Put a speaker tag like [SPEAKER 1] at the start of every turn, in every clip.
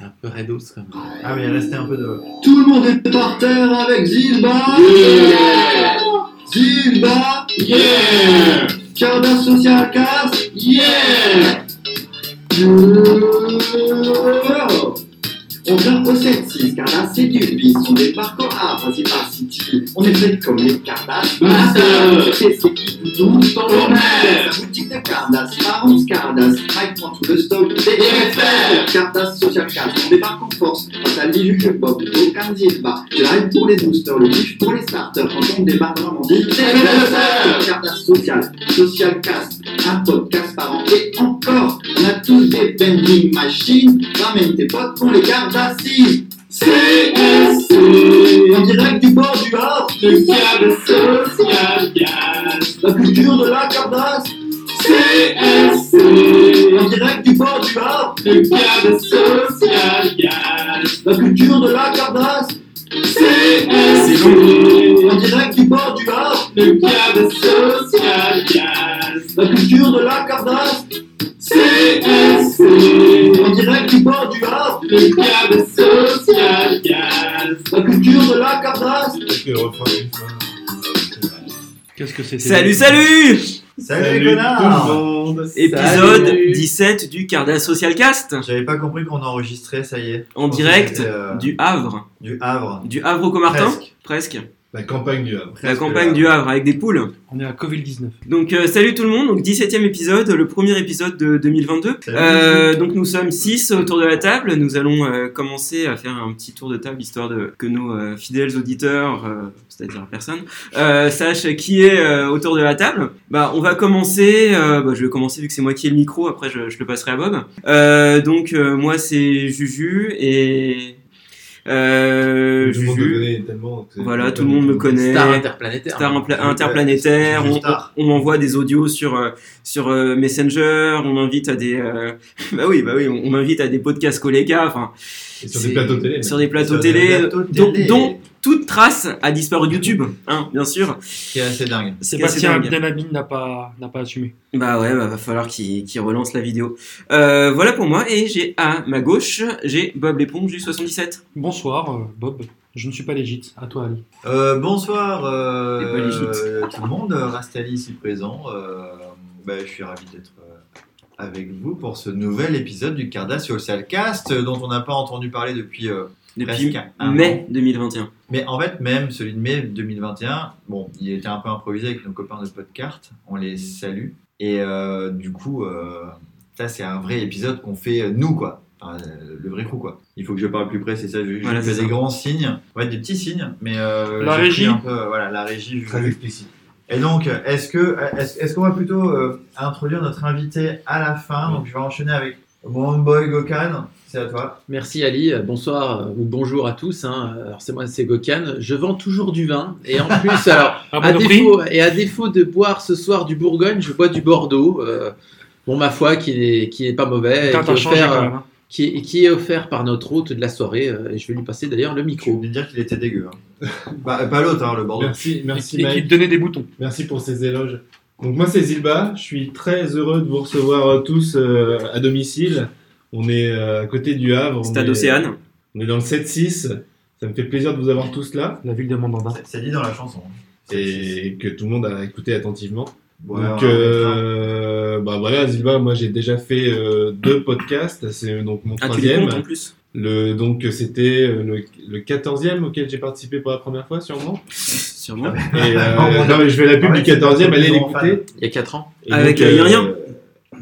[SPEAKER 1] un peu Redos quand même.
[SPEAKER 2] Ah oui, il restait un peu de.
[SPEAKER 3] Tout le monde est par terre avec Zilba
[SPEAKER 4] Yeah.
[SPEAKER 3] Zilba
[SPEAKER 4] Yeah.
[SPEAKER 3] Cardas Social Cast
[SPEAKER 4] Yeah.
[SPEAKER 3] On vient au 7-6, Cardas c'est du bis, on débarque au Havre, c'est par City, on est fait comme les Cardas
[SPEAKER 4] Master.
[SPEAKER 3] c'est ce qui vous douce dans le
[SPEAKER 4] Commerce.
[SPEAKER 3] Boutique de Cardas, Marons Cardas, Mike prend tout le stock, des
[SPEAKER 4] experts.
[SPEAKER 3] Cardas Social Cast, on débarque en force, face à l'île que Bob, aucun Zilba, je l'arrête pour les boosters, le bif pour les starters, quand on débarque vraiment dit,
[SPEAKER 4] experts.
[SPEAKER 3] Cardas Social, Social Cast, un podcast par an, et encore, on a tous des vending machines, ramène tes potes, on les garde assis.
[SPEAKER 4] CSC.
[SPEAKER 3] En direct du bord du Havre,
[SPEAKER 4] Le câble social gaz.
[SPEAKER 3] la culture de la Cardas,
[SPEAKER 4] CSC.
[SPEAKER 3] en direct du bord du Havre,
[SPEAKER 4] Le câble social gaz.
[SPEAKER 3] la culture de la Cardas,
[SPEAKER 4] CSC.
[SPEAKER 3] en direct du bord du Havre,
[SPEAKER 4] Le câble social gaz.
[SPEAKER 3] la culture de la Cardas,
[SPEAKER 4] CSC.
[SPEAKER 3] en direct du bord du Havre,
[SPEAKER 4] Le câble social gaz.
[SPEAKER 3] la culture de la Cardas.
[SPEAKER 2] Peut-être que le refrain d'une fois.
[SPEAKER 1] Qu'est-ce que c'était
[SPEAKER 5] Salut, salut
[SPEAKER 2] Salut, les connards
[SPEAKER 1] tout le monde
[SPEAKER 5] Épisode
[SPEAKER 1] Salut.
[SPEAKER 5] 17 du Carda Social Cast,
[SPEAKER 2] J'avais pas compris qu'on enregistrait, ça y est.
[SPEAKER 5] en
[SPEAKER 2] Je pensais que
[SPEAKER 5] direct
[SPEAKER 2] c'était, euh,
[SPEAKER 5] du Havre.
[SPEAKER 2] du Havre.
[SPEAKER 5] Du Havre au Comartin
[SPEAKER 2] Presque. euh,
[SPEAKER 5] Presque.
[SPEAKER 6] La campagne du Havre.
[SPEAKER 5] La campagne du Havre avec des poules.
[SPEAKER 1] On est à Covid-19.
[SPEAKER 5] Donc euh, salut tout le monde, donc 17ème épisode, le premier épisode de 2022.
[SPEAKER 2] Salut.
[SPEAKER 5] Euh, donc nous sommes 6 autour de la table, nous allons euh, commencer à faire un petit tour de table histoire de que nos euh, fidèles auditeurs, euh, c'est-à-dire personne, euh, sachent qui est euh, autour de la table. Bah on va commencer, euh, bah, je vais commencer vu que c'est moi qui ai le micro, après je, je le passerai à Bob. Euh, donc euh, moi c'est Juju et... Euh,
[SPEAKER 6] Tout le monde me
[SPEAKER 5] Juju.
[SPEAKER 6] connaît tellement. que-
[SPEAKER 5] Voilà, tout le monde me connaît.
[SPEAKER 1] Star interplanétaire.
[SPEAKER 5] Star impla- interplanétaire,
[SPEAKER 2] Juste
[SPEAKER 5] on,
[SPEAKER 2] tard.
[SPEAKER 5] on m'envoie des audios sur euh, sur euh, Messenger, on m'invite à des euh, bah oui bah oui on, on m'invite à des podcasts collégas, enfin
[SPEAKER 6] Et sur des
[SPEAKER 5] C'est-
[SPEAKER 6] plateaux télé.
[SPEAKER 5] sur des plateaux
[SPEAKER 2] Sur des
[SPEAKER 5] télé,
[SPEAKER 2] plateaux
[SPEAKER 5] dont,
[SPEAKER 2] télé.
[SPEAKER 5] dont toute trace a disparu de YouTube, hein bien sûr.
[SPEAKER 2] Ce qui est assez dingue.
[SPEAKER 7] Sébastien
[SPEAKER 5] Sébastien
[SPEAKER 7] Abdelhamid n'a pas, n'a pas assumé.
[SPEAKER 5] Bah ouais bah va falloir qu'il qu'il relance la vidéo. Euh, voilà pour moi et j'ai à ma gauche j'ai Bob l'éponge du 77.
[SPEAKER 7] Bonsoir, euh, Bob. Je ne suis pas légite. À toi, Ali.
[SPEAKER 2] Euh, bonsoir euh,
[SPEAKER 5] C'est pas légitime.
[SPEAKER 2] tout le monde, Rastali ici présent. Euh, bah, je suis ravi d'être euh, avec vous pour ce nouvel épisode du Cardas Social Cast euh, dont on n'a pas entendu parler depuis, euh,
[SPEAKER 5] Depuis
[SPEAKER 2] presque un an.
[SPEAKER 5] mai 2021.
[SPEAKER 2] Mais en fait, même celui de mai 2021, bon, il était un peu improvisé avec nos copains de Podcart, on les salue. Et euh, du coup, euh, ça c'est un vrai épisode qu'on fait euh, nous quoi. Enfin, euh, le vrai crew quoi. Il faut que je parle plus près, c'est ça. Je, je
[SPEAKER 5] Voilà,
[SPEAKER 2] fais
[SPEAKER 5] c'est
[SPEAKER 2] des
[SPEAKER 5] ça.
[SPEAKER 2] grands signes, ouais, des petits signes, mais euh,
[SPEAKER 7] La
[SPEAKER 2] j'ai
[SPEAKER 7] régie.
[SPEAKER 2] pris un peu, euh, voilà, la régie. je-
[SPEAKER 6] Très explicite.
[SPEAKER 2] Et donc, est-ce que est-ce est-ce qu'on va plutôt euh, introduire notre invité à la fin Donc, je vais enchaîner avec mon homeboy Gokan. C'est à toi.
[SPEAKER 8] Merci Ali, Euh, bonsoir euh, ou bonjour à tous. hein. Alors c'est moi, c'est Gokan. Je vends toujours du vin et en plus, alors
[SPEAKER 7] À
[SPEAKER 8] à
[SPEAKER 7] Monoprix
[SPEAKER 8] défaut et à défaut de boire ce soir du Bourgogne, je bois du Bordeaux. euh, bon ma foi, qui n'est qui n'est pas mauvais, et
[SPEAKER 7] Putain,
[SPEAKER 8] qui est,
[SPEAKER 7] t'as changé
[SPEAKER 8] offert,
[SPEAKER 7] quand
[SPEAKER 8] euh,
[SPEAKER 7] même. hein.
[SPEAKER 8] qui, est, qui est offert par notre hôte de la soirée. euh, et je vais lui passer d'ailleurs le
[SPEAKER 2] Tu
[SPEAKER 8] micro.
[SPEAKER 2] venais de dire qu'il était dégueu. hein. bah, pas l'autre, hein, le Bordeaux.
[SPEAKER 6] Merci, merci
[SPEAKER 7] Et qui
[SPEAKER 6] Mike.
[SPEAKER 7] te donnait des boutons.
[SPEAKER 6] Merci pour ces éloges. Donc moi c'est Zilba, je suis très heureux de vous recevoir euh, tous euh, à domicile. On est euh, à côté du Havre. on
[SPEAKER 5] Stade
[SPEAKER 6] est-
[SPEAKER 5] Océane.
[SPEAKER 6] On est dans le 7-6. Ça me fait plaisir de vous avoir tous là
[SPEAKER 7] La ville de Mandanda.
[SPEAKER 2] C'est- C'est dit dans la chanson. hein.
[SPEAKER 6] et que tout le monde a écouté attentivement.
[SPEAKER 2] Ouais,
[SPEAKER 6] donc,
[SPEAKER 2] on en
[SPEAKER 6] euh, bah voilà, Zilba, moi j'ai déjà fait euh, deux podcasts, c'est euh, donc mon
[SPEAKER 5] Ah tu les
[SPEAKER 6] troisième.
[SPEAKER 5] comptes en plus.
[SPEAKER 6] Le, donc c'était euh, le, le 14e auquel j'ai participé pour la première fois sûrement.
[SPEAKER 5] Sûrement.
[SPEAKER 6] Et, euh,
[SPEAKER 2] Ah bon,
[SPEAKER 6] non mais je vais la pub
[SPEAKER 2] Ah ouais,
[SPEAKER 6] du 14e,
[SPEAKER 2] c'est
[SPEAKER 6] allez
[SPEAKER 2] vraiment fan.
[SPEAKER 6] l'écouter.
[SPEAKER 8] Il y a 4 ans.
[SPEAKER 6] Et
[SPEAKER 5] Avec,
[SPEAKER 6] donc,
[SPEAKER 5] euh, Yann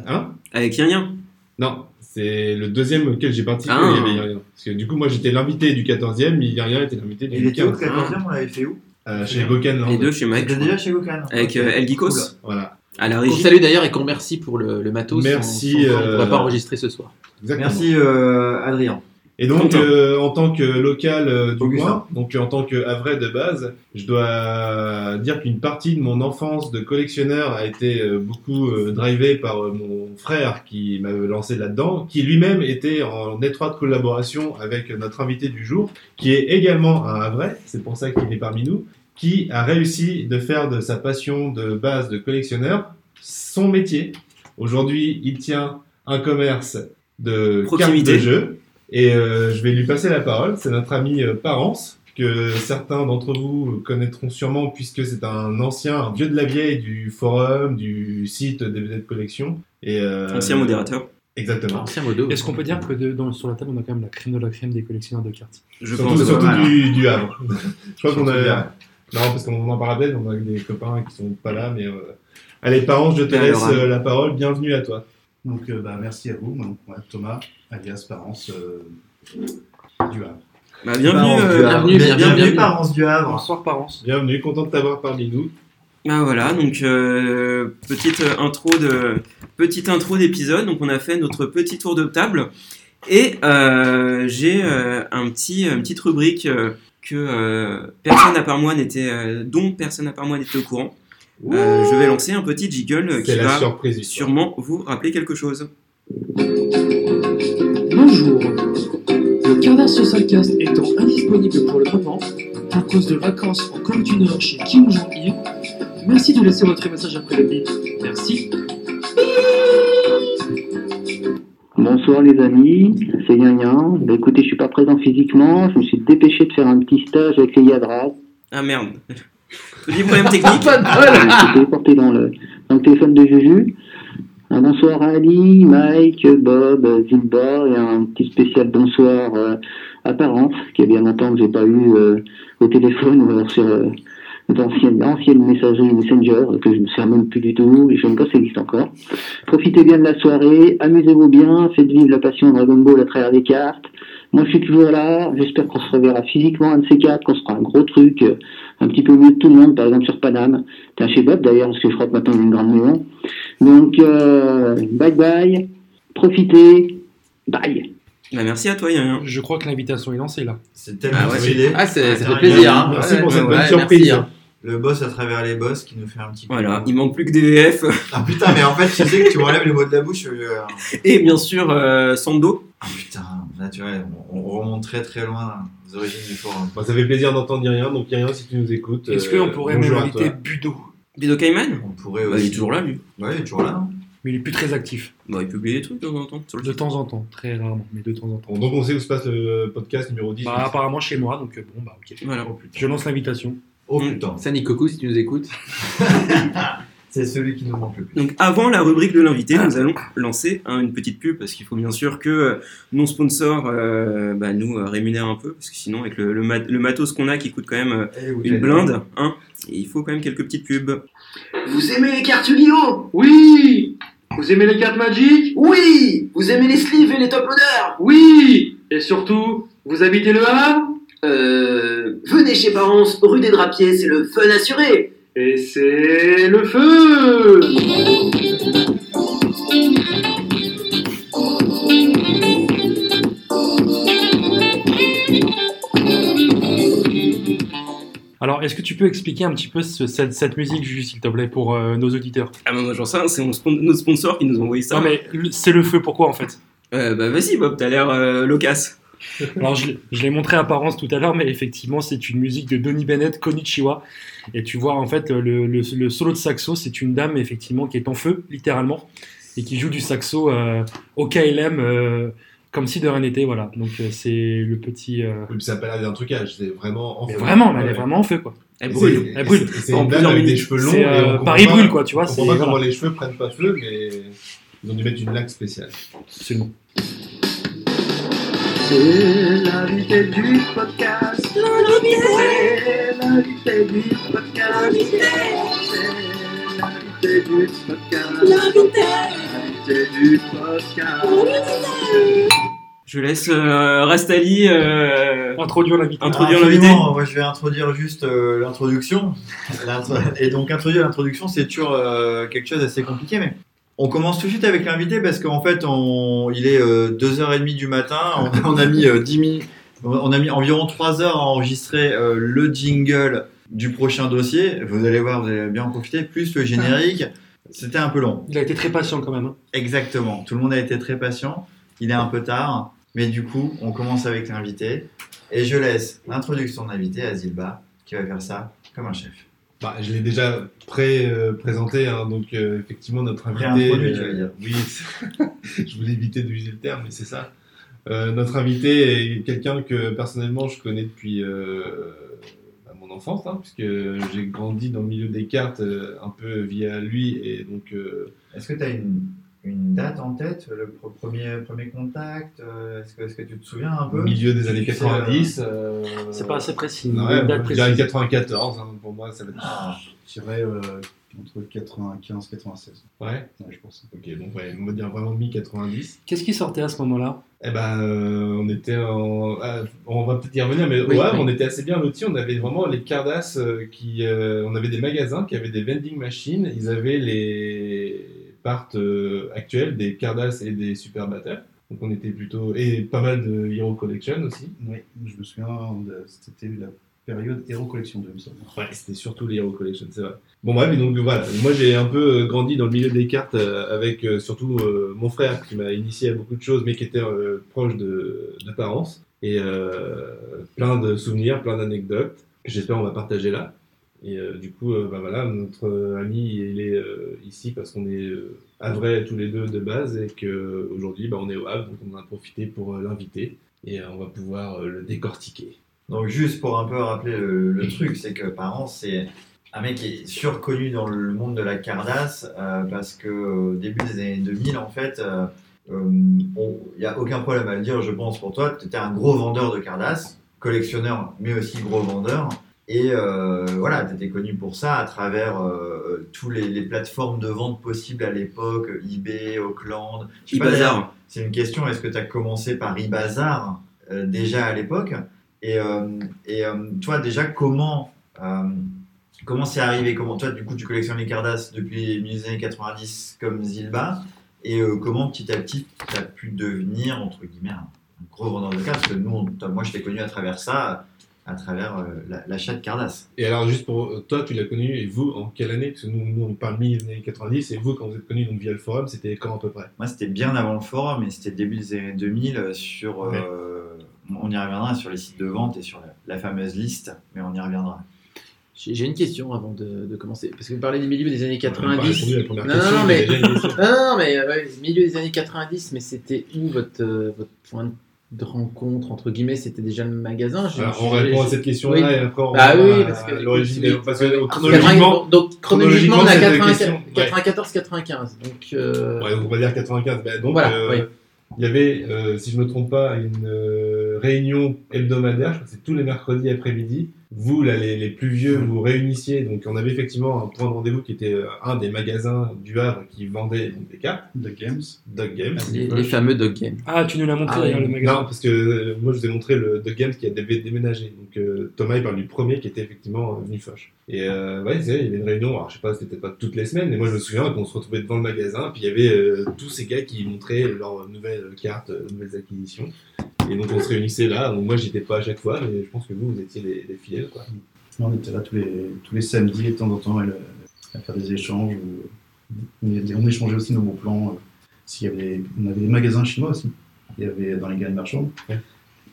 [SPEAKER 6] Hein
[SPEAKER 5] Avec rien rien.
[SPEAKER 6] Non, c'est le deuxième auquel j'ai participé,
[SPEAKER 5] Ah.
[SPEAKER 6] il y avait Yann. Parce que du coup moi j'étais l'invité du 14e, mais Yann était l'invité
[SPEAKER 2] Et il
[SPEAKER 6] du
[SPEAKER 2] était où
[SPEAKER 6] 15
[SPEAKER 2] le 14e On l'avait fait où
[SPEAKER 6] euh, chez Gokan
[SPEAKER 5] Les
[SPEAKER 6] Land.
[SPEAKER 5] deux chez Mike.
[SPEAKER 2] C'était déjà chez Gokan.
[SPEAKER 5] Avec
[SPEAKER 2] Ok.
[SPEAKER 5] euh, El Geekos
[SPEAKER 2] Cool.
[SPEAKER 6] Voilà,
[SPEAKER 5] à la
[SPEAKER 8] Qu'on
[SPEAKER 5] régie.
[SPEAKER 8] salue d'ailleurs et qu'on merci pour le, le matos.
[SPEAKER 6] Merci,
[SPEAKER 8] On- on- on
[SPEAKER 6] euh,
[SPEAKER 8] ne va pas enregistrer ce soir.
[SPEAKER 6] exactement.
[SPEAKER 2] Merci euh, Adrien.
[SPEAKER 6] Et donc,
[SPEAKER 5] Content.
[SPEAKER 6] euh, en tant que local euh, du
[SPEAKER 2] Augustin.
[SPEAKER 6] coin, donc euh, en tant que Havrais de base, je dois dire qu'une partie de mon enfance de collectionneur a été euh, beaucoup euh, drivée par euh, mon frère qui m'avait lancé là-dedans, qui lui-même était en étroite collaboration avec notre invité du jour, qui est également un Havrais, c'est pour ça qu'il est parmi nous, qui a réussi de faire de sa passion de base de collectionneur son métier. Aujourd'hui, il tient un commerce de cartes
[SPEAKER 5] Proximité.
[SPEAKER 6] de jeu Et euh, je vais lui passer la parole. C'est notre ami euh, Parence, que certains d'entre vous connaîtront sûrement, puisque c'est un ancien, un vieux de la vieille du forum, du site DVD de collection. Et, euh,
[SPEAKER 5] Ancien modérateur,
[SPEAKER 6] Exactement.
[SPEAKER 8] Ancien modo.
[SPEAKER 7] Est-ce qu'on peut dire que de- dans- sur la table, on a quand même la crème de la crème des collectionneurs de cartes
[SPEAKER 5] je
[SPEAKER 6] surtout
[SPEAKER 5] pense.
[SPEAKER 6] surtout
[SPEAKER 5] Voilà.
[SPEAKER 6] du, du Havre. je crois qu'on
[SPEAKER 2] Surtout du
[SPEAKER 6] a.
[SPEAKER 2] Havre.
[SPEAKER 6] Non, parce qu'on en parlait, on a des copains qui sont pas là, mais. euh, Allez, Parence, je te
[SPEAKER 5] Ben,
[SPEAKER 6] laisse
[SPEAKER 5] alors,
[SPEAKER 6] euh, la parole. Bienvenue à toi.
[SPEAKER 9] Donc, euh, bah, merci à vous. Donc, moi, Thomas, alias Parence euh, du Havre.
[SPEAKER 5] Bah, bienvenue.
[SPEAKER 2] Parence
[SPEAKER 5] euh,
[SPEAKER 2] du Havre.
[SPEAKER 8] bienvenue,
[SPEAKER 2] bienvenue,
[SPEAKER 8] bienvenue.
[SPEAKER 2] Parence du Havre.
[SPEAKER 7] Bonsoir, Parence.
[SPEAKER 6] Bienvenue, content de t'avoir parmi nous.
[SPEAKER 5] Bah voilà, donc euh, petite euh, intro de petite intro d'épisode. Donc on a fait notre petit tour de table et euh, j'ai euh, un petit une petite rubrique euh, que euh, personne à part moi n'était euh, dont personne à part moi n'était au courant. Euh, je vais lancer un petit jingle euh,
[SPEAKER 6] C'est
[SPEAKER 5] qui
[SPEAKER 6] la
[SPEAKER 5] va
[SPEAKER 6] surprise. du soir.
[SPEAKER 5] sûrement vous rappeler quelque chose.
[SPEAKER 10] Bonjour. Le Carnage Social Cast étant indisponible pour le moment, pour cause de vacances en Corée du Nord chez Kim Jong-il, merci de laisser votre message après le bip. Merci.
[SPEAKER 11] Bonsoir les amis, c'est Yann Yann. Bah, écoutez, je suis pas présent physiquement, je me suis dépêché de faire un petit stage avec les Yadras.
[SPEAKER 5] Ah merde. Petit problème
[SPEAKER 8] Ah,
[SPEAKER 5] technique.
[SPEAKER 8] pas de bol
[SPEAKER 11] Je me suis téléporté dans le, dans le téléphone de Juju. Un bonsoir à Ali, Mike, Bob, Zilba et un petit spécial bonsoir euh, à Parence, qui a bien longtemps que j'ai pas eu euh, au téléphone ou alors sur euh, d'anciennes anciennes messageries Messenger euh, que je ne sers même plus du tout et je ne sais pas si ça existe encore. Profitez bien de la soirée, amusez-vous bien, faites vivre la passion Dragon Ball à travers les cartes. Moi je suis toujours là, j'espère qu'on se reverra physiquement un de ces quatre, qu'on se fera un gros truc, euh, un petit peu mieux de tout le monde, par exemple sur Paname. Tiens chez Bob d'ailleurs, parce que je crois que maintenant il y a une grande maison. Donc euh, bye bye, profitez, bye
[SPEAKER 5] Bah, merci à toi Yann.
[SPEAKER 7] Je crois que l'invitation est lancée là.
[SPEAKER 2] C'est tellement
[SPEAKER 8] Ah ouais.
[SPEAKER 2] stylé.
[SPEAKER 8] Ah, c'est- ça
[SPEAKER 2] Attends,
[SPEAKER 8] fait plaisir.
[SPEAKER 2] il y a
[SPEAKER 8] hein.
[SPEAKER 6] Merci
[SPEAKER 8] Ouais,
[SPEAKER 6] pour cette
[SPEAKER 8] ouais,
[SPEAKER 6] bonne
[SPEAKER 8] merci,
[SPEAKER 6] surprise.
[SPEAKER 8] hein.
[SPEAKER 2] Le boss à travers les boss qui nous fait un petit.
[SPEAKER 5] Voilà, il manque plus que DVF
[SPEAKER 2] Ah putain, mais en fait, tu sais que tu m'enlèves les mots de la bouche. euh,
[SPEAKER 5] et bien sûr euh, Sando.
[SPEAKER 2] Ah putain, naturel. On, on remonte très très loin aux origines du forum.
[SPEAKER 6] Bon, ça fait plaisir d'entendre Yrien, donc Yrien, si tu nous écoutes.
[SPEAKER 7] Est-ce
[SPEAKER 6] euh,
[SPEAKER 7] qu'on pourrait même
[SPEAKER 6] bonjour à
[SPEAKER 7] inviter
[SPEAKER 6] toi.
[SPEAKER 7] Budo
[SPEAKER 5] Bido Cayman.
[SPEAKER 2] On pourrait
[SPEAKER 5] Bah,
[SPEAKER 2] aussi.
[SPEAKER 5] il est toujours là lui.
[SPEAKER 2] Ouais, il est toujours là. hein.
[SPEAKER 7] Mais il est plus très actif.
[SPEAKER 5] Bah, il publie des trucs de temps en temps sur le
[SPEAKER 7] De temps en temps, très rarement, mais de temps en temps.
[SPEAKER 6] Bon, donc on sait où se passe le podcast numéro 10.
[SPEAKER 7] Bah, apparemment chez moi, donc euh, bon, bah ok.
[SPEAKER 5] Voilà.
[SPEAKER 7] Je lance l'invitation.
[SPEAKER 2] Oh
[SPEAKER 5] Mm.
[SPEAKER 2] putain,
[SPEAKER 8] Sani Koku, si tu nous écoutes.
[SPEAKER 2] c'est celui qui nous manque le plus.
[SPEAKER 5] Donc avant la rubrique de l'invité, nous allons lancer hein, une petite pub parce qu'il faut bien sûr que euh, nos sponsors euh, bah, nous euh, rémunèrent un peu parce que sinon avec le, le mat- le matos qu'on a qui coûte quand même euh,
[SPEAKER 2] Eh oui,
[SPEAKER 5] une
[SPEAKER 2] j'adore.
[SPEAKER 5] blinde, hein, il faut quand même quelques petites pubs.
[SPEAKER 3] Vous aimez les cartes Yu-Gi-Oh
[SPEAKER 10] Oui Vous aimez les cartes magiques
[SPEAKER 3] Oui Vous aimez les sleeves et les top loaders
[SPEAKER 10] Oui Et surtout, vous habitez le Havre
[SPEAKER 3] Euh... Venez chez Parence, rue des Drapiers, c'est le fun assuré
[SPEAKER 10] Et c'est le feu
[SPEAKER 7] Alors, est-ce que tu peux expliquer un petit peu ce- cette, cette musique, Juju, s'il te plaît, pour euh, nos auditeurs
[SPEAKER 5] Ah bah moi j'en sais, rien, c'est mon spon- nos sponsors qui nous ont envoyé ça.
[SPEAKER 7] Non, mais le- c'est le feu, pourquoi en fait
[SPEAKER 5] Euh, bah vas-y Bob, t'as l'air euh, loquace.
[SPEAKER 7] Alors, je, l'ai- je l'ai montré à Parence tout à l'heure, mais effectivement, c'est une musique de Donny Bennett, Konichiwa. Et tu vois, en fait, le, le- le solo de saxo, c'est une dame, effectivement, qui est en feu, littéralement, et qui joue du saxo euh, au KLM, euh, comme si de rien n'était, voilà. Donc, euh, c'est le petit... euh,
[SPEAKER 6] Oui, mais Ça a pas l'air d'un trucage, c'est vraiment en
[SPEAKER 7] Mais
[SPEAKER 6] feu.
[SPEAKER 7] vraiment, mais elle est
[SPEAKER 6] Ouais.
[SPEAKER 7] vraiment en feu, quoi.
[SPEAKER 5] Elle
[SPEAKER 6] Et
[SPEAKER 5] brûle.
[SPEAKER 6] c'est-
[SPEAKER 7] elle brûle.
[SPEAKER 6] et C'est
[SPEAKER 5] En
[SPEAKER 6] une dame
[SPEAKER 5] plusieurs
[SPEAKER 6] avec des
[SPEAKER 5] minutes.
[SPEAKER 6] cheveux longs.
[SPEAKER 7] C'est,
[SPEAKER 6] et on
[SPEAKER 7] euh,
[SPEAKER 6] comprend
[SPEAKER 7] Paris
[SPEAKER 6] pas-
[SPEAKER 7] brûle, quoi, tu vois,
[SPEAKER 6] On
[SPEAKER 7] c'est- euh,
[SPEAKER 6] comprend pas comment
[SPEAKER 7] voilà.
[SPEAKER 6] les cheveux prennent pas feu, mais ils ont dû mettre une laque spéciale.
[SPEAKER 7] Absolument.
[SPEAKER 3] C'est l'invité du podcast C'est l'invité du podcast C'est l'invité du podcast L'invité du podcast
[SPEAKER 5] Je laisse euh, Rastali. euh,
[SPEAKER 7] Introduire l'invité. Ah,
[SPEAKER 5] Introduire
[SPEAKER 2] Ah, Absolument,
[SPEAKER 5] l'invité.
[SPEAKER 2] Moi, je vais introduire juste euh, l'introduction. L'intro- Et donc, introduire l'introduction, c'est toujours euh, quelque chose d'assez compliqué, mais on commence tout de suite avec l'invité parce qu'en fait, on... il est euh, 2h30 du matin. On, on a mis euh, 10 minutes. On a mis environ 3 heures à enregistrer euh, le jingle du prochain dossier. Vous allez voir, vous allez bien en profiter. Plus le générique. C'était un peu long.
[SPEAKER 7] Il a été très patient, quand même. hein.
[SPEAKER 2] Exactement. Tout le monde a été très patient. Il est un peu tard, mais du coup, on commence avec l'invité. Et je laisse l'introduction de l'invité à Zilba, qui va faire ça comme un chef.
[SPEAKER 6] Bah, je l'ai déjà pré-présenté, hein, donc euh, effectivement, notre invité. euh,
[SPEAKER 2] Pré-introduit, tu veux dire.
[SPEAKER 6] Oui, je voulais éviter d'user le terme, mais c'est ça. Euh, notre invité est quelqu'un que personnellement je connais depuis euh, bah, mon enfance, hein, puisque j'ai grandi dans le milieu des cartes euh, un peu via lui. Et donc, euh,
[SPEAKER 2] Est-ce que tu as une, une date en tête, le pr- premier, premier contact euh, Est-ce que, est-ce que tu te souviens un peu
[SPEAKER 6] milieu des années
[SPEAKER 2] Tu sais,
[SPEAKER 6] 90.
[SPEAKER 2] euh,
[SPEAKER 6] euh,
[SPEAKER 7] C'est pas assez précis.
[SPEAKER 6] ouais,
[SPEAKER 7] une date
[SPEAKER 6] bah, je dirais
[SPEAKER 7] précise.
[SPEAKER 6] 94, hein, pour moi ça va être.
[SPEAKER 9] Je dirais euh, entre 95 96.
[SPEAKER 6] Ouais.
[SPEAKER 9] je pense.
[SPEAKER 6] Ok, donc ouais, on va dire vraiment mi-90.
[SPEAKER 7] Qu'est-ce qui sortait à ce moment-là
[SPEAKER 6] Eh ben, euh, on était en. ah, on va peut-être y revenir, mais
[SPEAKER 7] Oui,
[SPEAKER 6] ouais,
[SPEAKER 7] oui.
[SPEAKER 6] on était assez bien lotis. On avait vraiment les Cardass euh, qui. euh, on avait des magasins qui avaient des vending machines. Ils avaient les parts euh, actuelles des Cardass et des Super Battle. Donc on était plutôt. Et pas mal de Hero Collection aussi.
[SPEAKER 9] Oui, je me souviens, de- c'était la période Hero Collection 2, il me semble.
[SPEAKER 6] Ouais, c'était surtout les Hero Collection, c'est vrai. Bon, bref, et donc voilà. Moi, j'ai un peu euh, grandi dans le milieu des cartes euh, avec euh, surtout euh, mon frère qui m'a initié à beaucoup de choses, mais qui était euh, proche de, de parents. Et euh, plein de souvenirs, plein d'anecdotes. J'espère on va partager là. Et euh, du coup, euh, bah voilà, notre euh, ami, il est euh, ici parce qu'on est euh, à vrai tous les deux de base et qu'aujourd'hui, bah, on est au Havre, donc on en a profité pour euh, l'inviter et euh, on va pouvoir euh, le décortiquer.
[SPEAKER 2] Donc juste pour un peu rappeler le, le truc, c'est que Parent, c'est un mec qui est surconnu dans le monde de la Cardass euh, parce que au début des années 2000, en fait, euh, euh, on- il n'y a aucun problème à le dire, je pense, pour toi. Tu étais un gros vendeur de Cardass, collectionneur, mais aussi gros vendeur. Et euh, voilà, tu étais connu pour ça à travers euh, tous les, les plateformes de vente possibles à l'époque, eBay, Auckland. Je sais pas,
[SPEAKER 5] Ibazar.
[SPEAKER 2] d'ailleurs, C'est une question, est-ce que tu as commencé par eBazaar euh, déjà à l'époque et, euh, et euh, toi, déjà, comment euh, comment c'est arrivé Comment toi, du coup, tu collectionnes les Cardass depuis les années 90 comme Zilba Et euh, comment petit à petit, tu as pu devenir, entre guillemets, un un gros vendeur de cartes Parce que nous, on- toi, moi, je t'ai connu à travers ça, à travers euh, la- l'achat de Cardass.
[SPEAKER 6] Et alors, juste pour toi, tu l'as connu, et vous, en quelle année Parce que nous, nous on parle mi-années 90, et vous, quand vous êtes connu donc, via le forum, c'était quand à peu près
[SPEAKER 2] Moi, c'était bien avant le forum, et c'était début des années 2000 euh, sur. euh, On y reviendra sur les sites de vente et sur la, la fameuse liste, mais on y reviendra.
[SPEAKER 8] J'ai j'ai une question avant de, de commencer. Parce que vous parlez du milieu des années
[SPEAKER 6] On a pas répondu
[SPEAKER 8] 90.
[SPEAKER 6] à la première question,
[SPEAKER 8] Non, non, non,
[SPEAKER 6] mais
[SPEAKER 8] mais,
[SPEAKER 6] déjà une question.
[SPEAKER 8] non, non, mais euh, ouais, milieu des années 90, mais c'était où votre, euh, votre point de rencontre, entre guillemets C'était déjà le magasin Je-
[SPEAKER 6] Alors, on
[SPEAKER 8] je-
[SPEAKER 6] répond à
[SPEAKER 8] je-
[SPEAKER 6] cette question-là,
[SPEAKER 8] Oui.
[SPEAKER 6] et après, on
[SPEAKER 8] Bah
[SPEAKER 6] reviendra
[SPEAKER 8] oui,
[SPEAKER 6] à
[SPEAKER 8] parce que.
[SPEAKER 6] l'origine
[SPEAKER 8] oui,
[SPEAKER 6] des- parce que
[SPEAKER 8] oui.
[SPEAKER 6] chronologiquement-
[SPEAKER 8] donc, chronologiquement, on a
[SPEAKER 6] chronologiquement,
[SPEAKER 8] 94,
[SPEAKER 6] c'est la question. Ouais.
[SPEAKER 8] 94, 95. Donc, euh,
[SPEAKER 6] Ouais, on va dire 95. Bah, donc,
[SPEAKER 8] Voilà,
[SPEAKER 6] euh,
[SPEAKER 8] oui.
[SPEAKER 6] il y avait, euh, si je ne me trompe pas, une euh, réunion hebdomadaire, je crois que c'est tous les mercredis après-midi. Vous, là, les, les plus vieux, vous réunissiez. Donc, on avait effectivement un point de rendez-vous qui était euh, un des magasins du Havre qui vendait donc, des cartes.
[SPEAKER 9] The Games.
[SPEAKER 6] Dog Games.
[SPEAKER 8] les, les fameux Dog Game.
[SPEAKER 7] Ah, tu nous l'as montré
[SPEAKER 8] Ah,
[SPEAKER 7] d'ailleurs,
[SPEAKER 8] oui.
[SPEAKER 7] le magasin.
[SPEAKER 6] Non, parce que euh, moi je vous ai montré le The Games qui a dé- déménagé. Donc euh, Thomas il parle du premier qui était effectivement euh, venu Foch. Et euh, ouais, c'est vrai, il y avait une réunion, alors je sais pas, c'était peut-être pas toutes les semaines, mais moi je me souviens qu'on se retrouvait devant le magasin, puis il y avait euh, tous ces gars qui montraient leurs nouvelles cartes, euh, nouvelles acquisitions. Et donc on se réunissait là, donc moi j'étais pas à chaque fois, mais je pense que vous, vous étiez les, les fidèles quoi.
[SPEAKER 9] On était là tous les, tous les samedis et de temps en temps elle, euh, à faire des échanges. euh, On, était- on échangeait aussi nos bons plans. euh, s'il y avait, on avait des magasins chinois aussi. Il y avait dans les galeries marchandes.
[SPEAKER 6] Ouais.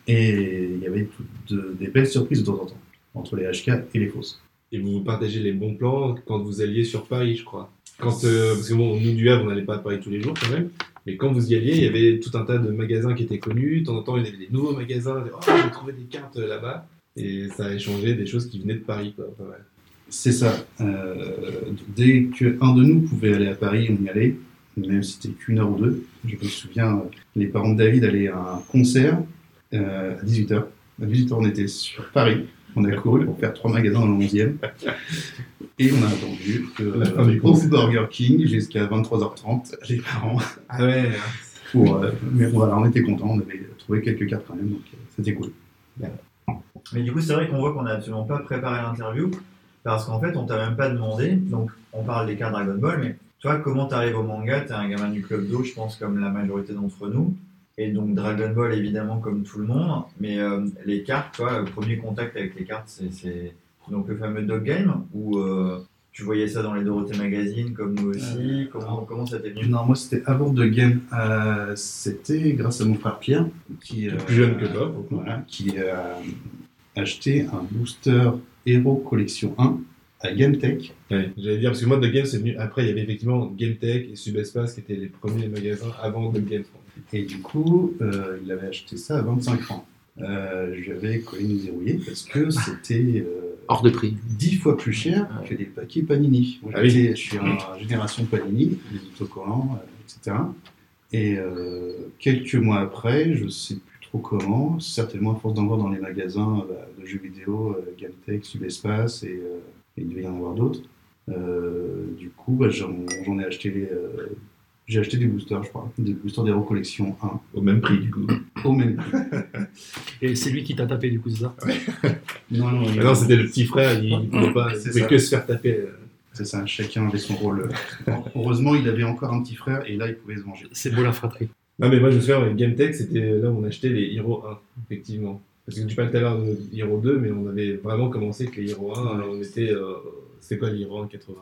[SPEAKER 9] Et il y avait tout- de- des belles surprises de temps en temps entre les HK et les fausses.
[SPEAKER 6] Et vous partagez les bons plans quand vous alliez sur Paris, je crois. Quand, euh, parce que bon, nous du Havre, on n'allait pas à Paris tous les jours quand même. Mais quand vous y alliez, il y avait tout un tas de magasins qui étaient connus. De temps en temps, il y avait des nouveaux magasins. On disait, Oh, j'ai trouvé des cartes euh, là-bas. Et ça a échangé des choses qui venaient de Paris. Quoi. Pas mal.
[SPEAKER 9] C'est ça. Euh, donc dès qu'un de nous pouvait aller à Paris, on y allait, même si c'était qu'une heure ou deux. Je me souviens, euh, les parents de David allaient à un concert euh, à 18h. À 18h, on était sur Paris. On a couru pour faire trois magasins dans le 11e. Et on a attendu euh,
[SPEAKER 6] La fin du
[SPEAKER 9] au
[SPEAKER 6] concert.
[SPEAKER 9] Burger King jusqu'à 23h30, les parents.
[SPEAKER 6] Ah ouais,
[SPEAKER 9] Pour, euh, mais voilà, on était contents, on avait trouvé quelques cartes quand même, donc euh, c'était cool.
[SPEAKER 2] Mais du coup, c'est vrai qu'on voit qu'on n'a absolument pas préparé l'interview parce qu'en fait, on t'a même pas demandé. Donc, on parle des cartes Dragon Ball, mais toi, comment t'arrives au manga T'es un gamin du club d'eau, je pense, comme la majorité d'entre nous. Et donc, Dragon Ball, évidemment, comme tout le monde. Mais euh, les cartes, toi, le premier contact avec les cartes, c'est- c'est donc le fameux Dog Game où euh, tu voyais ça dans les Dorothée Magazine, comme nous aussi. comment, comment ça t'est venu
[SPEAKER 9] Non, moi c'était avant de game. Euh, c'était grâce à mon frère Pierre, qui euh,
[SPEAKER 6] Plus jeune que toi, pour le coup.
[SPEAKER 9] voilà, qui euh, a acheté un booster Hero Collection 1 à GameTech.
[SPEAKER 6] Ouais, J'allais dire, parce que moi, The Game, c'est venu après. Il y avait effectivement GameTech et Subespace qui étaient les premiers magasins avant The Game.
[SPEAKER 9] Et du coup, euh, il avait acheté ça à 25 francs. Euh, je lui avais collé une dérouillée parce que c'était euh,
[SPEAKER 8] hors de prix.
[SPEAKER 9] 10 fois plus cher que des paquets Panini. Moi,
[SPEAKER 6] Ah oui.
[SPEAKER 9] j'étais- Je suis en génération Panini, les autocollants, euh, etc. Et euh, quelques mois après, je sais plus trop comment, certainement à force d'en voir dans les magasins euh, bah, de jeux vidéo, euh, Gamtech, Subespace, et euh, il devait y en avoir d'autres. Euh, du coup, bah, j'en j'en ai acheté les, euh, j'ai acheté des boosters, je crois, des boosters des collection 1.
[SPEAKER 6] Au même prix, du coup.
[SPEAKER 9] Au même prix.
[SPEAKER 7] Et c'est lui qui t'a tapé du coup, c'est ça
[SPEAKER 9] Non, non, il-
[SPEAKER 6] Ah non, c'était le petit frère, il ne pouvait pas, il
[SPEAKER 9] C'est
[SPEAKER 6] pouvait
[SPEAKER 9] ça.
[SPEAKER 6] que se faire taper. euh.
[SPEAKER 9] C'est ça, chacun avait son rôle. Heureusement, il avait encore un petit frère et là, il pouvait se venger.
[SPEAKER 7] C'est beau la fratrie.
[SPEAKER 6] Non, mais moi, je me souviens, avec GameTech, c'était là où on achetait les Hero 1, effectivement. Parce que tu parlais tout à l'heure de Hero 2, mais on avait vraiment commencé avec les Hero 1. On était. euh, c'est quoi les Hero 1 80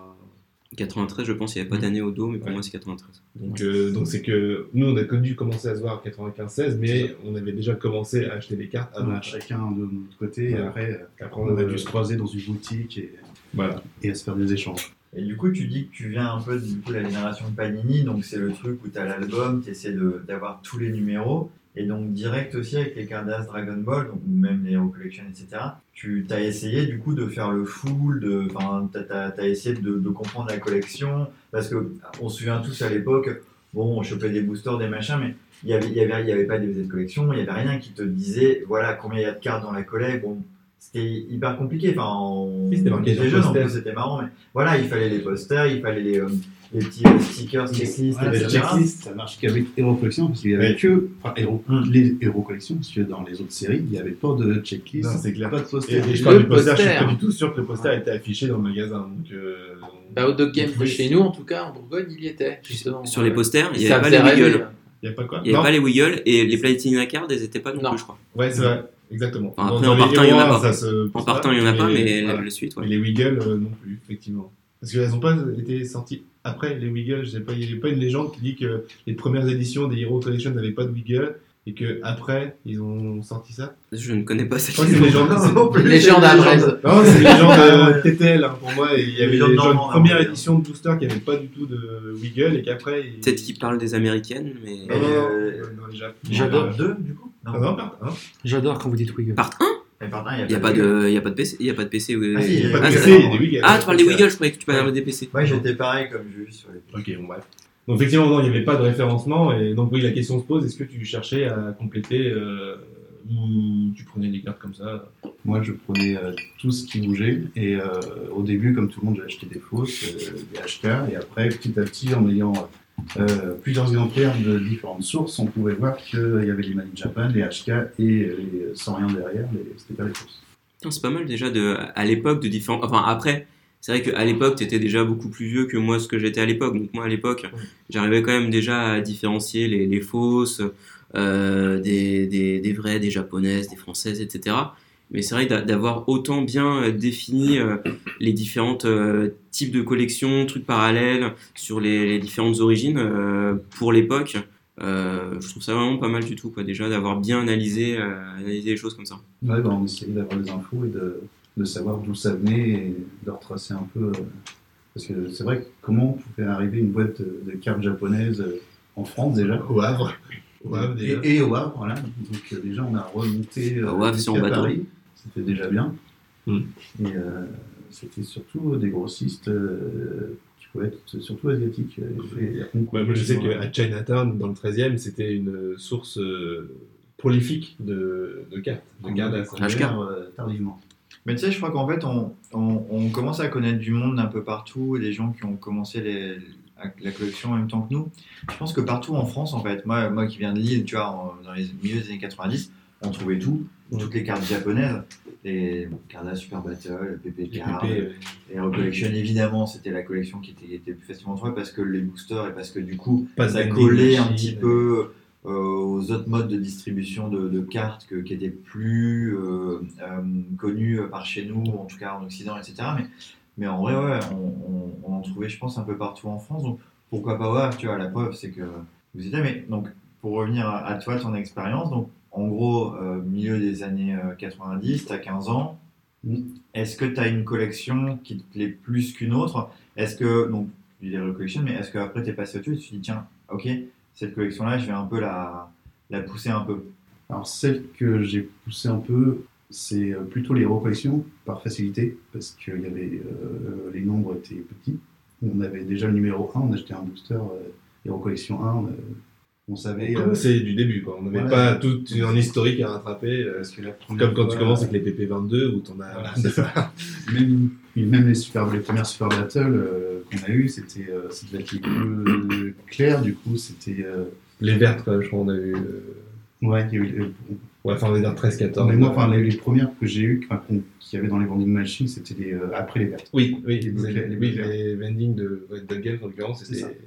[SPEAKER 5] 93, je pense, il n'y avait pas d'année au dos, mais pour
[SPEAKER 6] Ouais.
[SPEAKER 5] moi, c'est 93.
[SPEAKER 6] Donc, euh, donc c'est que nous, on a connu commencer à se voir en 95-16, mais on avait déjà commencé à acheter des cartes
[SPEAKER 9] On
[SPEAKER 6] avant.
[SPEAKER 9] a chacun de notre côté et
[SPEAKER 6] Voilà.
[SPEAKER 9] après, euh,
[SPEAKER 6] Après,
[SPEAKER 9] on a
[SPEAKER 6] euh,
[SPEAKER 9] dû se croiser dans une boutique et,
[SPEAKER 6] Voilà.
[SPEAKER 9] et à se faire des échanges.
[SPEAKER 2] Et du coup, tu dis que tu viens un peu du coup, de la génération de Panini, donc c'est le truc où tu as l'album, tu essaies de- d'avoir tous les numéros, et donc direct aussi avec les cartes d'As Dragon Ball, donc, ou même les Hero Collection, etc. Tu as essayé du coup de faire le full, de- enfin, tu as, essayé de, de comprendre la collection, parce que on se souvient tous à l'époque, bon, on chopait des boosters, des machins, mais il n'y avait, il y avait, il y avait pas des de collection, il n'y avait rien qui te disait, voilà, combien il y a de cartes dans la collecte, bon, c'était hyper compliqué, enfin, on,
[SPEAKER 6] Oui, c'était
[SPEAKER 2] on
[SPEAKER 6] marqué
[SPEAKER 2] était
[SPEAKER 6] sur
[SPEAKER 2] jeunes, en
[SPEAKER 6] poster.
[SPEAKER 2] plus, c'était marrant, mais voilà, il fallait les posters, il fallait les, euh, les petits euh, stickers, checklists,
[SPEAKER 9] Voilà,
[SPEAKER 2] etc.
[SPEAKER 9] les checklists, ça marche qu'avec Hero Collection, parce qu'il y avait
[SPEAKER 6] Oui.
[SPEAKER 9] que enfin, Hero-
[SPEAKER 2] Mm.
[SPEAKER 9] les Hero Collection, parce que dans les autres séries, il n'y avait pas de checklist,
[SPEAKER 6] Non, c'est clair.
[SPEAKER 9] pas de
[SPEAKER 6] Et,
[SPEAKER 9] poster.
[SPEAKER 6] et je parle
[SPEAKER 8] Le
[SPEAKER 6] du poster, je suis
[SPEAKER 8] poster.
[SPEAKER 6] pas du tout sûr que le poster était affiché dans le magasin. Donc, euh, on-
[SPEAKER 8] Bah, au Dog Game
[SPEAKER 6] on
[SPEAKER 8] de
[SPEAKER 6] pouvait-
[SPEAKER 8] chez nous, en tout cas, en Bourgogne, il y était, justement. Euh,
[SPEAKER 5] Sur les posters, il n'y
[SPEAKER 8] Ça
[SPEAKER 5] avait pas les
[SPEAKER 8] faisait rêver,
[SPEAKER 5] Wiggle.
[SPEAKER 8] là.
[SPEAKER 6] Il n'y a pas quoi
[SPEAKER 5] Il n'y avait
[SPEAKER 6] Non.
[SPEAKER 5] pas les Wiggle et les Platina Card, elles n'étaient pas non,
[SPEAKER 8] Non.
[SPEAKER 5] plus, je crois.
[SPEAKER 6] Ouais, c'est vrai, exactement.
[SPEAKER 5] Enfin, après,
[SPEAKER 6] Dans- dans
[SPEAKER 5] en
[SPEAKER 6] les
[SPEAKER 5] partant, il y en a
[SPEAKER 6] Hero 1,
[SPEAKER 5] pas.
[SPEAKER 6] ça se-
[SPEAKER 5] En partant, il n'y en a pas, mais
[SPEAKER 6] voilà.
[SPEAKER 5] la suite,
[SPEAKER 6] Et
[SPEAKER 5] ouais.
[SPEAKER 6] les Wiggles euh, non plus, effectivement. Parce qu'elles n'ont pas été sorties après les Wiggles. Je sais pas, Il n'y a pas une légende qui dit que les premières éditions des Hero Collection n'avaient pas de Wiggles et que après ils ont sorti ça.
[SPEAKER 5] Je ne connais pas cette
[SPEAKER 6] Je crois que c'est une légende. c'est-
[SPEAKER 2] Non, plus,
[SPEAKER 8] Légende
[SPEAKER 2] c'est
[SPEAKER 8] à
[SPEAKER 2] une
[SPEAKER 8] Brest.
[SPEAKER 6] Non, c'est une légende euh, TTL hein, pour moi. Et Il y avait
[SPEAKER 2] Légende
[SPEAKER 6] des gens, une
[SPEAKER 2] normande, hein, on
[SPEAKER 6] première
[SPEAKER 2] va dire.
[SPEAKER 6] édition de Booster qui n'avait pas du tout de Wiggle et qu'après. ils-
[SPEAKER 5] Peut-être qu'ils parlent des américaines, mais.
[SPEAKER 6] Non, non, non,
[SPEAKER 2] Euh,
[SPEAKER 6] dans les Japs.
[SPEAKER 7] J'adore.
[SPEAKER 2] Deux, du coup
[SPEAKER 6] Ah non, pardon, hein.
[SPEAKER 7] J'adore quand vous dites Wiggle.
[SPEAKER 5] Part 1
[SPEAKER 2] Mais par contre,
[SPEAKER 5] Il n'y a, pas de- il y a pas de PC. Il y a pas de PC. oui,
[SPEAKER 2] Ah si, il y a
[SPEAKER 6] Il
[SPEAKER 5] oui.
[SPEAKER 6] y a pas
[SPEAKER 5] Ah,
[SPEAKER 6] de
[SPEAKER 5] ça-
[SPEAKER 6] PC, il y a des Wiggles.
[SPEAKER 5] Ah, tu parles des Wiggles, je croyais que tu parlais des PC.
[SPEAKER 2] Moi, j'étais pareil comme Jules sur les
[SPEAKER 6] Ok, bon, bref. Donc, effectivement, non, il n'y avait pas de référencement. Et donc, oui, la question se pose est-ce que tu cherchais à compléter euh, ou tu prenais des cartes comme ça
[SPEAKER 9] Moi, je prenais euh, tout ce qui bougeait. Et euh, au début, comme tout le monde, j'ai acheté des fausses, euh, des acheteurs. Et après, petit à petit, en ayant euh, plusieurs exemplaires de différentes sources, on pouvait voir qu'il y avait les Made in Japan, les HK et euh, les sans rien derrière. les- C'était pas les fausses.
[SPEAKER 5] Putain, C'est pas mal déjà de, à l'époque de différents. Enfin, après, c'est vrai qu'à l'époque, tu étais déjà beaucoup plus vieux que moi, ce que j'étais à l'époque. Donc, moi, à l'époque, j'arrivais quand même déjà à différencier les, les fausses, euh, des, des, des vraies, des japonaises, des françaises, etc. Mais c'est vrai d'a- d'avoir autant bien euh, défini euh, les différentes euh, types de collections, trucs parallèles sur les, les différentes origines euh, pour l'époque. euh, je trouve ça vraiment pas mal du tout, quoi. Déjà d'avoir bien analysé, euh, analysé les choses comme ça.
[SPEAKER 9] Ouais, ben, on essayait d'avoir des infos et de, de savoir d'où ça venait et de retracer un peu. euh, parce que c'est vrai que comment pouvait arriver une boîte de, de cartes japonaises euh, en France déjà
[SPEAKER 6] Au Havre. Au Havre, déjà.
[SPEAKER 9] et, et au Havre, voilà. Donc euh, déjà, on a remonté euh,
[SPEAKER 5] Au Havre,
[SPEAKER 9] jusqu'à
[SPEAKER 5] sur un bateau.
[SPEAKER 9] Paris. C'était déjà bien.
[SPEAKER 6] Mm.
[SPEAKER 9] Et euh, c'était surtout des grossistes euh, qui pouvaient être surtout asiatiques. euh, et- euh,
[SPEAKER 6] Ouais, moi, je sais qu'à Chinatown, dans le 13e, c'était une source euh, prolifique de, de cartes. De
[SPEAKER 9] On
[SPEAKER 6] cartes à-
[SPEAKER 9] découvert,
[SPEAKER 5] HK.
[SPEAKER 9] euh, tardivement.
[SPEAKER 2] Mais tu sais, je crois qu'en fait, on, on, on commence à connaître du monde un peu partout, et des gens qui ont commencé les- la collection en même temps que nous. Je pense que partout en France, en fait, moi, moi qui viens de Lille, tu vois, en- dans les milieux des années 90, on trouvait tout, toutes les cartes japonaises, les bon, Carda Super Battle, PP
[SPEAKER 6] Les
[SPEAKER 2] Card,
[SPEAKER 6] pépés, euh,
[SPEAKER 2] les Hero Collection, évidemment, c'était la collection qui était, qui était plus facilement trouvée parce que les boosters et parce que du coup,
[SPEAKER 6] Pas
[SPEAKER 2] ça
[SPEAKER 6] de
[SPEAKER 2] collait un
[SPEAKER 6] machine.
[SPEAKER 2] petit peu euh, aux autres modes de distribution de, de cartes que- qui étaient plus euh, euh, connus par chez nous, en tout cas en Occident, etc. Mais, mais en vrai, ouais, on, on- on en trouvait, je pense, un peu partout en France. Donc pourquoi pas ouais, tu vois, la preuve, c'est que vous étiez. Mais donc, pour revenir à, à toi, ton expérience, donc en gros, euh, milieu des années euh, 90, tu as 15 ans.
[SPEAKER 9] Mm.
[SPEAKER 2] Est-ce que tu as une collection qui te plaît plus qu'une autre Est-ce que, donc, tu dis les recollections, mais est-ce qu'après, tu es passé au-dessus et tu te dis, tiens, ok, ça, cette collection-là, je vais un peu la, la pousser un peu.
[SPEAKER 9] Alors, celle que j'ai poussée un peu, c'est euh, plutôt les recollections par facilité, parce que il y avait, euh, les nombres étaient petits. On avait déjà le numéro 1, on achetait un booster, euh, les recollections 1, euh, on savait. euh,
[SPEAKER 6] Ah, C'est du début, quoi. On n'avait pas
[SPEAKER 9] voilà.
[SPEAKER 6] tout un historique à rattraper. euh,
[SPEAKER 9] Parce que la première
[SPEAKER 6] Comme quand tu
[SPEAKER 9] fois,
[SPEAKER 6] commences avec les PP22 où t'en as.
[SPEAKER 9] Voilà, c'est ça. même, même les, super, les premières Super Battle euh, qu'on a eues, c'était euh, c'est de la clé bleue claire, du coup, c'était. euh,
[SPEAKER 6] les vertes, quand même, je crois, on a eu. euh,
[SPEAKER 9] ouais, il y a eu, euh,
[SPEAKER 6] Ouais, enfin, on va dire 13-14.
[SPEAKER 9] mais moi, enfin, les, les premières que j'ai eues, enfin, qu'on- qu'il y avait dans les vending machines, c'était les, euh, après les vertes.
[SPEAKER 6] Oui, oui,
[SPEAKER 9] Les
[SPEAKER 6] vous avez-
[SPEAKER 9] bleus,
[SPEAKER 6] oui,
[SPEAKER 9] les
[SPEAKER 6] les vendings de ouais, de Guelph, en l'occurrence,
[SPEAKER 9] C'est ça.
[SPEAKER 6] c'était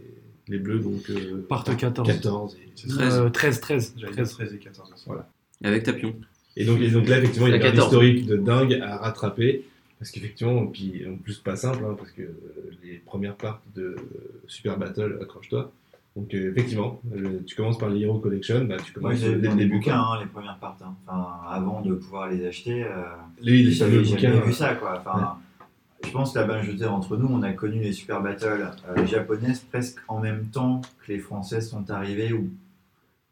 [SPEAKER 6] les bleus, donc. euh,
[SPEAKER 7] Part 14.
[SPEAKER 6] 14 et-
[SPEAKER 9] C'est ça.
[SPEAKER 5] Treize.
[SPEAKER 7] Euh, 13, 13.
[SPEAKER 9] J'avais
[SPEAKER 7] 13.
[SPEAKER 9] 13 et 14 à ce moment-là.
[SPEAKER 5] Avec Tapion.
[SPEAKER 6] Et donc, et donc là, effectivement, il y
[SPEAKER 8] La
[SPEAKER 6] avait un
[SPEAKER 8] 14.
[SPEAKER 6] historique de dingue à rattraper. Parce qu'effectivement, puis en plus, pas simple, hein, parce que euh, les premières parts de euh, Super Battle, accroche-toi. Donc, euh, effectivement, le- tu commences par les Hero Collection, bah, tu
[SPEAKER 2] Moi,
[SPEAKER 6] commences
[SPEAKER 2] j'avais
[SPEAKER 6] euh, dès
[SPEAKER 2] dans
[SPEAKER 6] le
[SPEAKER 2] les
[SPEAKER 6] début.
[SPEAKER 2] bouquins,
[SPEAKER 6] quoi.
[SPEAKER 2] hein, les premières parts. hein. Enfin, avant de pouvoir les acheter, euh,
[SPEAKER 6] Les, les fameux
[SPEAKER 2] j'avais jamais
[SPEAKER 6] bouquins.
[SPEAKER 2] vu ça, quoi. Enfin, Je pense que la majorité d'entre nous, on a connu les Super Battles euh, japonaises presque en même temps que les françaises sont arrivées, ou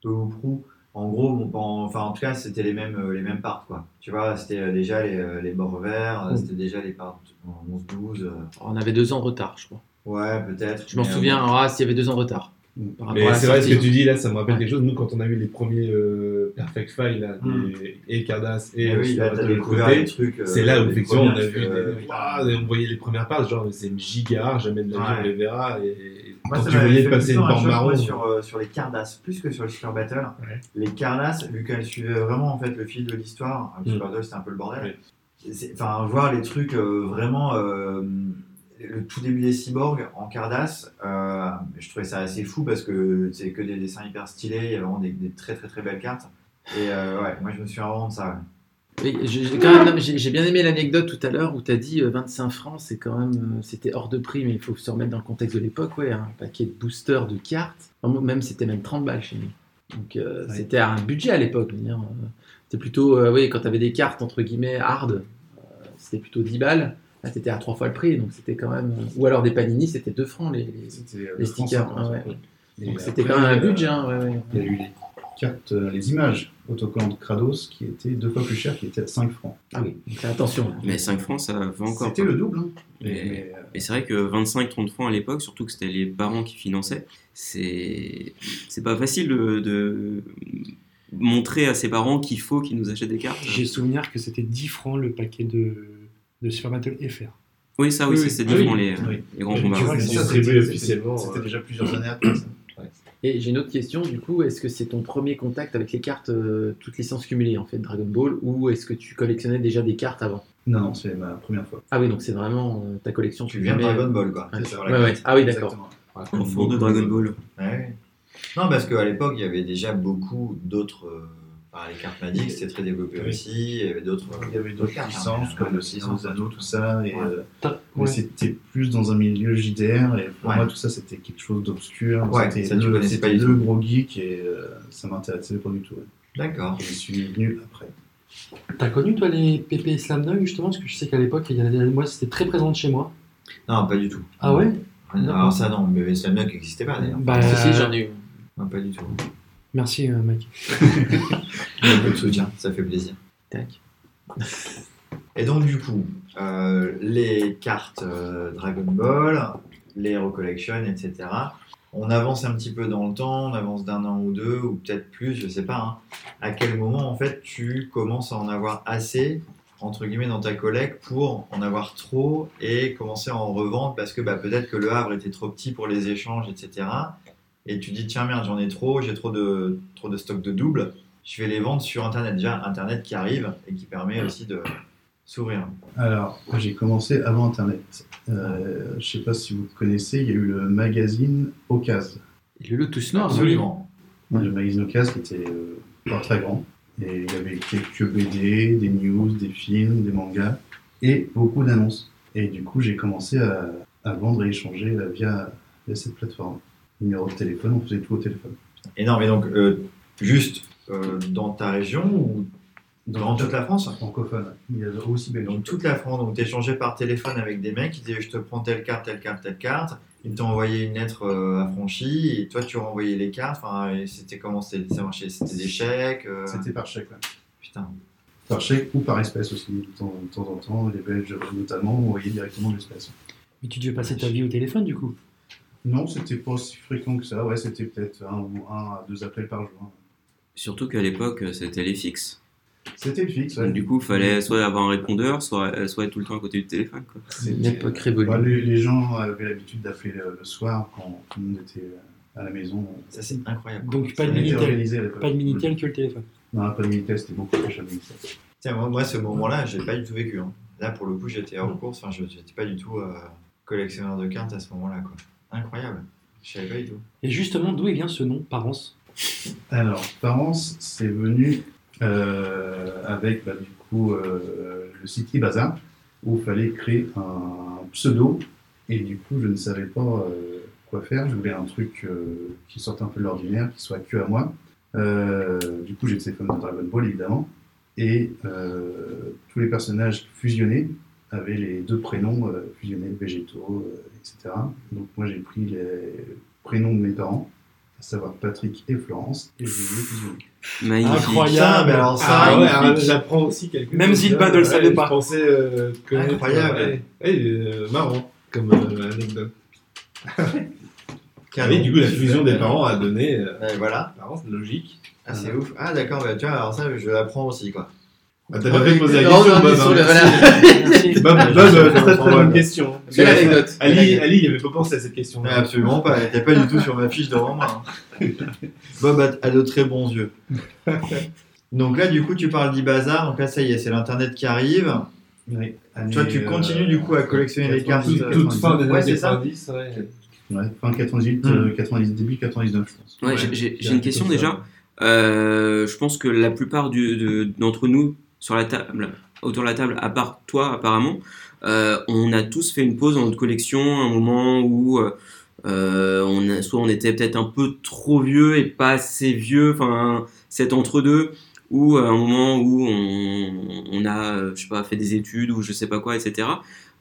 [SPEAKER 2] peu ou prou. En gros, bon, en- enfin, en tout cas, c'était les mêmes, euh, les mêmes parts, quoi. Tu vois, c'était euh, déjà les, euh, les bords verts,
[SPEAKER 6] Oh.
[SPEAKER 2] euh, c'était déjà les parts en 11-12. euh,
[SPEAKER 8] On avait deux ans de retard, je crois.
[SPEAKER 2] ouais, peut-être.
[SPEAKER 8] Je m'en
[SPEAKER 2] mais, euh,
[SPEAKER 8] souviens, ah, s'il y avait deux ans de retard. Par rapport à
[SPEAKER 6] Mais
[SPEAKER 8] la
[SPEAKER 6] c'est vrai ce
[SPEAKER 8] sortie.
[SPEAKER 6] que tu dis là, ça me rappelle
[SPEAKER 8] Ouais.
[SPEAKER 6] quelque chose. Nous, quand on a eu les premiers euh, Perfect Five, là,
[SPEAKER 2] Mm.
[SPEAKER 6] des- et Cardass
[SPEAKER 2] Et
[SPEAKER 6] et
[SPEAKER 2] Eh oui,
[SPEAKER 6] Super
[SPEAKER 2] là, t'as
[SPEAKER 6] Battle de
[SPEAKER 2] découvert
[SPEAKER 6] côté,
[SPEAKER 2] les trucs. euh,
[SPEAKER 6] c'est là où
[SPEAKER 2] les
[SPEAKER 6] effectivement on a
[SPEAKER 2] premières,
[SPEAKER 6] vu,
[SPEAKER 2] euh,
[SPEAKER 6] des- waouh, et on voyait les premières parts, genre mais c'est une giga, rare, jamais de la vie
[SPEAKER 2] Ouais.
[SPEAKER 6] on les verra. Et, et
[SPEAKER 2] Moi,
[SPEAKER 6] quand
[SPEAKER 2] ça
[SPEAKER 6] tu
[SPEAKER 2] m'avait
[SPEAKER 6] voyais
[SPEAKER 2] fait
[SPEAKER 6] passer une
[SPEAKER 2] plutôt un
[SPEAKER 6] bande
[SPEAKER 2] choc,
[SPEAKER 6] marron,
[SPEAKER 2] moi, sur, euh, sur les Cardass, plus que sur les Super Battle.
[SPEAKER 6] Ouais.
[SPEAKER 2] Les Cardass, vu qu'elles suivaient vraiment en fait, le fil de l'histoire, les
[SPEAKER 6] Mm.
[SPEAKER 2] Super Battle c'était un peu le bordel. C'est- Enfin, voir les trucs euh, vraiment. euh, le tout début des cyborgs en Cardass, euh, je trouvais ça assez fou parce que c'est que des dessins hyper stylés, il y a vraiment des, des très très très belles cartes. Et euh, ouais, moi je me suis vraiment de ça. ouais.
[SPEAKER 8] Oui, j'ai- j'ai quand même- J'ai j'ai bien aimé l'anecdote tout à l'heure où tu as dit euh, 25 francs, c'est quand même, euh, c'était hors de prix, mais il faut se remettre dans le contexte de l'époque, ouais, un paquet de boosters de cartes, Enfin, moi, même c'était même 30 balles chez nous. Donc euh,
[SPEAKER 9] Ouais.
[SPEAKER 8] c'était un budget à l'époque. je veux dire, euh, C'était plutôt, euh, oui, quand tu avais des cartes entre guillemets hard, euh, c'était plutôt 10 balles. Là, t'étais à trois fois le prix, donc c'était quand même. euh, Ou alors des panini, c'était 2 francs les, les-
[SPEAKER 9] C'était euh,
[SPEAKER 8] les stickers. ah
[SPEAKER 9] 150.
[SPEAKER 8] ouais, ouais.
[SPEAKER 9] Et
[SPEAKER 8] Donc c'était
[SPEAKER 9] après,
[SPEAKER 8] quand même un
[SPEAKER 9] euh,
[SPEAKER 8] budget. hein, ouais, ouais.
[SPEAKER 9] Il y a eu les cartes, euh, les images autocollants de Kratos qui étaient deux fois plus chères, qui étaient à 5 francs.
[SPEAKER 8] Ah oui, donc là, attention. là.
[SPEAKER 5] Mais 5 francs, ça va encore.
[SPEAKER 9] C'était
[SPEAKER 5] quoi.
[SPEAKER 9] le double. Hein.
[SPEAKER 5] Mais-
[SPEAKER 9] Mais, euh,
[SPEAKER 5] Et c'est vrai que 25-30 francs à l'époque, surtout que c'était les parents qui finançaient, c'est c'est pas facile de, de montrer à ses parents qu'il faut qu'ils nous achètent des cartes.
[SPEAKER 7] J'ai souvenir que c'était 10 francs le paquet de, de Super Battle FR.
[SPEAKER 5] Oui, ça, oui,
[SPEAKER 9] oui,
[SPEAKER 5] ça,
[SPEAKER 9] oui.
[SPEAKER 5] c'est
[SPEAKER 9] Ah
[SPEAKER 5] devant
[SPEAKER 9] oui.
[SPEAKER 5] les,
[SPEAKER 9] Oui.
[SPEAKER 5] les grands
[SPEAKER 9] Tu
[SPEAKER 5] combats.
[SPEAKER 9] vois que
[SPEAKER 6] c'est
[SPEAKER 9] ça,
[SPEAKER 6] distribué
[SPEAKER 9] c'était-
[SPEAKER 6] officiellement,
[SPEAKER 9] C'était
[SPEAKER 6] euh.
[SPEAKER 9] déjà plusieurs années après ça.
[SPEAKER 8] Et j'ai une autre question, du coup, est-ce que c'est ton premier contact avec les cartes, euh, toutes licences cumulées, en fait, Dragon Ball, ou est-ce que tu collectionnais déjà des cartes avant
[SPEAKER 9] Non, non, c'est ma première fois.
[SPEAKER 8] Ah oui, donc c'est vraiment euh, ta collection.
[SPEAKER 2] Tu viens de
[SPEAKER 8] jamais-
[SPEAKER 2] Dragon Ball quoi.
[SPEAKER 8] Ouais.
[SPEAKER 2] C'est sur la
[SPEAKER 8] Ouais, ouais. Ah oui, d'accord.
[SPEAKER 9] Exactement.
[SPEAKER 5] Enfant de Dragon Ball.
[SPEAKER 2] Ouais. Non, parce qu'à l'époque, il y avait déjà beaucoup d'autres. euh, enfin, les cartes magiques, c'était très développé
[SPEAKER 9] Oui.
[SPEAKER 2] aussi. Il y avait d'autres.
[SPEAKER 9] Il y avait d'autres
[SPEAKER 2] cartes, hein.
[SPEAKER 9] licences comme le Seigneur des Anneaux, tout ça. Et,
[SPEAKER 2] Ouais.
[SPEAKER 9] euh, mais
[SPEAKER 7] Ouais.
[SPEAKER 9] c'était plus dans un milieu JDR. Et pour
[SPEAKER 2] Ouais.
[SPEAKER 9] moi, tout ça, c'était quelque chose d'obscur.
[SPEAKER 2] Ouais, ça,
[SPEAKER 9] c'était
[SPEAKER 2] tu
[SPEAKER 9] le,
[SPEAKER 2] connaissais
[SPEAKER 9] c'était
[SPEAKER 2] pas du
[SPEAKER 9] le
[SPEAKER 2] tout.
[SPEAKER 9] gros geek et euh, ça m'intéressait pas du tout. ouais.
[SPEAKER 2] D'accord.
[SPEAKER 9] Je suis venu après.
[SPEAKER 7] T'as connu toi les PP Slam Dunk justement Parce que je sais qu'à l'époque, il y en avait- moi c'était très présent chez moi.
[SPEAKER 2] Non, pas du tout.
[SPEAKER 7] Ah ouais
[SPEAKER 2] Alors, ça, non, mais ça bien n'existait pas d'ailleurs.
[SPEAKER 7] Bah,
[SPEAKER 8] Si, si, j'en ai eu.
[SPEAKER 2] Non, pas du tout.
[SPEAKER 7] Merci euh, Mike.
[SPEAKER 2] Un peu de soutien, ça fait plaisir.
[SPEAKER 8] Tac.
[SPEAKER 2] Et donc, du coup, euh, les cartes euh, Dragon Ball, les recollections, etc. On avance un petit peu dans le temps, on avance d'un an ou deux, ou peut-être plus, je sais pas. hein. À quel moment, en fait, tu commences à en avoir assez, entre guillemets, dans ta collecte pour en avoir trop et commencer à en revendre parce que bah, peut-être que le Havre était trop petit pour les échanges, etc. Et tu dis, tiens, merde, j'en ai trop, j'ai trop de, trop de stock de double je vais les vendre sur Internet. Déjà, Internet qui arrive et qui permet aussi de s'ouvrir.
[SPEAKER 9] Alors, moi, j'ai commencé avant Internet. Euh, je sais pas si vous connaissez, il y a eu le magazine Ocas.
[SPEAKER 8] Et Le lot tous noir.
[SPEAKER 9] Le magazine Ocas qui était euh, pas très grand. Et il y avait quelques BD, des news, des films, des mangas et beaucoup d'annonces. Et du coup, j'ai commencé à, à vendre et échanger euh, via, via cette plateforme. Numéro de téléphone, on faisait tout au téléphone.
[SPEAKER 2] Et non, mais donc, euh, juste euh, dans ta région ou dans toute la France
[SPEAKER 9] francophone, il y a aussi Belgique.
[SPEAKER 2] Donc, toute la France. Donc, tu échangeais par téléphone avec des mecs qui disaient Je te prends telle carte, telle carte, telle carte. Ils t'ont envoyé une lettre euh, affranchie et toi tu renvoyais les cartes. Enfin, et c'était comment c'était- ça marchait C'était des chèques euh,
[SPEAKER 9] C'était par chèque, ouais.
[SPEAKER 2] Putain.
[SPEAKER 9] Par chèque ou par espèce aussi, de temps, de temps en temps. Les Belges, notamment, envoyaient directement de l'espèce.
[SPEAKER 7] Mais tu devais passer ta vie au téléphone du coup.
[SPEAKER 9] Non, c'était pas si fréquent que ça. Ouais, c'était peut-être un, ou un à deux appels par jour.
[SPEAKER 5] Surtout qu'à l'époque, euh, c'était les fixes.
[SPEAKER 9] C'était le fixe, ouais.
[SPEAKER 5] Donc, du coup, fallait soit avoir un répondeur, soit, euh, soit être tout le temps à côté du téléphone. Quoi.
[SPEAKER 9] C'était-
[SPEAKER 8] L'époque révolue.
[SPEAKER 9] Bah, les, les gens avaient l'habitude d'appeler euh, le soir quand tout le monde était euh, à la maison.
[SPEAKER 2] Ça c'est incroyable.
[SPEAKER 7] Donc
[SPEAKER 9] Ça a
[SPEAKER 7] pas de
[SPEAKER 9] été
[SPEAKER 7] Minitel.
[SPEAKER 9] organisé à l'époque.
[SPEAKER 7] Pas de Minitel que le téléphone.
[SPEAKER 9] Non, pas de Minitel, c'était beaucoup plus cher de Minitel.
[SPEAKER 2] Tiens, moi, moi, ce moment-là, j'ai pas du tout vécu. hein. Là, pour le coup, j'étais hors course. Enfin, je n'étais pas du tout euh, collectionneur de cartes à ce moment-là. quoi. Incroyable. Je savais pas du tout.
[SPEAKER 7] Et justement, d'où il vient ce nom, Parence
[SPEAKER 9] Alors, Parence, c'est venu euh, avec bah, du coup euh, le City Bazaar où il fallait créer un pseudo et du coup je ne savais pas euh, quoi faire. Je voulais un truc euh, qui sorte un peu de l'ordinaire, qui soit que à moi. Euh, du coup, j'étais fan de Dragon Ball évidemment et euh, tous les personnages fusionnés avaient les deux prénoms euh, fusionnés, végétaux, euh, etc. Donc moi j'ai pris les prénoms de mes parents à savoir Patrick et Florence, et je les ai fusionnés.
[SPEAKER 5] Magnifique.
[SPEAKER 2] Putain, mais alors ça,
[SPEAKER 6] Ah ouais,
[SPEAKER 2] magnifique.
[SPEAKER 6] alors, j'apprends aussi quelque
[SPEAKER 7] Même
[SPEAKER 6] chose.
[SPEAKER 7] Zilba ne le
[SPEAKER 6] Ouais,
[SPEAKER 7] savait
[SPEAKER 6] je
[SPEAKER 7] pas.
[SPEAKER 6] pensais euh, connaître,
[SPEAKER 2] Incroyable.
[SPEAKER 6] ouais. Ouais, euh, marrant comme euh, anecdote.
[SPEAKER 2] Carrément.
[SPEAKER 6] Et du coup, la fusion des parents a donné euh,
[SPEAKER 2] Ouais, Ah, voilà.
[SPEAKER 6] parents, logique.
[SPEAKER 2] Ah, c'est ouf. Ah, d'accord. bah, tu vois, alors ça, je l'apprends aussi. quoi.
[SPEAKER 6] Ah, t'as pas fait poser la
[SPEAKER 8] Non,
[SPEAKER 6] question,
[SPEAKER 8] non,
[SPEAKER 6] Bob.
[SPEAKER 8] sur le-
[SPEAKER 6] hein.
[SPEAKER 8] voilà.
[SPEAKER 7] Merci.
[SPEAKER 6] Bob, Bob, euh, très très bonne question.
[SPEAKER 8] Belle anecdote.
[SPEAKER 6] Ali, Ali, il avait pas pensé à cette question.
[SPEAKER 2] Ouais, absolument pas. Elle était pas du tout sur ma fiche devant moi. hein. Bob a, a de très bons yeux. Donc là, du coup, tu parles d'Ibazar. Donc là, ça y est, c'est l'internet qui arrive.
[SPEAKER 9] Ouais.
[SPEAKER 2] Toi, tu continues du
[SPEAKER 9] euh,
[SPEAKER 2] coup à collectionner les cartes.
[SPEAKER 9] Toute-
[SPEAKER 2] euh,
[SPEAKER 9] toute fin
[SPEAKER 6] des
[SPEAKER 2] Ouais,
[SPEAKER 6] années
[SPEAKER 2] c'est ça.
[SPEAKER 6] 90, ouais.
[SPEAKER 9] Ouais, fin 98,
[SPEAKER 2] Hmm.
[SPEAKER 9] euh, 90, début 99, je pense.
[SPEAKER 5] Ouais,
[SPEAKER 6] Ouais,
[SPEAKER 5] j'ai-
[SPEAKER 6] c'est
[SPEAKER 5] j'ai j'ai
[SPEAKER 6] un
[SPEAKER 5] une
[SPEAKER 6] peu
[SPEAKER 5] question
[SPEAKER 6] ça.
[SPEAKER 5] déjà. Euh, je pense que la plupart du- de- d'entre nous sur la table, autour de la table, à part toi apparemment, euh, on a tous fait une pause dans notre collection, un moment où euh, euh, on a- soit on était peut-être un peu trop vieux et pas assez vieux, enfin cet entre-deux, ou euh, un moment où on, on a, euh, je sais pas, fait des études ou je sais pas quoi, etc.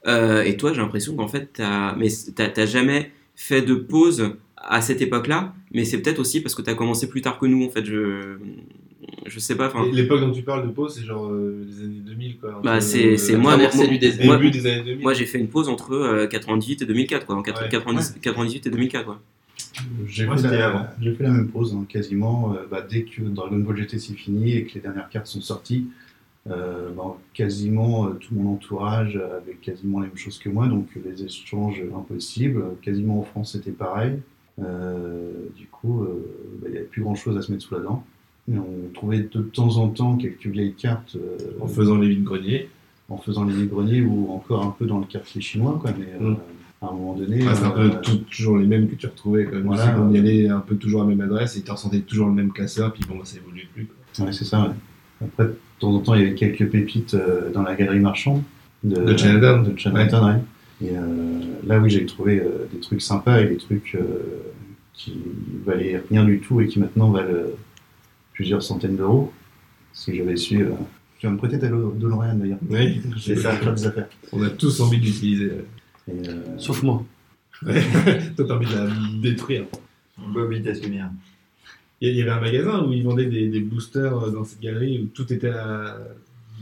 [SPEAKER 5] Euh, et toi, j'ai l'impression qu'en fait, t'as, mais t'as, t'as jamais fait de pause à cette époque-là, mais c'est peut-être aussi parce que t'as commencé plus tard que nous, en fait, je, je sais pas, enfin,
[SPEAKER 6] Et L'époque dont tu parles de pause, c'est genre euh, les années 2000, quoi.
[SPEAKER 5] bah,
[SPEAKER 6] Entre,
[SPEAKER 5] c'est,
[SPEAKER 6] euh,
[SPEAKER 5] c'est moi,
[SPEAKER 8] traversée
[SPEAKER 5] moi-
[SPEAKER 8] du désert.
[SPEAKER 6] Début
[SPEAKER 5] moi,
[SPEAKER 6] des années 2000.
[SPEAKER 5] moi, j'ai fait une pause entre euh, 98 et 2004, quoi, en quatre-
[SPEAKER 6] Ouais.
[SPEAKER 5] 90 98 et 2004, quoi.
[SPEAKER 9] J'ai
[SPEAKER 2] Moi,
[SPEAKER 9] fait,
[SPEAKER 2] c'était
[SPEAKER 9] la-
[SPEAKER 2] avant.
[SPEAKER 9] j'ai fait la même pause, hein, quasiment, euh, bah, dès que Dragon Ball GT c'est fini et que les dernières cartes sont sorties. euh, bah, quasiment euh, tout mon entourage avait quasiment les mêmes choses que moi, donc les échanges impossibles. Quasiment en France, c'était pareil. Euh, du coup, euh, bah, il n'y avait plus grand chose à se mettre sous la dent. Mais on trouvait de temps en temps quelques vieilles cartes euh,
[SPEAKER 6] En faisant les vides greniers.
[SPEAKER 9] en faisant les greniers ou encore un peu dans le quartier chinois, quoi, mais euh,
[SPEAKER 6] Mm.
[SPEAKER 9] à un moment donné.
[SPEAKER 6] Ah, c'est un
[SPEAKER 9] euh,
[SPEAKER 6] peu tout- toujours les mêmes que tu retrouvais. Quand même.
[SPEAKER 9] Voilà.
[SPEAKER 6] C'est qu'on y allait un peu toujours à la même adresse et tu ressentais toujours le même casseur, puis bon, bah, ça évolue plus. quoi.
[SPEAKER 9] ouais, c'est ça, ouais. Après, de temps en temps, il y avait quelques pépites euh, dans la galerie marchande
[SPEAKER 6] De Chinatown.
[SPEAKER 9] de Chinatown, ouais. Et euh, là, oui, j'ai trouvé euh, des trucs sympas et des trucs euh, qui valaient rien du tout et qui maintenant valent euh, plusieurs centaines d'euros. Si j'avais su. euh, Tu vas me prêter ta Lo- DeLorean d'ailleurs.
[SPEAKER 6] Oui,
[SPEAKER 9] J'ai
[SPEAKER 2] ça.
[SPEAKER 9] plein des affaires.
[SPEAKER 6] On a tous envie de l'utiliser.
[SPEAKER 9] Et, euh,
[SPEAKER 7] Sauf moi.
[SPEAKER 6] Ouais. Toi, t'as envie de la détruire.
[SPEAKER 2] Bobby Tassumière.
[SPEAKER 6] Il y- il y avait un magasin où ils vendaient des, des boosters euh, dans cette galerie où tout était à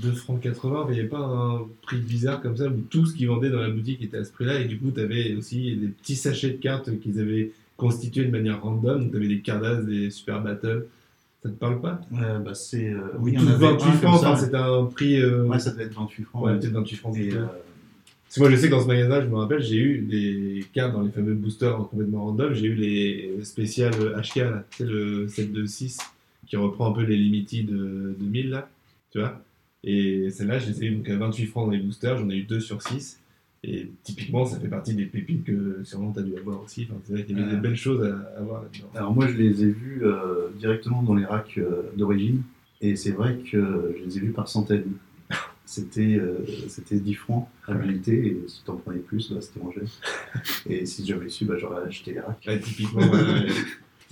[SPEAKER 6] 2 francs 80. mais Il n'y avait pas un prix bizarre comme ça où tout ce qu'ils vendaient dans la boutique était à ce prix-là. Et du coup, tu avais aussi des petits sachets de cartes qu'ils avaient constitués de manière random. Donc, tu avais des Cardas, des Super Battle. Ça te parle pas
[SPEAKER 9] euh, bah, c'est. euh,
[SPEAKER 6] Oui,
[SPEAKER 9] oui, il y en avait
[SPEAKER 6] 28
[SPEAKER 9] un comme
[SPEAKER 6] francs,
[SPEAKER 9] ça,
[SPEAKER 6] enfin,
[SPEAKER 9] ouais.
[SPEAKER 6] c'était un prix. euh,
[SPEAKER 9] Ouais, ça devait être 28 francs.
[SPEAKER 6] ouais,
[SPEAKER 9] ouais.
[SPEAKER 6] peut-être 28 francs.
[SPEAKER 9] Et,
[SPEAKER 6] plutôt.
[SPEAKER 9] euh,
[SPEAKER 6] Parce que moi, je sais que dans ce magasin, je me rappelle, j'ai eu des cartes dans les fameux boosters complètement random. J'ai eu les spéciales HK, là, tu sais, le 726, qui reprend un peu les limited de 2000, là, tu vois. Et celle-là, je les ai eu donc à 28 francs dans les boosters, j'en ai eu 2 sur 6. Et typiquement, ça fait partie des pépites que sûrement t'as dû avoir aussi. Enfin, c'est vrai qu'il y avait
[SPEAKER 9] Ouais.
[SPEAKER 6] des belles choses à à avoir là-dedans.
[SPEAKER 9] alors moi, je les ai vus euh, directement dans les racks euh, d'origine, et c'est vrai que je les ai vus par centaines. C'était euh, c'était 10 francs à l'unité, et si t'en prenais plus, bah, c'était mangé. Et si j'avais su, bah, j'aurais acheté les racks.
[SPEAKER 6] Ouais, typiquement, ouais, ouais.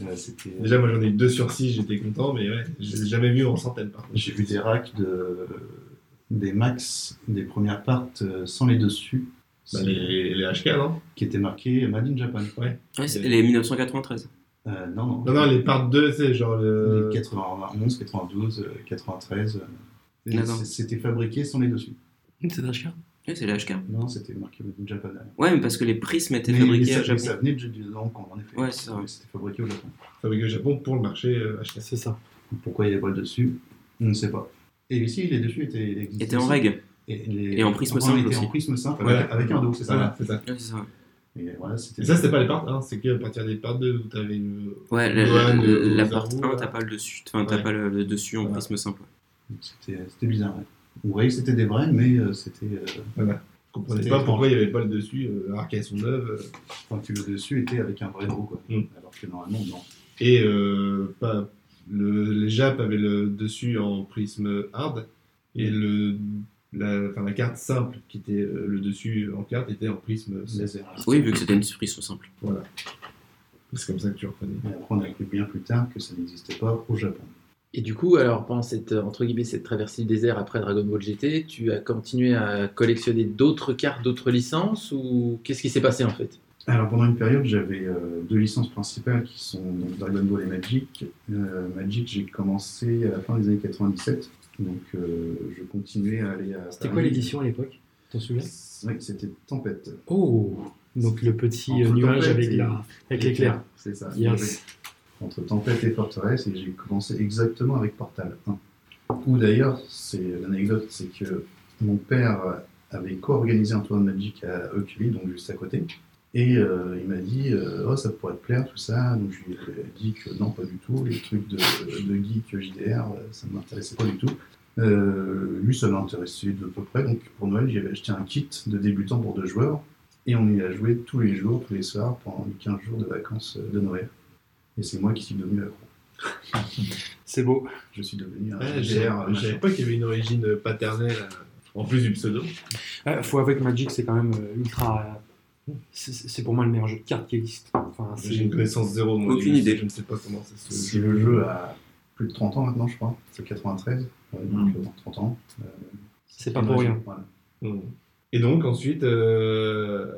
[SPEAKER 9] Euh, c'était-
[SPEAKER 6] déjà, moi, j'en ai eu 2 sur 6, j'étais content, mais ouais, je les ai jamais vus en centaines, par contre.
[SPEAKER 9] J'ai vu des racks de, des max, des premières parts euh, sans les dessus,
[SPEAKER 6] Bah, les, les HK, non
[SPEAKER 9] qui était marqué Made in Japan.
[SPEAKER 6] Ouais.
[SPEAKER 5] Ouais, c'est les 1993.
[SPEAKER 9] Euh, non, non.
[SPEAKER 6] Non, non, les parts 2, c'est genre le.
[SPEAKER 9] Les 91, 92, euh, 93. euh,
[SPEAKER 6] Ah
[SPEAKER 9] et
[SPEAKER 5] D'accord.
[SPEAKER 9] c- C'était fabriqué sans les dessus.
[SPEAKER 7] Hum, C'est hein. un chien.
[SPEAKER 5] Oui, c'est les HK.
[SPEAKER 9] Non, c'était marqué Made in Japan. derrière.
[SPEAKER 5] Ouais, mais parce que les prismes étaient
[SPEAKER 9] Mais
[SPEAKER 5] fabriqués
[SPEAKER 9] ça,
[SPEAKER 5] à Japon.
[SPEAKER 9] ça venait de du Hong Kong, en effet.
[SPEAKER 5] Ouais, c'est ça.
[SPEAKER 9] Oui, C'était fabriqué au Japon.
[SPEAKER 6] fabriqué au Japon pour le marché euh, HK.
[SPEAKER 7] C'est ça.
[SPEAKER 9] Pourquoi il n'y a pas le dessus On ne sait pas. Et ici, les dessus étaient, existaient
[SPEAKER 5] Étaient en
[SPEAKER 9] aussi.
[SPEAKER 5] règle.
[SPEAKER 9] Et, les-
[SPEAKER 5] Et en prisme
[SPEAKER 9] on
[SPEAKER 5] simple
[SPEAKER 9] était
[SPEAKER 5] aussi.
[SPEAKER 9] en prisme simple
[SPEAKER 6] Voilà.
[SPEAKER 9] avec, avec un dos, c'est ça.
[SPEAKER 6] Voilà, c'est ça.
[SPEAKER 5] Ouais, c'est ça.
[SPEAKER 9] Et voilà, c'était.
[SPEAKER 6] Et ça, c'était pas les parts 1, c'est que à partir des parts 2 où t'avais une.
[SPEAKER 5] Ouais, la, la-
[SPEAKER 6] Douane,
[SPEAKER 5] la-
[SPEAKER 6] euh,
[SPEAKER 5] la
[SPEAKER 6] aux
[SPEAKER 5] porte
[SPEAKER 6] arbres,
[SPEAKER 5] 1,
[SPEAKER 6] là.
[SPEAKER 5] Ah t'as pas le dessus, enfin, t'as
[SPEAKER 6] Ouais.
[SPEAKER 5] pas le, le dessus en
[SPEAKER 6] Voilà.
[SPEAKER 5] prisme simple.
[SPEAKER 9] C'était c'était bizarre. Ouais. Vous voyez que c'était des vrais, mais euh, c'était. euh,
[SPEAKER 6] Je comprenais
[SPEAKER 9] C'était
[SPEAKER 6] pas
[SPEAKER 9] étrange.
[SPEAKER 6] pourquoi il y avait pas le dessus, euh, alors qu'elles sont neuves. euh,
[SPEAKER 9] Enfin, que le dessus était avec un vrai dos, quoi.
[SPEAKER 6] Mm.
[SPEAKER 9] Alors que normalement, non.
[SPEAKER 6] Et euh, pas, le, les Japs avaient le dessus en prisme hard et le, la, enfin, la carte simple qui était euh, le dessus en carte était en prisme laser.
[SPEAKER 5] Oui, vu que c'était une prisme simple.
[SPEAKER 6] C'est comme ça que tu reconnais.
[SPEAKER 9] Et après, on a appris bien plus tard que ça n'existait pas au Japon.
[SPEAKER 8] Et du coup, alors pendant cette euh, entre guillemets cette traversée du désert après Dragon Ball GT, tu as continué à collectionner d'autres cartes, d'autres licences ou qu'est-ce qui s'est passé en fait
[SPEAKER 9] Alors pendant une période, j'avais euh, deux licences principales qui sont donc, Dragon Ball et Magic. Euh, Magic, j'ai commencé à la fin des années 97, donc euh, je continuais à aller à.
[SPEAKER 7] C'était
[SPEAKER 9] Paris.
[SPEAKER 7] quoi l'édition à l'époque T'en souviens
[SPEAKER 9] Oui, c'était Tempête.
[SPEAKER 7] Oh Donc le petit
[SPEAKER 9] Entre
[SPEAKER 7] euh, nuage
[SPEAKER 9] tempête
[SPEAKER 7] avec
[SPEAKER 9] et- Ah,
[SPEAKER 7] la- avec l'éclair.
[SPEAKER 9] C'est ça.
[SPEAKER 7] Yes.
[SPEAKER 9] Entre Tempête et Forteresse, et j'ai commencé exactement avec Portal 1. Ou d'ailleurs, c'est l'anecdote, c'est que mon père avait co-organisé un tournoi de Magic à Oculi, donc juste à côté. Et euh, il m'a dit, euh, oh, ça pourrait te plaire, tout ça. Donc je lui ai dit que non, pas du tout. Les trucs de, de geek JDR, euh, ça ne m'intéressait pas du tout. Euh, lui, ça l'intéressait de peu près. Donc pour Noël, j'avais acheté un kit de débutant pour deux joueurs. Et on y a joué tous les jours, tous les soirs, pendant les 15 jours de vacances euh, de Noël. Et c'est moi qui suis devenu accro.
[SPEAKER 7] C'est beau.
[SPEAKER 9] Je suis devenu un
[SPEAKER 6] Ouais, j'ai-
[SPEAKER 9] JDR.
[SPEAKER 6] je savais pas qu'il y avait une origine paternelle euh, en plus du pseudo.
[SPEAKER 7] Euh, faut avouer que Magic, c'est quand même euh, ultra. euh, c'est- C'est pour moi le meilleur jeu de cartes qui existe. Enfin, c'est-
[SPEAKER 6] J'ai une connaissance zéro. moi,
[SPEAKER 5] Aucune
[SPEAKER 6] je-
[SPEAKER 5] idée.
[SPEAKER 6] Je ne sais pas comment ça se
[SPEAKER 9] Si le jeu a plus de 30 ans maintenant, je crois. C'est 93. Ouais, donc, euh, 30 ans. Euh,
[SPEAKER 7] Hmm. C'est pas pour rien.
[SPEAKER 9] Voilà.
[SPEAKER 6] Mm. Et donc ensuite, euh,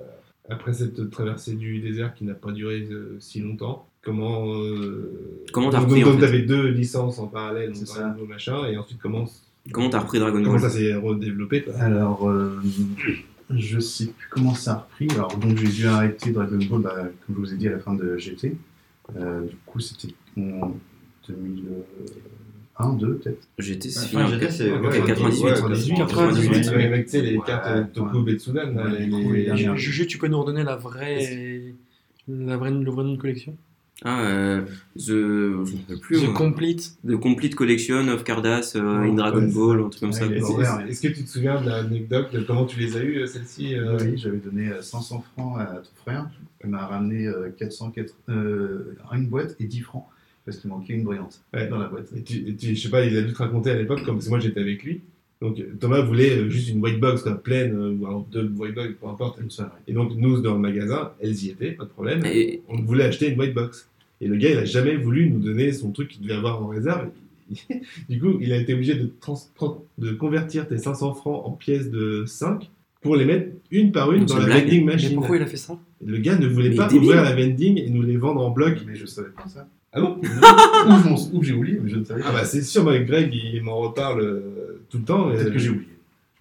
[SPEAKER 6] après cette traversée du désert qui n'a pas duré euh, si longtemps, comment euh,
[SPEAKER 5] Comment t'as
[SPEAKER 6] donc-
[SPEAKER 5] repris,
[SPEAKER 6] donc,
[SPEAKER 5] en fait
[SPEAKER 6] t'avais deux licences en parallèle, donc
[SPEAKER 9] C'est ça.
[SPEAKER 6] un nouveau machin, et ensuite comment
[SPEAKER 5] Comment t'as repris Dragon
[SPEAKER 6] comment ça
[SPEAKER 5] Ball
[SPEAKER 6] s'est redéveloppé quoi
[SPEAKER 9] Alors, euh, je sais plus comment ça a repris. Alors, donc, j'ai dû arrêter Dragon Ball, bah, comme je vous ai dit, à la fin de GT. Euh, du coup, c'était en 2001, 2 peut-être.
[SPEAKER 5] J'étais
[SPEAKER 2] Enfin,
[SPEAKER 5] c'est fini en
[SPEAKER 2] GT, c'est-
[SPEAKER 5] quatre-
[SPEAKER 2] ouais,
[SPEAKER 5] en 98.
[SPEAKER 6] 98,
[SPEAKER 7] 98.
[SPEAKER 6] Ouais, avec, tu sais, les
[SPEAKER 9] Ouais,
[SPEAKER 6] cartes euh, Toku
[SPEAKER 9] ouais.
[SPEAKER 6] Betsudan, là,
[SPEAKER 9] Ouais,
[SPEAKER 6] les-
[SPEAKER 9] les
[SPEAKER 2] Ah,
[SPEAKER 6] les-
[SPEAKER 9] dernières.
[SPEAKER 7] Juju, tu peux nous redonner la vraie. La vraie, le vrai nom de collection
[SPEAKER 5] Ah, euh, The. Je ne sais plus.
[SPEAKER 7] The
[SPEAKER 5] moi.
[SPEAKER 7] Complete.
[SPEAKER 5] The Complete Collection of Cardass euh,
[SPEAKER 9] Ouais,
[SPEAKER 5] in Dragon
[SPEAKER 9] ouais,
[SPEAKER 5] Ball, un truc comme
[SPEAKER 9] Ouais,
[SPEAKER 5] ça.
[SPEAKER 9] il y a-
[SPEAKER 5] quoi.
[SPEAKER 6] Est-ce-
[SPEAKER 9] Ouais.
[SPEAKER 6] est-ce- Est-ce que tu te souviens de l'anecdote de comment tu les as eues, euh, celles-ci euh,
[SPEAKER 9] Oui, j'avais donné euh, 500 francs à ton frère. Il m'a ramené euh, 404, euh, une boîte et 10 francs. Parce qu'il manquait une brillante
[SPEAKER 6] Ouais.
[SPEAKER 9] dans la boîte.
[SPEAKER 6] Et tu, et tu- je sais pas, il a dû te raconter à l'époque, comme parce que moi j'étais avec lui. Donc euh, Thomas voulait euh, juste une white box, quoi, pleine, euh, ou alors deux white box, peu importe.
[SPEAKER 9] Une soirée.
[SPEAKER 6] Et donc nous, dans le magasin, elles y étaient, pas de problème.
[SPEAKER 5] Et-
[SPEAKER 6] On voulait acheter une white box. Et le gars, il a jamais voulu nous donner son truc qu'il devait avoir en réserve. du coup, il a été obligé de, trans- trans- de convertir tes 500 francs en pièces de 5 pour les mettre une par une
[SPEAKER 5] Donc,
[SPEAKER 6] dans
[SPEAKER 5] c'est
[SPEAKER 6] la
[SPEAKER 5] une blague.
[SPEAKER 6] vending
[SPEAKER 7] Mais
[SPEAKER 6] machine.
[SPEAKER 7] pourquoi il a fait ça
[SPEAKER 6] Le gars ne voulait
[SPEAKER 5] Mais
[SPEAKER 6] pas
[SPEAKER 5] débile.
[SPEAKER 6] ouvrir la vending et nous les vendre en bloc.
[SPEAKER 9] Mais je savais pas ça.
[SPEAKER 6] Ah bon
[SPEAKER 9] ou je m'en- ou j'ai oublié, mais je ne savais pas.
[SPEAKER 6] Ah bah c'est sûr, moi, Greg, il m'en reparle euh, tout le temps.
[SPEAKER 9] Peut-être
[SPEAKER 6] Euh,
[SPEAKER 9] que j'ai oublié.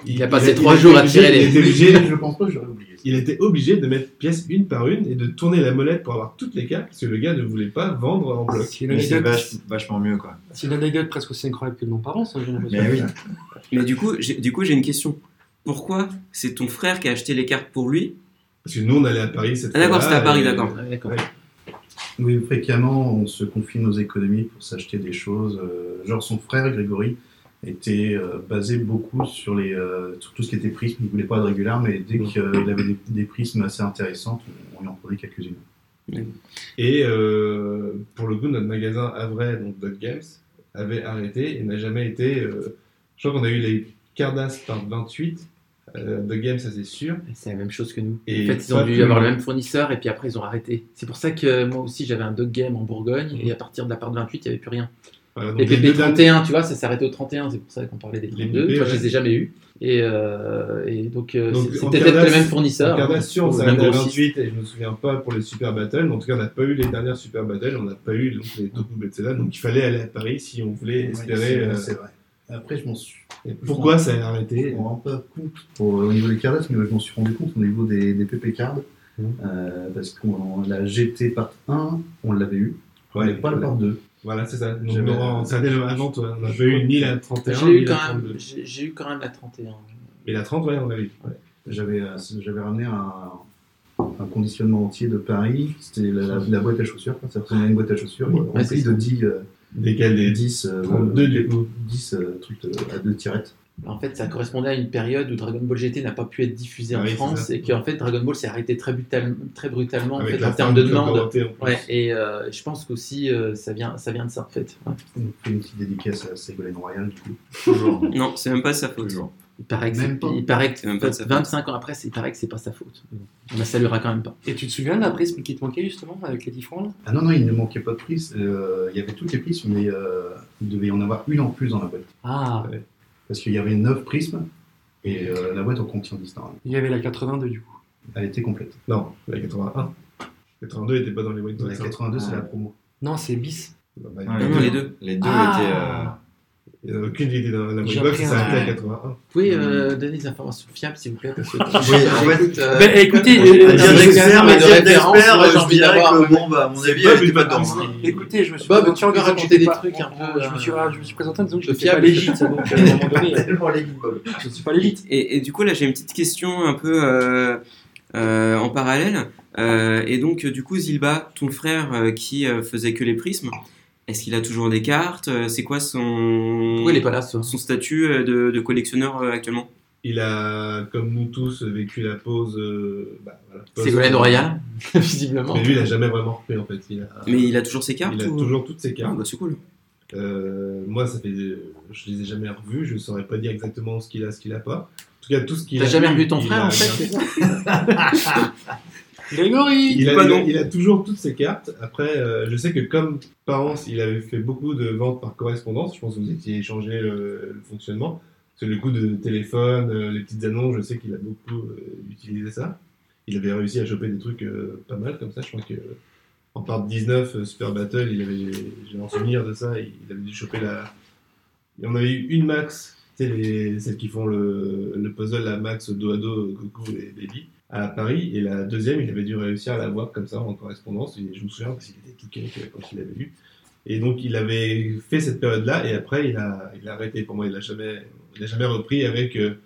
[SPEAKER 8] Il a passé trois jours à
[SPEAKER 6] obligé-
[SPEAKER 8] tirer les-
[SPEAKER 6] Il était, obligé,
[SPEAKER 9] je pense pas que j'aurais oublié.
[SPEAKER 6] il était obligé de mettre pièces une par une et de tourner la molette pour avoir toutes les cartes parce que le gars ne voulait pas vendre en bloc.
[SPEAKER 7] C'est une
[SPEAKER 2] Mais c'est
[SPEAKER 7] anecdote-
[SPEAKER 2] vache- vachement mieux, quoi.
[SPEAKER 7] c'est une anecdote presque aussi incroyable que de mon parent, ça, j'ai l'impression.
[SPEAKER 2] Mais oui.
[SPEAKER 5] Mais du coup, j'ai du coup, j'ai une question. Pourquoi c'est ton frère qui a acheté les cartes pour lui
[SPEAKER 6] Parce que nous on allait à Paris cette
[SPEAKER 5] Ah, d'accord,
[SPEAKER 6] fois-là,
[SPEAKER 5] c'était à Paris,
[SPEAKER 6] et-
[SPEAKER 5] d'accord.
[SPEAKER 8] Ouais, d'accord.
[SPEAKER 9] Oui, fréquemment, on se confie nos économies pour s'acheter des choses. euh, genre, son frère, Grégory, était euh, basé beaucoup sur, les, euh, sur tout ce qui était prisme. Il voulait pas de régular, mais dès qu'il avait des, des prismes assez intéressantes, on, on lui en prenait quelques-unes.
[SPEAKER 6] Et euh, pour le coup, notre magasin Avray, donc Dot Games, avait arrêté et n'a jamais été. euh, je crois qu'on a eu les Cardass par 28. Euh, Dot Games, ça c'est sûr.
[SPEAKER 8] C'est la même chose que nous.
[SPEAKER 6] Et
[SPEAKER 8] en fait, ils
[SPEAKER 6] pas
[SPEAKER 8] ont dû
[SPEAKER 6] plus-
[SPEAKER 8] avoir le même fournisseur et puis après, ils ont arrêté. C'est pour ça que moi aussi, j'avais un dog game en Bourgogne et à partir de la part de 28, il n'y avait plus rien.
[SPEAKER 6] Voilà, donc
[SPEAKER 8] Et
[SPEAKER 6] les
[SPEAKER 8] PP
[SPEAKER 6] deux dates-
[SPEAKER 8] 31, tu vois, ça s'arrêtait au 31, c'est pour ça qu'on parlait des 32.
[SPEAKER 6] PP,
[SPEAKER 8] Toi, je
[SPEAKER 6] ouais.
[SPEAKER 8] les ai jamais eus. Et, euh, et donc, euh,
[SPEAKER 6] Donc,
[SPEAKER 8] c'est
[SPEAKER 6] en
[SPEAKER 8] c'était peut-être
[SPEAKER 6] Cardass-
[SPEAKER 8] le même fournisseur.
[SPEAKER 6] en Cardass, sûr,
[SPEAKER 8] hein,
[SPEAKER 6] ça
[SPEAKER 8] le même
[SPEAKER 6] va être à
[SPEAKER 8] grossiste.
[SPEAKER 6] 28 et je me souviens pas pour les Super Battle. mais En tout cas, on n'a pas eu les dernières Super Battle, on n'a pas eu donc, les Toku Betseda. Donc il fallait aller à Paris si on voulait
[SPEAKER 9] Ouais,
[SPEAKER 6] espérer.
[SPEAKER 9] c'est-
[SPEAKER 6] euh,
[SPEAKER 9] C'est vrai. Après, je m'en suis.
[SPEAKER 6] Pourquoi ça a
[SPEAKER 9] Je
[SPEAKER 6] arrêté
[SPEAKER 9] m'en rends pas compte pour- au niveau des cartes, mais je m'en suis rendu compte au niveau des, des PP cards.
[SPEAKER 6] Mhm.
[SPEAKER 9] euh, parce qu'on la GT part 1, on l'avait eu. On
[SPEAKER 6] Ouais,
[SPEAKER 9] n'avait pas la part 2.
[SPEAKER 6] Voilà, c'est ça. Donc,
[SPEAKER 9] J'avais-
[SPEAKER 6] Laurent, ça dès le- avant, toi, on a pas eu ni la 31,
[SPEAKER 8] J'ai eu,
[SPEAKER 6] ni la
[SPEAKER 8] quand même-
[SPEAKER 6] 32.
[SPEAKER 8] j'ai- j'ai eu quand même la 31.
[SPEAKER 6] Mais la 30, ouais, on l'a eu.
[SPEAKER 9] J'avais euh, j'avais ramené un, un conditionnement entier de Paris. C'était la, la- la boîte à chaussures. quoi. Ça ressemblait à une boîte à chaussures.
[SPEAKER 6] Ouais,
[SPEAKER 9] remplie
[SPEAKER 8] c'est ça.
[SPEAKER 9] de 10, euh,
[SPEAKER 6] Desquels les
[SPEAKER 9] 10, euh,
[SPEAKER 6] 32 du coup.
[SPEAKER 9] 10 euh, trucs de- à deux tirettes.
[SPEAKER 8] En fait, ça correspondait à une période où Dragon Ball GT n'a pas pu être diffusé
[SPEAKER 6] Ah
[SPEAKER 8] en
[SPEAKER 6] oui, c'est
[SPEAKER 8] France
[SPEAKER 6] ça.
[SPEAKER 8] et que en fait, Dragon Ball s'est arrêté très, brutal- très brutalement en,
[SPEAKER 6] Avec
[SPEAKER 8] fait,
[SPEAKER 6] la
[SPEAKER 8] en termes
[SPEAKER 6] fin
[SPEAKER 8] de
[SPEAKER 6] du Club
[SPEAKER 8] demande.
[SPEAKER 6] Dorothée, en plus.
[SPEAKER 8] Ouais, et euh, je pense qu'aussi euh, ça, vient, ça vient de ça en fait. Ouais.
[SPEAKER 9] On fait une petite dédicace à Ségolène Royal. Du coup.
[SPEAKER 2] Toujours.
[SPEAKER 5] Non, c'est même pas sa faute.
[SPEAKER 2] Toujours.
[SPEAKER 8] Il paraît que,
[SPEAKER 9] Même
[SPEAKER 8] c'est-
[SPEAKER 9] pas.
[SPEAKER 8] il paraît que
[SPEAKER 5] C'est même pas de sa faute.
[SPEAKER 8] 25 ans après, c'est- il paraît que c'est pas sa faute. On la saluera quand même pas.
[SPEAKER 7] Et tu te souviens de la prise qui te manquait justement avec les 10 francs là
[SPEAKER 9] Ah non, non, il ne manquait pas de prise. Euh, il y avait toutes les prises, mais euh, il devait y en avoir une en plus dans la boîte.
[SPEAKER 7] Ah,
[SPEAKER 9] Parce qu'il y avait 9 prismes et euh, la boîte en contient 10 normalement.
[SPEAKER 7] il y avait la 82 du coup.
[SPEAKER 9] Elle était complète.
[SPEAKER 6] Non, la 81. 82 n'était pas dans les White hein.
[SPEAKER 9] La 82, c'est la promo.
[SPEAKER 7] Non, c'est bis.
[SPEAKER 5] non, les deux.
[SPEAKER 2] Les deux
[SPEAKER 8] euh,
[SPEAKER 2] euh,
[SPEAKER 7] Ah.
[SPEAKER 6] Il n'y a aucune idée dans la
[SPEAKER 7] J'ai
[SPEAKER 6] White Box,
[SPEAKER 7] appris
[SPEAKER 6] ça
[SPEAKER 7] un-
[SPEAKER 6] s'arrêtait à 81.
[SPEAKER 8] Vous pouvez euh,
[SPEAKER 5] Mm.
[SPEAKER 8] donner des informations fiables s'il vous plaît parce que
[SPEAKER 2] en fait-
[SPEAKER 8] J'écoute, euh,
[SPEAKER 7] Ben, écoutez,
[SPEAKER 2] était.
[SPEAKER 7] euh,
[SPEAKER 8] dire
[SPEAKER 7] je-
[SPEAKER 8] d'expert, mais de référence, moi, j'ai
[SPEAKER 2] je
[SPEAKER 8] envie
[SPEAKER 2] dirais
[SPEAKER 8] d'avoir-
[SPEAKER 2] que bon, bah, à mon
[SPEAKER 6] C'est
[SPEAKER 2] avis,
[SPEAKER 6] pas
[SPEAKER 2] elle était
[SPEAKER 6] une
[SPEAKER 2] pas
[SPEAKER 6] bonne
[SPEAKER 2] dedans.
[SPEAKER 6] pensée.
[SPEAKER 7] Ah, Écoutez, je me suis
[SPEAKER 8] Bob,
[SPEAKER 7] présenté
[SPEAKER 8] tu veux
[SPEAKER 7] en disant que
[SPEAKER 8] raconter des
[SPEAKER 7] j'étais pas-
[SPEAKER 8] trucs un peu,
[SPEAKER 7] Je me suis,
[SPEAKER 8] euh,
[SPEAKER 7] ah, je me suis présenté en disant que je
[SPEAKER 8] de
[SPEAKER 7] n'étais pas
[SPEAKER 8] fiable.
[SPEAKER 7] légitime. donc, à un moment donné, euh,
[SPEAKER 2] Tellement les guillemets.
[SPEAKER 7] Je ne suis pas légitime.
[SPEAKER 5] Et, et du coup, là, j'ai une petite question un peu euh, euh, en parallèle. Euh, et donc, euh, du coup, Zilba, ton frère euh, qui euh, faisait que les prismes, est-ce qu'il a toujours des cartes Euh, C'est quoi son,
[SPEAKER 8] Pourquoi il est pas là ce soir
[SPEAKER 5] son statut euh, de, de collectionneur euh, actuellement
[SPEAKER 6] Il a, comme nous tous, vécu la pause. euh, bah, voilà, pause-
[SPEAKER 8] Ségolène Royal, visiblement.
[SPEAKER 6] Mais lui, il n'a jamais vraiment repris en fait. Il a,
[SPEAKER 5] Mais il a toujours ses cartes
[SPEAKER 6] il a
[SPEAKER 5] ou-
[SPEAKER 6] toujours toutes ses
[SPEAKER 5] Ah,
[SPEAKER 6] cartes.
[SPEAKER 5] bah, c'est cool.
[SPEAKER 6] Euh, moi, ça fait, je les ai jamais revus. Je ne saurais pas dire exactement ce qu'il a, ce qu'il a pas. En tout cas, tout ce qu'il a.
[SPEAKER 8] T'as jamais
[SPEAKER 6] eu,
[SPEAKER 8] revu ton
[SPEAKER 6] il
[SPEAKER 8] frère
[SPEAKER 6] a-
[SPEAKER 8] en fait c'est ça
[SPEAKER 7] Grégory
[SPEAKER 6] Il a, il
[SPEAKER 5] Pas
[SPEAKER 6] a-
[SPEAKER 5] non.
[SPEAKER 6] il a toujours toutes ses cartes. Après, euh, je sais que comme Parence, il avait fait beaucoup de ventes par correspondance. Je pense que vous étiez échangé le, le fonctionnement. C'est le coup de téléphone, euh, les petites annonces. Je sais qu'il a beaucoup euh, utilisé ça. Il avait réussi à choper des trucs euh, pas mal comme ça. Je crois que euh, en part 19 euh, Super Battle, il avait, j'ai un souvenir de ça. Il avait dû choper la. Il en avait eu une max. Tu sais, les- celles qui font le, le puzzle, la max dos à dos, euh, Goku et Baby à Paris et la deuxième il avait dû réussir à la voir comme ça en correspondance et je me souviens parce qu'il était tout cake euh, quand il l'avait lu et donc il avait fait cette période là et après il a, il a arrêté pour moi il n'a jamais il a jamais repris avec euh,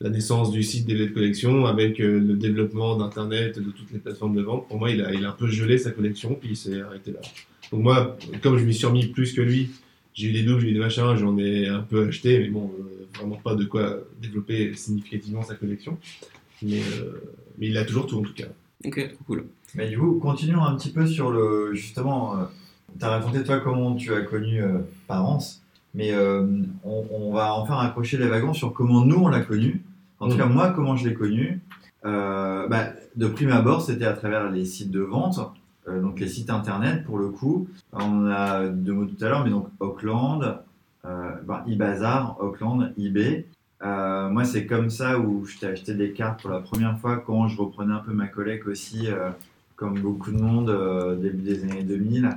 [SPEAKER 6] la naissance du site des de collection avec euh, le développement d'internet de toutes les plateformes de vente pour moi il a, il a un peu gelé sa collection puis il s'est arrêté là donc moi comme je m'y suis remis plus que lui j'ai eu des doubles j'ai eu des machins j'en ai un peu acheté mais bon euh, vraiment pas de quoi développer significativement sa collection mais euh, mais il a toujours tout en tout cas.
[SPEAKER 5] Ok, trop cool.
[SPEAKER 2] Mais du coup, continuons un petit peu sur le. Justement, euh, t'as raconté toi comment tu as connu euh, Parence, mais euh, on, on va enfin raccrocher les wagons sur comment nous on l'a connu. En tout
[SPEAKER 6] Mhm.
[SPEAKER 2] cas, moi, comment je l'ai connu. Euh, bah, de prime abord, c'était à travers les sites de vente, euh, donc les sites internet pour le coup. On a deux mots tout à l'heure, mais donc Auckland, euh, bah, eBazaar, Auckland, eBay. Euh, moi, c'est comme ça où je t'ai acheté des cartes pour la première fois quand je reprenais un peu ma collecte aussi. euh, comme beaucoup de monde, euh, début des années 2000.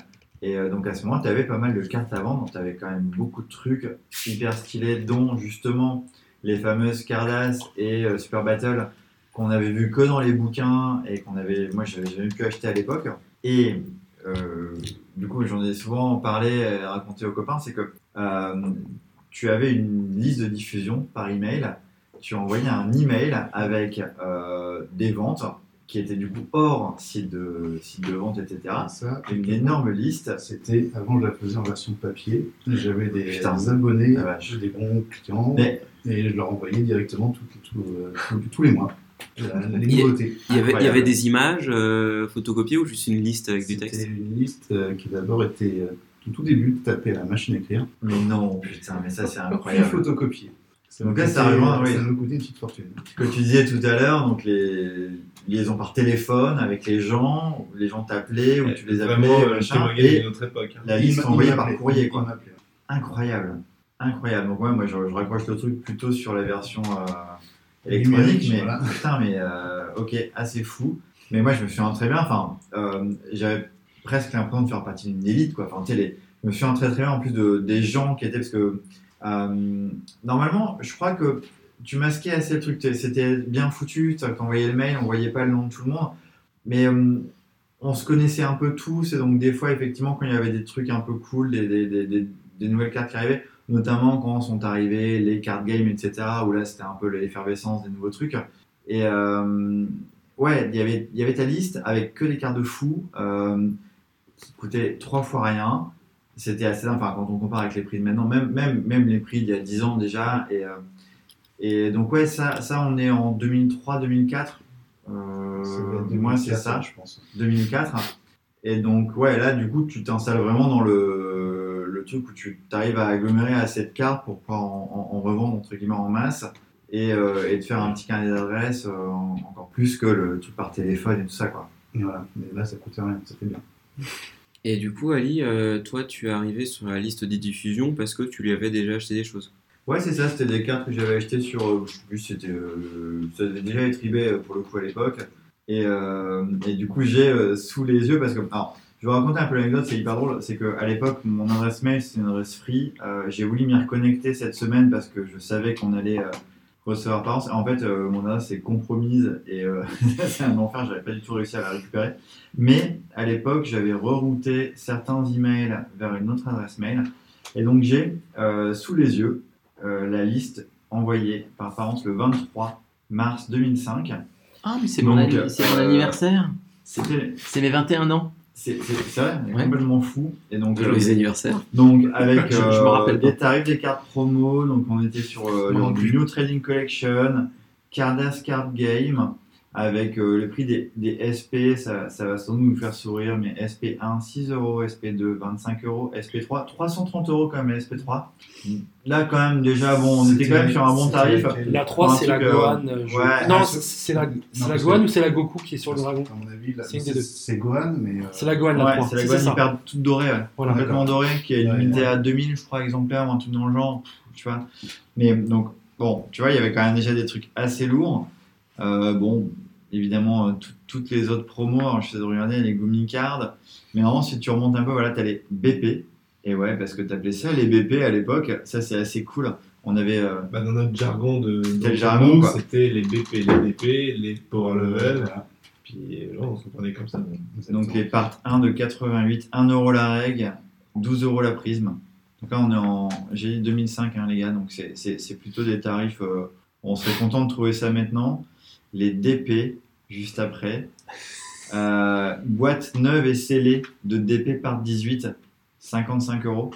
[SPEAKER 2] Et euh, donc à ce moment, tu avais pas mal de cartes à vendre, donc tu avais quand même beaucoup de trucs hyper stylés, dont justement les fameuses Cardas et euh, Super Battle qu'on avait vu que dans les bouquins et qu'on avait, moi j'avais jamais pu acheter à l'époque. Et euh, du coup, j'en ai souvent parlé, euh, raconté aux copains, c'est que euh, tu avais une liste de diffusion par email. Tu envoyais un email avec euh, des ventes qui étaient du coup hors site de, site de vente, etc.
[SPEAKER 9] Ça,
[SPEAKER 2] Une énorme liste.
[SPEAKER 9] C'était avant, je la faisais en version papier. J'avais des,
[SPEAKER 2] Putain.
[SPEAKER 9] des abonnés,
[SPEAKER 2] Ah, vache.
[SPEAKER 9] des bons clients,
[SPEAKER 2] Mais-
[SPEAKER 9] et je leur envoyais directement tout- tout, euh, tous- tous les mois la- les
[SPEAKER 5] Il y a-
[SPEAKER 9] nouveautés.
[SPEAKER 5] Il y avait, il y avait
[SPEAKER 2] Incroyable.
[SPEAKER 5] des images euh, photocopiées ou juste une liste avec du
[SPEAKER 9] C'était
[SPEAKER 5] texte
[SPEAKER 9] une liste euh, qui d'abord était euh, au tout début tapée à la machine à écrire,
[SPEAKER 2] Mais non, putain, mais ça c'est
[SPEAKER 9] puis
[SPEAKER 2] incroyable.
[SPEAKER 9] photocopiée. Ça
[SPEAKER 2] Donc
[SPEAKER 9] nous
[SPEAKER 2] là, ça
[SPEAKER 9] coûtait-
[SPEAKER 2] rejoint, oui.
[SPEAKER 9] ça nous coûtait une petite fortune.
[SPEAKER 2] Comme tu disais tout à l'heure, donc les liaisons par téléphone avec les gens, où les gens t'appelaient ou tu les appelais,
[SPEAKER 6] Vraiment, euh, je
[SPEAKER 2] machin,
[SPEAKER 6] témoignais
[SPEAKER 2] et
[SPEAKER 6] d'une autre époque. hein.
[SPEAKER 2] la
[SPEAKER 9] Il
[SPEAKER 2] liste
[SPEAKER 9] m'a- il
[SPEAKER 2] envoyée
[SPEAKER 9] m'appelait,
[SPEAKER 2] par courrier.
[SPEAKER 9] il
[SPEAKER 2] Quoi.
[SPEAKER 9] m'appelait.
[SPEAKER 2] incroyable. Incroyable. Donc, ouais, moi, je, je raccroche le truc plutôt sur la version euh, électronique,
[SPEAKER 9] Numérique,
[SPEAKER 2] mais
[SPEAKER 9] voilà.
[SPEAKER 2] putain, mais euh, ok, assez fou. Mais moi, je me souviens très bien, enfin, euh, j'avais presque l'impression de faire partie d'une élite, quoi. Enfin, tu sais, les- je me souviens très très bien en plus de, des gens qui étaient, parce que euh, normalement, je crois que tu masquais assez le truc, t'es- c'était bien foutu, t'as- t'envoyais le mail, on voyait pas le nom de tout le monde, mais euh, on se connaissait un peu tous, et donc des fois, effectivement, quand il y avait des trucs un peu cool, des, des- des- des- des nouvelles cartes qui arrivaient, notamment quand sont arrivés les card games, etc., où là, c'était un peu l'effervescence des nouveaux trucs, et euh, ouais, il y avait- il y avait ta liste avec que des cartes de fou, euh, qui coûtaient trois fois rien, c'était assez dingue. Enfin, quand on compare avec les prix de maintenant, même, même, même les prix d'il y a 10 ans déjà. Et, euh, et donc, ouais, ça, ça, on est en 2003, 2004. Euh,
[SPEAKER 9] doit être
[SPEAKER 2] moi, c'est
[SPEAKER 9] 2004,
[SPEAKER 2] ça,
[SPEAKER 9] je pense.
[SPEAKER 2] 2004. Et donc, ouais, là, du coup, tu t'installes vraiment dans le, le truc où tu arrives à agglomérer à cette carte pour pouvoir en, en- en revendre, entre guillemets, en masse et, euh, et de faire un petit carnet d'adresse encore plus que le truc par téléphone et tout ça, quoi.
[SPEAKER 9] Et voilà. Et là, ça coûte rien, ça fait bien.
[SPEAKER 5] Et du coup, Ali, euh, toi, tu es arrivé sur la liste des diffusions parce que tu lui avais déjà acheté des choses.
[SPEAKER 2] Ouais, c'est ça, c'était des cartes que j'avais achetées sur. euh, Je sais plus, c'était. euh, ça devait déjà être eBay euh, pour le coup à l'époque. Et, euh, et du coup, j'ai euh, sous les yeux parce que. Alors, je vais vous raconter un peu l'anecdote, c'est hyper drôle. C'est qu'à l'époque, mon adresse mail, c'est une adresse free. Euh, j'ai voulu m'y reconnecter cette semaine parce que je savais qu'on allait euh, recevoir par an. En fait, euh, mon adresse est compromise et euh, c'est un enfer, j'avais pas du tout réussi à la récupérer. Mais à l'époque, j'avais rerouté certains emails vers une autre adresse mail. Et donc, j'ai euh, sous les yeux euh, la liste envoyée par parents le 23 mars 2005.
[SPEAKER 8] Ah, mais c'est
[SPEAKER 2] Donc,
[SPEAKER 8] mon, anni- c'est mon
[SPEAKER 2] euh,
[SPEAKER 8] anniversaire.
[SPEAKER 2] C'était,
[SPEAKER 8] C'est mes 21 ans.
[SPEAKER 2] c'est, c'est, c'est vrai, on est
[SPEAKER 8] Ouais.
[SPEAKER 2] complètement fou. Et donc, euh,
[SPEAKER 8] Joyeux anniversaire.
[SPEAKER 2] donc avec
[SPEAKER 8] Je- je me
[SPEAKER 2] euh,
[SPEAKER 8] rappelle pas.
[SPEAKER 2] des tarifs, des cartes promo, donc on était sur euh,
[SPEAKER 8] Moi
[SPEAKER 2] le-
[SPEAKER 8] non
[SPEAKER 2] du New Trading Collection, Cardas Card Game, avec euh, le prix des, des SP, ça, ça va sans doute nous faire sourire, mais SP1 6 euros, SP2 25 euros, SP3 330 euros quand même, SP3.
[SPEAKER 8] Mm.
[SPEAKER 2] Là quand même déjà, bon, on était
[SPEAKER 9] C'était-
[SPEAKER 2] quand même sur un bon
[SPEAKER 9] c'était
[SPEAKER 2] tarif.
[SPEAKER 9] laquelle
[SPEAKER 7] La 3,
[SPEAKER 2] Un
[SPEAKER 7] c'est la
[SPEAKER 2] truc, euh,
[SPEAKER 7] Gohan. euh, je-
[SPEAKER 2] ouais,
[SPEAKER 7] non,
[SPEAKER 9] un
[SPEAKER 7] c'est
[SPEAKER 9] truc-
[SPEAKER 7] c'est la, c'est
[SPEAKER 9] Non,
[SPEAKER 7] la
[SPEAKER 9] parce
[SPEAKER 7] Gohan
[SPEAKER 9] que-
[SPEAKER 7] ou c'est la Goku qui est sur le dragon
[SPEAKER 9] À mon avis, là,
[SPEAKER 7] C'est une des deux.
[SPEAKER 9] c'est c'est Gohan, mais. euh,
[SPEAKER 7] C'est la Gohan, la
[SPEAKER 2] Ouais,
[SPEAKER 7] 3.
[SPEAKER 2] c'est la
[SPEAKER 7] si,
[SPEAKER 2] Gohan
[SPEAKER 7] ça.
[SPEAKER 2] hyper toute dorée, ouais.
[SPEAKER 7] Voilà.
[SPEAKER 2] complètement dorée, qui est
[SPEAKER 9] Ouais,
[SPEAKER 2] limitée
[SPEAKER 9] ouais.
[SPEAKER 2] à 2000, je crois, exemplaires ou un truc dans le genre, tu vois. Mais donc, bon, tu vois, il y avait quand même déjà des trucs assez lourds. Euh, bon, évidemment, euh, tout- toutes les autres promos, alors, je sais de regarder les Gumi Card, mais vraiment, si tu remontes un peu, voilà, t'as les BP. Et ouais, parce que t'appelais ça les BP à l'époque, ça c'est assez cool. On avait. euh,
[SPEAKER 6] Bah, dans notre jargon de.
[SPEAKER 2] C'était le
[SPEAKER 6] de-
[SPEAKER 2] jargon, quoi.
[SPEAKER 6] C'était les BP, les DP, les Power Level.
[SPEAKER 9] voilà.
[SPEAKER 6] Puis euh, on se comprenait comme ça.
[SPEAKER 2] Donc les parts 1 de 88, 1 euro la règle, 12 euros la prisme. Donc là on est en, j'ai dit 2005 hein, les gars, donc c'est- c'est c'est plutôt des tarifs, euh, on serait content de trouver ça maintenant. Les DP, juste après. Euh, boîte neuve et scellée de DP par 18, 55 euros.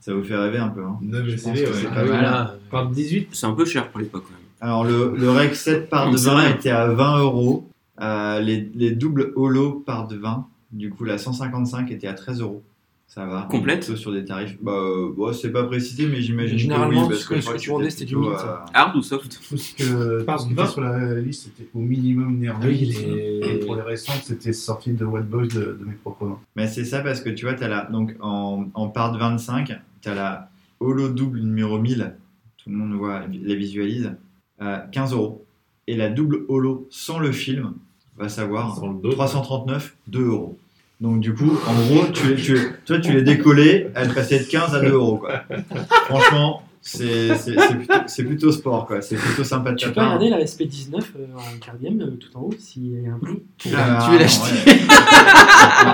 [SPEAKER 2] Ça vous fait rêver un peu. hein.
[SPEAKER 6] 9
[SPEAKER 2] Je pense
[SPEAKER 6] SCD,
[SPEAKER 2] que c'est
[SPEAKER 6] ouais.
[SPEAKER 2] pas mal. hein.
[SPEAKER 5] Par 18 C'est un peu cher pour l'époque, quand même.
[SPEAKER 2] Alors, le, le REC 7 par
[SPEAKER 5] Non,
[SPEAKER 2] de
[SPEAKER 5] mais c'est
[SPEAKER 2] 20
[SPEAKER 5] vrai.
[SPEAKER 2] était à 20 euros. Euh, Les, les doubles holo par de 20, du coup, la 155 était à 13 euros. Ça va.
[SPEAKER 5] Complète
[SPEAKER 2] Plutôt sur des tarifs. Bah, euh, ouais, c'est pas précisé, mais j'imagine que
[SPEAKER 7] Généralement,
[SPEAKER 2] oui, parce
[SPEAKER 7] ce
[SPEAKER 2] que
[SPEAKER 7] que-
[SPEAKER 2] je
[SPEAKER 7] ce
[SPEAKER 2] crois
[SPEAKER 7] que
[SPEAKER 2] que
[SPEAKER 7] tu vendais, c'était du
[SPEAKER 2] plutôt,
[SPEAKER 7] mid, ça.
[SPEAKER 2] euh,
[SPEAKER 5] Hard ou soft
[SPEAKER 9] Tout ce que
[SPEAKER 6] Par
[SPEAKER 9] tout ce qui
[SPEAKER 6] vingt.
[SPEAKER 9] était sur la liste c'était au minimum
[SPEAKER 7] Ah
[SPEAKER 9] nerveux.
[SPEAKER 6] Oui,
[SPEAKER 9] et,
[SPEAKER 6] les-
[SPEAKER 9] pour les récentes, c'était sorti de What Boys de, de mes propres mains.
[SPEAKER 2] Mais c'est ça parce que tu vois, t'as la, donc en, en part de 25, tu as la holo double numéro 1000, tout le monde voit, la visualise, euh, 15 euros. Et la double holo sans le film, va savoir,
[SPEAKER 6] Sans Ah, le dos.
[SPEAKER 2] 339, 2 euros. Donc du coup, en gros, tu, les- tu, toi tu les décollais, elle passait de 15 à 2 euros. Quoi. Franchement, c'est c'est- c'est plutôt, c'est plutôt sport, quoi. c'est plutôt sympa de
[SPEAKER 7] Tu
[SPEAKER 2] ta
[SPEAKER 7] peux
[SPEAKER 2] part.
[SPEAKER 7] regarder la SP19 euh, en cardième euh, tout en haut s'il y a un prix
[SPEAKER 2] Ah,
[SPEAKER 8] Tu veux l'acheter
[SPEAKER 2] ouais. Alors,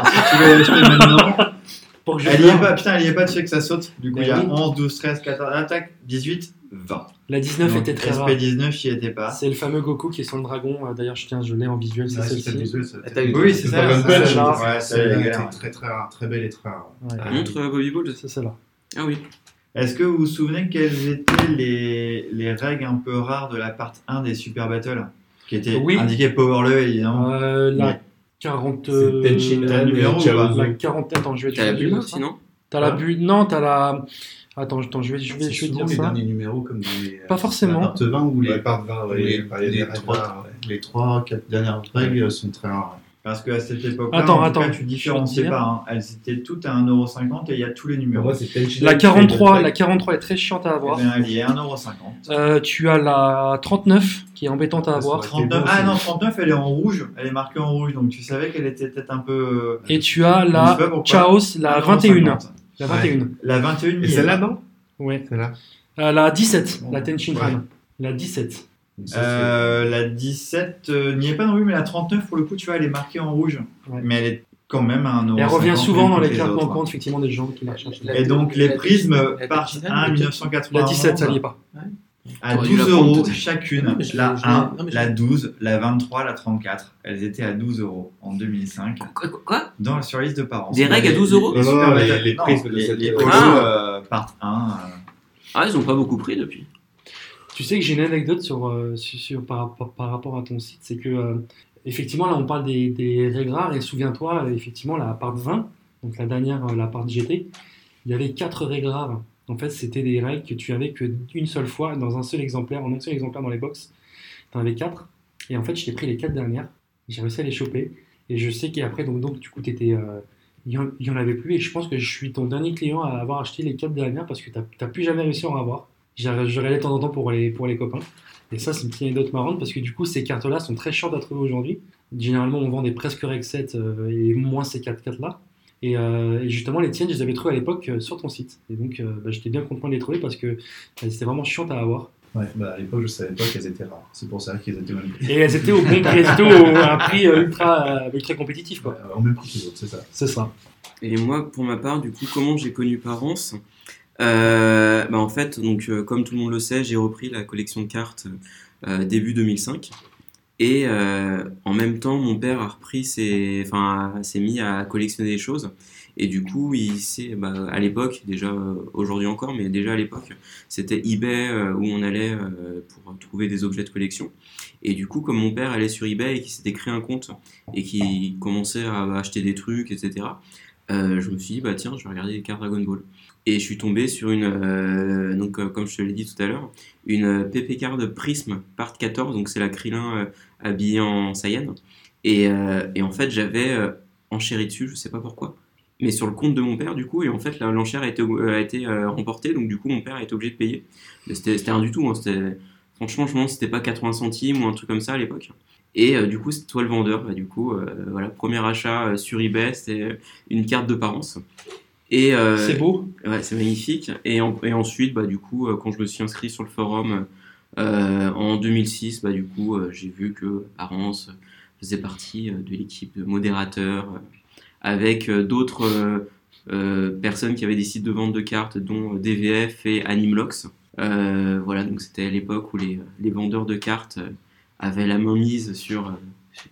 [SPEAKER 2] si tu veux l'acheter maintenant.
[SPEAKER 7] pour que je
[SPEAKER 2] Elle y est
[SPEAKER 7] regarde.
[SPEAKER 2] pas, putain, elle y est pas, tu sais que ça saute. Du coup,
[SPEAKER 7] Ben
[SPEAKER 2] il y a
[SPEAKER 7] oui.
[SPEAKER 2] 11, 12, 13, 14, attaque, 18, 20.
[SPEAKER 7] La 19
[SPEAKER 2] Donc,
[SPEAKER 7] était très rare.
[SPEAKER 2] SP19, il était pas.
[SPEAKER 7] C'est le fameux Goku qui est sur le dragon. euh, D'ailleurs, je tiens, je l'ai en visuel, c'est
[SPEAKER 9] Ouais, c'était
[SPEAKER 7] celle-ci.
[SPEAKER 9] Ah, visuel, ça-
[SPEAKER 8] Attaque
[SPEAKER 2] Oui, c'est ça.
[SPEAKER 6] Dragon
[SPEAKER 2] c'est
[SPEAKER 6] Punch,
[SPEAKER 2] ça.
[SPEAKER 7] hein.
[SPEAKER 2] Ouais, c'est
[SPEAKER 9] Celle-là
[SPEAKER 2] légal.
[SPEAKER 9] était très très rare, très belle et très rare.
[SPEAKER 7] Ouais.
[SPEAKER 6] Ah,
[SPEAKER 5] Montre euh, Bobby Ball.
[SPEAKER 7] C'est celle-là.
[SPEAKER 5] Ah oui.
[SPEAKER 2] Est-ce que vous vous souvenez quelles étaient les, les règles un peu rares de la part 1 des Super Battle Qui était
[SPEAKER 7] Oui.
[SPEAKER 2] indiqué Power Level, évidemment.
[SPEAKER 7] Euh, la
[SPEAKER 2] Ouais.
[SPEAKER 7] 40.
[SPEAKER 6] C'est Tenchin,
[SPEAKER 2] t'as le
[SPEAKER 7] euh, la-
[SPEAKER 2] numéro ou pas
[SPEAKER 7] La 40 attends, je vais
[SPEAKER 5] T'as la
[SPEAKER 7] je vais
[SPEAKER 5] bulle
[SPEAKER 7] dire ça.
[SPEAKER 5] aussi, non
[SPEAKER 7] T'as la bulle. Non, t'as la. Attends, attends, je vais, je vais,
[SPEAKER 9] C'est
[SPEAKER 7] je vais
[SPEAKER 9] souvent
[SPEAKER 7] dire
[SPEAKER 9] les
[SPEAKER 7] ça.
[SPEAKER 9] derniers numéros comme des.
[SPEAKER 7] Pas forcément.
[SPEAKER 9] la part 20 ou les
[SPEAKER 6] Ouais, par 20, ouais,
[SPEAKER 9] les,
[SPEAKER 6] par les-
[SPEAKER 9] les
[SPEAKER 6] par les-
[SPEAKER 9] trois, les trois, quatre dernières règles sont très rares.
[SPEAKER 2] Parce qu'à cette époque-là,
[SPEAKER 7] Attends,
[SPEAKER 2] en tout
[SPEAKER 7] attends,
[SPEAKER 2] cas,
[SPEAKER 7] je
[SPEAKER 2] tu
[SPEAKER 7] vais te
[SPEAKER 2] différenciais
[SPEAKER 7] dire.
[SPEAKER 2] pas. hein. Elles étaient toutes à 1,50€ et il y a tous les numéros.
[SPEAKER 6] Moi, c'est Tenchi
[SPEAKER 7] La
[SPEAKER 6] Dai qui fait
[SPEAKER 7] 43,
[SPEAKER 6] le
[SPEAKER 7] la
[SPEAKER 6] truc.
[SPEAKER 7] 43 est très chiante à avoir.
[SPEAKER 2] Eh ben, elle est à 1,50€.
[SPEAKER 7] Euh, tu as la 39 qui est embêtante à
[SPEAKER 6] Ah,
[SPEAKER 7] avoir.
[SPEAKER 6] c'est
[SPEAKER 2] 39... Ah non, 39, elle est en rouge. Elle est marquée en rouge, donc tu savais qu'elle était peut-être un peu... euh,
[SPEAKER 7] Et tu as
[SPEAKER 2] Je sais pas
[SPEAKER 7] la
[SPEAKER 2] pourquoi.
[SPEAKER 7] Chaos, la 21.
[SPEAKER 2] 1,50€.
[SPEAKER 7] La
[SPEAKER 6] Ouais.
[SPEAKER 7] 21.
[SPEAKER 2] La 21,
[SPEAKER 6] Et celle-là, non
[SPEAKER 7] Ouais.
[SPEAKER 6] Celle-là.
[SPEAKER 7] Euh, la 17, la Tenchin
[SPEAKER 6] Ouais.
[SPEAKER 7] Fan. La 17.
[SPEAKER 2] Euh, la 17 euh, n'y est pas non plus, mais la 39, pour le coup, tu vois, elle est marquée en rouge.
[SPEAKER 7] Ouais.
[SPEAKER 2] Mais elle est quand même à 1,50€.
[SPEAKER 7] Elle revient souvent dans les cartes
[SPEAKER 2] autres, hein.
[SPEAKER 7] manquantes, effectivement, des gens qui la cherchent.
[SPEAKER 8] La-
[SPEAKER 2] Et donc, les
[SPEAKER 8] la-
[SPEAKER 2] prismes
[SPEAKER 8] la-
[SPEAKER 2] partent
[SPEAKER 8] la-
[SPEAKER 2] à
[SPEAKER 8] la-
[SPEAKER 2] 1980.
[SPEAKER 7] La 17, ça n'y est pas.
[SPEAKER 2] à
[SPEAKER 8] T'aurais dû
[SPEAKER 2] 12
[SPEAKER 8] la prendre,
[SPEAKER 2] euros
[SPEAKER 8] toi.
[SPEAKER 2] chacune,
[SPEAKER 8] Non, mais je-
[SPEAKER 2] la
[SPEAKER 8] je l'ai-
[SPEAKER 2] 1,
[SPEAKER 8] non, mais je
[SPEAKER 2] la
[SPEAKER 8] l'ai.
[SPEAKER 2] 12, la 23, la 34. Elles étaient à 12 euros en 2005
[SPEAKER 5] Quoi, quoi, quoi
[SPEAKER 2] dans la surliste de parents.
[SPEAKER 5] Des
[SPEAKER 2] On
[SPEAKER 5] règles à
[SPEAKER 2] avait
[SPEAKER 5] 12
[SPEAKER 2] les-
[SPEAKER 5] euros
[SPEAKER 2] les
[SPEAKER 6] Non,
[SPEAKER 2] super-
[SPEAKER 6] non, les-
[SPEAKER 2] non,
[SPEAKER 6] les prismes de
[SPEAKER 2] les-
[SPEAKER 6] cette-
[SPEAKER 2] les
[SPEAKER 6] Ah.
[SPEAKER 2] polos, euh, part 1.
[SPEAKER 5] Ah, ils ont pas beaucoup pris depuis.
[SPEAKER 7] Tu sais que j'ai une anecdote sur, euh, sur, sur- par, rapport- par rapport à ton site, c'est que euh, effectivement là on parle des, des règles rares et souviens-toi euh, effectivement la part 20, donc la dernière, euh, la part GT, il y avait quatre règles rares. En fait c'était des règles que tu avais que une seule fois dans un seul exemplaire, en un seul exemplaire dans les box, tu en avais quatre. Et en fait je t'ai pris les quatre dernières, j'ai réussi à les choper et je sais qu'après donc, donc du coup t'étais... euh, il y en- il y en avait plus et je pense que je suis ton dernier client à avoir acheté les quatre dernières parce que tu n'as plus jamais réussi à en avoir. J'y allais de temps en temps pour les, pour les copains. Et ça, c'est une petite anecdote marrante parce que du coup, ces cartes-là sont très chiantes à trouver aujourd'hui. Généralement, on vend des presque reg 7 euh, et moins ces 4 cartes là Et, euh, et justement, les tiennes, je les avais trouvées à l'époque euh, sur ton site. Et donc, euh, bah, j'étais bien content de les trouver parce que euh, c'était vraiment chiant à avoir.
[SPEAKER 9] Ouais, bah à l'époque, je savais pas qu'elles étaient rares. C'est pour ça qu'elles étaient au même prix.
[SPEAKER 7] Et elles étaient au bon prix, elles étaient au- à un prix euh, ultra, euh, ultra compétitif.
[SPEAKER 9] Ouais,
[SPEAKER 7] quoi.
[SPEAKER 9] Euh, Au même prix que les autres, c'est ça.
[SPEAKER 7] C'est ça.
[SPEAKER 5] Et moi, pour ma part, du coup, comment j'ai connu Parence euh, bah, En fait, donc, euh, comme tout le monde le sait, j'ai repris la collection de cartes euh, début 2005. Et euh, en même temps, mon père a repris ses, enfin, s'est mis à collectionner des choses. Et du coup, il s'est, bah, à l'époque, déjà euh, aujourd'hui encore, mais déjà à l'époque, c'était eBay euh, où on allait euh, pour trouver des objets de collection. Et du coup, comme mon père allait sur eBay et qu'il s'était créé un compte et qu'il commençait à acheter des trucs, etc. Euh, je me suis dit, bah tiens, je vais regarder les cartes Dragon Ball. Et je suis tombé sur une, euh, donc euh, comme je te l'ai dit tout à l'heure, une euh, PP card Prism part 14, donc c'est la Krillin euh, habillée en Saiyan. Et, euh, et en fait, j'avais euh, enchéri dessus, je sais pas pourquoi, mais sur le compte de mon père du coup, et en fait, la- l'enchère a été, euh, a été euh, remportée, donc du coup, mon père a été obligé de payer. Mais c'était c'était rien du tout, hein, c'était- franchement, je me demande si c'était pas 80 centimes ou un truc comme ça à l'époque. Et euh, du coup, c'est toi le vendeur, bah, du coup, euh, voilà, premier achat euh, sur eBay, c'était une carte de parence. Et euh,
[SPEAKER 7] C'est beau.
[SPEAKER 5] Ouais, c'est magnifique. Et, en- et ensuite, bah, du coup, euh, quand je me suis inscrit sur le forum euh, en 2006, bah, du coup, euh, j'ai vu que Arance faisait partie euh, de l'équipe de modérateurs euh, avec euh, d'autres euh, euh, personnes qui avaient des sites de vente de cartes, dont euh, DVF et Animlox. Euh, voilà, donc c'était à l'époque où les, euh, les vendeurs de cartes euh, avaient la main mise sur, euh,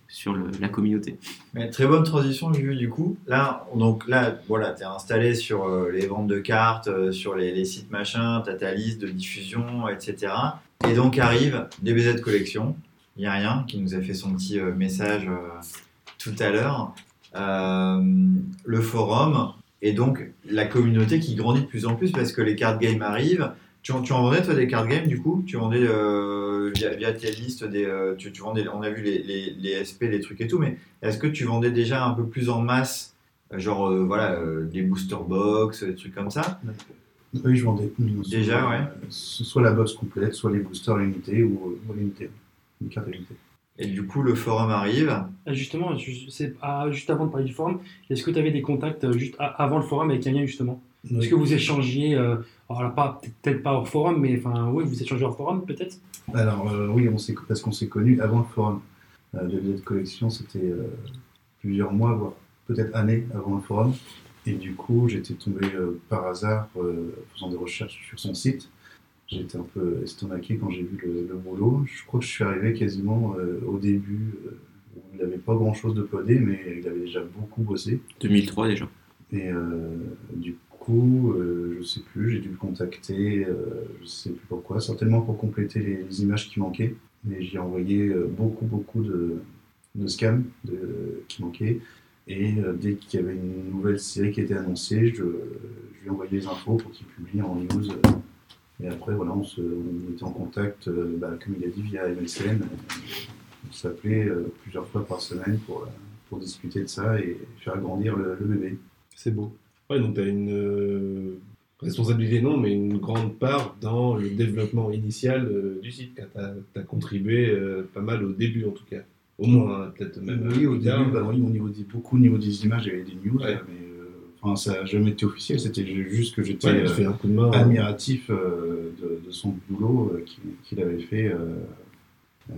[SPEAKER 5] sur le- la communauté.
[SPEAKER 2] Mais très bonne transition, Jules, du coup. Là, on- donc là, voilà, t'es installé sur euh, les ventes de cartes, euh, sur les, les sites machin, t'as ta liste de diffusion, etc. Et donc arrive DBZ Collection. Il y a rien qui nous a fait son petit euh, message euh, tout à l'heure. Euh, le forum et donc la communauté qui grandit de plus en plus parce que les cartes games arrivent. Tu, en- tu en vendais toi des cartes games du coup Tu vendais euh, via, via tes listes des, euh, tu, tu vendais, on a vu les, les, les SP, les trucs et tout, mais est-ce que tu vendais déjà un peu plus en masse, euh, genre euh, voilà, euh, des booster box, euh, des trucs comme ça
[SPEAKER 9] Eux, je vendais euh,
[SPEAKER 2] Déjà,
[SPEAKER 9] soit,
[SPEAKER 2] ouais.
[SPEAKER 9] euh, soit la box complète, soit les boosters à l'unité ou, ou à l'unité. Une carte à l'unité.
[SPEAKER 2] Et du coup, le forum arrive.
[SPEAKER 7] Euh, Justement, je- je sais- ah, juste avant de parler du forum, est-ce que tu avais des contacts euh, juste a- avant le forum avec quelqu'un justement Est-ce que vous échangiez, euh, alors là, pas- peut-être pas hors forum, mais enfin, oui, vous échangez hors forum peut-être
[SPEAKER 9] Alors, euh, oui, on s'est- parce qu'on s'est connus avant le forum. Euh, de visite collection, c'était euh, plusieurs mois, voire peut-être années avant le forum. Et du coup, j'étais tombé euh, par hasard, euh, en faisant des recherches sur son site. J'étais un peu estomaqué quand j'ai vu le, le boulot. Je crois que je suis arrivé quasiment euh, au début, euh, où il n'avait pas grand-chose de podé, mais il avait déjà beaucoup bossé.
[SPEAKER 5] 2003 déjà.
[SPEAKER 9] Et euh, du coup, euh, je sais plus, j'ai dû le contacter, euh, je sais plus pourquoi, certainement pour compléter les, les images qui manquaient. Mais j'ai envoyé euh, beaucoup, beaucoup de, de scans de- qui manquaient. Et euh, dès qu'il y avait une nouvelle série qui était annoncée, je, je lui ai envoyé les infos pour qu'il publie en news. Et après, voilà, on, se, on était en contact, euh, bah, comme il a dit, via MSN. On s'appelait euh, plusieurs fois par semaine pour, euh, pour pour discuter de ça et faire grandir le, le bébé.
[SPEAKER 6] C'est beau. Ouais, donc tu as une euh, responsabilité, non, mais une grande part dans le développement initial euh, du site. Tu as, contribué euh, pas mal au début, en tout cas. Au moins, hein, peut-être même.
[SPEAKER 9] oui, au
[SPEAKER 6] plus
[SPEAKER 9] début,
[SPEAKER 6] tard.
[SPEAKER 9] bah oui, au niveau des, beaucoup au niveau des images, il y avait des news,
[SPEAKER 6] Ouais.
[SPEAKER 9] mais euh, enfin, ça n'a jamais été officiel, c'était ju- juste que j'étais
[SPEAKER 6] Ouais, tu
[SPEAKER 9] euh,
[SPEAKER 6] fais un coup de main.
[SPEAKER 9] admiratif euh, de, de son boulot euh, qu'il qu'il avait fait euh, euh,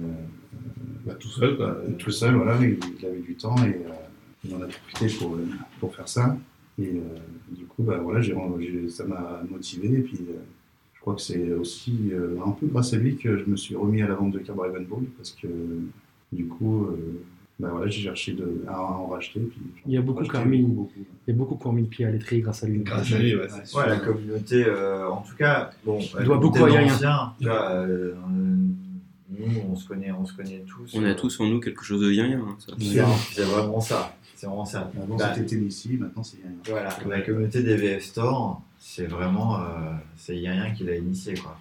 [SPEAKER 9] bah, tout seul. quoi. Tout seul, voilà, il, il avait du temps et euh, il en a profité pour, euh, pour faire ça. Et euh, du coup, bah, voilà, j'ai- j'ai- ça m'a motivé et puis euh, je crois que c'est aussi euh, un peu grâce à lui que je me suis remis à la vente de Carbon Ball parce que du coup, euh, bah, voilà, j'ai cherché de, à en racheter. Puis,
[SPEAKER 7] Il y a beaucoup qui ont mis- il y a beaucoup qui ont mis le pied à l'étrier grâce à lui.
[SPEAKER 6] Grâce à lui, ouais, c'est sûr.
[SPEAKER 2] Ouais, la communauté, euh, en tout cas, bon, euh,
[SPEAKER 7] Il doit beaucoup à Yann.
[SPEAKER 2] rien. euh, nous, on se connaît, on se connaît tous.
[SPEAKER 5] On a tous en nous quelque chose de yin. hein, ça.
[SPEAKER 2] C'est c'est vraiment ça. C'est vraiment ça.
[SPEAKER 9] Avant,
[SPEAKER 2] Bah,
[SPEAKER 9] c'était Tennessee, maintenant, c'est
[SPEAKER 2] Voilà, la communauté des VF Store, c'est vraiment, euh, c'est Yann qui l'a initié, quoi.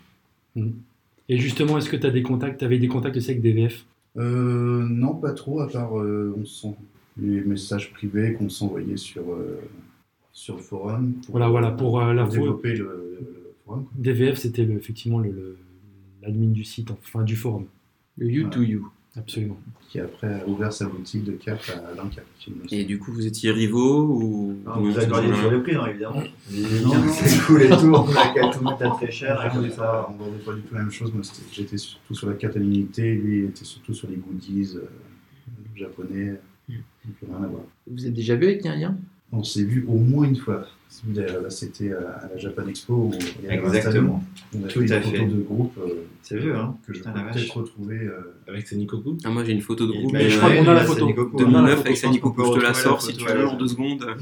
[SPEAKER 7] Et justement, est-ce que tu as des contacts T'avais des contacts aussi avec des VF
[SPEAKER 9] Euh, non, pas trop, à part euh, on s'en- les messages privés qu'on s'envoyait sur, euh, sur le forum. pour-
[SPEAKER 7] Voilà, voilà, pour euh, la
[SPEAKER 9] développer le, le forum. quoi.
[SPEAKER 7] DVF, c'était le- effectivement le- le- l'admin du site, enfin du forum.
[SPEAKER 8] Le You to You.
[SPEAKER 7] Absolument.
[SPEAKER 9] Qui après a ouvert sa boutique de cap à Dunkerque. il me semble.
[SPEAKER 5] Et du coup, vous étiez rivaux ou
[SPEAKER 2] Non,
[SPEAKER 5] comment
[SPEAKER 2] Ah, vous
[SPEAKER 5] ça
[SPEAKER 2] accordez
[SPEAKER 5] s'est-
[SPEAKER 2] sur le prix, non, évidemment.
[SPEAKER 9] Non, non.
[SPEAKER 2] C'est cool et tout, on a qu'à tout mettre à très cher. et
[SPEAKER 9] on
[SPEAKER 2] comme
[SPEAKER 9] vendait
[SPEAKER 2] ça.
[SPEAKER 9] pas, on vendait pas du tout la même chose. Moi, c'était- j'étais surtout sur la carte à l'unité, lui était surtout sur les goodies euh, japonais. Donc, rien à voir.
[SPEAKER 8] Vous êtes déjà vu avec un lien
[SPEAKER 9] On s'est vu au moins une fois. C'était à à la Japan Expo. où il y avait un stand.
[SPEAKER 2] Exactement.
[SPEAKER 9] On a
[SPEAKER 2] Tout
[SPEAKER 9] fait
[SPEAKER 2] à
[SPEAKER 9] une photo
[SPEAKER 2] fait.
[SPEAKER 9] de groupe euh,
[SPEAKER 2] ben, C'est vieux, hein.
[SPEAKER 9] que je peux
[SPEAKER 2] Putain, la
[SPEAKER 9] peut-être
[SPEAKER 2] vache.
[SPEAKER 9] retrouver. euh,
[SPEAKER 6] Avec ses Nikoku.
[SPEAKER 5] Ah, moi, j'ai une photo de
[SPEAKER 2] Et
[SPEAKER 5] groupe.
[SPEAKER 2] bah,
[SPEAKER 5] mais,
[SPEAKER 2] je crois
[SPEAKER 5] euh,
[SPEAKER 2] qu'on a la photo.
[SPEAKER 5] 2009 avec
[SPEAKER 2] Je pense
[SPEAKER 5] Sandy
[SPEAKER 2] qu'on peut
[SPEAKER 5] Coupe, je te la
[SPEAKER 2] retrouver
[SPEAKER 5] sors si tu
[SPEAKER 2] photo,
[SPEAKER 5] veux
[SPEAKER 2] ouais.
[SPEAKER 5] en deux secondes.
[SPEAKER 6] Moi,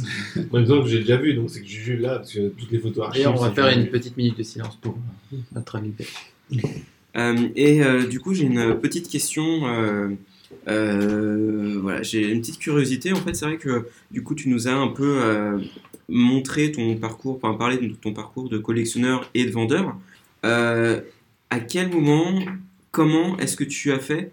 [SPEAKER 6] il me semble que j'ai déjà vu, donc c'est que Juju là, parce que toutes les photos archives.
[SPEAKER 8] D'ailleurs, on va
[SPEAKER 6] c'est
[SPEAKER 8] faire
[SPEAKER 6] Juju.
[SPEAKER 8] une petite minute de silence pour notre invité.
[SPEAKER 5] Euh, et euh, du coup, j'ai une petite question. euh, euh, voilà, j'ai une petite curiosité. En fait, c'est vrai que du coup, tu nous as un peu euh, montré ton parcours, enfin parlé de ton parcours de collectionneur et de vendeur. Euh, à quel moment, comment est-ce que tu as fait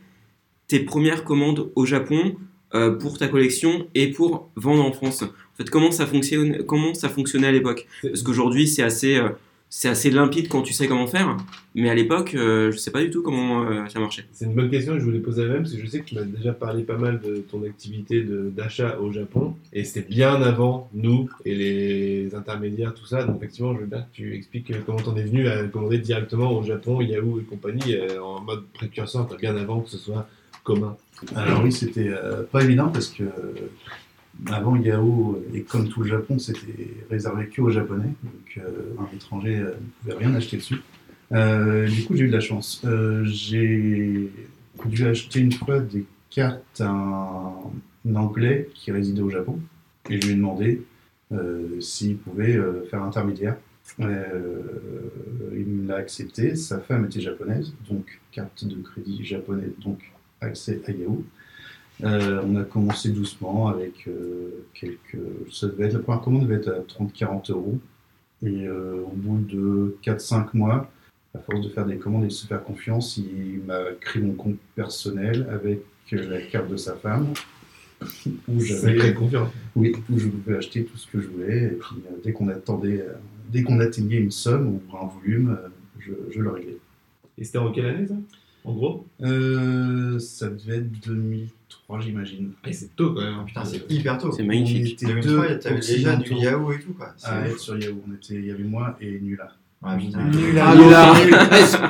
[SPEAKER 5] tes premières commandes au Japon euh, pour ta collection et pour vendre en France En fait, comment ça fonctionne Comment ça fonctionnait à l'époque Parce qu'aujourd'hui, c'est assez, euh, c'est assez limpide quand tu sais comment faire. Mais à l'époque, euh, je sais pas du tout comment euh, ça marchait.
[SPEAKER 6] C'est une bonne question que je voulais poser à la même, parce que je sais que tu m'as déjà parlé pas mal de ton activité de- d'achat au Japon, et c'était bien avant nous et les intermédiaires, tout ça. Donc, effectivement, je veux bien que tu expliques euh, comment t'en es venu à commander directement au Japon, Yahoo et compagnie, euh, en mode précurseur, quoi, bien avant que ce soit commun.
[SPEAKER 9] Alors oui, c'était euh, pas évident parce que euh, avant Yahoo euh, et comme tout le Japon, c'était réservé que aux Japonais, donc euh, un étranger euh, ne pouvait rien acheter dessus. Euh, du coup, j'ai eu de la chance. Euh, j'ai dû acheter une fois des cartes à un, un Anglais qui résidait au Japon et je lui ai demandé euh, s'il pouvait euh, faire intermédiaire. Euh, il me l'a accepté, sa femme était japonaise, donc carte de crédit japonaise, donc accès à Yahoo. Euh, on a commencé doucement avec euh, quelques. Ça devait être, la première commande devait être à 30-40 euros. Et euh, au bout de 4-5 mois, à force de faire des commandes et de se faire confiance, il m'a créé mon compte personnel avec euh, la carte de sa femme. Où
[SPEAKER 6] J'avais très
[SPEAKER 9] j'avais
[SPEAKER 6] confiance.
[SPEAKER 9] oui, où je pouvais acheter tout ce que je voulais. Et puis, euh, dès qu'on attendait, euh, dès qu'on atteignait une somme ou un volume, euh, je, je le réglais.
[SPEAKER 6] Et c'était en quelle année ça En gros
[SPEAKER 9] Euh, ça devait être 2003, j'imagine.
[SPEAKER 6] Ah, C'est tôt quand même. Euh,
[SPEAKER 2] Ah, Putain, c'est hyper tôt.
[SPEAKER 5] C'est magnifique.
[SPEAKER 9] On était
[SPEAKER 2] 2003,
[SPEAKER 9] deux Ah
[SPEAKER 2] t'avais déjà du
[SPEAKER 9] occidentaux
[SPEAKER 2] Yahoo et tout, quoi. C'est
[SPEAKER 9] à
[SPEAKER 2] ouf.
[SPEAKER 9] être sur Yahoo. On était, il y avait moi et Nula.
[SPEAKER 2] Ouais, putain.
[SPEAKER 8] Ah, Laurent,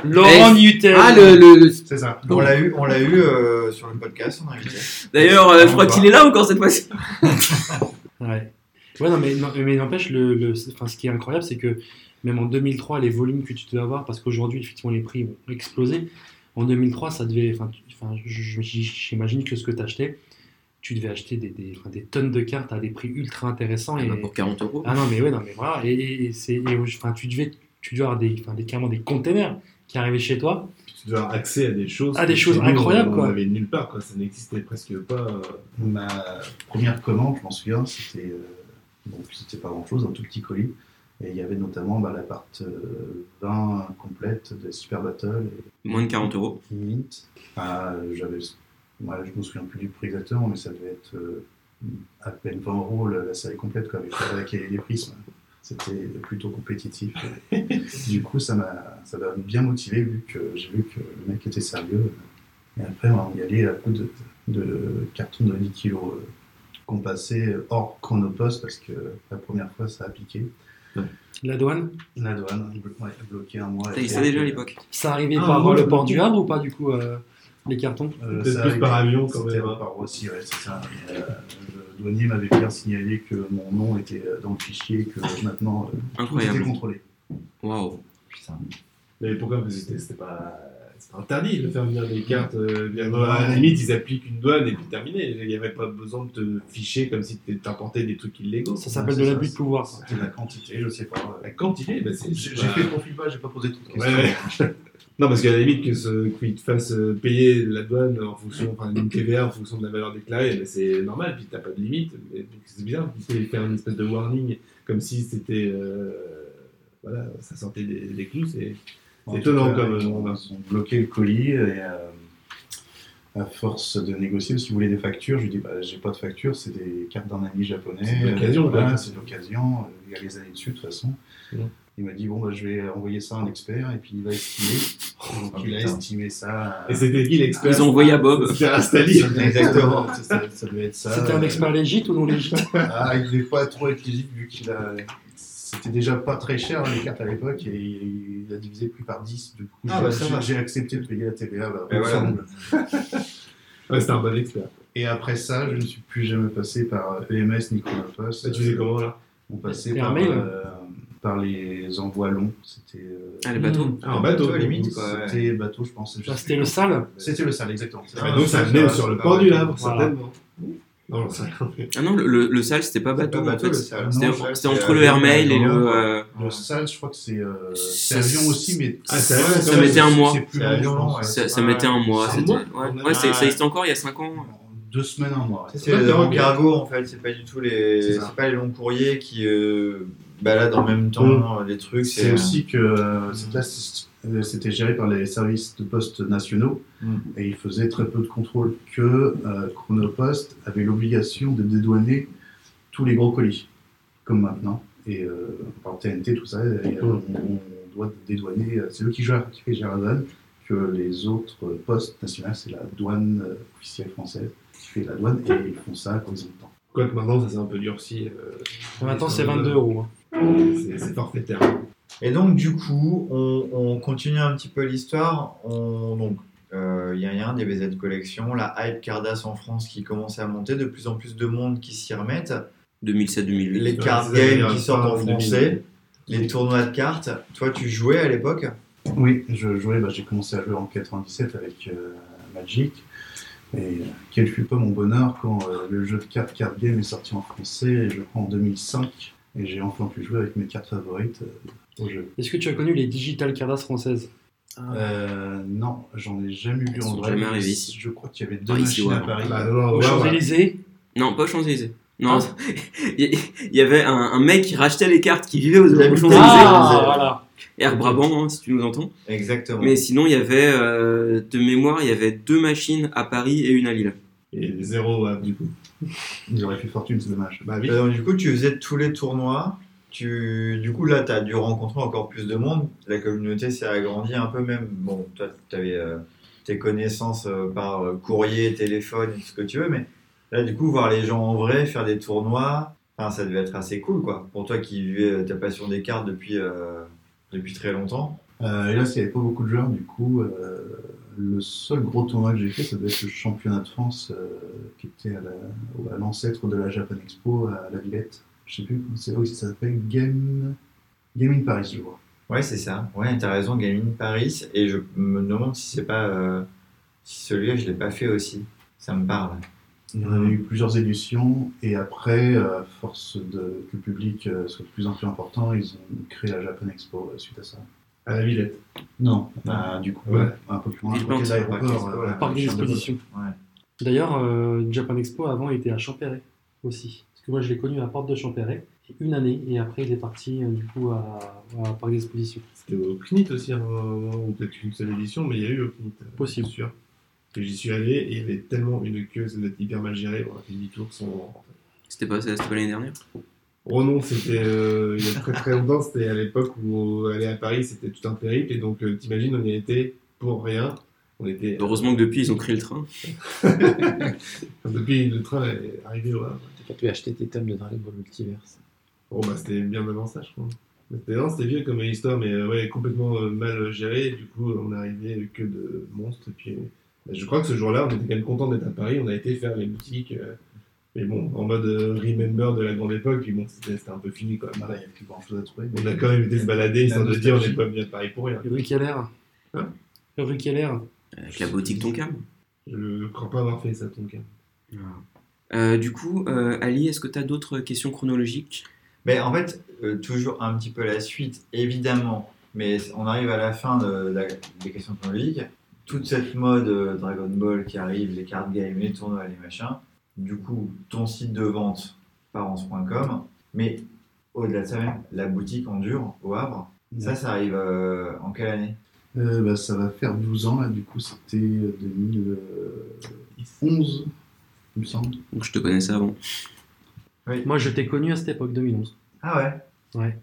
[SPEAKER 8] Laurent
[SPEAKER 7] Newton
[SPEAKER 8] Ah, le, le- le-
[SPEAKER 9] C'est ça.
[SPEAKER 2] On l'a eu, on l'a eu euh, sur le podcast, on a invité.
[SPEAKER 5] D'ailleurs, euh, je crois
[SPEAKER 2] Au revoir.
[SPEAKER 5] qu'il est là encore cette fois-ci.
[SPEAKER 7] Ouais. Ouais, non, mais, non, mais n'empêche, le, le- enfin, ce qui est incroyable, c'est que même en 2003, les volumes que tu devais avoir, parce qu'aujourd'hui, effectivement, les prix ont explosé. En 2003, ça devait. Enfin, tu- enfin, j- j- j'imagine que ce que tu achetais, tu devais acheter des, des, enfin, des tonnes de cartes à des prix ultra intéressants. Et...
[SPEAKER 5] Pour 40 euros.
[SPEAKER 7] Ah non, mais ouais, non, mais voilà. Et, et- et c'est, et, enfin, tu devais, tu devais avoir des, enfin, des, carrément des containers qui arrivaient chez toi.
[SPEAKER 6] Tu devais avoir accès à des choses.
[SPEAKER 7] Ah, des
[SPEAKER 6] que
[SPEAKER 7] choses
[SPEAKER 6] chez nous,
[SPEAKER 7] incroyables, quoi.
[SPEAKER 6] On avait nulle part quoi, ça n'existait presque pas. euh,
[SPEAKER 9] Ma première commande, je m'en souviens, c'était euh, donc c'était pas grand chose, un tout petit colis. Et il y avait notamment bah, la part euh, 20 complète de Super Battle et
[SPEAKER 5] Moins de 40 euros.
[SPEAKER 9] Mint. Ah, euh, j'avais, ouais, je me souviens plus du prix exactement, mais ça devait être euh, à peine 20 euros la la série complète, quoi, avec Goldorak et les prismes. C'était plutôt compétitif. du coup, ça m'a ça m'a bien motivé vu que j'ai vu que le mec était sérieux. Et après, on y allait à coup de, de cartons de 10 kilos euh, qu'on passait hors chronopost parce que la première fois, ça a piqué.
[SPEAKER 7] La douane,
[SPEAKER 9] La douane, blo- ouais, bloqué un mois.
[SPEAKER 5] Ça existait déjà à l'époque.
[SPEAKER 7] ça arrivait
[SPEAKER 6] Ah,
[SPEAKER 7] par
[SPEAKER 6] ouais,
[SPEAKER 7] le
[SPEAKER 6] ouais.
[SPEAKER 7] port du Havre ou pas du coup euh, les cartons
[SPEAKER 9] Euh,
[SPEAKER 6] Peut-être
[SPEAKER 9] ça
[SPEAKER 6] plus
[SPEAKER 9] a
[SPEAKER 6] par
[SPEAKER 9] été-
[SPEAKER 6] avion, quand
[SPEAKER 9] c'était
[SPEAKER 6] même, hein.
[SPEAKER 9] Par aussi, ouais, c'est ça. Et, euh, le douanier m'avait bien signalé que mon nom était euh, dans le fichier et que maintenant euh, tout était
[SPEAKER 5] Incroyable.
[SPEAKER 9] contrôlé.
[SPEAKER 5] Waouh.
[SPEAKER 2] Putain.
[SPEAKER 6] Mais pourquoi Parce que c'était c'était pas, c'était interdit de faire venir des cartes. euh, bien-
[SPEAKER 9] Ouais.
[SPEAKER 6] À la limite, ils appliquent une douane et puis terminé. Il n'y avait pas besoin de te ficher comme si tu t'importais des trucs illégaux.
[SPEAKER 7] Ça s'appelle de l'abus de pouvoir. ça.
[SPEAKER 9] C'était la quantité, je sais pas. euh,
[SPEAKER 6] La quantité, bah, c'est.
[SPEAKER 9] J'ai
[SPEAKER 6] c'est
[SPEAKER 9] j'ai
[SPEAKER 6] pas-
[SPEAKER 9] fait le profil bas, j'ai pas posé toutes les
[SPEAKER 6] Ouais,
[SPEAKER 9] questions.
[SPEAKER 6] ouais. Non, parce qu'à la limite, que ce- qu'ils te fassent euh, payer la douane en fonction, enfin, une TVA en fonction de la valeur déclarée, ben, c'est normal, puis t'as pas de limite. Mais C'est bizarre, tu fais faire une espèce de warning, comme si c'était. euh, voilà, ça sortait des, des clous, c'est.
[SPEAKER 9] En tout
[SPEAKER 6] étonnant,
[SPEAKER 9] cas,
[SPEAKER 6] comme-
[SPEAKER 9] Ils ont, ils ont bloqué le colis et euh, à force de négocier, si vous voulez des factures, je lui dis bah, j'ai pas de facture, c'est des cartes d'un ami japonais.
[SPEAKER 6] C'est de l'occasion,
[SPEAKER 9] Euh, voilà,
[SPEAKER 6] quoi.
[SPEAKER 9] c'est de l'occasion. euh, Il y a les années dessus, de toute façon.
[SPEAKER 6] Ouais.
[SPEAKER 9] Il m'a dit bon, bah, je vais envoyer ça à un expert et puis il va estimer. Donc,
[SPEAKER 2] Oh,
[SPEAKER 9] il a
[SPEAKER 2] putain.
[SPEAKER 9] estimé ça. euh, à-
[SPEAKER 6] Et c'était qui
[SPEAKER 2] Ah,
[SPEAKER 6] l'expert
[SPEAKER 5] Ils ont envoyé à Bob.
[SPEAKER 6] C'était Rastali.
[SPEAKER 9] Exactement, ça, ça- ça devait être ça.
[SPEAKER 7] C'était un
[SPEAKER 9] Euh,
[SPEAKER 7] expert légit ou non légit
[SPEAKER 9] ah, il devait pas trop être lisible vu qu'il a. C'était déjà pas très cher les cartes à l'époque et il a divisé plus par 10. Du coup,
[SPEAKER 2] Ah,
[SPEAKER 9] j'ai-
[SPEAKER 2] bah, ça
[SPEAKER 9] j'ai-
[SPEAKER 2] va.
[SPEAKER 9] j'ai accepté de payer la TVA. bah,
[SPEAKER 2] Et voilà.
[SPEAKER 9] ensemble.
[SPEAKER 6] Ouais, c'était un bon expert.
[SPEAKER 9] Et après ça, je ne suis plus jamais passé par euh, EMS ni Chronopost.
[SPEAKER 6] Ça, Bah, tu faisais comment là
[SPEAKER 9] On passait
[SPEAKER 7] C'était un
[SPEAKER 9] par,
[SPEAKER 7] mail.
[SPEAKER 9] euh, par les envois longs. C'était. euh,
[SPEAKER 5] Ah, les
[SPEAKER 2] Mm.
[SPEAKER 5] bateaux.
[SPEAKER 6] Ah, en
[SPEAKER 2] bateau,
[SPEAKER 6] bateau,
[SPEAKER 2] à la limite, quoi. ouais.
[SPEAKER 9] C'était bateau, je pense.
[SPEAKER 7] Ah, C'était le sale
[SPEAKER 9] C'était le sale, exactement.
[SPEAKER 6] Ah, donc ça venait sur le port du Havre, certainement. Non, j'en sais rien.
[SPEAKER 5] Ah non, le, le, le sale, c'était pas bateau,
[SPEAKER 2] Pas bateau,
[SPEAKER 5] en
[SPEAKER 2] le
[SPEAKER 5] fait.
[SPEAKER 2] sale.
[SPEAKER 5] C'était
[SPEAKER 9] Non,
[SPEAKER 5] c'était
[SPEAKER 9] c'est-
[SPEAKER 5] entre le Hermail et le. euh,
[SPEAKER 9] Le sale, je crois que c'est euh, c'est
[SPEAKER 5] Ça-
[SPEAKER 9] avion aussi, mais
[SPEAKER 6] Ah, c'est vrai,
[SPEAKER 5] ça mettait un mois.
[SPEAKER 9] C'est
[SPEAKER 2] C'est
[SPEAKER 9] plus long, je
[SPEAKER 2] avion,
[SPEAKER 9] pense.
[SPEAKER 2] ouais.
[SPEAKER 5] Ça, ça mettait un mois.
[SPEAKER 6] Un
[SPEAKER 5] c'était-
[SPEAKER 6] mois
[SPEAKER 5] Ouais,
[SPEAKER 6] On a-
[SPEAKER 5] ouais, c'est- ça existait encore il y a 5 ans. hein.
[SPEAKER 9] Deux semaines, un mois. ouais.
[SPEAKER 2] C'est le
[SPEAKER 6] D'accord,
[SPEAKER 2] grand
[SPEAKER 6] ok.
[SPEAKER 2] cargo en fait, c'est pas du tout les,
[SPEAKER 9] C'est ça.
[SPEAKER 2] c'est pas les longs courriers qui euh, baladent en même temps
[SPEAKER 9] Mm.
[SPEAKER 2] euh, des trucs.
[SPEAKER 9] C'est
[SPEAKER 2] euh,
[SPEAKER 9] aussi que euh, cette place, euh, c'était géré par les services de poste nationaux
[SPEAKER 2] Mm.
[SPEAKER 9] et ils faisaient très peu de contrôle que euh, Chronopost avait l'obligation de dédouaner tous les gros colis, comme maintenant. Et euh, par TNT, tout ça, et, euh,
[SPEAKER 6] Mm.
[SPEAKER 9] on, on doit dédouaner. euh, C'est eux qui gèrent, qui gèrent la douane, que les autres euh, postes nationaux, c'est la douane euh, officielle française qui fait la douane et ils font ça quand ils ont le temps.
[SPEAKER 6] Quoique maintenant, ça s'est un peu durci. euh,
[SPEAKER 7] Maintenant, c'est 22 euros. hein.
[SPEAKER 6] C'est c'est forfaitaire.
[SPEAKER 2] Et donc, du coup, on, on continue un petit peu l'histoire. On, donc, euh, il y a rien, DBZ Collection, la hype Cardas en France qui commençait à monter, de plus en plus de monde qui s'y remettent,
[SPEAKER 5] 2007-2008.
[SPEAKER 2] les
[SPEAKER 6] Ouais,
[SPEAKER 2] card
[SPEAKER 6] c'est
[SPEAKER 2] games
[SPEAKER 6] ça,
[SPEAKER 2] qui sortent en
[SPEAKER 6] fin 2000.
[SPEAKER 2] français, les tournois de cartes. Toi, tu jouais à l'époque
[SPEAKER 9] Oui, je jouais, bah, j'ai commencé à jouer en 97 avec euh, Magic. Et euh, quel fut pas mon bonheur quand euh, le jeu de cartes Card Game est sorti en français, et je crois en 2005, et j'ai enfin pu jouer avec mes cartes favorites euh, au jeu.
[SPEAKER 7] Est-ce que tu as connu les digital cardas françaises
[SPEAKER 8] Ah,
[SPEAKER 9] Euh, non, j'en ai jamais vu
[SPEAKER 5] Elles
[SPEAKER 9] en
[SPEAKER 5] sont
[SPEAKER 9] vrai.
[SPEAKER 5] jamais
[SPEAKER 9] mais
[SPEAKER 5] arrivées ici.
[SPEAKER 9] Je crois qu'il y avait deux
[SPEAKER 5] Ah, ici,
[SPEAKER 9] machines à
[SPEAKER 5] ouais.
[SPEAKER 9] Paris.
[SPEAKER 6] Bah, non,
[SPEAKER 7] Aux
[SPEAKER 6] ouais, ouais.
[SPEAKER 7] Champs-Élysées
[SPEAKER 5] Non, pas aux Champs-Élysées. Non,
[SPEAKER 2] Ah.
[SPEAKER 5] il il y avait un, un mec qui rachetait les cartes qui vivait aux, aux Champs-Élysées.
[SPEAKER 7] Ah, voilà.
[SPEAKER 5] Air Brabant, hein, si tu nous entends.
[SPEAKER 2] Exactement.
[SPEAKER 5] Mais sinon, il y avait, euh, de mémoire, il y avait deux machines à Paris et une à Lille.
[SPEAKER 6] Et zéro à du coup.
[SPEAKER 9] J'aurais fait fortune, c'est dommage.
[SPEAKER 6] Bah oui.
[SPEAKER 2] Euh, donc, du coup, tu faisais tous les tournois. Tu... Du coup, là, tu as dû rencontrer encore plus de monde. La communauté s'est agrandie un peu même. Bon, toi, tu avais tes connaissances euh, par euh, courrier, téléphone, tout ce que tu veux. Mais là, du coup, voir les gens en vrai, faire des tournois, enfin, ça devait être assez cool, quoi. Pour toi qui vivais euh, ta passion des cartes depuis, euh, depuis très longtemps.
[SPEAKER 9] Euh, et là, s'il n'y avait pas beaucoup de joueurs, du coup, euh, le seul gros tournoi que j'ai fait, ça devait être le championnat de France euh, qui était à la- à l'ancêtre de la Japan Expo à la Villette. Je sais plus, comment c'est oui, ça s'appelle Game... Game in Paris, je vois.
[SPEAKER 2] Ouais, c'est ça. Ouais, t'as raison, Gaming Paris. Et je me demande si c'est pas. euh, si celui-là, je l'ai pas fait aussi. Ça me parle.
[SPEAKER 9] Il y en
[SPEAKER 6] Mhm.
[SPEAKER 9] avait eu plusieurs éditions, et après, euh, à force de, que le public euh, soit de plus en plus important, ils ont créé la Japan Expo euh, suite à ça.
[SPEAKER 6] À la Villette. Ah,
[SPEAKER 9] Non, bah, du coup,
[SPEAKER 6] Ouais.
[SPEAKER 9] un peu plus loin, à
[SPEAKER 5] Ville
[SPEAKER 9] côté de
[SPEAKER 5] Plante,
[SPEAKER 9] l'aéroport,
[SPEAKER 2] ouais,
[SPEAKER 9] euh,
[SPEAKER 2] ouais.
[SPEAKER 7] Parc
[SPEAKER 9] le
[SPEAKER 7] des
[SPEAKER 9] Champ de Mars.
[SPEAKER 7] expositions.
[SPEAKER 2] Ouais.
[SPEAKER 7] D'ailleurs, euh, Japan Expo avant était à Champéret aussi. Parce que moi, je l'ai connu à Porte de Champéret et une année, et après, il est parti euh, du coup à, à Parc des expositions.
[SPEAKER 6] C'était au Knit aussi, à un moment, ou peut-être une seule édition, mais il y a eu au Knit. euh,
[SPEAKER 7] Possible.
[SPEAKER 6] c'est sûr. que j'y suis allé et il y avait tellement une queue, ça doit être hyper mal géré. On a fait demi-tour sans.
[SPEAKER 5] C'était pas, c'était pas l'année dernière
[SPEAKER 6] Oh non, c'était euh, il y a très très longtemps, c'était à l'époque où aller à Paris c'était tout un périple et donc euh, t'imagines, on y était pour rien. On était.
[SPEAKER 5] Heureusement que depuis, ils ont créé le train.
[SPEAKER 6] euh, Depuis le train est arrivé au Havre.
[SPEAKER 8] T'as pu acheter tes tomes de Dragon Ball Multiverse.
[SPEAKER 6] Bon, bah, c'était bien avant ça, je crois. C'était non, c'était vieux comme histoire, mais euh, ouais, complètement euh, mal géré. Du coup, on est arrivé euh, que de monstres. Et puis, euh, bah, je crois que ce jour-là, on était quand même content d'être à Paris. On a été faire les boutiques, euh, mais bon, en mode euh, remember de la grande époque. Puis bon, c'était c'était un peu fini quand même.
[SPEAKER 9] Voilà, il n'y a plus grand chose à trouver.
[SPEAKER 6] On a quand même été se balader, histoire de se dire, on n'est pas venu à Paris pour rien.
[SPEAKER 7] Rue Keller.
[SPEAKER 6] Hein
[SPEAKER 7] Rue Keller.
[SPEAKER 5] Avec la boutique Tonkam.
[SPEAKER 6] Je crois pas avoir fait ça, ton cas.
[SPEAKER 5] Euh, du coup, euh, Ali, est-ce que tu as d'autres questions chronologiques
[SPEAKER 2] Ben, en fait, euh, toujours un petit peu la suite, évidemment, mais on arrive à la fin de la- des questions chronologiques. Toute cette mode euh, Dragon Ball qui arrive, les card games, les tournois, les machins. Du coup, ton site de vente, parents.com, mais au-delà de ça même, la boutique en dur au Havre, ça, ça arrive euh, en quelle année
[SPEAKER 9] Euh, bah, ça va faire 12 ans, là, du coup, c'était euh, 2011, euh, il me semble.
[SPEAKER 5] Donc, je te connaissais avant.
[SPEAKER 7] Moi, je t'ai connu à cette époque, 2011.
[SPEAKER 2] Ah ouais
[SPEAKER 7] Ouais.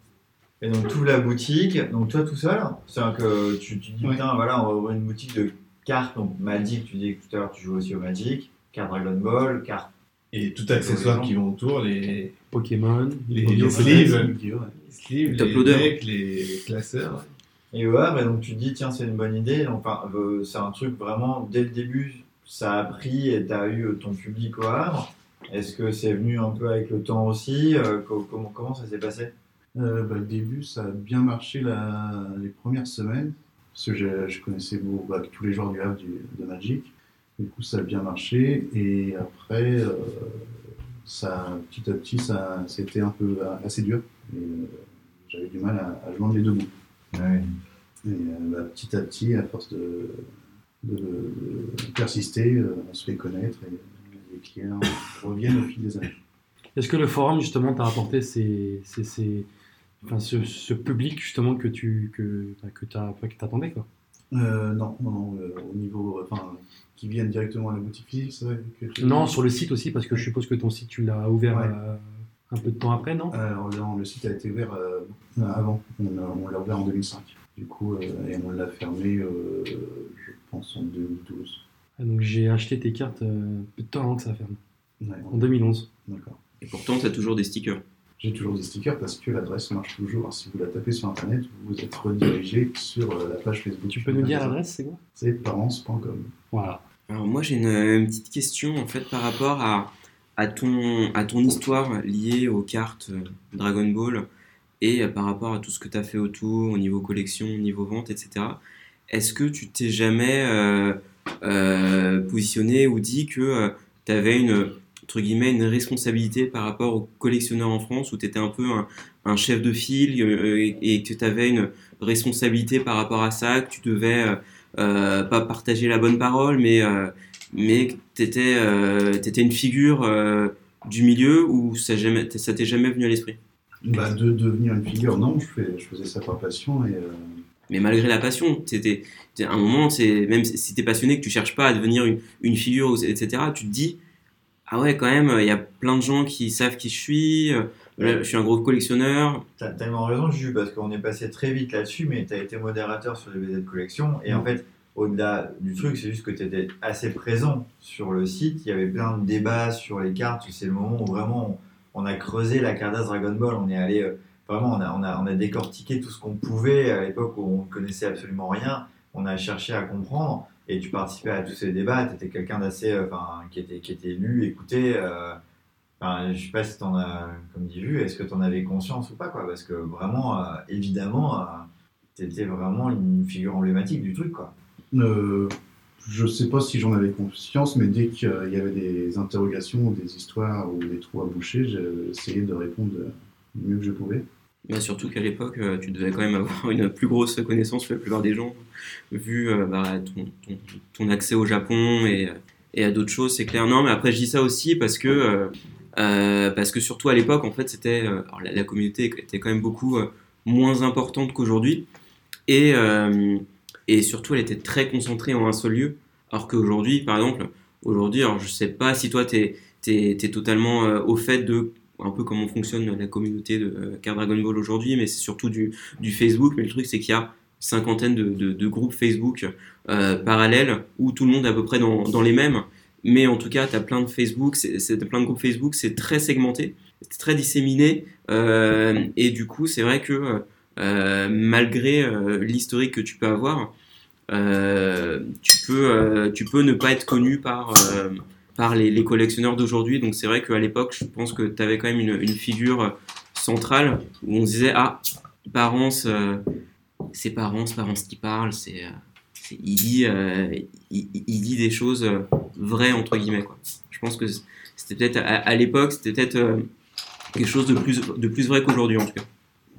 [SPEAKER 2] Et donc, tout la boutique, donc toi tout seul, c'est-à-dire que tu, tu dis,
[SPEAKER 9] Ouais.
[SPEAKER 2] putain, voilà, on va ouvrir une boutique de cartes, donc Magic, tu dis que tout à l'heure tu joues aussi au Magic, cartes Dragon Ball, cartes.
[SPEAKER 6] Et tout accessoire qui vont autour, les,
[SPEAKER 7] Pokémon,
[SPEAKER 6] les,
[SPEAKER 7] Yu-Gi-Oh!
[SPEAKER 6] les sleeves,
[SPEAKER 9] Yu-Gi-Oh, ouais.
[SPEAKER 6] les sleeves,
[SPEAKER 5] Top
[SPEAKER 6] les
[SPEAKER 5] loader.
[SPEAKER 6] decks, les classeurs.
[SPEAKER 2] Et au Havre, et E donc tu te dis, tiens, c'est une bonne idée, enfin, euh, c'est un truc vraiment, dès le début, ça a pris et tu as eu euh, ton public au Havre. Est-ce que c'est venu un peu avec le temps aussi Euh, co- comment, comment ça s'est passé
[SPEAKER 9] Euh, bah, le début, ça a bien marché la- les premières semaines, parce que je, je connaissais bon, bah, tous les joueurs du Havre du- de Magic. Du coup, ça a bien marché, et après, euh, ça, petit à petit, ça, c'était un peu euh, assez dur. Et, euh, J'avais du mal à, à joindre les deux bouts. Et euh, bah, petit à petit, à force de, de- de persister, euh, on se fait connaître, et les clients reviennent au fil des années.
[SPEAKER 7] Est-ce que le forum, justement, t'a apporté ces, ces, ces- enfin, ce, ce public, justement, que tu que, enfin, que t'as- enfin, que t'attendais, quoi
[SPEAKER 9] Euh, non, non, non, euh, au niveau, euh, enfin, qui viennent directement à la boutique physique, c'est vrai que tu-
[SPEAKER 7] Non, sur le site aussi, parce que je suppose que ton site, tu l'as ouvert
[SPEAKER 9] Ouais.
[SPEAKER 7] euh, un peu de temps après, non
[SPEAKER 9] Alors, non, Euh, le site a été ouvert euh, avant. On, a- on l'a ouvert en 2005. Du coup, euh, et on l'a fermé, euh, je pense, en 2012.
[SPEAKER 7] Ah, Donc, j'ai acheté tes cartes euh, peu de temps avant que ça ferme,
[SPEAKER 9] Ouais,
[SPEAKER 7] en 2011.
[SPEAKER 9] d'accord.
[SPEAKER 5] Et pourtant, tu as toujours des stickers.
[SPEAKER 9] J'ai toujours des stickers parce que l'adresse marche toujours. Si vous la tapez sur Internet, vous êtes redirigé sur euh, la page Facebook.
[SPEAKER 7] Tu peux nous dire l'adresse, c'est quoi
[SPEAKER 9] C'est parents.com.
[SPEAKER 7] Voilà.
[SPEAKER 5] Alors moi j'ai une, une petite question en fait par rapport à, à, ton, à ton histoire liée aux cartes euh, Dragon Ball et euh, par rapport à tout ce que tu as fait autour au niveau collection, au niveau vente, etc. Est-ce que tu t'es jamais euh, euh, positionné ou dit que tu avais une, entre guillemets, une responsabilité par rapport aux collectionneurs en France où tu étais un peu un, un chef de file euh, et, et que tu avais une responsabilité par rapport à ça, que tu devais... euh, euh, pas partager la bonne parole, mais, euh, mais que t'étais, euh, t'étais une figure euh, du milieu ou ça, jamais, ça t'est jamais venu à l'esprit.
[SPEAKER 9] Bah, de devenir une figure, non, je, fais- je faisais ça par passion et. euh,
[SPEAKER 5] Mais malgré la passion, t'étais, t'es- à un moment, c'est, même si t'es passionné, que tu cherches pas à devenir une, une figure, ou- etc., tu te dis, ah ouais, quand même, il y a plein de gens qui savent qui je suis, euh, voilà, je suis un gros collectionneur.
[SPEAKER 2] T'as tellement raison, Juju, parce qu'on est passé très vite là-dessus, mais t'as été modérateur sur les BZ de collection. Et en fait, au-delà du truc, c'est juste que t'étais assez présent sur le site. Il y avait plein de débats sur les cartes. C'est le moment où vraiment on on a creusé la carte d'As Dragon Ball. On est allé euh, vraiment, on a, on, a, on a décortiqué tout ce qu'on pouvait à l'époque où on ne connaissait absolument rien. On a cherché à comprendre et tu participais à tous ces débats. T'étais quelqu'un d'assez, euh, enfin, qui était, qui était lu, écouté. euh, Enfin, je sais pas si t'en as, comme dit vu, est-ce que t'en avais conscience ou pas, quoi Parce que vraiment, euh, évidemment, euh, t'étais vraiment une figure emblématique du truc, quoi.
[SPEAKER 9] Euh, je sais pas si j'en avais conscience, mais dès qu'il y avait des interrogations, ou des histoires ou des trous à boucher, j'essayais de répondre du mieux que je pouvais.
[SPEAKER 5] Bah, surtout qu'à l'époque, euh, tu devais quand même avoir une plus grosse connaissance que la plupart des gens, vu euh, bah, ton, ton- ton accès au Japon et, et à d'autres choses, c'est clair. Non, mais après, je dis ça aussi parce que, euh, euh, parce que surtout à l'époque, en fait, c'était euh, alors, la, la communauté était quand même beaucoup euh, moins importante qu'aujourd'hui. Et, euh, et surtout, elle était très concentrée en un seul lieu. Alors qu'aujourd'hui, par exemple, aujourd'hui, alors je sais pas si toi t'es es, totalement euh, au fait de un peu comment fonctionne la communauté de euh, Car Dragon Ball aujourd'hui, mais c'est surtout du, du Facebook. Mais le truc, c'est qu'il y a cinquantaine de, de- de groupes Facebook euh, parallèles où tout le monde est à peu près dans, dans les mêmes. Mais en tout cas, tu as plein de Facebook, c'est c'est- t'as plein de groupes Facebook, c'est très segmenté, c'est très disséminé. euh, et du coup, c'est vrai que euh, malgré euh, l'historique que tu peux avoir, euh, tu, peux, euh, tu peux ne pas être connu par, euh, par les, les collectionneurs d'aujourd'hui. Donc c'est vrai qu'à l'époque, je pense que tu avais quand même une, une figure euh, centrale où on se disait, ah, parents, euh, c'est parents, parents qui parlent, c'est... euh, c'est- il dit, euh, il, il- il dit des choses euh, vraies entre guillemets quoi. Je pense que c'était peut-être à, à l'époque c'était peut-être euh, quelque chose de plus de plus vrai qu'aujourd'hui en tout cas.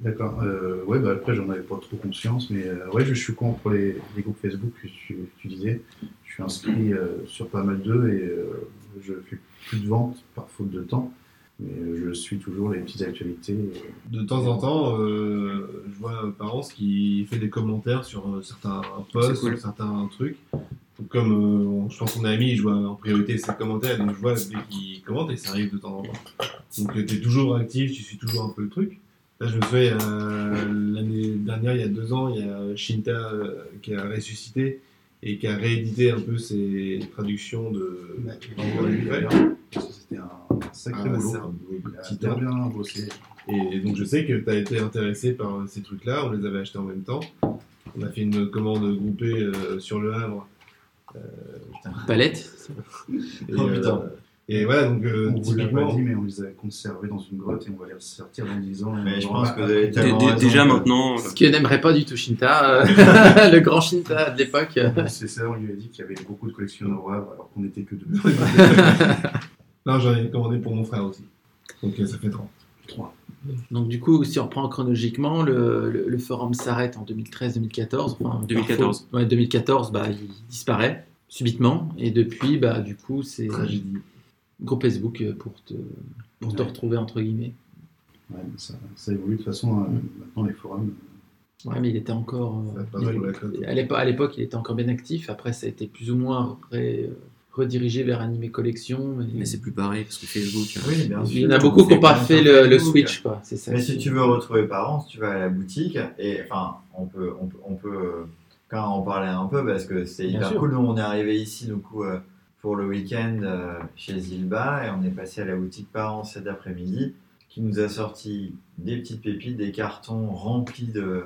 [SPEAKER 9] D'accord. Euh, ouais, bah après, j'en avais pas trop conscience, mais euh, ouais, je suis con pour les, les groupes Facebook que tu, que tu disais. Je suis inscrit euh, sur pas mal d'eux et euh, je fais plus de ventes par faute de temps, mais euh, je suis toujours les petites actualités. euh.
[SPEAKER 6] De temps en temps, euh, je vois Parents qui fait des commentaires sur euh, certains
[SPEAKER 5] C'est
[SPEAKER 6] posts,
[SPEAKER 5] cool.
[SPEAKER 6] sur certains trucs. Donc, Comme euh, on- je pense qu'on est amis, je vois en priorité ses commentaires, donc je vois dès qu'il commente et ça arrive de temps en temps. Donc tu es toujours actif, tu suis toujours un peu le truc. Là, je me souviens, euh, l'année dernière, il y a deux ans, il y a Shinta euh, qui a ressuscité et qui a réédité un peu ses traductions de.
[SPEAKER 9] Euh,
[SPEAKER 6] d'Envoi du Fer.
[SPEAKER 9] Parce que C'était un sacré
[SPEAKER 6] Ah,
[SPEAKER 9] boulot.
[SPEAKER 6] c'est un boulot de
[SPEAKER 9] Il a
[SPEAKER 6] petit
[SPEAKER 9] bien
[SPEAKER 6] homme.
[SPEAKER 9] bien bossé.
[SPEAKER 6] Et donc je sais que tu as été intéressé par euh, ces trucs-là, on les avait achetés en même temps. On a fait une commande groupée euh, sur le Havre. Euh, putain.
[SPEAKER 8] Palette
[SPEAKER 6] Et, euh,
[SPEAKER 2] Oh, putain.
[SPEAKER 6] et voilà, donc euh,
[SPEAKER 9] on vous l'a pas
[SPEAKER 6] typiquement,
[SPEAKER 9] dit, mais on les a conservés dans une grotte et on va les ressortir dans 10 ans.
[SPEAKER 2] Mais je
[SPEAKER 9] On aura-
[SPEAKER 2] pense que vous avez
[SPEAKER 5] Dé-
[SPEAKER 2] tellement
[SPEAKER 5] dé-
[SPEAKER 2] raison
[SPEAKER 5] déjà
[SPEAKER 2] que-
[SPEAKER 5] maintenant,
[SPEAKER 8] Ce que n'aimerait pas du tout Shinta, euh, le grand Shinta de l'époque.
[SPEAKER 9] C'est ça, on lui a dit qu'il y avait beaucoup de collectionneurs au Havre alors qu'on n'était que deux.
[SPEAKER 6] non, j'en ai commandé pour mon frère aussi. Donc euh, ça fait 30.
[SPEAKER 9] Trois.
[SPEAKER 8] Donc du coup, si on reprend chronologiquement, le, le- le forum s'arrête en 2013-2014. Enfin,
[SPEAKER 5] 2014.
[SPEAKER 8] parfois- ouais, 2014, bah, il disparaît subitement. Et depuis, bah, du coup, c'est
[SPEAKER 9] Tragédie.
[SPEAKER 8] groupe Facebook euh, pour te, pour te
[SPEAKER 9] Ouais.
[SPEAKER 8] retrouver, entre guillemets.
[SPEAKER 9] Ouais, mais ça, ça évolue de toute façon. euh, maintenant, les forums,
[SPEAKER 8] Ouais, mais il était encore... euh,
[SPEAKER 6] Ça fait pas
[SPEAKER 8] il-
[SPEAKER 6] mal, la cote.
[SPEAKER 8] à l'épo- à l'époque, il était encore bien actif. Après, ça a été plus ou moins ré- redirigé vers Animé Collection. mais-
[SPEAKER 5] mais c'est plus pareil parce que Facebook. euh,
[SPEAKER 2] Oui, bien
[SPEAKER 8] il y
[SPEAKER 2] sûr.
[SPEAKER 8] en a beaucoup qui n'ont pas
[SPEAKER 2] C'est
[SPEAKER 8] fait
[SPEAKER 2] comme
[SPEAKER 8] le,
[SPEAKER 2] sur
[SPEAKER 8] le
[SPEAKER 2] Facebook.
[SPEAKER 8] switch, quoi. C'est ça.
[SPEAKER 2] Mais
[SPEAKER 8] qui-
[SPEAKER 2] si tu veux retrouver Parents, tu vas à la boutique et enfin, on peut, on peut, on peut euh, quand même en parler un peu parce que c'est
[SPEAKER 8] Bien
[SPEAKER 2] hyper
[SPEAKER 8] sûr.
[SPEAKER 2] cool. Nous, on est arrivé ici du coup euh, pour le week-end euh, chez Zilba et on est passé à la boutique Parents cet après-midi qui nous a sorti des petites pépites, des cartons remplis de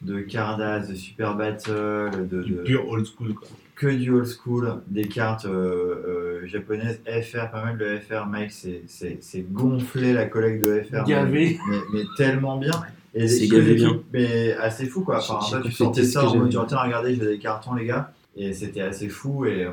[SPEAKER 2] de Cardass, de Super Battle, de,
[SPEAKER 6] Du
[SPEAKER 2] de-
[SPEAKER 6] pur old school. Quoi.
[SPEAKER 2] que du old school, des cartes euh, euh, japonaises, FR, pas mal de FR, mec, c'est- c'est c'est gonflé la collecte de FR.
[SPEAKER 7] Gavé.
[SPEAKER 2] Mais, mais tellement bien. Et
[SPEAKER 5] C'est
[SPEAKER 2] des-
[SPEAKER 5] gavé
[SPEAKER 2] des
[SPEAKER 5] bien.
[SPEAKER 2] trucs, Mais assez fou quoi. Enfin,
[SPEAKER 8] J'ai- j'ai
[SPEAKER 2] toi, tu
[SPEAKER 8] compris
[SPEAKER 2] sortais
[SPEAKER 8] ce que
[SPEAKER 2] ça en
[SPEAKER 8] j'avais
[SPEAKER 2] mode,
[SPEAKER 8] dit.
[SPEAKER 2] genre, tiens, regardez, je vais des cartons, les gars. Et c'était assez fou. Et,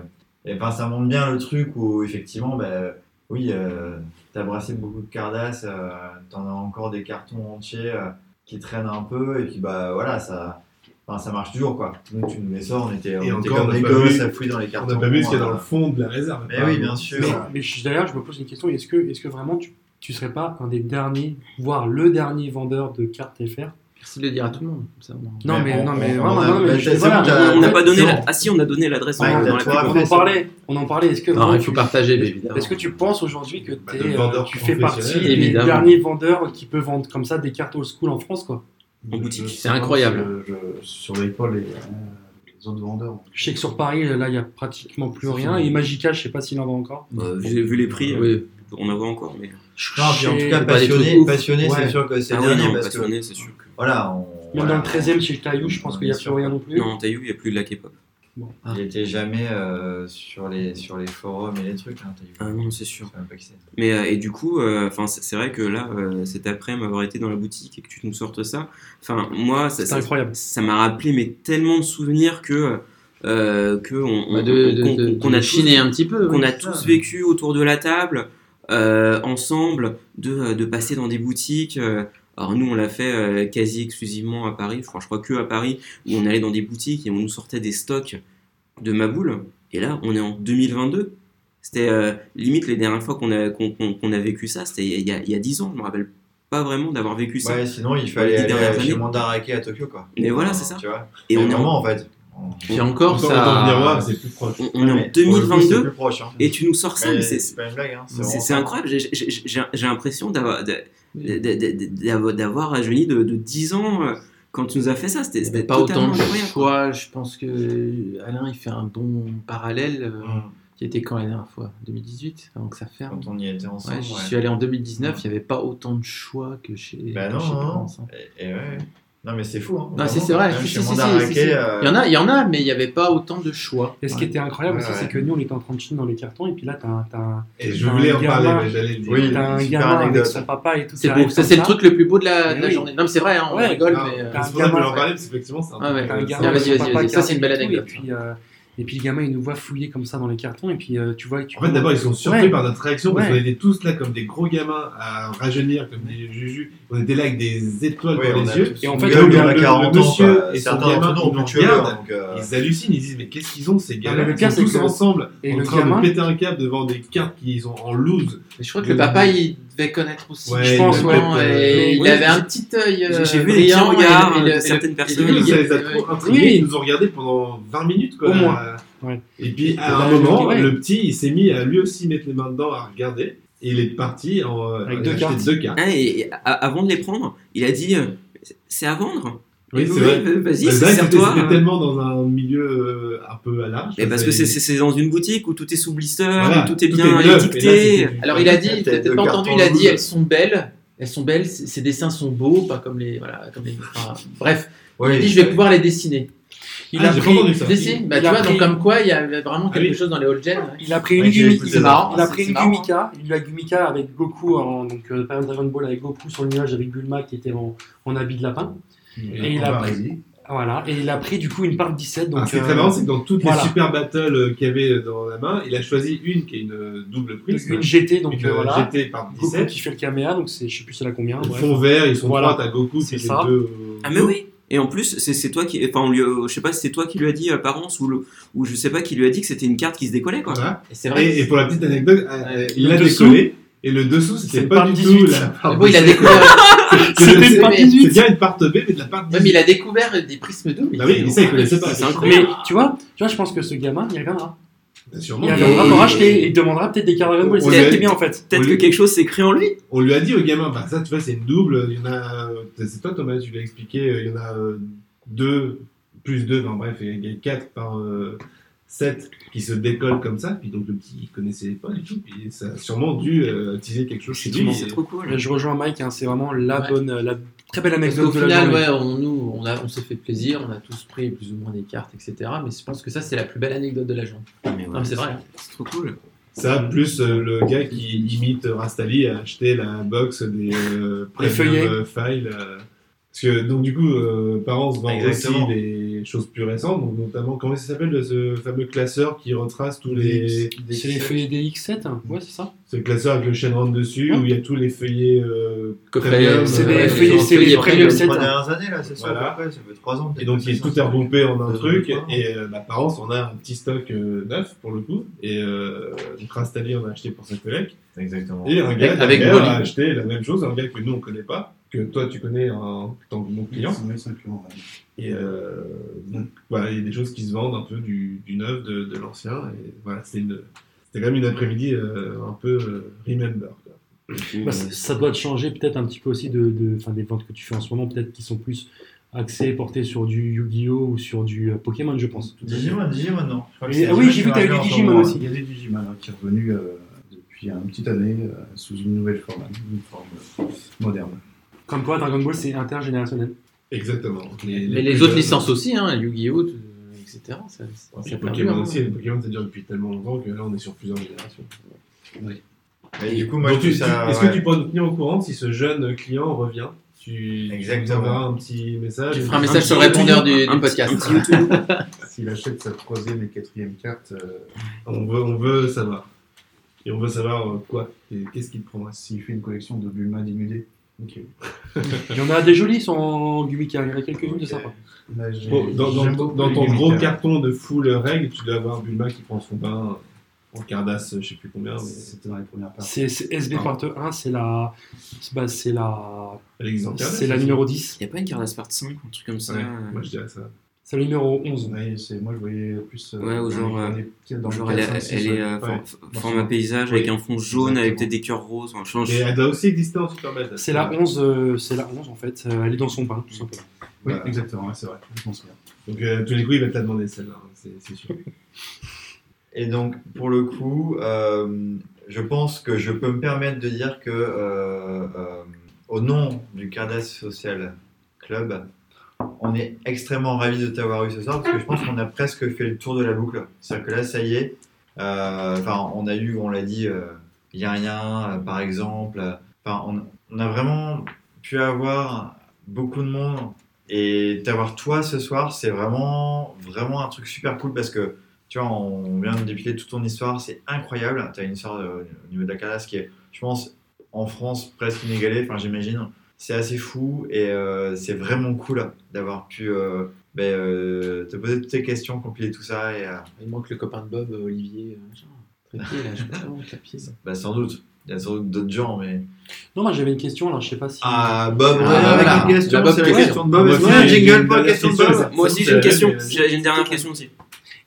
[SPEAKER 2] et enfin, ça montre bien le truc où, effectivement, ben, oui, euh, t'as brassé beaucoup de Cardass, euh, t'en as encore des cartons entiers euh, qui traînent un peu. Et puis, bah voilà, ça. Enfin, ça marche toujours quoi. Donc tu nous mets ça, on était, on
[SPEAKER 6] Et
[SPEAKER 2] était
[SPEAKER 6] encore, on
[SPEAKER 2] comme
[SPEAKER 6] n'a
[SPEAKER 2] des
[SPEAKER 6] pas
[SPEAKER 2] gosses
[SPEAKER 6] vu-
[SPEAKER 2] à fouiller dans les
[SPEAKER 6] On
[SPEAKER 2] cartons.
[SPEAKER 6] n'a pas vu ce qu'il y a
[SPEAKER 2] euh,
[SPEAKER 6] dans le fond de la réserve.
[SPEAKER 2] Mais oui, bien sûr.
[SPEAKER 7] Mais, mais je- d'ailleurs, je me pose une question. Est-ce que, est-ce que vraiment tu, tu serais pas un des derniers, voire le dernier vendeur de cartes FR
[SPEAKER 8] Merci de le dire à tout le monde. comme ça, on-
[SPEAKER 7] Non, mais,
[SPEAKER 2] Mais on-
[SPEAKER 7] non, mais
[SPEAKER 2] on-
[SPEAKER 7] vraiment,
[SPEAKER 2] on a-
[SPEAKER 7] non, mais
[SPEAKER 2] bah,
[SPEAKER 7] je-
[SPEAKER 2] c'est
[SPEAKER 7] voilà,
[SPEAKER 2] bon, t'as-
[SPEAKER 5] on n'a pas donné.
[SPEAKER 7] c'est
[SPEAKER 5] la-
[SPEAKER 7] bon.
[SPEAKER 5] Ah si, on a donné l'adresse.
[SPEAKER 2] Ouais,
[SPEAKER 5] dans- dans la
[SPEAKER 2] peut-être,
[SPEAKER 5] pub.
[SPEAKER 7] On en parlait. On en parlait. Est-ce que
[SPEAKER 8] Non,
[SPEAKER 7] vraiment
[SPEAKER 8] il faut
[SPEAKER 7] tu-
[SPEAKER 8] partager, mais évidemment.
[SPEAKER 7] Est-ce que tu penses aujourd'hui que
[SPEAKER 6] Bah,
[SPEAKER 7] t'es,
[SPEAKER 6] de
[SPEAKER 7] euh,
[SPEAKER 6] vendeurs
[SPEAKER 7] tu fais partie
[SPEAKER 6] professionnels,
[SPEAKER 7] des
[SPEAKER 8] évidemment.
[SPEAKER 7] derniers vendeurs qui peut vendre comme ça des cartes old school en France quoi
[SPEAKER 5] En boutique.
[SPEAKER 8] C'est incroyable.
[SPEAKER 9] Je, je surveille pas les, euh, les autres vendeurs.
[SPEAKER 7] Je sais que sur Paris, là, il n'y a pratiquement plus
[SPEAKER 9] C'est
[SPEAKER 7] rien.
[SPEAKER 9] fini.
[SPEAKER 7] Et Magica, je sais pas s'il en vend encore.
[SPEAKER 5] Bah, vu, vu les prix, euh,
[SPEAKER 8] Oui.
[SPEAKER 5] on en voit encore. Mais
[SPEAKER 2] Non, puis en tout
[SPEAKER 7] Chez-
[SPEAKER 2] cas,
[SPEAKER 8] pas des trucs
[SPEAKER 2] passionné,
[SPEAKER 8] ouf.
[SPEAKER 2] passionné c'est
[SPEAKER 7] Ouais.
[SPEAKER 2] sûr que c'est
[SPEAKER 5] ah
[SPEAKER 2] le
[SPEAKER 5] oui,
[SPEAKER 2] dernier
[SPEAKER 5] non,
[SPEAKER 2] parce que
[SPEAKER 5] passionné, c'est sûr. que-
[SPEAKER 2] voilà, on,
[SPEAKER 7] Même
[SPEAKER 2] voilà,
[SPEAKER 7] dans le 13 e chez Taïou, je pense qu'il n'y a plus rien non plus.
[SPEAKER 5] Non, Taïou, il n'y a plus de la K-pop.
[SPEAKER 8] Ah.
[SPEAKER 2] Il était jamais euh, sur, les, sur les forums et les trucs. Hein, t'as vu.
[SPEAKER 5] Ah non, c'est sûr.
[SPEAKER 2] Je sais même pas qui c'est.
[SPEAKER 5] Mais euh, et du coup, enfin c'est c'est vrai que là, euh, cet après m'avoir été dans la boutique et que tu nous sortes ça, enfin moi, ça,
[SPEAKER 7] C'est
[SPEAKER 5] ça,
[SPEAKER 7] incroyable.
[SPEAKER 5] ça m'a rappelé mais tellement de souvenirs que euh, que on, on-
[SPEAKER 8] Bah, de- de-
[SPEAKER 5] qu'on-
[SPEAKER 8] de-
[SPEAKER 5] qu'on
[SPEAKER 8] de
[SPEAKER 5] a hein.
[SPEAKER 8] chiner
[SPEAKER 5] tous,
[SPEAKER 8] un petit peu.
[SPEAKER 5] qu'on
[SPEAKER 8] oui.
[SPEAKER 5] a tous vécu autour de la table euh, ensemble, de, de passer dans des boutiques. euh, alors nous, on l'a fait euh, quasi exclusivement à Paris, enfin je crois que à Paris, où on allait dans des boutiques et on nous sortait des stocks de Maboule. Et là, on est en 2022. C'était euh, limite les dernières fois qu'on a, qu'on, qu'on- qu'on a vécu ça, c'était il y, a, il y a 10 ans. Je me rappelle pas vraiment d'avoir vécu ça.
[SPEAKER 2] Ouais, sinon, il
[SPEAKER 5] Les
[SPEAKER 2] fallait
[SPEAKER 5] dernières
[SPEAKER 2] aller
[SPEAKER 5] années.
[SPEAKER 2] chez Mandarake à Tokyo. quoi.
[SPEAKER 5] Mais voilà,
[SPEAKER 2] Enfin,
[SPEAKER 5] c'est ça.
[SPEAKER 2] Tu vois
[SPEAKER 5] Et on est en-
[SPEAKER 2] vraiment, en fait. En-
[SPEAKER 8] Puis encore,
[SPEAKER 6] Autant- autant venir voir,
[SPEAKER 8] ça.
[SPEAKER 6] c'est plus proche.
[SPEAKER 5] On on
[SPEAKER 2] Ouais,
[SPEAKER 5] est en
[SPEAKER 2] mais pour le coup, c'est
[SPEAKER 5] 2022
[SPEAKER 2] plus proche, hein.
[SPEAKER 5] et tu nous sors ça, mais
[SPEAKER 2] Mais
[SPEAKER 5] c'est
[SPEAKER 2] c'est pas une blague, hein.
[SPEAKER 5] c'est-
[SPEAKER 2] vraiment
[SPEAKER 5] c'est
[SPEAKER 2] ça.
[SPEAKER 5] incroyable. J'ai- j'ai- J'ai j'ai l'impression d'avoir de- de- de- de- d'avoir- d'avoir un génie de, de 10 ans euh, quand tu nous as fait ça. C'était
[SPEAKER 8] Il n'y
[SPEAKER 5] c'était
[SPEAKER 8] avait pas autant
[SPEAKER 5] totalement
[SPEAKER 8] de
[SPEAKER 5] incroyable.
[SPEAKER 8] choix. Je pense que Alain, il fait un bon parallèle euh,
[SPEAKER 2] Hum,
[SPEAKER 8] qui était quand la dernière fois 2018, avant que ça ferme.
[SPEAKER 2] Quand on y était ensemble.
[SPEAKER 8] Ouais, j'y
[SPEAKER 2] ouais.
[SPEAKER 8] suis allé en 2019, il n'y avait pas autant de choix que chez,
[SPEAKER 2] Bah
[SPEAKER 8] que
[SPEAKER 2] non,
[SPEAKER 8] chez
[SPEAKER 2] hein.
[SPEAKER 8] Florence, hein.
[SPEAKER 2] Et, et ouais. Non, mais c'est fou. Hein,
[SPEAKER 8] Non,
[SPEAKER 2] vraiment.
[SPEAKER 8] si, c'est vrai,
[SPEAKER 2] Même
[SPEAKER 8] si,
[SPEAKER 2] chez
[SPEAKER 8] si, si,
[SPEAKER 2] Mandaraké,
[SPEAKER 8] si, si.
[SPEAKER 2] euh,
[SPEAKER 8] Il y en a, il y en a, mais il n'y avait pas autant de choix.
[SPEAKER 7] Et ce qui
[SPEAKER 8] Ouais.
[SPEAKER 7] était incroyable
[SPEAKER 2] Ouais,
[SPEAKER 7] aussi,
[SPEAKER 2] ouais.
[SPEAKER 7] c'est que nous, on était en train de chiner dans les cartons, et puis là, t'as un, t'as un,
[SPEAKER 6] Et je voulais en parler, mais j'allais le dire.
[SPEAKER 2] Oui.
[SPEAKER 7] t'as un
[SPEAKER 2] super
[SPEAKER 7] gamin avec
[SPEAKER 2] anecdote.
[SPEAKER 7] son papa et tout. qui
[SPEAKER 8] C'est
[SPEAKER 7] arrive
[SPEAKER 8] beau, ça
[SPEAKER 7] comme
[SPEAKER 8] c'est le truc le plus beau de la,
[SPEAKER 7] Mais
[SPEAKER 8] de la
[SPEAKER 7] oui.
[SPEAKER 8] journée. Non, mais c'est vrai, hein, on
[SPEAKER 7] Ouais.
[SPEAKER 8] rigole,
[SPEAKER 6] Ah,
[SPEAKER 8] mais. euh,
[SPEAKER 7] t'as
[SPEAKER 6] C'est pour ça que je voulais en parler,
[SPEAKER 7] Ouais.
[SPEAKER 6] parce qu'effectivement, c'est un
[SPEAKER 8] Ah ouais.
[SPEAKER 7] T'as un gamin
[SPEAKER 8] Vas-y,
[SPEAKER 7] avec son
[SPEAKER 8] vas-y,
[SPEAKER 7] papa
[SPEAKER 8] vas-y.
[SPEAKER 7] qui
[SPEAKER 8] Ça, c'est une belle
[SPEAKER 7] arrive et tout,
[SPEAKER 8] anecdote.
[SPEAKER 7] Et puis, euh, et puis le gamin, il nous voit fouiller comme ça dans les cartons, et puis euh, tu vois. que Tu
[SPEAKER 6] En fait, d'abord, ils sont surpris
[SPEAKER 7] Ouais.
[SPEAKER 6] par notre réaction parce
[SPEAKER 7] Ouais.
[SPEAKER 6] qu'on était tous là comme des gros gamins à rajeunir, comme des jujus. On était là avec des étoiles
[SPEAKER 2] Ouais,
[SPEAKER 6] dans
[SPEAKER 2] on
[SPEAKER 6] les
[SPEAKER 2] a
[SPEAKER 6] yeux.
[SPEAKER 7] Et en
[SPEAKER 2] on
[SPEAKER 7] fait,
[SPEAKER 2] gueule,
[SPEAKER 7] le-
[SPEAKER 2] on a
[SPEAKER 6] le
[SPEAKER 2] 40 ans,
[SPEAKER 6] monsieur
[SPEAKER 2] quoi.
[SPEAKER 6] et son
[SPEAKER 2] certains d'entre
[SPEAKER 6] gamin,
[SPEAKER 2] nous ont
[SPEAKER 6] ils
[SPEAKER 2] plus
[SPEAKER 6] nous
[SPEAKER 2] de cheveux,
[SPEAKER 6] regardent.
[SPEAKER 2] donc, euh,
[SPEAKER 6] Ils hallucinent, ils disent mais qu'est-ce qu'ils ont ces gars
[SPEAKER 7] mais le
[SPEAKER 6] Ils
[SPEAKER 7] pire,
[SPEAKER 6] sont tous
[SPEAKER 7] c'est que-
[SPEAKER 6] ensemble
[SPEAKER 7] Et
[SPEAKER 6] en
[SPEAKER 7] le
[SPEAKER 6] train
[SPEAKER 7] gamin-
[SPEAKER 6] de péter un câble devant des cartes qu'ils ont en loose.
[SPEAKER 8] mais je crois que le papa, il devait connaître aussi.
[SPEAKER 6] Ouais,
[SPEAKER 7] je pense,
[SPEAKER 6] ils
[SPEAKER 7] ouais.
[SPEAKER 6] doivent
[SPEAKER 8] Vraiment,
[SPEAKER 6] être, euh,
[SPEAKER 8] et il
[SPEAKER 5] oui,
[SPEAKER 8] avait
[SPEAKER 5] j'ai-
[SPEAKER 8] un petit œil. euh,
[SPEAKER 5] j'ai- j'ai vu les petits
[SPEAKER 8] brillant et-
[SPEAKER 5] regards,
[SPEAKER 8] et le-
[SPEAKER 5] euh,
[SPEAKER 8] euh,
[SPEAKER 5] de
[SPEAKER 8] et le-
[SPEAKER 5] certaines
[SPEAKER 8] et le-
[SPEAKER 5] personnes.
[SPEAKER 8] et le-
[SPEAKER 6] Ils
[SPEAKER 8] et
[SPEAKER 6] ça
[SPEAKER 8] le-
[SPEAKER 6] les a
[SPEAKER 8] ouais.
[SPEAKER 6] trop intrigués,
[SPEAKER 7] Oui.
[SPEAKER 6] ils nous ont regardé pendant 20 minutes quoi.
[SPEAKER 7] Au moins.
[SPEAKER 6] Euh,
[SPEAKER 7] Ouais.
[SPEAKER 6] Et puis à
[SPEAKER 7] Ouais,
[SPEAKER 6] un
[SPEAKER 7] je
[SPEAKER 6] moment,
[SPEAKER 7] dis, ouais.
[SPEAKER 6] le petit il s'est mis à lui aussi mettre les mains dedans à regarder. Et il est parti en, euh,
[SPEAKER 7] Avec
[SPEAKER 6] il
[SPEAKER 7] deux
[SPEAKER 6] a acheté
[SPEAKER 7] cartes.
[SPEAKER 6] deux cartes.
[SPEAKER 5] Hein, et, et a- avant de les prendre, il a dit euh, c'est à vendre.
[SPEAKER 6] Oui,
[SPEAKER 5] Et
[SPEAKER 6] c'est
[SPEAKER 5] oui,
[SPEAKER 6] vrai.
[SPEAKER 5] Vas-y,
[SPEAKER 6] Bah, c'est vrai que c'était-
[SPEAKER 5] sers-toi.
[SPEAKER 6] C'était tellement dans un milieu euh, un peu à large.
[SPEAKER 5] Mais hein. Eh ben, parce que c'est- c'est c'est dans une boutique où tout est sous blister,
[SPEAKER 6] Voilà,
[SPEAKER 5] où tout est
[SPEAKER 6] tout
[SPEAKER 5] bien
[SPEAKER 6] est neuf, et
[SPEAKER 5] étiqueté.
[SPEAKER 6] là, c'était-
[SPEAKER 8] Alors il a dit,
[SPEAKER 2] Peut-être
[SPEAKER 8] t'as peut-être
[SPEAKER 2] le
[SPEAKER 8] pas
[SPEAKER 2] carton
[SPEAKER 8] entendu, il a
[SPEAKER 2] rouge.
[SPEAKER 8] dit elles sont belles, elles sont belles, c- ces dessins sont beaux, pas comme les. Voilà, comme les enfin, bref, il a
[SPEAKER 2] oui.
[SPEAKER 8] dit je vais pouvoir les dessiner.
[SPEAKER 7] Il
[SPEAKER 6] Ah,
[SPEAKER 7] a
[SPEAKER 6] j'ai pas
[SPEAKER 7] pris-
[SPEAKER 6] entendu ça.
[SPEAKER 8] Je sais, bah,
[SPEAKER 7] il
[SPEAKER 8] tu
[SPEAKER 7] a
[SPEAKER 8] vois,
[SPEAKER 7] pris-
[SPEAKER 8] donc comme quoi il y avait vraiment quelque
[SPEAKER 6] Ah oui.
[SPEAKER 8] chose dans les old gen.
[SPEAKER 7] Il a pris une
[SPEAKER 2] Ouais, j'ai
[SPEAKER 7] Gumi-
[SPEAKER 2] écouté
[SPEAKER 7] il
[SPEAKER 2] ça.
[SPEAKER 7] a- il a
[SPEAKER 8] Ah, C'est
[SPEAKER 7] pris une
[SPEAKER 8] marrant. hein.
[SPEAKER 7] Gumika, il a Gumika avec Goku, en, donc euh, période Dragon Ball avec Goku sur le nuage avec Bulma qui était en, en habit de lapin. Et il a pris. Voilà, et il a pris du coup une part 17. Donc,
[SPEAKER 6] Ah, c'est
[SPEAKER 7] euh,
[SPEAKER 6] très marrant, c'est que dans toutes
[SPEAKER 7] voilà.
[SPEAKER 6] les super battles euh, qu'il y avait dans la main, il a choisi une qui est une euh, double prise.
[SPEAKER 7] une GT, donc
[SPEAKER 6] une,
[SPEAKER 7] euh,
[SPEAKER 6] euh,
[SPEAKER 7] voilà.
[SPEAKER 6] GT par
[SPEAKER 7] Goku
[SPEAKER 6] 17.
[SPEAKER 7] qui fait le caméa, donc c'est, je sais plus c'est la combien.
[SPEAKER 6] Ils
[SPEAKER 7] bref.
[SPEAKER 6] font vert, ils sont
[SPEAKER 7] Voilà.
[SPEAKER 6] droite à Goku, c'est
[SPEAKER 7] C'est
[SPEAKER 6] les
[SPEAKER 7] ça.
[SPEAKER 6] deux. euh,
[SPEAKER 5] Ah mais oui. Et en plus, c'est c'est toi qui, enfin, on lui, euh, je sais pas, si c'est toi qui lui a dit apparence ou le, ou je sais pas qui lui a dit que c'était une carte qui se décollait quoi.
[SPEAKER 6] voilà.
[SPEAKER 8] Et c'est
[SPEAKER 6] Et, et
[SPEAKER 8] vrai.
[SPEAKER 6] pour la petite anecdote, euh, euh, il
[SPEAKER 7] Le
[SPEAKER 6] l'a
[SPEAKER 7] dessous,
[SPEAKER 6] décollé. Et le dessous,
[SPEAKER 7] c'est
[SPEAKER 6] c'était
[SPEAKER 7] part
[SPEAKER 6] pas du
[SPEAKER 7] 18.
[SPEAKER 6] tout la part
[SPEAKER 5] Ah
[SPEAKER 8] Mais bon, il a
[SPEAKER 6] 17.
[SPEAKER 8] découvert,
[SPEAKER 6] C'est-
[SPEAKER 8] C'était
[SPEAKER 6] c'est-
[SPEAKER 8] une part
[SPEAKER 6] c'est-
[SPEAKER 8] 18.
[SPEAKER 6] C'est bien une part B, mais de la part
[SPEAKER 8] ouais, mais
[SPEAKER 6] 18.
[SPEAKER 8] il a découvert des prismes d'eau.
[SPEAKER 6] Bah oui, mais ça, il connaissait pas.
[SPEAKER 5] Ah, C'est
[SPEAKER 7] Mais
[SPEAKER 5] incroyable.
[SPEAKER 7] tu vois, tu vois, je pense que ce gamin, il reviendra.
[SPEAKER 6] Bah,
[SPEAKER 7] Il
[SPEAKER 6] Sûrement.
[SPEAKER 7] reviendra
[SPEAKER 5] Et-
[SPEAKER 7] pour acheter et il demandera peut-être des cartes Dragon Ball.
[SPEAKER 6] On
[SPEAKER 7] C'est ça qui
[SPEAKER 6] est-
[SPEAKER 7] est bien en fait.
[SPEAKER 5] Peut-être
[SPEAKER 6] On
[SPEAKER 5] que
[SPEAKER 6] lui-
[SPEAKER 5] quelque chose s'est créé en lui.
[SPEAKER 6] On lui a dit au gamin, bah ça tu vois c'est une double, il y en a, c'est toi Thomas, tu l'as expliqué, euh, il y en a euh, deux, plus deux, enfin bref, il y a quatre par euh, sept qui se décollent comme ça, puis donc le petit il connaissait pas du tout, puis ça a sûrement dû euh, teaser quelque chose chez lui.
[SPEAKER 5] C'est trop cool.
[SPEAKER 7] Je rejoins Mike, hein, c'est vraiment la
[SPEAKER 8] Ouais.
[SPEAKER 7] bonne, euh, la très belle
[SPEAKER 8] Parce qu'au
[SPEAKER 7] anecdote de la
[SPEAKER 8] final,
[SPEAKER 7] journée.
[SPEAKER 8] ouais, on, nous, on, a- on s'est fait plaisir, on a tous pris plus ou moins des cartes, etc. Mais je pense que ça, c'est la plus belle anecdote de la journée. Non, mais c'est vrai.
[SPEAKER 5] C'est trop cool.
[SPEAKER 6] Ça, plus euh, le gars qui imite Rastali a acheté la box des euh, premium,
[SPEAKER 7] feuillets.
[SPEAKER 6] euh, files. euh, parce que, donc, du coup, euh, Parents vend
[SPEAKER 2] Exactement.
[SPEAKER 6] aussi des choses plus récentes, donc, notamment, comment ça s'appelle de ce fameux classeur qui retrace tous
[SPEAKER 7] Des-
[SPEAKER 6] les.
[SPEAKER 7] C'est les feuillets des X7, hein. ouais, c'est ça.
[SPEAKER 6] Ce classeur avec le chaînon dessus, où il y a tous les feuillets. euh, premium,
[SPEAKER 7] C'est
[SPEAKER 6] euh,
[SPEAKER 7] des
[SPEAKER 8] Ouais,
[SPEAKER 7] feuillets,
[SPEAKER 8] ils ont
[SPEAKER 7] c'est
[SPEAKER 8] fait
[SPEAKER 7] les
[SPEAKER 8] les
[SPEAKER 7] premium
[SPEAKER 8] premium
[SPEAKER 2] Trois
[SPEAKER 7] 7.
[SPEAKER 2] dernières années, là, c'est ça,
[SPEAKER 6] Voilà.
[SPEAKER 2] à peu près, ça fait trois ans.
[SPEAKER 6] Et donc,
[SPEAKER 2] peut-être,
[SPEAKER 6] il tout
[SPEAKER 2] ça.
[SPEAKER 6] est regroupé en un
[SPEAKER 2] Euh,
[SPEAKER 6] truc.
[SPEAKER 2] voilà.
[SPEAKER 6] Et euh, bah, par an, on a un petit stock euh, neuf pour le coup. Et euh, donc, Rastali en a acheté pour sa collègue.
[SPEAKER 2] Exactement.
[SPEAKER 6] Et euh, un gars
[SPEAKER 8] Avec-
[SPEAKER 6] avec a
[SPEAKER 8] avec Molly.
[SPEAKER 6] acheté la même chose, un gars que nous on connaît pas, que toi tu connais en tant que mon client. Et euh, donc, voilà, il y a des choses qui se vendent un peu du, du neuf, de, de l'ancien. Et voilà, c'est une- c'était quand même une après-midi euh, un peu euh, remember. quoi.
[SPEAKER 7] Bah, c- ça doit te changer peut-être un petit peu aussi de, de- enfin, des ventes que tu fais en ce moment, peut-être qui sont plus axées, portées sur du Yu-Gi-Oh! ou sur du euh, Pokémon, je pense.
[SPEAKER 2] Digimon, Digimon, non. Je crois que
[SPEAKER 7] Et-
[SPEAKER 2] c'est
[SPEAKER 7] ah oui,
[SPEAKER 2] Digimon
[SPEAKER 7] j'ai
[SPEAKER 2] qui
[SPEAKER 7] vu que
[SPEAKER 2] m'a
[SPEAKER 7] t'as eu
[SPEAKER 2] mis
[SPEAKER 7] du
[SPEAKER 2] en
[SPEAKER 7] Digimon
[SPEAKER 2] avant.
[SPEAKER 7] aussi.
[SPEAKER 9] Il y a des Digimon hein, qui est revenu euh, depuis une petite année euh, sous une nouvelle forme, une forme euh, moderne.
[SPEAKER 7] Comme quoi, Dragon Ball, c'est intergénérationnel.
[SPEAKER 6] Exactement.
[SPEAKER 8] Mais les
[SPEAKER 6] plus
[SPEAKER 8] autres
[SPEAKER 6] jeunes,
[SPEAKER 8] licences aussi, hein, Yu-Gi-Oh! tout- etc. Ça, ça,
[SPEAKER 6] Et
[SPEAKER 8] ça perdure,
[SPEAKER 6] Pokémon
[SPEAKER 8] hein.
[SPEAKER 6] aussi, les Pokémon ça dure depuis tellement longtemps que là on est sur plusieurs générations.
[SPEAKER 2] Mais du coup, moi,
[SPEAKER 6] Donc,
[SPEAKER 2] je
[SPEAKER 6] tu-
[SPEAKER 2] trouve ça.
[SPEAKER 6] tu- Est-ce
[SPEAKER 2] ouais.
[SPEAKER 6] que tu pourrais nous tenir au courant si ce jeune client revient tu, tu
[SPEAKER 2] Exactement.
[SPEAKER 6] nous enverras un petit message.
[SPEAKER 8] Tu feras un
[SPEAKER 5] Un
[SPEAKER 8] message
[SPEAKER 5] petit
[SPEAKER 8] sur le répondeur
[SPEAKER 5] YouTube,
[SPEAKER 8] du,
[SPEAKER 5] un
[SPEAKER 8] du
[SPEAKER 5] petit-
[SPEAKER 8] podcast.
[SPEAKER 5] un petit YouTube.
[SPEAKER 9] S'il achète sa troisième et quatrième carte, euh,
[SPEAKER 6] On veut, on veut savoir. Et on veut savoir euh, quoi et Qu'est-ce qu'il te prend
[SPEAKER 9] s'il fait une collection de Bulma dénudée.
[SPEAKER 7] Il y en a des jolies sont en Gumika, il y en a quelques-unes de sympas.
[SPEAKER 9] Là, j'ai-
[SPEAKER 6] Bon, dans, dans-
[SPEAKER 9] j'aime
[SPEAKER 6] dans
[SPEAKER 9] beaucoup les
[SPEAKER 6] ton
[SPEAKER 9] gimmicks,
[SPEAKER 6] gros
[SPEAKER 9] hein.
[SPEAKER 6] carton de full règle, tu dois avoir Bulma qui prend son bain euh, en cardasse, je sais plus combien, mais
[SPEAKER 9] C'était dans les premières parties.
[SPEAKER 7] C'est c'est SB
[SPEAKER 6] Ah.
[SPEAKER 7] Quarter 1, c'est la, c'est- bah, c'est la,
[SPEAKER 6] Alexandre Cardass,
[SPEAKER 7] c'est la
[SPEAKER 6] aussi.
[SPEAKER 7] numéro 10.
[SPEAKER 5] Il y a pas une carte à part 5 un truc comme ça. euh,
[SPEAKER 6] Ouais, moi je dirais ça.
[SPEAKER 7] C'est le numéro 11.
[SPEAKER 9] Ouais, c'est- moi, je voyais plus. euh,
[SPEAKER 5] Ouais, ou genre,
[SPEAKER 9] dans
[SPEAKER 5] euh,
[SPEAKER 9] les- dans le
[SPEAKER 5] Genre, elle, est-
[SPEAKER 9] 4-5-6,
[SPEAKER 5] elle est
[SPEAKER 9] ouais.
[SPEAKER 5] euh,
[SPEAKER 9] Ouais.
[SPEAKER 5] for-
[SPEAKER 9] Dans
[SPEAKER 5] format
[SPEAKER 9] ce-
[SPEAKER 5] paysage
[SPEAKER 9] Oui.
[SPEAKER 5] avec un fond jaune, avec
[SPEAKER 9] Exactement.
[SPEAKER 5] peut-être des cœurs roses. Enfin, je-
[SPEAKER 6] Et elle doit aussi exister en Superbad.
[SPEAKER 7] C'est la 11, euh, c'est la 11 en fait. Euh, elle est dans son bain, tout simplement.
[SPEAKER 9] Oui,
[SPEAKER 6] Voilà.
[SPEAKER 9] exactement, ouais, c'est vrai. Je pense bien.
[SPEAKER 6] Donc euh, tous les coups, il va te la demander celle-là, hein, c'est c'est sûr.
[SPEAKER 2] Et donc, pour le coup, euh, je pense que je peux me permettre de dire que, euh, euh, au nom du Cardas Social Club, on est extrêmement ravis de t'avoir eu ce soir parce que je pense qu'on a presque fait le tour de la boucle. C'est-à-dire que là, ça y est, euh, enfin, on a eu, on l'a dit, euh, il y a rien, euh, par exemple. euh, Enfin, on, on a vraiment pu avoir beaucoup de monde et t'avoir toi ce soir, c'est vraiment, vraiment un truc super cool parce que tu vois, on vient de dépiler toute ton histoire, c'est incroyable. Tu as une histoire euh, au niveau de la Calas qui est, je pense, en France presque inégalée, enfin j'imagine. C'est assez fou et euh, c'est vraiment cool d'avoir pu euh, ben, euh, te poser toutes tes questions, compiler tout ça et euh,
[SPEAKER 8] Il manque le copain de Bob, euh, Olivier, euh, machin. Trépied, là, je sais pas comment, Clapier.
[SPEAKER 2] ben, sans doute. Il y a sans doute d'autres gens, mais.
[SPEAKER 7] Non, moi j'avais une question, alors je sais pas si.
[SPEAKER 2] Ah, Bob,
[SPEAKER 8] Ah,
[SPEAKER 2] reviens
[SPEAKER 8] voilà.
[SPEAKER 2] avec une question.
[SPEAKER 8] La Bob
[SPEAKER 2] C'est la
[SPEAKER 8] question.
[SPEAKER 2] question de Bob.
[SPEAKER 6] Moi
[SPEAKER 2] Est-ce qu'on a
[SPEAKER 6] aussi,
[SPEAKER 2] un
[SPEAKER 6] j'ai
[SPEAKER 2] jingle
[SPEAKER 6] une
[SPEAKER 2] pour la
[SPEAKER 6] dernière
[SPEAKER 2] question de
[SPEAKER 6] question.
[SPEAKER 2] Bob
[SPEAKER 5] Moi aussi, j'ai une question. J'ai j'ai une dernière question aussi.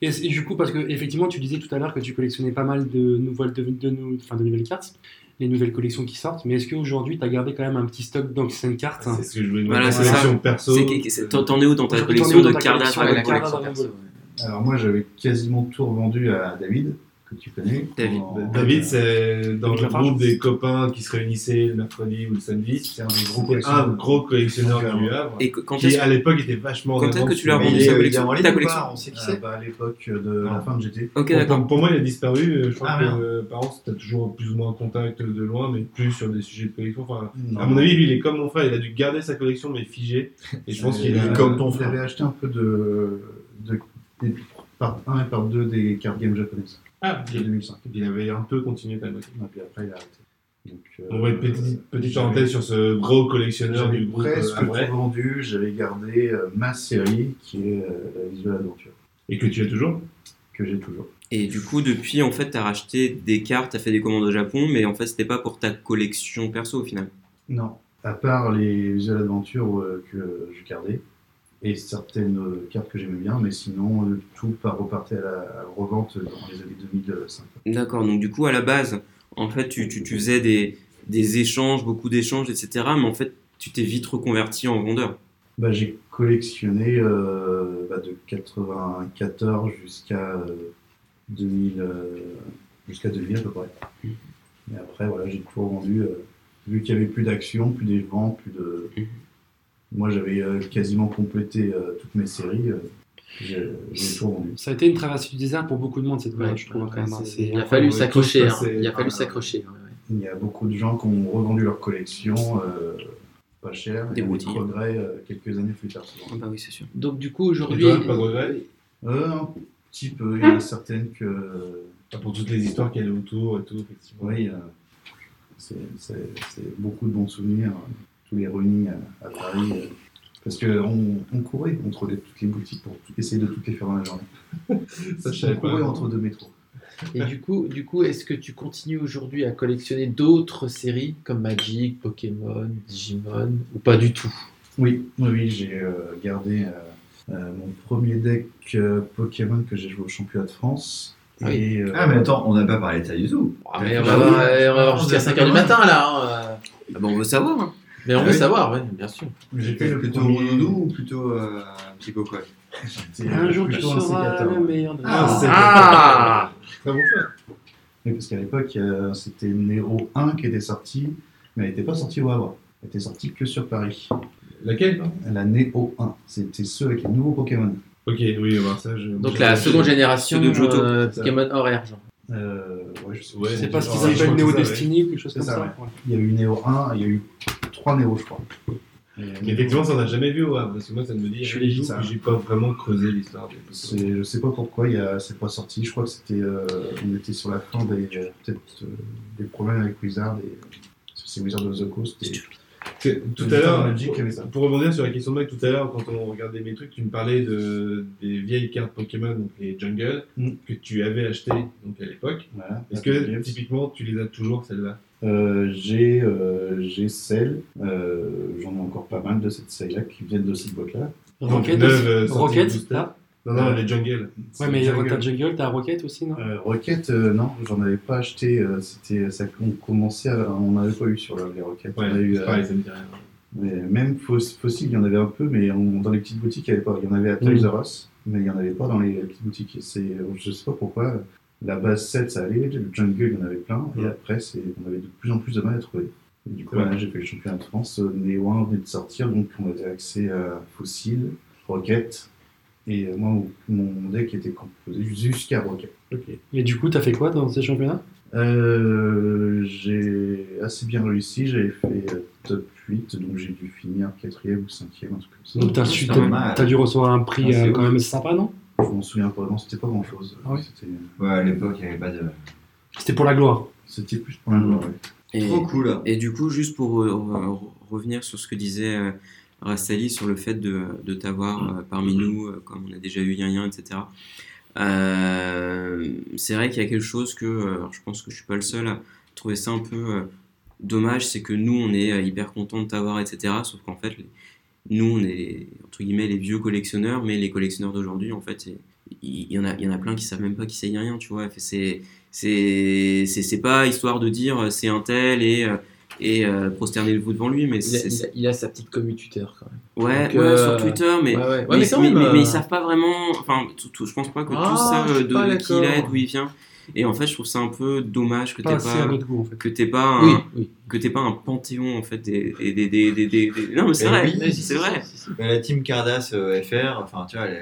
[SPEAKER 7] Et, c'est- du coup, parce que effectivement, tu disais tout à l'heure que tu collectionnais pas mal de nouvelles, de, de nou- enfin, de nouvelles cartes, les nouvelles collections qui sortent, mais est-ce qu'aujourd'hui tu as gardé quand même un petit stock d'anciennes cartes
[SPEAKER 6] C'est ce que je voulais
[SPEAKER 5] Voilà,
[SPEAKER 6] demander.
[SPEAKER 5] c'est ça.
[SPEAKER 6] Sélection perso.
[SPEAKER 5] C'est que- c'est- T'en t'en es où dans ta
[SPEAKER 7] Aujourd'hui,
[SPEAKER 5] collection
[SPEAKER 7] t'en es
[SPEAKER 5] de
[SPEAKER 7] où dans ta
[SPEAKER 5] Cardass
[SPEAKER 7] collection
[SPEAKER 5] Dragon
[SPEAKER 7] de
[SPEAKER 5] Ball
[SPEAKER 7] Cardass Dragon Ball
[SPEAKER 9] Alors, moi, j'avais quasiment tout revendu à David, que tu connais. euh,
[SPEAKER 5] David.
[SPEAKER 9] En-
[SPEAKER 6] David, c'est dans
[SPEAKER 7] David
[SPEAKER 6] le
[SPEAKER 7] Lafarge.
[SPEAKER 6] groupe des copains qui se réunissaient le mercredi ou le samedi.
[SPEAKER 9] C'est un des
[SPEAKER 6] Gros-
[SPEAKER 9] gros
[SPEAKER 6] Un
[SPEAKER 9] collectionneurs.
[SPEAKER 6] gros collectionneur du Havre.
[SPEAKER 5] Et que- quand
[SPEAKER 6] Qui
[SPEAKER 5] est-ce
[SPEAKER 6] à l'époque était vachement. en
[SPEAKER 5] quand est-ce
[SPEAKER 6] avance
[SPEAKER 5] que tu
[SPEAKER 6] sur-
[SPEAKER 5] l'as
[SPEAKER 2] Mais
[SPEAKER 5] revendu
[SPEAKER 2] il
[SPEAKER 5] sa
[SPEAKER 2] est- il est
[SPEAKER 5] collection
[SPEAKER 2] en ligne
[SPEAKER 5] Ta
[SPEAKER 2] ou pas
[SPEAKER 5] collection
[SPEAKER 2] On sait qui
[SPEAKER 9] Ah,
[SPEAKER 2] c'est.
[SPEAKER 9] bah, à l'époque de la
[SPEAKER 2] Non.
[SPEAKER 9] fin de GT.
[SPEAKER 5] Ok,
[SPEAKER 6] Pour-
[SPEAKER 5] d'accord.
[SPEAKER 6] Pour, pour moi, il a disparu. Je crois
[SPEAKER 2] Ah,
[SPEAKER 6] que
[SPEAKER 2] merde.
[SPEAKER 6] euh, par contre, c'était toujours plus ou moins en contact de loin, mais plus sur des sujets de collection. Enfin,
[SPEAKER 9] Non.
[SPEAKER 6] à mon avis, lui, il est comme mon frère. Il a dû garder sa collection, mais figée. Et je pense
[SPEAKER 9] Euh,
[SPEAKER 6] qu'il a.
[SPEAKER 9] comme ton frère. avait acheté un peu de, de, des- par 1 et par 2 des cartes games japonaises
[SPEAKER 6] Ah,
[SPEAKER 9] de 2005.
[SPEAKER 6] il avait un peu continué ta moitié.
[SPEAKER 9] Et puis après, il a arrêté. Donc, euh,
[SPEAKER 6] On va une petite, petite parenthèse sur
[SPEAKER 9] j'avais-
[SPEAKER 6] ce gros collectionneur
[SPEAKER 9] J'avais
[SPEAKER 6] du groupe.
[SPEAKER 9] presque
[SPEAKER 6] euh, Havrais,
[SPEAKER 9] tout vendu, j'avais gardé euh, ma série qui est euh, la Visual Adventure,
[SPEAKER 6] Et que tu as toujours.
[SPEAKER 9] que j'ai toujours.
[SPEAKER 5] Et du coup, depuis, en fait, t'as racheté des cartes, t'as fait des commandes au Japon, mais en fait, c'était pas pour ta collection perso au final.
[SPEAKER 9] Non. À part les Visual Adventure euh, que je gardais et certaines euh, cartes que j'aimais bien, mais sinon, euh, tout par- repartait à la, à la revente dans les années 2005.
[SPEAKER 5] D'accord, donc du coup, à la base, en fait, tu, tu, tu faisais des, des échanges, beaucoup d'échanges, etc., mais en fait, tu t'es vite reconverti en vendeur.
[SPEAKER 9] Bah, j'ai collectionné euh, bah, de 94 jusqu'à euh, 2000, euh, jusqu'à 2000 à peu près. Et après, voilà, j'ai tout revendu. euh, vu qu'il n'y avait plus d'action, plus des ventes, plus de.
[SPEAKER 5] Mhm.
[SPEAKER 9] Moi, j'avais euh, quasiment complété euh, toutes mes séries. euh, j'ai j'ai tout revendu.
[SPEAKER 7] Ça a été une traversée du désert pour beaucoup de monde cette période, je trouve quand même. hein. C'est-
[SPEAKER 8] Il a fallu
[SPEAKER 9] tous
[SPEAKER 8] s'accrocher. hein.
[SPEAKER 9] passés
[SPEAKER 8] Il a fallu
[SPEAKER 9] par là.
[SPEAKER 8] s'accrocher. ouais, ouais.
[SPEAKER 9] Il y a beaucoup de gens qui ont revendu leur collection euh, pas cher,
[SPEAKER 5] Des
[SPEAKER 9] et avec
[SPEAKER 5] boutiques.
[SPEAKER 9] regret euh, quelques années plus tard. souvent.
[SPEAKER 5] Ah bah oui, c'est sûr.
[SPEAKER 8] Donc du coup aujourd'hui,
[SPEAKER 6] Et toi, pas de regret
[SPEAKER 9] Euh, un petit peu,
[SPEAKER 7] Hein
[SPEAKER 9] il y en a certaines que.
[SPEAKER 6] Enfin, Ah, Pour toutes les histoires qu'il y a autour et tout, effectivement.
[SPEAKER 9] Oui, euh, c'est c'est- c'est beaucoup de bons souvenirs, euh, tous les runnings à, à Paris. euh, parce qu'on on courait entre les- toutes les boutiques pour tout- essayer de toutes les faire dans la journée.
[SPEAKER 6] Ça, je savais
[SPEAKER 9] on
[SPEAKER 6] pas.
[SPEAKER 9] courait entre deux métros.
[SPEAKER 8] et du coup, du coup, est-ce que tu continues aujourd'hui à collectionner d'autres séries comme Magic, Pokémon, Digimon ou pas du tout
[SPEAKER 9] Oui, oui, oui, j'ai euh, gardé euh, euh, mon premier deck euh, Pokémon que j'ai joué au championnat de France.
[SPEAKER 8] Ah oui.
[SPEAKER 9] Et, euh,
[SPEAKER 2] Ah, mais attends, on n'a pas parlé de ça du tout.
[SPEAKER 8] Ah, mais on va avoir, euh, on va avoir jusqu'à 5h du matin là. hein, euh.
[SPEAKER 5] Ah bah, on veut savoir. hein.
[SPEAKER 8] Mais on
[SPEAKER 2] Ah
[SPEAKER 8] veut
[SPEAKER 2] oui.
[SPEAKER 8] savoir, ouais, bien sûr.
[SPEAKER 9] j'étais le
[SPEAKER 2] plutôt
[SPEAKER 9] premier-
[SPEAKER 2] Rondoudou ou plutôt euh, un petit coco
[SPEAKER 9] j'étais
[SPEAKER 7] Un jour tu
[SPEAKER 9] plutôt un
[SPEAKER 7] seras
[SPEAKER 9] sécateur.
[SPEAKER 7] le meilleur de
[SPEAKER 6] Ah, c'est-
[SPEAKER 8] Ah
[SPEAKER 6] Très bon choix.
[SPEAKER 9] Oui, parce qu'à l'époque, euh, c'était Nero 1 qui était sorti, mais elle n'était pas sortie au Havre. Elle était sortie que sur Paris.
[SPEAKER 6] Laquelle pardon
[SPEAKER 9] La Neo 1, c'était ceux avec les nouveaux Pokémon.
[SPEAKER 6] Ok, oui, bah, ça, je.
[SPEAKER 8] Donc
[SPEAKER 6] je-
[SPEAKER 8] la
[SPEAKER 6] je-
[SPEAKER 8] seconde génération
[SPEAKER 5] ceux de Johto.
[SPEAKER 8] euh, Pokémon horaire, genre.
[SPEAKER 9] Euh, ouais, je sais
[SPEAKER 6] Ouais,
[SPEAKER 7] C'est pas ce
[SPEAKER 6] Ouais,
[SPEAKER 7] qu'ils
[SPEAKER 6] je crois
[SPEAKER 7] appellent
[SPEAKER 6] que
[SPEAKER 7] Néo
[SPEAKER 6] c'est ça, ouais.
[SPEAKER 7] Destiny ou quelque chose
[SPEAKER 9] C'est
[SPEAKER 7] comme ça.
[SPEAKER 9] ça, Il y a eu Neo 1, il y a eu 3 Neo, je crois.
[SPEAKER 6] Mais effectivement, ça on n'a jamais vu au Havre, parce que moi, ça ne me dit.
[SPEAKER 9] Je suis
[SPEAKER 6] rien du
[SPEAKER 9] légitime,
[SPEAKER 6] tout,
[SPEAKER 9] ça.
[SPEAKER 6] puis J'ai pas vraiment creusé l'histoire. des
[SPEAKER 9] C'est-
[SPEAKER 6] Pokémon.
[SPEAKER 9] Je sais pas pourquoi il y a- c'est pas sorti. Je crois que c'était, euh, on était sur la fin des euh, peut-être euh, des problèmes avec Wizard et parce que c'est Wizard of the Coast. et-
[SPEAKER 6] C'est- Tout à
[SPEAKER 9] Justement,
[SPEAKER 6] l'heure,
[SPEAKER 9] Magic
[SPEAKER 6] pour-
[SPEAKER 9] avait ça.
[SPEAKER 6] pour rebondir sur la question de Mike, tout à l'heure, quand on regardait mes trucs, tu me parlais de, des vieilles cartes Pokémon, donc les Jungle,
[SPEAKER 9] Mm. Ah,
[SPEAKER 6] que tu avais achetées donc, à l'époque.
[SPEAKER 9] Voilà.
[SPEAKER 6] Est-ce que, typiquement, tu les as toujours, celles-là
[SPEAKER 9] Euh, j'ai euh, j'ai celle, euh, j'en ai encore pas mal de cette série-là qui viennent de cette boîte-là.
[SPEAKER 7] Rocket,
[SPEAKER 6] neuve, euh, sortie de
[SPEAKER 7] Rocket,
[SPEAKER 6] booster.
[SPEAKER 7] là.
[SPEAKER 9] Ah,
[SPEAKER 6] Non, non, Euh, les Jungle.
[SPEAKER 7] Ouais, mais
[SPEAKER 9] Jungle.
[SPEAKER 7] t'as Jungle, t'as Rocket aussi, non
[SPEAKER 9] Euh, Rocket, euh, non, j'en avais pas acheté. euh, C'était ça qu'on commençait, à- on n'avait pas eu sur le- les Rocket.
[SPEAKER 6] Ouais,
[SPEAKER 9] on a eu,
[SPEAKER 6] c'est
[SPEAKER 9] euh,
[SPEAKER 6] pareil, ça me dit rien.
[SPEAKER 9] mais même Fos- Fossil, il y en avait un peu, mais on- dans les petites boutiques, il y avait pas. Il y en avait à Toys
[SPEAKER 7] Oui.
[SPEAKER 9] R Us, mais il y en avait pas dans les petites boutiques. Et C'est, euh, je sais pas pourquoi. La base 7, ça allait. Le Jungle, il y en avait plein. Et
[SPEAKER 6] Ouais.
[SPEAKER 9] après, c'est, on avait de plus en plus de mal à trouver. Et du coup,
[SPEAKER 6] Ouais.
[SPEAKER 9] voilà, j'ai fait le championnat de France. euh, Néo 1 venait de sortir, donc on avait accès à Fossil, Rocket. Et euh, moi, mon- mon deck était composé jusqu'à Rocket.
[SPEAKER 7] Et du coup, t'as fait quoi dans ces championnats
[SPEAKER 9] Euh, j'ai assez bien réussi, j'avais fait euh, top 8, donc j'ai dû finir quatrième ou cinquième, un truc comme ça.
[SPEAKER 7] Donc t'as
[SPEAKER 2] C'est
[SPEAKER 7] su-
[SPEAKER 2] pas
[SPEAKER 7] t'as
[SPEAKER 2] mal.
[SPEAKER 7] t'as dû recevoir un prix
[SPEAKER 9] Ah, c'est
[SPEAKER 7] euh, quand
[SPEAKER 9] ouf.
[SPEAKER 7] même sympa, non
[SPEAKER 9] Je m'en souviens pas, non, c'était pas grand chose.
[SPEAKER 7] Ah ouais
[SPEAKER 2] Ouais, à l'époque, il n'y avait pas de.
[SPEAKER 7] C'était pour la gloire.
[SPEAKER 9] C'était plus pour la gloire, ouais.
[SPEAKER 5] Et-
[SPEAKER 2] Trop cool.
[SPEAKER 5] Et du coup, juste pour euh, re- revenir sur ce que disait euh, Rastali sur le fait de, de t'avoir euh, parmi nous, euh, comme on a déjà eu Yin Yin, etc. euh, c'est vrai qu'il y a quelque chose que euh, alors je pense que je suis pas le seul à trouver ça un peu euh, dommage, c'est que nous on est euh, hyper content de t'avoir, etc. Sauf qu'en fait, les- nous on est entre guillemets les vieux collectionneurs, mais les collectionneurs d'aujourd'hui, en fait, c'est- il il y, en a, il y en a plein qui savent même pas qui c'est Yin Yin, tu vois. Fait, C'est c'est c'est- c'est pas histoire de dire euh, c'est un tel et euh, et euh, prosterner le vous devant lui, mais
[SPEAKER 8] Il a,
[SPEAKER 5] c'est-
[SPEAKER 8] il a- il a sa petite commu Twitter quand même.
[SPEAKER 5] Ouais,
[SPEAKER 8] Donc,
[SPEAKER 5] ouais,
[SPEAKER 8] euh,
[SPEAKER 5] sur Twitter, mais,
[SPEAKER 8] ouais, ouais. Ouais,
[SPEAKER 5] mais,
[SPEAKER 8] mais quand
[SPEAKER 5] mais-
[SPEAKER 8] même,
[SPEAKER 5] mais- mais
[SPEAKER 8] euh,
[SPEAKER 5] ils savent pas vraiment. Enfin, tout- tout- je pense pas que
[SPEAKER 8] Ah,
[SPEAKER 5] tous savent
[SPEAKER 8] je suis
[SPEAKER 5] euh, de,
[SPEAKER 8] pas
[SPEAKER 5] de qui il
[SPEAKER 8] d'accord.
[SPEAKER 5] est, d'où il vient. Et en fait, je trouve ça un peu dommage que t'aies
[SPEAKER 7] Pas assez à
[SPEAKER 5] pas,
[SPEAKER 7] notre goût, en fait.
[SPEAKER 5] que t'aies pas, un,
[SPEAKER 8] Oui, oui.
[SPEAKER 5] que t'aies pas un panthéon en fait des des des des, des, des- des- Non, mais c'est
[SPEAKER 2] Mais
[SPEAKER 5] vrai,
[SPEAKER 2] Eh oui,
[SPEAKER 5] mais Eh c'est vrai.
[SPEAKER 2] Mais la team Cardas euh, FR, enfin, tu vois, les-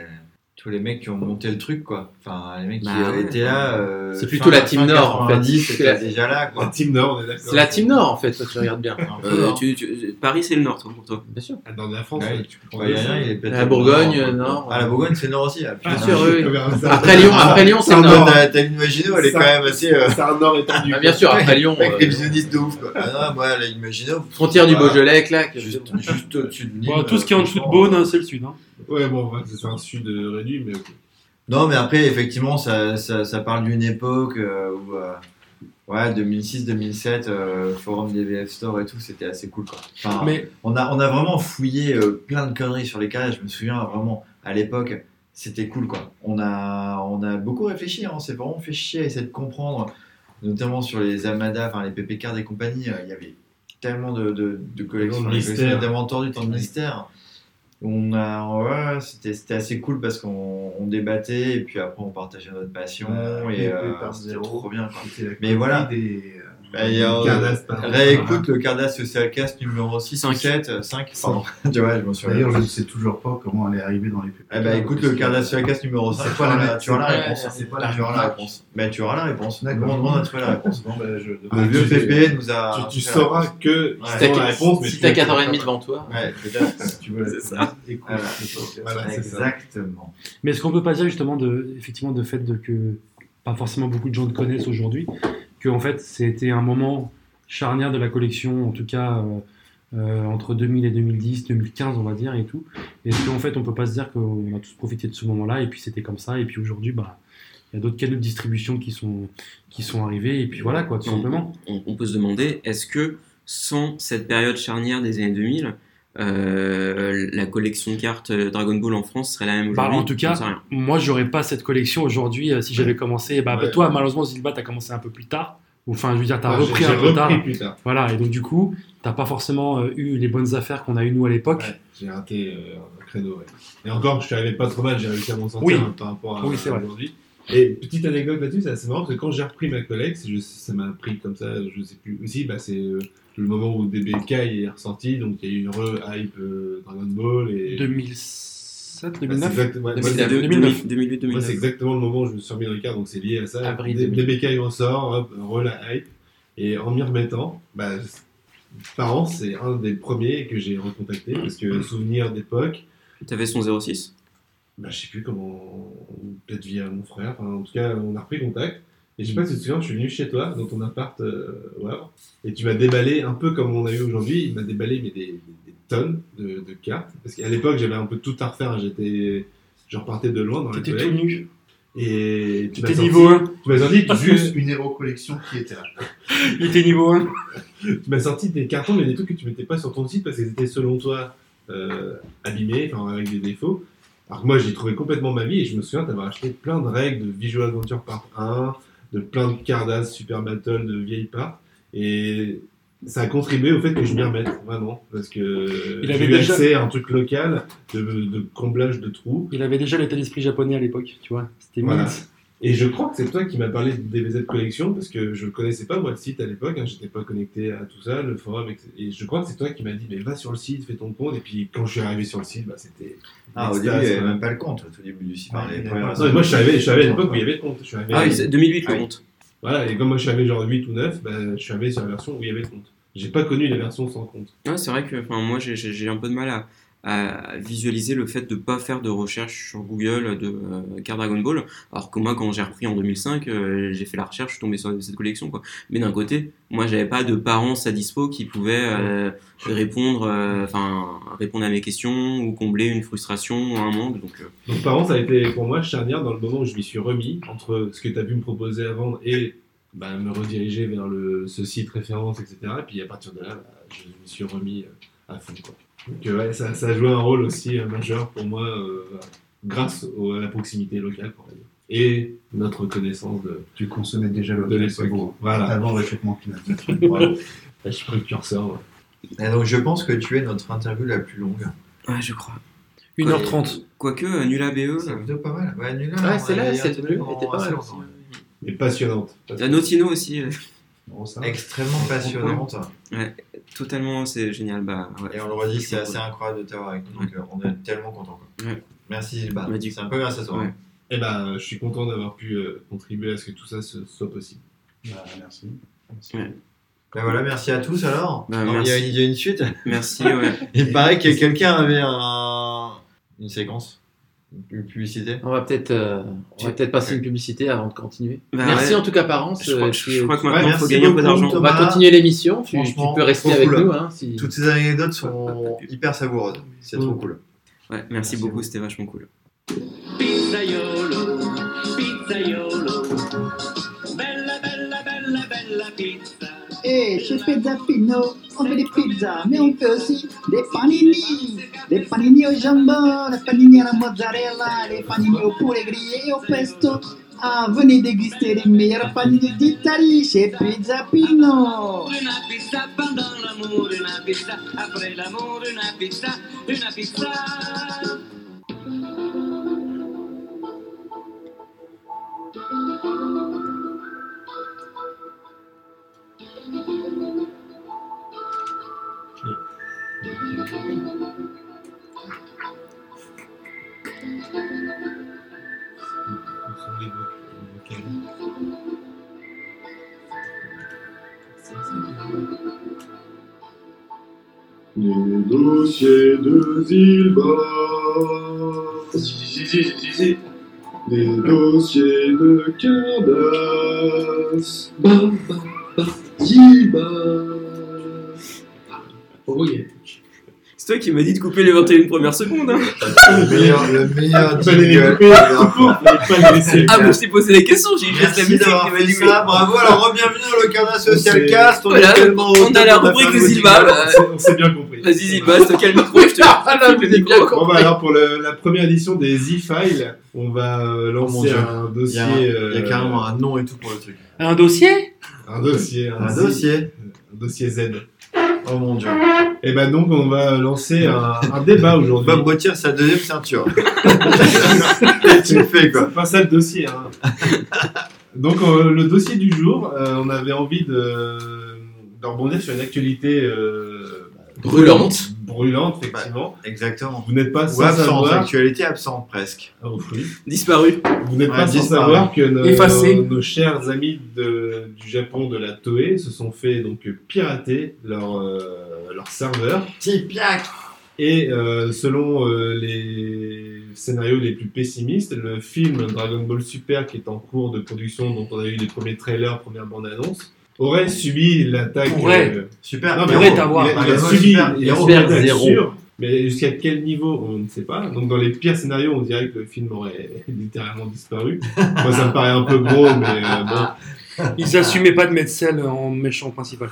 [SPEAKER 2] tous les mecs qui ont monté le truc, quoi. Enfin, les mecs
[SPEAKER 5] Bah
[SPEAKER 2] qui euh,
[SPEAKER 5] ouais.
[SPEAKER 2] étaient là. euh,
[SPEAKER 8] C'est
[SPEAKER 2] fin-
[SPEAKER 8] plutôt la team
[SPEAKER 2] fin
[SPEAKER 8] Nord, en fait.
[SPEAKER 2] 90,
[SPEAKER 8] C'est
[SPEAKER 2] c'était
[SPEAKER 8] la-
[SPEAKER 2] déjà là,
[SPEAKER 6] La
[SPEAKER 2] quoi.
[SPEAKER 6] team Nord, on est d'accord.
[SPEAKER 8] C'est la Team Nord en fait, toi tu regardes bien. Hein,
[SPEAKER 5] Euh, tu- tu- Paris, c'est le Nord toi, pour toi.
[SPEAKER 8] Bien sûr.
[SPEAKER 6] Dans la France,
[SPEAKER 2] Ouais,
[SPEAKER 6] tu comprends
[SPEAKER 2] Ouais, y a rien, il est peut-être
[SPEAKER 8] La Bourgogne,
[SPEAKER 2] Nord.
[SPEAKER 8] euh, Nord.
[SPEAKER 2] Ah, la Bourgogne, c'est le Nord aussi. ah, putain.
[SPEAKER 8] Bien sûr, oui.
[SPEAKER 6] Ça-
[SPEAKER 8] Après Lyon, après Lyon c'est
[SPEAKER 2] C'est
[SPEAKER 8] le
[SPEAKER 2] un
[SPEAKER 8] Nord.
[SPEAKER 2] Nord, t'as t'as l'une Maginot, elle est
[SPEAKER 6] Ça-
[SPEAKER 2] quand même assez. euh,
[SPEAKER 6] C'est un Nord étendu.
[SPEAKER 8] Ah, bien sûr, après Lyon.
[SPEAKER 2] Avec
[SPEAKER 8] euh,
[SPEAKER 2] les visionnistes de ouf, quoi. Ah non, moi, la Lune Maginot,
[SPEAKER 8] Frontière du
[SPEAKER 2] Voilà.
[SPEAKER 8] Beaujolais, clac.
[SPEAKER 2] juste, juste au-dessus de Nîmes. euh,
[SPEAKER 7] Bon, Bah, tout ce qui est en dessous de
[SPEAKER 2] franchement,
[SPEAKER 7] Beaune, hein, c'est le sud. Hein.
[SPEAKER 6] Ouais, bon, ouais, c'est un sud euh, réduit, mais ok.
[SPEAKER 2] Non, mais après, effectivement, ça, ça, ça parle d'une époque euh, où, euh, ouais, 2006-2007, euh, forum des VF Store et tout, c'était assez cool. Quoi. Enfin,
[SPEAKER 7] Mais
[SPEAKER 2] on, a, on a vraiment fouillé euh, plein de conneries sur les carrières. Je me souviens vraiment, à l'époque, c'était cool. Quoi. On, a, on a beaucoup réfléchi, hein, on s'est vraiment fait chier à essayer de comprendre, notamment sur les Amada, enfin les PP Cards et compagnie. euh, Il y avait tellement de, de, de collections,
[SPEAKER 6] Tant de
[SPEAKER 2] les collections
[SPEAKER 6] mystères.
[SPEAKER 2] étaient tellement tordues, tant de mystères. On a, ouais, c'était, c'était assez cool parce qu'on on débattait et puis après on partageait notre passion
[SPEAKER 9] Ouais,
[SPEAKER 2] et
[SPEAKER 9] PP
[SPEAKER 2] euh,
[SPEAKER 9] par
[SPEAKER 2] c'était
[SPEAKER 9] zéro.
[SPEAKER 2] trop bien. quoi.
[SPEAKER 9] C'était la
[SPEAKER 2] Mais voilà.
[SPEAKER 9] copie Des, euh,
[SPEAKER 2] Bah, il y a-
[SPEAKER 9] des Cardass, par-
[SPEAKER 2] Réécoute le Cardas Social Cast numéro 6,
[SPEAKER 5] Cinq.
[SPEAKER 2] 7, 5, euh, pardon. tu vois, je m'en souviens.
[SPEAKER 9] D'ailleurs, je ne sais toujours pas comment elle est arrivée dans les publics.
[SPEAKER 2] Eh ben écoute le Cardas sur la case numéro 5,
[SPEAKER 9] C'est
[SPEAKER 2] tu
[SPEAKER 9] pas la
[SPEAKER 2] auras la,
[SPEAKER 9] même-
[SPEAKER 2] tu auras la
[SPEAKER 8] ouais,
[SPEAKER 2] réponse.
[SPEAKER 8] c'est
[SPEAKER 9] pas la
[SPEAKER 2] tu
[SPEAKER 9] même
[SPEAKER 2] auras la
[SPEAKER 9] marque.
[SPEAKER 2] réponse. Mais Ben, tu auras la réponse.
[SPEAKER 9] D'accord.
[SPEAKER 2] D'accord. Ah, On a trouvé la réponse.
[SPEAKER 9] Bon, ben, je-
[SPEAKER 2] Le vieux
[SPEAKER 6] tu-
[SPEAKER 2] PP nous a.
[SPEAKER 6] Tu, tu sauras que
[SPEAKER 2] Ah, Ouais.
[SPEAKER 6] ils ont
[SPEAKER 2] Si t'as-
[SPEAKER 6] la réponse, mais
[SPEAKER 8] Si
[SPEAKER 6] tu
[SPEAKER 8] t'as
[SPEAKER 6] la connais
[SPEAKER 8] 4h30
[SPEAKER 6] pas.
[SPEAKER 8] devant toi.
[SPEAKER 2] Ouais, peut-être.
[SPEAKER 9] Si tu veux,
[SPEAKER 5] C'est ça.
[SPEAKER 9] écoute,
[SPEAKER 2] Voilà.
[SPEAKER 9] c'est pas-
[SPEAKER 6] Voilà, c'est ça.
[SPEAKER 2] Exactement.
[SPEAKER 7] Mais est-ce qu'on peut pas dire justement de, effectivement, de fait de que pas forcément beaucoup de gens le connaissent aujourd'hui, que en fait c'était un moment charnière de la collection, en tout cas euh, euh, entre 2000 et 2010, 2015 on va dire et tout. Est-ce qu'en fait on peut pas se dire qu'on a tous profité de ce moment-là et puis c'était comme ça et puis aujourd'hui bah il y a d'autres canaux de distribution qui sont qui sont arrivés et puis voilà quoi tout
[SPEAKER 2] Mmh.
[SPEAKER 5] Non.
[SPEAKER 7] simplement.
[SPEAKER 5] on, on peut se demander est-ce que sans cette période charnière des années 2000, euh, la collection de cartes Dragon Ball en France serait la même
[SPEAKER 7] Bah,
[SPEAKER 5] aujourd'hui
[SPEAKER 7] en tout cas,
[SPEAKER 5] J'en sais rien.
[SPEAKER 7] Moi j'aurais pas cette collection aujourd'hui euh, si j'avais commencé. Bah, bah,
[SPEAKER 6] Ouais.
[SPEAKER 7] toi malheureusement Zilba t'as commencé un peu plus tard. Ou, Enfin, je veux dire, t'as
[SPEAKER 6] Ouais, j'ai-
[SPEAKER 7] repris
[SPEAKER 6] j'ai
[SPEAKER 7] un peu tard.
[SPEAKER 6] plus tard.
[SPEAKER 7] Voilà, et donc du coup, t'as pas forcément euh, eu les bonnes affaires qu'on a eues nous à l'époque.
[SPEAKER 6] Ouais, j'ai raté euh, un créneau. ouais. Et encore, je suis arrivé pas trop mal, j'ai réussi à m'en sortir
[SPEAKER 7] Oui.
[SPEAKER 6] hein, par rapport à,
[SPEAKER 7] Oui, c'est
[SPEAKER 6] à
[SPEAKER 7] vrai.
[SPEAKER 6] aujourd'hui. Et petite anecdote là-dessus, c'est assez marrant parce que quand j'ai repris ma collègue, c'est juste- ça m'a pris comme ça, je sais plus. Aussi, bah, c'est euh, le moment où DBK est ressorti, donc il y a eu une re-hype euh, Dragon Ball. Et...
[SPEAKER 7] 2007,
[SPEAKER 6] Bah, c'est
[SPEAKER 7] 2009
[SPEAKER 6] exact- ouais, moi,
[SPEAKER 7] 2009.
[SPEAKER 6] c'est-
[SPEAKER 7] 2009.
[SPEAKER 5] 2008,
[SPEAKER 6] moi, c'est
[SPEAKER 5] 2009.
[SPEAKER 6] exactement le moment où je me suis remis dans le car, donc c'est lié à ça.
[SPEAKER 8] Avril
[SPEAKER 6] D-
[SPEAKER 8] 2000.
[SPEAKER 6] DBK il ressort, hop, re-la hype. Et en m'y remettant, bah, par an, c'est un des premiers que j'ai recontacté parce que souvenir d'époque.
[SPEAKER 5] T'avais son 06
[SPEAKER 6] bah, je sais plus comment, peut-être via mon frère, enfin, en tout cas, on a repris contact. Et je sais pas si tu te souviens, je suis venu chez toi, dans ton appart euh, au Havre, et tu m'as déballé, un peu comme on a eu aujourd'hui, il m'a déballé mais des, des tonnes de, de cartes. Parce qu'à l'époque, j'avais un peu tout à refaire, j'étais, je repartais de loin dans la
[SPEAKER 7] T'étais
[SPEAKER 6] collecte.
[SPEAKER 7] tout nu.
[SPEAKER 6] Et tu m'as Bah, sorti,
[SPEAKER 7] T'étais niveau 1.
[SPEAKER 6] tu m'as sorti
[SPEAKER 9] Juste
[SPEAKER 6] juste,
[SPEAKER 9] une héros collection qui était là.
[SPEAKER 7] Il était niveau 1.
[SPEAKER 6] tu m'as sorti des cartons, mais des trucs que tu mettais pas sur ton site parce qu'ils étaient selon toi euh, abîmé, enfin, avec des défauts. Alors que moi, j'ai trouvé complètement ma vie et je me souviens d'avoir acheté plein de règles de Visual Adventure Part 1, de plein de Cardas, Super Battle, de vieilles parts. Et ça a contribué au fait que je m'y remette, vraiment. Parce que
[SPEAKER 7] Il
[SPEAKER 6] j'ai
[SPEAKER 7] avait
[SPEAKER 6] eu
[SPEAKER 7] déjà-
[SPEAKER 6] accès à un truc local de, de comblage de trous.
[SPEAKER 7] Il avait déjà l'état d'esprit japonais à l'époque, tu vois. C'était
[SPEAKER 6] Voilà.
[SPEAKER 7] mince.
[SPEAKER 6] Et je crois que c'est toi qui m'as parlé de DBZ Collection parce que je ne connaissais pas moi le site à l'époque, hein, j'étais pas connecté à tout ça, le forum, etc. et je crois que c'est toi qui m'as dit mais va sur le site, fais ton compte et puis quand je suis arrivé sur le site, bah, c'était
[SPEAKER 2] Ah, au début,
[SPEAKER 6] l'extase,
[SPEAKER 2] il n'y avait
[SPEAKER 6] quoi.
[SPEAKER 2] même pas le compte, au début du site. par les
[SPEAKER 6] Ouais,
[SPEAKER 2] premières
[SPEAKER 6] non,
[SPEAKER 2] raisons.
[SPEAKER 6] mais moi je suis arrivé, je suis arrivé à l'époque où il y avait le compte. Je suis arrivé-
[SPEAKER 5] Ah oui, c'est 2008 le compte.
[SPEAKER 6] Voilà, et comme moi je suis arrivé genre 8 ou 9, bah, je suis arrivé sur la version où il y avait le compte. J'ai pas connu la version sans compte.
[SPEAKER 5] Ouais, c'est vrai que enfin, moi j'ai- j'ai j'ai un peu de mal à, à visualiser le fait de ne pas faire de recherche sur Google de euh, Card Dragon Ball, alors que moi quand j'ai repris en 2005, euh, j'ai fait la recherche, je suis tombé sur cette collection. Quoi. Mais d'un côté, moi j'avais pas de parents à dispo qui pouvaient euh, répondre, euh, enfin répondre à mes questions ou combler une frustration ou un manque. Donc, euh,
[SPEAKER 6] Donc par contre, ça a été pour moi charnière dans le moment où je m'y suis remis entre ce que tu as pu me proposer à vendre et bah, me rediriger vers le, ce site référence, etc. Et puis à partir de là, bah, je me suis remis euh, à fond. Quoi. Donc euh, ouais, ça, ça a joué un rôle aussi euh, majeur pour moi euh, grâce au- à la proximité locale. on va dire. Et notre connaissance de,
[SPEAKER 9] Tu consommais déjà
[SPEAKER 6] de
[SPEAKER 9] l'autre, c'est
[SPEAKER 6] l'époque.
[SPEAKER 9] beau.
[SPEAKER 6] Voilà,
[SPEAKER 9] hein. Avant le réchauffement climatique.
[SPEAKER 6] Bravo. je suis précurseur. ouais.
[SPEAKER 2] Et donc, je pense que tu es notre interview la plus longue.
[SPEAKER 5] ouais, je crois.
[SPEAKER 7] 1h30.
[SPEAKER 5] Quoique, euh, nul ABE.
[SPEAKER 2] C'est
[SPEAKER 5] là.
[SPEAKER 2] plutôt pas mal. Ouais, nul, hein.
[SPEAKER 8] Ouais,
[SPEAKER 2] on
[SPEAKER 8] c'est là,
[SPEAKER 2] avait
[SPEAKER 8] cette
[SPEAKER 2] tenu
[SPEAKER 8] bleue
[SPEAKER 2] pendant
[SPEAKER 8] était pas
[SPEAKER 2] assez
[SPEAKER 8] mal.
[SPEAKER 2] longtemps.
[SPEAKER 5] hein.
[SPEAKER 6] Mais passionnante.
[SPEAKER 5] Il y a Notino aussi, euh,
[SPEAKER 9] Bon, ça va.
[SPEAKER 2] Extrêmement passionnante.
[SPEAKER 5] totalement, c'est génial. Bah, ouais.
[SPEAKER 2] Et on le redit, c'est assez incroyable de t'avoir avec nous. Donc, euh, on est tellement contents. quoi.
[SPEAKER 5] Ouais.
[SPEAKER 2] Merci Gilbert.
[SPEAKER 5] Bah, du-
[SPEAKER 2] C'est un peu grâce à toi.
[SPEAKER 5] Ouais.
[SPEAKER 2] hein.
[SPEAKER 6] Et ben, je suis content d'avoir pu euh, contribuer à ce que tout ça se- soit possible.
[SPEAKER 9] Bah, merci. Merci.
[SPEAKER 5] Ouais.
[SPEAKER 2] Ben voilà, merci à tous alors.
[SPEAKER 5] Bah,
[SPEAKER 2] Donc, il, y a,
[SPEAKER 5] merci.
[SPEAKER 2] il y a une suite.
[SPEAKER 5] Merci, ouais.
[SPEAKER 2] Il paraît que quelqu'un avait un- une séquence, une publicité.
[SPEAKER 8] On va peut-être euh, on va peut-être passer une publicité avant de continuer.
[SPEAKER 5] Bah
[SPEAKER 8] Merci
[SPEAKER 5] ouais.
[SPEAKER 8] en tout cas, parents. euh,
[SPEAKER 5] Je crois, je crois que
[SPEAKER 2] Ouais,
[SPEAKER 5] maintenant il
[SPEAKER 2] merci
[SPEAKER 5] faut gagner un peu
[SPEAKER 2] beaucoup,
[SPEAKER 5] d'argent.
[SPEAKER 8] on
[SPEAKER 2] Thomas.
[SPEAKER 8] va continuer l'émission. Tu, tu
[SPEAKER 2] Franchement,
[SPEAKER 8] peux rester
[SPEAKER 2] trop
[SPEAKER 8] avec
[SPEAKER 2] cool.
[SPEAKER 8] nous. Hein, si...
[SPEAKER 2] Toutes ces anecdotes sont hyper savoureuses. C'est trop cool.
[SPEAKER 5] Ouais, merci, beaucoup, c'était vachement cool.
[SPEAKER 4] Pizzaiolo, pizzaiolo. Bella, bella, bella, bella pizza.
[SPEAKER 12] Et chez Pizzappino, on fait des pizzas, mais on fait aussi des panini. Des panini au jambon, des panini à la mozzarella, des panini au poulet grillé et au pesto. Ah, venez déguster les meilleurs panini d'Italie chez Pizzappino.
[SPEAKER 4] Una pizza pendant l'amour, una pizza après l'amour, una pizza, una pizza.
[SPEAKER 3] Le dossier de Zilba. Les dossiers de Cardas.
[SPEAKER 10] Ba, ba, ba, Zilba.
[SPEAKER 8] Oh, yeah.
[SPEAKER 5] C'est toi qui m'as dit de couper les 21 premières secondes. Hein.
[SPEAKER 2] Le meilleur, le meilleur
[SPEAKER 6] Fallait les
[SPEAKER 2] jingle.
[SPEAKER 6] couper, tout court, fallait pas les laisser.
[SPEAKER 5] Ah, mais je t'ai posé la question, j'ai juste la
[SPEAKER 2] Merci
[SPEAKER 5] musique.
[SPEAKER 2] d'avoir
[SPEAKER 5] qui m'a
[SPEAKER 2] fait
[SPEAKER 5] dit,
[SPEAKER 2] ça. Bravo. Alors, bienvenue dans le Carnat Social
[SPEAKER 6] C'est-
[SPEAKER 2] Cast. On
[SPEAKER 5] Voilà,
[SPEAKER 2] est tellement
[SPEAKER 5] on a
[SPEAKER 2] heureux
[SPEAKER 5] la
[SPEAKER 2] qu'on
[SPEAKER 5] rubrique
[SPEAKER 2] fait un
[SPEAKER 5] de
[SPEAKER 2] beau
[SPEAKER 5] Zilba,
[SPEAKER 2] jingle.
[SPEAKER 8] Bah,
[SPEAKER 5] là.
[SPEAKER 6] On s'est bien compris.
[SPEAKER 5] mais- Vas-y, Zilba, c'est quel micro Je te
[SPEAKER 8] Ah là, vous
[SPEAKER 5] le
[SPEAKER 8] êtes bien
[SPEAKER 5] micro.
[SPEAKER 6] Bon bah alors pour le- la première édition des e-files, on va euh,
[SPEAKER 2] Oh, mon
[SPEAKER 6] lancer
[SPEAKER 2] Dieu.
[SPEAKER 6] un
[SPEAKER 2] Il y
[SPEAKER 6] dossier,
[SPEAKER 2] a un- il y a
[SPEAKER 6] euh,
[SPEAKER 2] carrément un nom et tout pour le truc.
[SPEAKER 7] Un dossier
[SPEAKER 6] un dossier, un,
[SPEAKER 2] Un
[SPEAKER 6] Z-
[SPEAKER 2] dossier.
[SPEAKER 6] un dossier Z.
[SPEAKER 2] Oh mon dieu.
[SPEAKER 6] Et bah donc on va lancer un, un débat aujourd'hui.
[SPEAKER 2] Bob retire sa deuxième ceinture. Qu'est-ce que tu fais quoi
[SPEAKER 6] Pas ça le dossier. hein. donc euh, le dossier du jour, euh, on avait envie de, de rebondir sur une actualité euh,
[SPEAKER 8] Brûlante.
[SPEAKER 6] brûlante effectivement.
[SPEAKER 2] Exactement.
[SPEAKER 6] Vous n'êtes pas
[SPEAKER 2] Ou
[SPEAKER 6] sans
[SPEAKER 2] absent,
[SPEAKER 6] savoir.
[SPEAKER 2] actualité absente presque.
[SPEAKER 6] Oh, oui.
[SPEAKER 5] Disparu.
[SPEAKER 6] Vous n'êtes
[SPEAKER 2] Ouais,
[SPEAKER 6] pas sans
[SPEAKER 2] disparu.
[SPEAKER 6] savoir que nos,
[SPEAKER 7] Effacé.
[SPEAKER 6] nos chers amis de- du Japon de la Toei se sont fait donc pirater leur, euh, leur serveur.
[SPEAKER 2] Petit piac
[SPEAKER 6] Et euh, selon euh, les scénarios les plus pessimistes, le film Dragon Ball Super qui est en cours de production, dont on a eu les premiers trailers, premières bandes annonces, aurait subi l'attaque.
[SPEAKER 7] Pourrait.
[SPEAKER 6] euh,
[SPEAKER 2] Super.
[SPEAKER 6] non, mais
[SPEAKER 7] Pourrait
[SPEAKER 6] bon,
[SPEAKER 7] t'avoir. hein.
[SPEAKER 6] il a- il a
[SPEAKER 2] Dragon Ball
[SPEAKER 6] subi
[SPEAKER 2] Super,
[SPEAKER 6] il a
[SPEAKER 2] héros.
[SPEAKER 6] subi une attaque
[SPEAKER 8] Zéro.
[SPEAKER 6] sûre, mais jusqu'à quel niveau, on ne sait pas. Donc, dans les pires scénarios, on dirait que le film aurait littéralement disparu. Moi, ça me paraît un peu gros, mais euh, bon.
[SPEAKER 7] Ils assumaient pas de mettre celle en méchant principal.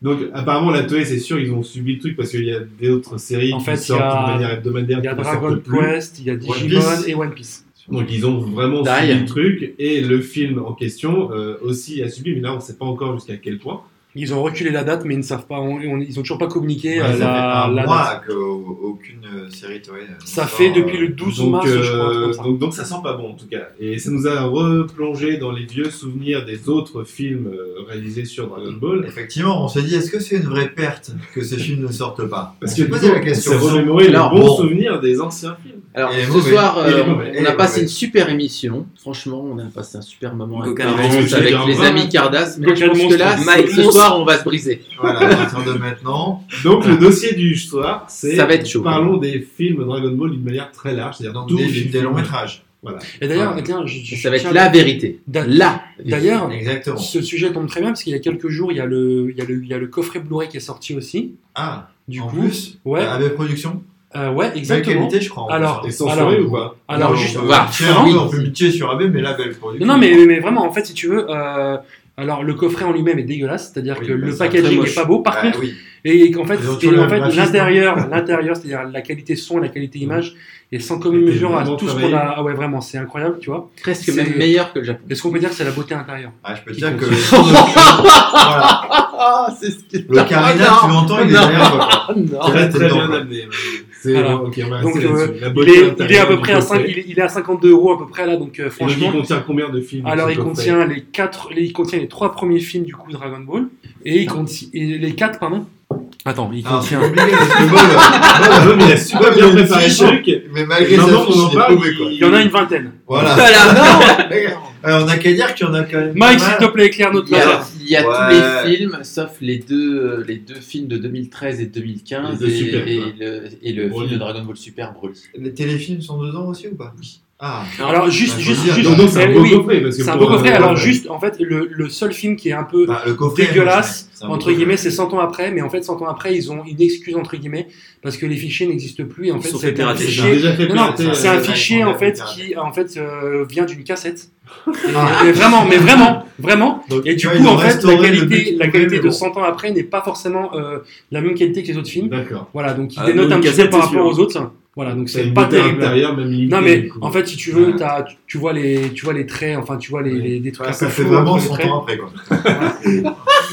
[SPEAKER 6] Donc, apparemment, la Toei, c'est sûr, ils ont subi le truc parce qu'il y a des autres séries
[SPEAKER 7] En
[SPEAKER 6] qui
[SPEAKER 7] fait, il y
[SPEAKER 6] sortent
[SPEAKER 7] a-
[SPEAKER 6] de manière hebdomadaire.
[SPEAKER 7] il y a
[SPEAKER 6] qui ne
[SPEAKER 7] Dragon
[SPEAKER 6] sortent plus.
[SPEAKER 7] Quest, il y a
[SPEAKER 6] One
[SPEAKER 7] Digimon
[SPEAKER 6] Piece.
[SPEAKER 7] et One Piece.
[SPEAKER 6] Donc, ils ont vraiment
[SPEAKER 7] Die.
[SPEAKER 6] subi le truc et le film en question euh, aussi a subi, mais là, on ne sait pas encore jusqu'à quel point.
[SPEAKER 7] Ils ont reculé la date, mais ils ne savent pas, on- on- ils ont toujours pas communiqué
[SPEAKER 2] Ouais,
[SPEAKER 7] euh,
[SPEAKER 2] ça
[SPEAKER 7] la,
[SPEAKER 2] fait un
[SPEAKER 7] la
[SPEAKER 2] mois
[SPEAKER 7] date.
[SPEAKER 2] qu'aucune série Toei. euh,
[SPEAKER 7] Ça
[SPEAKER 2] sort,
[SPEAKER 7] fait depuis
[SPEAKER 2] euh,
[SPEAKER 7] le 12
[SPEAKER 6] donc,
[SPEAKER 7] mars, je
[SPEAKER 6] euh,
[SPEAKER 7] crois. un truc comme ça.
[SPEAKER 6] donc, donc ça sent pas bon en tout cas. Et ça nous a replongé dans les vieux souvenirs des autres films euh, réalisés sur Dragon Ball.
[SPEAKER 2] Effectivement, on s'est dit, est-ce que c'est une vraie perte que ces films ne sortent pas
[SPEAKER 6] Parce
[SPEAKER 2] On
[SPEAKER 6] que
[SPEAKER 2] s'est
[SPEAKER 6] du
[SPEAKER 2] posé
[SPEAKER 6] coup,
[SPEAKER 2] la question.
[SPEAKER 6] ça remémorait les
[SPEAKER 2] Alors,
[SPEAKER 6] bons
[SPEAKER 2] bon.
[SPEAKER 6] souvenirs des anciens films.
[SPEAKER 8] Alors,
[SPEAKER 2] Et
[SPEAKER 8] ce
[SPEAKER 2] mauvais.
[SPEAKER 8] soir,
[SPEAKER 2] Et
[SPEAKER 8] euh,
[SPEAKER 2] les mauvais.
[SPEAKER 8] on
[SPEAKER 2] Et
[SPEAKER 8] a
[SPEAKER 2] les
[SPEAKER 8] passé
[SPEAKER 2] mauvais.
[SPEAKER 8] une super émission. Franchement, on a passé un super moment avec,
[SPEAKER 5] Coca
[SPEAKER 8] parents,
[SPEAKER 5] Monstre,
[SPEAKER 8] avec
[SPEAKER 5] Coca
[SPEAKER 8] les
[SPEAKER 5] Monstre.
[SPEAKER 8] amis Cardas. Mais je
[SPEAKER 5] Coca
[SPEAKER 8] pense que
[SPEAKER 5] Monstre.
[SPEAKER 8] là,
[SPEAKER 5] Mike
[SPEAKER 8] ce
[SPEAKER 5] Monstre.
[SPEAKER 8] soir, on va se briser.
[SPEAKER 2] Voilà, à partir de maintenant.
[SPEAKER 6] Donc
[SPEAKER 7] Ah.
[SPEAKER 6] le dossier du soir, c'est
[SPEAKER 8] Ça va être chaud.
[SPEAKER 6] parlons des films Dragon Ball d'une manière très large, c'est-à-dire
[SPEAKER 2] Donc,
[SPEAKER 6] tous
[SPEAKER 2] des-
[SPEAKER 6] les
[SPEAKER 2] des
[SPEAKER 6] films.
[SPEAKER 2] longs-métrages.
[SPEAKER 6] Voilà.
[SPEAKER 7] Et d'ailleurs,
[SPEAKER 2] Voilà.
[SPEAKER 7] tiens, je- je-
[SPEAKER 8] Ça va être
[SPEAKER 7] tiens-
[SPEAKER 8] la vérité.
[SPEAKER 7] Da-
[SPEAKER 8] La vérité.
[SPEAKER 7] D'ailleurs,
[SPEAKER 2] Exactement.
[SPEAKER 7] ce sujet tombe très bien parce qu'il y a quelques jours, il y a le, il y a le, il y a le coffret Blu-ray qui est sorti aussi.
[SPEAKER 2] Ah,
[SPEAKER 7] Du
[SPEAKER 2] en
[SPEAKER 7] coup,
[SPEAKER 2] plus,
[SPEAKER 7] ouais.
[SPEAKER 2] avec production.
[SPEAKER 7] Euh, ouais, exactement.
[SPEAKER 2] Belle qualité, je crois. en
[SPEAKER 7] Alors,
[SPEAKER 2] plus, hein.
[SPEAKER 6] Et censuré
[SPEAKER 7] Alors-
[SPEAKER 6] ou pas
[SPEAKER 7] alors
[SPEAKER 2] Non,
[SPEAKER 7] juste,
[SPEAKER 2] on peut
[SPEAKER 7] voilà,
[SPEAKER 2] pitié, un
[SPEAKER 7] oui.
[SPEAKER 2] peu, on peut pitié sur AB, mais là, belle production.
[SPEAKER 7] Non, mais, mais vraiment, en fait, si tu veux, euh, alors le coffret en lui-même est dégueulasse, c'est-à-dire
[SPEAKER 2] Oui,
[SPEAKER 7] que
[SPEAKER 2] bah,
[SPEAKER 7] le
[SPEAKER 2] c'est très
[SPEAKER 7] packaging
[SPEAKER 2] moche.
[SPEAKER 7] n'est pas beau. Par
[SPEAKER 2] Bah,
[SPEAKER 7] contre,
[SPEAKER 2] oui.
[SPEAKER 7] et en fait,
[SPEAKER 2] Ils ont
[SPEAKER 7] et
[SPEAKER 2] toujours le
[SPEAKER 7] en fait
[SPEAKER 2] même graphisme.
[SPEAKER 7] l'intérieur, l'intérieur, c'est-à-dire la qualité son, la qualité image, est sans commune
[SPEAKER 6] Était
[SPEAKER 7] mesure à
[SPEAKER 6] vraiment
[SPEAKER 7] tout ce qu'on
[SPEAKER 6] travaillé.
[SPEAKER 7] a. Ah ouais, vraiment, c'est incroyable, tu vois.
[SPEAKER 8] Presque
[SPEAKER 7] C'est-
[SPEAKER 8] même meilleur que le Japon.
[SPEAKER 7] Est-ce qu'on peut dire que c'est la beauté intérieure
[SPEAKER 2] Ah, je peux
[SPEAKER 7] Qui
[SPEAKER 2] dire que.
[SPEAKER 7] compte.
[SPEAKER 2] Voilà.
[SPEAKER 8] Ah, c'est ce qui-
[SPEAKER 2] Le Carina,
[SPEAKER 8] Ah,
[SPEAKER 2] tu l'entends, il est
[SPEAKER 8] non.
[SPEAKER 2] derrière toi.
[SPEAKER 8] Ah, non.
[SPEAKER 2] C'est
[SPEAKER 6] Très
[SPEAKER 2] vrai,
[SPEAKER 6] très
[SPEAKER 2] c'est
[SPEAKER 6] bien
[SPEAKER 2] drôle.
[SPEAKER 6] amené. ouais. C'est
[SPEAKER 7] Voilà.
[SPEAKER 6] bon, ok, on va
[SPEAKER 7] Donc,
[SPEAKER 6] rester
[SPEAKER 7] euh,
[SPEAKER 6] là-dessus. La
[SPEAKER 7] Il
[SPEAKER 6] beauté
[SPEAKER 7] est, il est à
[SPEAKER 6] intérieure
[SPEAKER 7] peu
[SPEAKER 6] du
[SPEAKER 7] près à
[SPEAKER 6] coffret.
[SPEAKER 7] 5, il est, il est à 52 euros à peu près là, donc
[SPEAKER 6] Et
[SPEAKER 7] euh,
[SPEAKER 6] donc,
[SPEAKER 7] franchement.
[SPEAKER 6] il contient combien de films
[SPEAKER 7] Alors
[SPEAKER 6] ce
[SPEAKER 7] il
[SPEAKER 6] coffret
[SPEAKER 7] contient les quatre, les- il contient les trois premiers films du coup Dragon Ball et il contient et les quatre pardon. Attends, il
[SPEAKER 2] Ah, c'est
[SPEAKER 7] contient.
[SPEAKER 2] obligé, parce que Ball,
[SPEAKER 6] Ah, non, mais il a super bien
[SPEAKER 2] Il y a une
[SPEAKER 6] préparé le
[SPEAKER 2] fiche, hein.
[SPEAKER 6] truc.
[SPEAKER 2] Mais malgré ça,
[SPEAKER 6] Maintenant qu'on en
[SPEAKER 2] il est
[SPEAKER 6] parle,
[SPEAKER 2] paumé, quoi.
[SPEAKER 7] Il y en a une vingtaine.
[SPEAKER 2] Voilà. Alors, on n'a qu'à dire qu'il y en a quand même.
[SPEAKER 7] Mike,
[SPEAKER 2] pas
[SPEAKER 7] s'il
[SPEAKER 2] mal.
[SPEAKER 7] te plaît, éclaire notre
[SPEAKER 8] Il y a,
[SPEAKER 7] majeur.
[SPEAKER 8] il y a
[SPEAKER 2] Ouais.
[SPEAKER 8] tous les films, sauf les deux, euh, les deux films de 2013 et 2015
[SPEAKER 6] Les deux
[SPEAKER 8] et,
[SPEAKER 6] super,
[SPEAKER 8] et
[SPEAKER 6] ouais.
[SPEAKER 8] le, et le film
[SPEAKER 6] Broly.
[SPEAKER 8] de Dragon Ball Super Broly.
[SPEAKER 2] Les téléfilms sont dedans aussi ou pas Ah,
[SPEAKER 7] Alors juste,
[SPEAKER 2] Bah,
[SPEAKER 7] juste,
[SPEAKER 2] faut dire,
[SPEAKER 7] juste.
[SPEAKER 6] Donc, donc, c'est un
[SPEAKER 7] eh
[SPEAKER 6] beau
[SPEAKER 7] oui,
[SPEAKER 6] coffret. parce que
[SPEAKER 7] c'est un
[SPEAKER 6] pour
[SPEAKER 7] beau coffret.
[SPEAKER 6] un-
[SPEAKER 7] Alors juste, en fait, le, le seul film qui est un peu
[SPEAKER 2] bah, le coffret.
[SPEAKER 7] dégueulasse,
[SPEAKER 2] c'est un
[SPEAKER 7] entre
[SPEAKER 2] peu-
[SPEAKER 7] guillemets, c'est 100 ans après, mais en fait, 100 ans après, ils ont une excuse, entre guillemets, parce que les fichiers n'existent plus, et en
[SPEAKER 5] Ils
[SPEAKER 7] fait,
[SPEAKER 5] se sont
[SPEAKER 7] c'est
[SPEAKER 5] fait
[SPEAKER 7] un
[SPEAKER 5] pirater.
[SPEAKER 6] C'est
[SPEAKER 7] fichier,
[SPEAKER 6] déjà fait
[SPEAKER 7] Non, non,
[SPEAKER 6] pirater,
[SPEAKER 7] c'est
[SPEAKER 6] euh,
[SPEAKER 7] un
[SPEAKER 2] c'est
[SPEAKER 7] fichier
[SPEAKER 2] vrai
[SPEAKER 7] en
[SPEAKER 2] qu'on l'a
[SPEAKER 7] fait
[SPEAKER 2] fait
[SPEAKER 7] qui en fait euh, vient d'une cassette. Et-
[SPEAKER 2] Ah.
[SPEAKER 7] mais vraiment, mais vraiment, vraiment.
[SPEAKER 2] Donc,
[SPEAKER 7] Et du
[SPEAKER 2] tu vois,
[SPEAKER 7] coup,
[SPEAKER 2] ils ont
[SPEAKER 7] en fait,
[SPEAKER 2] restauré
[SPEAKER 7] la
[SPEAKER 2] le
[SPEAKER 7] qualité,
[SPEAKER 2] petit
[SPEAKER 7] la
[SPEAKER 2] poulet,
[SPEAKER 7] qualité
[SPEAKER 2] mais
[SPEAKER 7] de
[SPEAKER 2] bon.
[SPEAKER 7] 100 ans après n'est pas forcément euh, la même qualité que les autres films.
[SPEAKER 6] D'accord.
[SPEAKER 7] Voilà, donc ils
[SPEAKER 5] Ah,
[SPEAKER 7] dénotent
[SPEAKER 5] donc,
[SPEAKER 7] un petit peu
[SPEAKER 5] cassette,
[SPEAKER 7] par
[SPEAKER 5] c'est
[SPEAKER 7] rapport
[SPEAKER 5] sûr.
[SPEAKER 7] aux autres. Voilà, donc
[SPEAKER 6] Une
[SPEAKER 7] c'est pas
[SPEAKER 6] beauté
[SPEAKER 7] terrible.
[SPEAKER 6] intérieure, même limitée,
[SPEAKER 7] Non mais
[SPEAKER 6] du coup.
[SPEAKER 7] en fait si tu veux
[SPEAKER 2] Ouais.
[SPEAKER 7] t'as- tu, tu vois les tu vois les traits enfin tu vois les, les- des trucs
[SPEAKER 2] Ah,
[SPEAKER 7] un peu
[SPEAKER 2] ça fait
[SPEAKER 7] flous entre
[SPEAKER 2] vraiment
[SPEAKER 7] les
[SPEAKER 2] 100
[SPEAKER 7] traits.
[SPEAKER 2] ans après, quoi.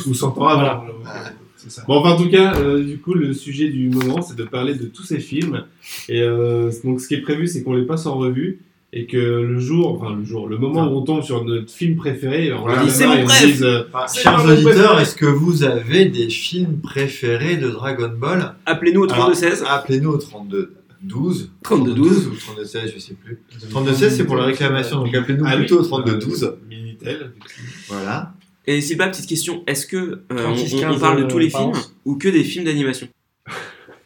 [SPEAKER 6] ou sans temps avant. euh, C'est ça. Bon, enfin, en tout cas, euh, du coup, le sujet du moment, c'est de parler de tous ces films. Et euh, donc, ce qui est prévu, c'est qu'on les passe en revue et que le jour, enfin, le jour, le moment où on tombe sur notre film préféré, on
[SPEAKER 2] Voilà.
[SPEAKER 6] regarde
[SPEAKER 5] C'est
[SPEAKER 6] là
[SPEAKER 5] mon
[SPEAKER 6] et on
[SPEAKER 5] préf.
[SPEAKER 6] dise, euh,
[SPEAKER 2] Enfin,
[SPEAKER 6] C'est
[SPEAKER 2] Ah, chers
[SPEAKER 6] pas mon
[SPEAKER 2] auditeurs,
[SPEAKER 6] préféré.
[SPEAKER 2] est-ce que vous avez des films préférés de Dragon Ball
[SPEAKER 5] Appelez-nous au
[SPEAKER 2] Alors, ah,
[SPEAKER 5] 3216.
[SPEAKER 2] Appelez-nous au 32 12.
[SPEAKER 5] 32
[SPEAKER 2] ou 32 16, je sais plus. 32 16, c'est pour la réclamation, donc appelez-nous
[SPEAKER 6] Ah oui,
[SPEAKER 2] plutôt au 32
[SPEAKER 6] euh,
[SPEAKER 2] 12.
[SPEAKER 6] Minitel.
[SPEAKER 2] Voilà.
[SPEAKER 5] Et Sylvain, petite question. Est-ce que euh, on-
[SPEAKER 7] 36,
[SPEAKER 5] on,
[SPEAKER 7] 15,
[SPEAKER 5] parle de tous les
[SPEAKER 7] euh, par
[SPEAKER 5] films
[SPEAKER 7] an.
[SPEAKER 5] ou que des films d'animation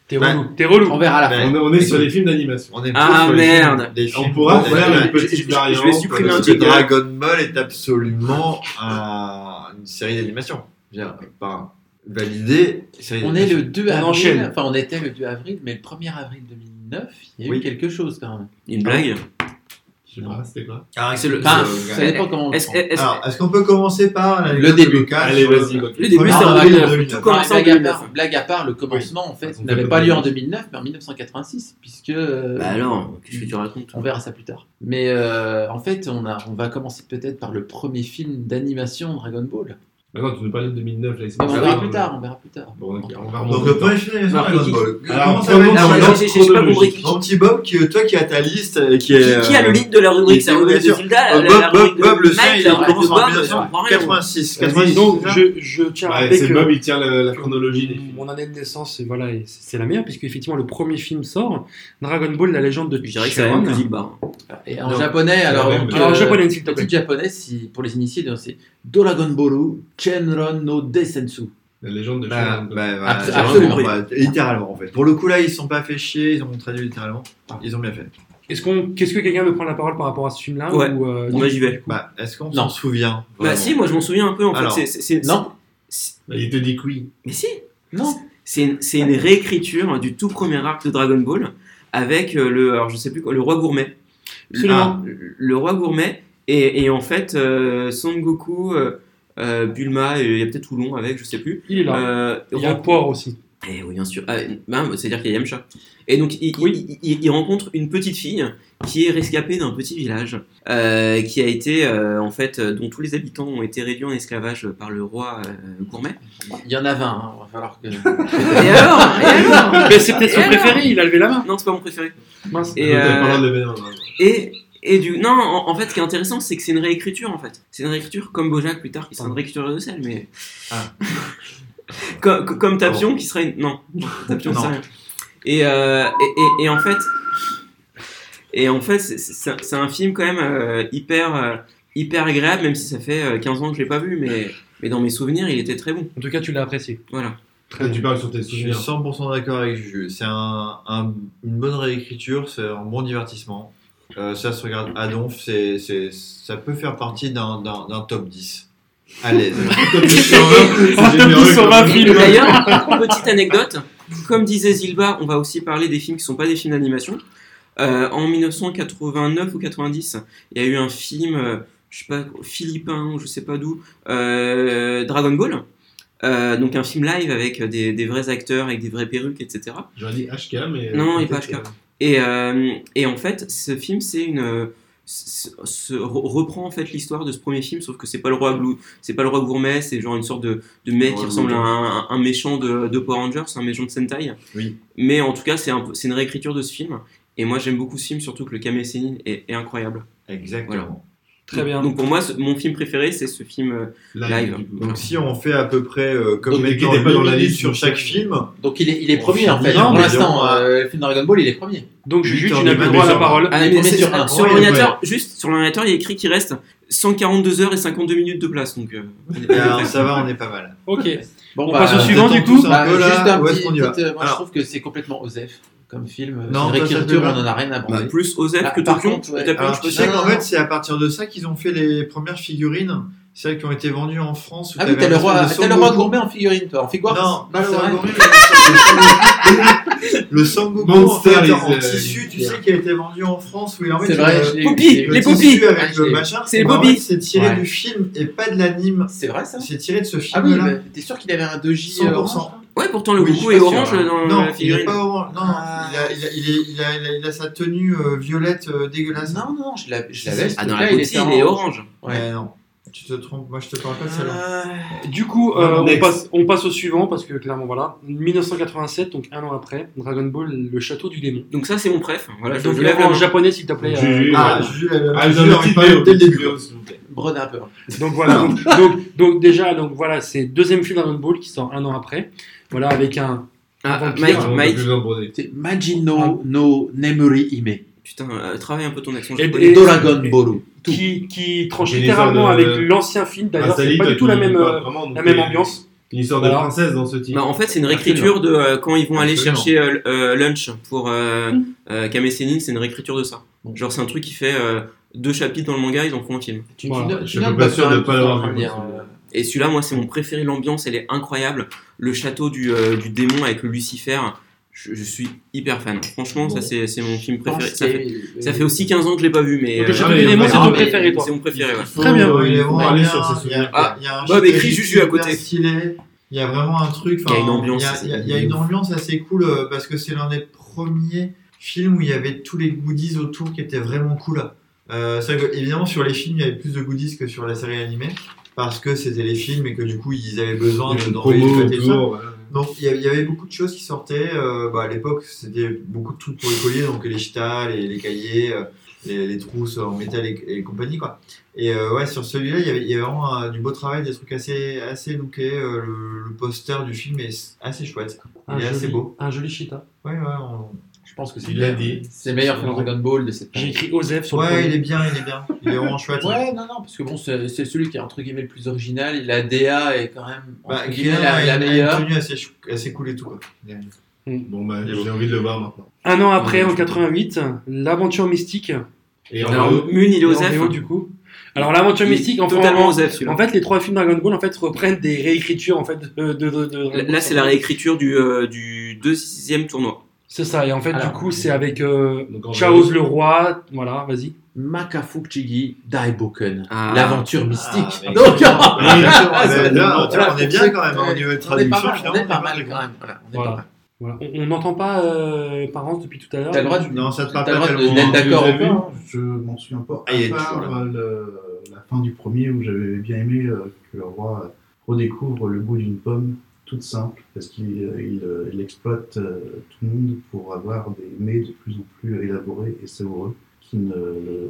[SPEAKER 7] T'es
[SPEAKER 2] Ouais.
[SPEAKER 7] relou. T'es relou.
[SPEAKER 8] On verra à la fin.
[SPEAKER 2] Ben,
[SPEAKER 6] On est, on est sur
[SPEAKER 2] écoute,
[SPEAKER 6] les films d'animation.
[SPEAKER 2] On est
[SPEAKER 5] Ah,
[SPEAKER 2] plus sur les films-
[SPEAKER 5] merde.
[SPEAKER 2] les
[SPEAKER 6] On
[SPEAKER 2] films
[SPEAKER 6] pourra
[SPEAKER 2] préférés.
[SPEAKER 6] faire une
[SPEAKER 5] je- je- je-
[SPEAKER 6] petite
[SPEAKER 5] je
[SPEAKER 6] variante.
[SPEAKER 5] vais supprimer
[SPEAKER 6] euh,
[SPEAKER 5] un
[SPEAKER 2] Parce que
[SPEAKER 5] jingle.
[SPEAKER 2] Dragon Ball est absolument un- une série d'animation. Je veux dire, Pas validée. série
[SPEAKER 8] On est le
[SPEAKER 2] d'animation.
[SPEAKER 8] 2 avril.
[SPEAKER 7] enchaîne.
[SPEAKER 8] Enfin, on était le 2 avril, mais le 1er avril 2009, il y a eu
[SPEAKER 2] Oui.
[SPEAKER 8] quelque chose quand même.
[SPEAKER 5] Une blague
[SPEAKER 6] Je sais pas, c'était quoi
[SPEAKER 2] Ah,
[SPEAKER 5] C'est le-
[SPEAKER 8] Enfin,
[SPEAKER 2] c'est le-
[SPEAKER 8] ça dépend comment on le
[SPEAKER 5] Est-ce
[SPEAKER 8] prend.
[SPEAKER 5] est-ce-
[SPEAKER 2] Alors, est-ce qu'on peut commencer par la
[SPEAKER 8] Le
[SPEAKER 2] liste de
[SPEAKER 8] début.
[SPEAKER 2] Lucas
[SPEAKER 6] Allez,
[SPEAKER 2] sur-
[SPEAKER 6] vas-y. ok.
[SPEAKER 5] le début,
[SPEAKER 2] Première
[SPEAKER 5] c'est
[SPEAKER 2] avril
[SPEAKER 8] blague,
[SPEAKER 2] 2009.
[SPEAKER 5] tout commence en
[SPEAKER 8] blague, à
[SPEAKER 5] 2009.
[SPEAKER 8] part, hein. blague à part, le commencement en fait
[SPEAKER 6] Ils ont
[SPEAKER 8] n'avait
[SPEAKER 6] fait
[SPEAKER 8] pas
[SPEAKER 6] pas
[SPEAKER 8] lieu en
[SPEAKER 6] mal.
[SPEAKER 8] 2009, mais en 1986, puisque euh,
[SPEAKER 5] Bah alors, qu'est-ce que tu racontes
[SPEAKER 8] on verra ça plus tard. Mais euh, en fait, on, a, on va commencer peut-être par le premier film d'animation Dragon Ball.
[SPEAKER 6] Maintenant, tu nous parlais de 2009. Là, c'est
[SPEAKER 8] Mais on
[SPEAKER 6] pas
[SPEAKER 8] verra
[SPEAKER 6] grave.
[SPEAKER 8] plus tard, on verra plus tard.
[SPEAKER 6] Bon, ok, on va
[SPEAKER 2] Donc,
[SPEAKER 6] remonter.
[SPEAKER 2] le premier film d'animation
[SPEAKER 5] Alors,
[SPEAKER 2] Dragon
[SPEAKER 5] qui-
[SPEAKER 2] Ball.
[SPEAKER 6] Alors,
[SPEAKER 2] Comment ça va être
[SPEAKER 6] comment
[SPEAKER 5] Ah ouais,
[SPEAKER 6] Non,
[SPEAKER 5] alors,
[SPEAKER 2] chronologique
[SPEAKER 5] j'ai j'ai- j'ai pas compris. Qui,
[SPEAKER 2] Mon petit Bob, qui, toi qui as ta liste, euh, qui est.
[SPEAKER 5] qui a le lead de la rubrique C'est la rubrique de Zelda,
[SPEAKER 2] euh,
[SPEAKER 5] la-
[SPEAKER 2] Bob,
[SPEAKER 5] la
[SPEAKER 2] Bob,
[SPEAKER 5] rubrique de
[SPEAKER 2] Bob, le sien,
[SPEAKER 5] Mike,
[SPEAKER 2] il
[SPEAKER 5] la rubrique
[SPEAKER 2] commence
[SPEAKER 5] de
[SPEAKER 2] en
[SPEAKER 5] Bob, j'en comprends rien.
[SPEAKER 2] 86.
[SPEAKER 7] Vas-y,
[SPEAKER 2] 86.
[SPEAKER 7] Donc je, je tiens à
[SPEAKER 6] Ouais,
[SPEAKER 7] rappeler
[SPEAKER 6] c'est
[SPEAKER 7] que
[SPEAKER 6] Bob, il tient le- la chronologie des films.
[SPEAKER 7] mon année de naissance et voilà et c'est c'est la meilleure puisque effectivement le premier film sort Dragon Ball la légende de
[SPEAKER 5] Je dirais que c'est bah, la même que
[SPEAKER 7] Chiron.
[SPEAKER 5] Zigbar.
[SPEAKER 8] Et en
[SPEAKER 6] Non.
[SPEAKER 8] japonais, alors.
[SPEAKER 6] même,
[SPEAKER 8] donc,
[SPEAKER 6] euh,
[SPEAKER 7] Alors en
[SPEAKER 8] euh,
[SPEAKER 7] japonais s'il te
[SPEAKER 8] Le
[SPEAKER 7] plaît.
[SPEAKER 8] titre japonais, si- pour les initiés, donc, c'est Dragon Ball Chenron no Desensu.
[SPEAKER 6] La légende de
[SPEAKER 2] Bah,
[SPEAKER 6] Shonen.
[SPEAKER 2] bah, voilà,
[SPEAKER 8] Abs-
[SPEAKER 2] j'ai
[SPEAKER 8] absolument.
[SPEAKER 2] vraiment pas- littéralement en fait. Pour le coup là, ils sont pas fait chier, ils ont traduit littéralement. Ils ont bien fait.
[SPEAKER 7] Est-ce qu'on qu'est-ce que quelqu'un veut prendre la parole par rapport à ce film là
[SPEAKER 5] Ouais.
[SPEAKER 7] ou euh,
[SPEAKER 5] Moi, j'y vais.
[SPEAKER 2] Bah, est-ce qu'on
[SPEAKER 8] Non.
[SPEAKER 2] s'en souvient
[SPEAKER 5] Bah
[SPEAKER 2] vraiment
[SPEAKER 5] si, moi, je m'en souviens un peu, en fait.
[SPEAKER 2] Alors.
[SPEAKER 5] c'est- c'est- c'est-
[SPEAKER 8] Non.
[SPEAKER 5] c'est-
[SPEAKER 6] Bah, Il te dit que oui.
[SPEAKER 5] Mais si
[SPEAKER 8] Non.
[SPEAKER 5] C'est une, c'est une réécriture du tout premier arc de Dragon Ball avec euh, le, alors je sais plus quoi, le roi gourmet. Ah, Le-
[SPEAKER 7] Absolument.
[SPEAKER 5] Le, le roi gourmet et, et en fait euh, Son Goku euh, euh, Bulma et il y a peut-être Toulon avec, je sais plus.
[SPEAKER 7] Il est là. Il y a Poire aussi.
[SPEAKER 5] Et oui, bien sûr. Ah, ben, C'est-à-dire qu'il y a Yamcha. Et donc, il, il- il- il rencontre une petite fille qui est rescapée d'un petit village, euh, qui a été, euh, en fait, euh, dont tous les habitants ont été réduits en esclavage par le roi euh, Gourmet.
[SPEAKER 8] Il y en a 20, hein, va falloir que.
[SPEAKER 5] Et alors, et alors
[SPEAKER 8] Mais c'est peut-être
[SPEAKER 5] Et
[SPEAKER 8] son
[SPEAKER 5] alors
[SPEAKER 8] préféré, il a levé la main.
[SPEAKER 5] Non, c'est pas mon préféré.
[SPEAKER 7] Mince.
[SPEAKER 5] Et,
[SPEAKER 6] T'as
[SPEAKER 5] euh,
[SPEAKER 6] pas le droit de lever la main.
[SPEAKER 5] et, et du. Non, en, en fait, ce qui est intéressant, c'est que c'est une réécriture, en fait. C'est une réécriture comme Bojack plus tard, qui sera une réécriture de sel, mais. comme, comme- comme Tapion, qui sera une. Non, Tapion,
[SPEAKER 2] Non.
[SPEAKER 5] c'est rien. Et, euh, et, et- et en fait. Et en fait, c'est- c'est c'est un film quand même euh, hyper, euh, hyper agréable, même si ça fait euh, 15 ans que je l'ai pas vu, mais, mais dans mes souvenirs, il était très bon.
[SPEAKER 7] En tout cas, tu l'as apprécié.
[SPEAKER 5] Voilà.
[SPEAKER 6] tu parles sur tes
[SPEAKER 2] Je suis
[SPEAKER 6] souvenirs.
[SPEAKER 2] 100% d'accord avec Juju. C'est un- un- une bonne réécriture, c'est un bon divertissement. Euh, ça se regarde à donf, c'est- c'est- ça peut faire partie d'un d'un- d'un top 10. À l'aise.
[SPEAKER 6] Top 10 sur 20, c'est généreux comme-
[SPEAKER 5] D'ailleurs, petite anecdote, comme disait Zilba, on va aussi parler des films qui sont pas des films d'animation. Euh, en 1989 ou 90, il y a eu un film, euh, je sais pas, philippin ou je sais pas d'où, euh, Dragon Ball. Euh, donc un film live avec des, des vrais acteurs, avec des vraies perruques, etc.
[SPEAKER 6] J'aurais dit HK, mais.
[SPEAKER 5] Non, il n'est pas
[SPEAKER 6] peut-être,
[SPEAKER 5] HK.
[SPEAKER 6] euh,
[SPEAKER 5] Et, euh, et en fait, ce film, c'est une se- se- re- reprend en fait l'histoire de ce premier film sauf que c'est pas le roi glou- c'est pas le roi gourmet c'est genre une sorte de, de mec qui
[SPEAKER 2] Roi
[SPEAKER 5] ressemble à
[SPEAKER 2] Gourmet.
[SPEAKER 5] un, un- un méchant de, de Power Rangers un méchant de Sentai
[SPEAKER 2] Oui.
[SPEAKER 5] mais en tout cas c'est un peu- c'est une réécriture de ce film et moi j'aime beaucoup ce film surtout que le camé sénine est, est incroyable
[SPEAKER 2] Exactement.
[SPEAKER 7] Très bien.
[SPEAKER 5] donc pour moi ce- mon film préféré c'est ce film euh,
[SPEAKER 6] Live,
[SPEAKER 5] live,
[SPEAKER 6] du coup.
[SPEAKER 5] Voilà.
[SPEAKER 2] Donc si on fait à peu près euh, comme
[SPEAKER 6] Donc,
[SPEAKER 2] Mehdi
[SPEAKER 6] Mehdi
[SPEAKER 2] n'est
[SPEAKER 6] n'est pas dans la liste,
[SPEAKER 2] sur
[SPEAKER 6] donc,
[SPEAKER 2] chaque
[SPEAKER 6] c'est-
[SPEAKER 2] film,
[SPEAKER 8] Donc il est, il est
[SPEAKER 2] On
[SPEAKER 8] premier en
[SPEAKER 2] finit,
[SPEAKER 8] fait.
[SPEAKER 2] non,
[SPEAKER 8] Pour
[SPEAKER 2] mais
[SPEAKER 8] l'instant,
[SPEAKER 2] donc-
[SPEAKER 8] euh, le film Dragon Ball, il est premier.
[SPEAKER 7] Donc, Juju,
[SPEAKER 2] Victor
[SPEAKER 7] tu n'as
[SPEAKER 2] Dumas,
[SPEAKER 7] plus le droit à la
[SPEAKER 2] Victor.
[SPEAKER 7] parole.
[SPEAKER 5] Ah, mais
[SPEAKER 8] Oh, Il est
[SPEAKER 5] c'est-
[SPEAKER 8] premier
[SPEAKER 5] sur,
[SPEAKER 8] sur un
[SPEAKER 5] sur
[SPEAKER 2] point,
[SPEAKER 5] l'ordinateur, juste sur l'ordinateur, il y a écrit qu'il reste 142 heures et 52 minutes de place. Donc, euh, on est pas
[SPEAKER 2] ben,
[SPEAKER 5] mal.
[SPEAKER 2] ça va, on est pas mal.
[SPEAKER 7] Ok.
[SPEAKER 8] Bon,
[SPEAKER 7] On passe au suivant,
[SPEAKER 2] détends
[SPEAKER 7] du coup
[SPEAKER 2] tous un
[SPEAKER 8] Bah,
[SPEAKER 2] peu, là.
[SPEAKER 8] juste un
[SPEAKER 2] Où est-ce
[SPEAKER 8] petit-
[SPEAKER 2] qu'on y va
[SPEAKER 8] petite, euh, moi, je
[SPEAKER 2] Alors,
[SPEAKER 8] trouve que c'est complètement Osef comme
[SPEAKER 2] Non,
[SPEAKER 8] film. c'est une
[SPEAKER 2] ça, ça,
[SPEAKER 8] réécriture,
[SPEAKER 2] c'est
[SPEAKER 8] on
[SPEAKER 2] bien.
[SPEAKER 8] en a rien à
[SPEAKER 5] Bah,
[SPEAKER 8] branler.
[SPEAKER 5] plus Osef
[SPEAKER 8] Par-
[SPEAKER 5] que
[SPEAKER 8] par
[SPEAKER 5] Topion.
[SPEAKER 8] contre, ouais.
[SPEAKER 5] Tapion,
[SPEAKER 2] Alors,
[SPEAKER 5] je
[SPEAKER 2] tu
[SPEAKER 5] peux
[SPEAKER 2] sais
[SPEAKER 5] dire.
[SPEAKER 8] non,
[SPEAKER 2] qu'en
[SPEAKER 8] non,
[SPEAKER 2] fait,
[SPEAKER 8] non.
[SPEAKER 2] c'est à partir de ça qu'ils ont fait les premières figurines, celles qui ont été vendues en France. où
[SPEAKER 8] Ah oui,
[SPEAKER 2] t'avais
[SPEAKER 8] t'as le
[SPEAKER 2] un
[SPEAKER 8] roi,
[SPEAKER 2] espèce de
[SPEAKER 8] t'as le roi
[SPEAKER 2] Sangoku.
[SPEAKER 8] gourmet en figurine, toi, en figure.
[SPEAKER 2] Non, pas le
[SPEAKER 8] c'est
[SPEAKER 2] roi
[SPEAKER 8] vrai.
[SPEAKER 2] gourmet, mais le Sangoku. Le Sangoku en,
[SPEAKER 6] Monster
[SPEAKER 2] fait,
[SPEAKER 6] is,
[SPEAKER 2] en
[SPEAKER 6] euh,
[SPEAKER 2] tissu, tu
[SPEAKER 6] is
[SPEAKER 2] sais, qui a été vendu en France. Où, en fait,
[SPEAKER 8] C'est
[SPEAKER 2] le-
[SPEAKER 8] vrai, Ah je l'ai eu,
[SPEAKER 5] Poupie,
[SPEAKER 8] je l'ai eu.
[SPEAKER 2] Le
[SPEAKER 5] les
[SPEAKER 2] tissu
[SPEAKER 5] Pompis.
[SPEAKER 2] avec
[SPEAKER 8] Ah,
[SPEAKER 2] le
[SPEAKER 8] j'ai-
[SPEAKER 2] machin,
[SPEAKER 5] c'est les
[SPEAKER 2] bah, en
[SPEAKER 5] Pompis.
[SPEAKER 2] fait, C'est tiré
[SPEAKER 8] Ouais.
[SPEAKER 2] du film et pas de l'anime.
[SPEAKER 8] C'est vrai ça
[SPEAKER 2] C'est tiré de ce
[SPEAKER 8] Ah oui,
[SPEAKER 2] film-là.
[SPEAKER 8] mais euh, t'es sûr qu'il avait un 2J
[SPEAKER 2] 100%.
[SPEAKER 8] orange
[SPEAKER 5] Ouais, pourtant le
[SPEAKER 8] Oui,
[SPEAKER 5] Goku
[SPEAKER 8] je suis
[SPEAKER 5] est
[SPEAKER 8] pas
[SPEAKER 5] orange
[SPEAKER 8] sûr, hein.
[SPEAKER 5] dans
[SPEAKER 2] Non,
[SPEAKER 5] la
[SPEAKER 2] il est
[SPEAKER 5] figurine.
[SPEAKER 2] pas orange. Non,
[SPEAKER 8] Ah.
[SPEAKER 2] il, a, il, a, il, est- il a- il a- il a sa tenue euh, violette euh, dégueulasse.
[SPEAKER 8] Non, non, non, je l'avais. je l'avais, ce
[SPEAKER 5] Ah, dans la
[SPEAKER 8] truc-là,
[SPEAKER 5] boutique, il est orange.
[SPEAKER 8] Ouais.
[SPEAKER 2] Mais non, tu te trompes. Moi, je te parle pas
[SPEAKER 8] Ah,
[SPEAKER 2] de celle-là.
[SPEAKER 7] Du coup, euh, on,
[SPEAKER 6] Next.
[SPEAKER 7] passe, on passe au suivant parce que clairement, voilà. 1987, donc un an après, Dragon Ball, le château du démon.
[SPEAKER 5] Donc ça, c'est mon préf. Voilà, je
[SPEAKER 7] Ah, donc,
[SPEAKER 5] vous lève la
[SPEAKER 7] en
[SPEAKER 5] main.
[SPEAKER 7] japonais, s'il te plaît. euh,
[SPEAKER 6] Juju,
[SPEAKER 2] Ah,
[SPEAKER 6] ouais.
[SPEAKER 2] Juju, elle a-
[SPEAKER 6] Ah,
[SPEAKER 2] Juju,
[SPEAKER 6] dans
[SPEAKER 2] elle
[SPEAKER 6] le
[SPEAKER 2] en
[SPEAKER 6] petit
[SPEAKER 2] parlait
[SPEAKER 6] vidéo,
[SPEAKER 2] dès le début.
[SPEAKER 6] vidéo, s'il vous plaît.
[SPEAKER 8] Brode un peu. hein.
[SPEAKER 7] Donc voilà, donc, donc, donc déjà, donc voilà, c'est deuxième film Dragon Ball qui sort un an après. Voilà, avec un.
[SPEAKER 5] Ah, ah,
[SPEAKER 7] Vampire,
[SPEAKER 5] Mike,
[SPEAKER 6] Ah, on a
[SPEAKER 5] Mike,
[SPEAKER 6] plus besoin de broder.
[SPEAKER 8] C'est Majino no Nemuri Ime.
[SPEAKER 5] putain, euh, travaille un peu ton accent
[SPEAKER 7] Et-
[SPEAKER 5] japonais.
[SPEAKER 7] et-
[SPEAKER 8] Dragon Ball. Tout.
[SPEAKER 7] Qui, qui tranche
[SPEAKER 6] J'ai les
[SPEAKER 7] littéralement
[SPEAKER 6] heures de-
[SPEAKER 7] avec l'ancien film. D'ailleurs,
[SPEAKER 6] Ah,
[SPEAKER 7] c'est
[SPEAKER 6] Sally,
[SPEAKER 7] pas
[SPEAKER 6] toi,
[SPEAKER 7] du tout
[SPEAKER 6] tu
[SPEAKER 7] la
[SPEAKER 6] dis
[SPEAKER 7] même,
[SPEAKER 6] pas
[SPEAKER 7] euh,
[SPEAKER 6] vraiment, donc,
[SPEAKER 7] la même
[SPEAKER 6] euh,
[SPEAKER 7] ambiance.
[SPEAKER 6] Une histoire de
[SPEAKER 7] Voilà.
[SPEAKER 6] princesse dans ce titre.
[SPEAKER 5] Bah, en fait, c'est une réécriture de euh, quand ils vont aller
[SPEAKER 2] Absolument.
[SPEAKER 5] chercher euh, euh, Lunch pour euh, euh, Kame Sennin, c'est une réécriture de ça. Genre, c'est un truc qui fait euh, deux chapitres dans le manga, ils en font un film.
[SPEAKER 8] Tu
[SPEAKER 7] Voilà.
[SPEAKER 8] tu notes-
[SPEAKER 6] Je
[SPEAKER 8] tu
[SPEAKER 6] suis
[SPEAKER 8] notes
[SPEAKER 6] pas
[SPEAKER 8] quand
[SPEAKER 6] sûr de
[SPEAKER 8] même
[SPEAKER 6] pas
[SPEAKER 8] tout
[SPEAKER 6] l'avoir
[SPEAKER 8] ça,
[SPEAKER 6] vu,
[SPEAKER 8] je veux dire,
[SPEAKER 6] moi,
[SPEAKER 8] euh,
[SPEAKER 5] Et celui-là, moi, c'est mon préféré. L'ambiance, elle est incroyable. Le château du, euh, du démon avec le Lucifer, je, je suis hyper fan. Franchement, ça, c'est c'est mon film
[SPEAKER 8] je pense
[SPEAKER 5] préféré. Ça fait,
[SPEAKER 8] qu'il y a-
[SPEAKER 5] ça fait aussi 15 ans que je l'ai pas vu, mais.
[SPEAKER 7] Donc,
[SPEAKER 5] euh,
[SPEAKER 7] le château
[SPEAKER 6] mais-
[SPEAKER 7] du démon,
[SPEAKER 6] Ah,
[SPEAKER 7] c'est ton
[SPEAKER 8] mais-
[SPEAKER 7] préféré, toi.
[SPEAKER 5] c'est mon préféré, ouais.
[SPEAKER 7] Très bien.
[SPEAKER 2] euh, Il est
[SPEAKER 6] On va
[SPEAKER 2] vraiment
[SPEAKER 6] aller
[SPEAKER 2] bien,
[SPEAKER 6] sur ses
[SPEAKER 2] il y a-
[SPEAKER 6] souvenirs.
[SPEAKER 5] Ah,
[SPEAKER 2] il y a un
[SPEAKER 5] Bob,
[SPEAKER 2] château
[SPEAKER 5] écris Juju à
[SPEAKER 2] hyper
[SPEAKER 5] côté.
[SPEAKER 2] stylé. Il y a vraiment un truc.
[SPEAKER 5] Il y a une
[SPEAKER 2] enfin,
[SPEAKER 5] ambiance.
[SPEAKER 2] il y a- Il y a une ambiance assez cool euh, parce que c'est l'un des premiers films où il y avait tous les goodies autour qui étaient vraiment cool. Euh, c'est vrai que, évidemment, sur les films, il y avait plus de goodies que sur la série animée parce que c'était les films et que du coup, ils avaient besoin de-
[SPEAKER 6] Une
[SPEAKER 2] d'envoyer
[SPEAKER 6] promo
[SPEAKER 2] du pâté, tout ça.
[SPEAKER 6] autour, voilà.
[SPEAKER 2] Donc il y, avait- il y avait beaucoup de choses qui sortaient. euh, bah, à l'époque, c'était beaucoup de trucs pour les colliers, donc les chitas, les, les cahiers, euh, les, les trousses en métal et, et compagnie. Quoi. Et euh, ouais, sur celui-là, il y avait- il y avait vraiment euh, du beau travail, des trucs assez, assez lookés. euh, le, le poster du film est assez chouette. Il
[SPEAKER 7] Un
[SPEAKER 2] est assez
[SPEAKER 7] Ah, joli-
[SPEAKER 2] beau.
[SPEAKER 7] Un joli hein. chita.
[SPEAKER 2] Ouais, ouais, on-
[SPEAKER 8] Je pense que c'est
[SPEAKER 6] Il
[SPEAKER 8] le
[SPEAKER 6] l'a
[SPEAKER 8] meilleur-
[SPEAKER 6] dit.
[SPEAKER 8] C'est le meilleur film Dragon Ball de cette
[SPEAKER 7] J'ai
[SPEAKER 8] période.
[SPEAKER 7] écrit Osef sur le
[SPEAKER 2] ouais il
[SPEAKER 7] premier.
[SPEAKER 2] est bien, il est bien. Il est vraiment chouette.
[SPEAKER 8] Ouais, non, non, parce que bon, c'est c'est celui qui est entre guillemets le plus original. Et la DA est quand même entre
[SPEAKER 2] Bah,
[SPEAKER 8] guillemets,
[SPEAKER 2] Guinan a
[SPEAKER 8] la, la
[SPEAKER 2] une- a
[SPEAKER 8] meilleure.
[SPEAKER 2] une tenue assez, chou- assez cool et tout. Quoi.
[SPEAKER 6] Bon, bah, j'ai envie de le voir maintenant.
[SPEAKER 7] Un an après, en 88, l'aventure mystique.
[SPEAKER 6] Et en
[SPEAKER 5] Alors,
[SPEAKER 6] haut,
[SPEAKER 5] Mune, il est
[SPEAKER 7] Et en
[SPEAKER 5] Osef.
[SPEAKER 7] VO, du coup. Alors, l'aventure
[SPEAKER 5] Il est
[SPEAKER 7] mystique, en
[SPEAKER 5] totalement
[SPEAKER 7] en-
[SPEAKER 5] Osef, celui-là.
[SPEAKER 7] En fait, les trois films Dragon Ball en fait reprennent des réécritures en fait de. de, de- de-
[SPEAKER 5] Là, c'est la réécriture du, euh, du deuxième tournoi.
[SPEAKER 7] C'est ça, et en fait,
[SPEAKER 8] Alors,
[SPEAKER 7] du coup, c'est avec euh,
[SPEAKER 8] on
[SPEAKER 7] Chaos
[SPEAKER 8] va-
[SPEAKER 7] le roi, voilà, vas-y.
[SPEAKER 8] Makafukchigi Daiboken,
[SPEAKER 7] Ah.
[SPEAKER 8] l'aventure
[SPEAKER 2] Ah,
[SPEAKER 8] mystique.
[SPEAKER 2] mais-
[SPEAKER 8] Donc, ah,
[SPEAKER 2] Oui, bien sûr, mais là, on est bien quand même, hein, au niveau de
[SPEAKER 8] On est pas
[SPEAKER 2] traduction,
[SPEAKER 8] mal, on est
[SPEAKER 2] finalement, on
[SPEAKER 8] pas
[SPEAKER 2] est
[SPEAKER 8] mal
[SPEAKER 2] pas
[SPEAKER 8] quand même. voilà, on est
[SPEAKER 7] Voilà.
[SPEAKER 8] pas mal.
[SPEAKER 7] Voilà. On on n'entend pas euh, Parence depuis tout à l'heure.
[SPEAKER 8] T'as le droit de-
[SPEAKER 2] Non, ça te
[SPEAKER 8] T'as
[SPEAKER 2] parle
[SPEAKER 8] le
[SPEAKER 2] pas
[SPEAKER 8] droit de-
[SPEAKER 2] tellement.
[SPEAKER 8] d'être d'accord
[SPEAKER 2] Tu
[SPEAKER 8] ou
[SPEAKER 2] l'as vu
[SPEAKER 8] pas
[SPEAKER 9] Je m'en souviens pas.
[SPEAKER 2] Ah, il est
[SPEAKER 9] à part,
[SPEAKER 2] toujours là.
[SPEAKER 9] euh, le- la fin du premier où j'avais bien aimé euh, que le roi redécouvre le goût d'une pomme toute simple parce qu'il euh, il, euh, il exploite euh, tout le monde pour avoir des mets de plus en plus élaborés et savoureux qui ne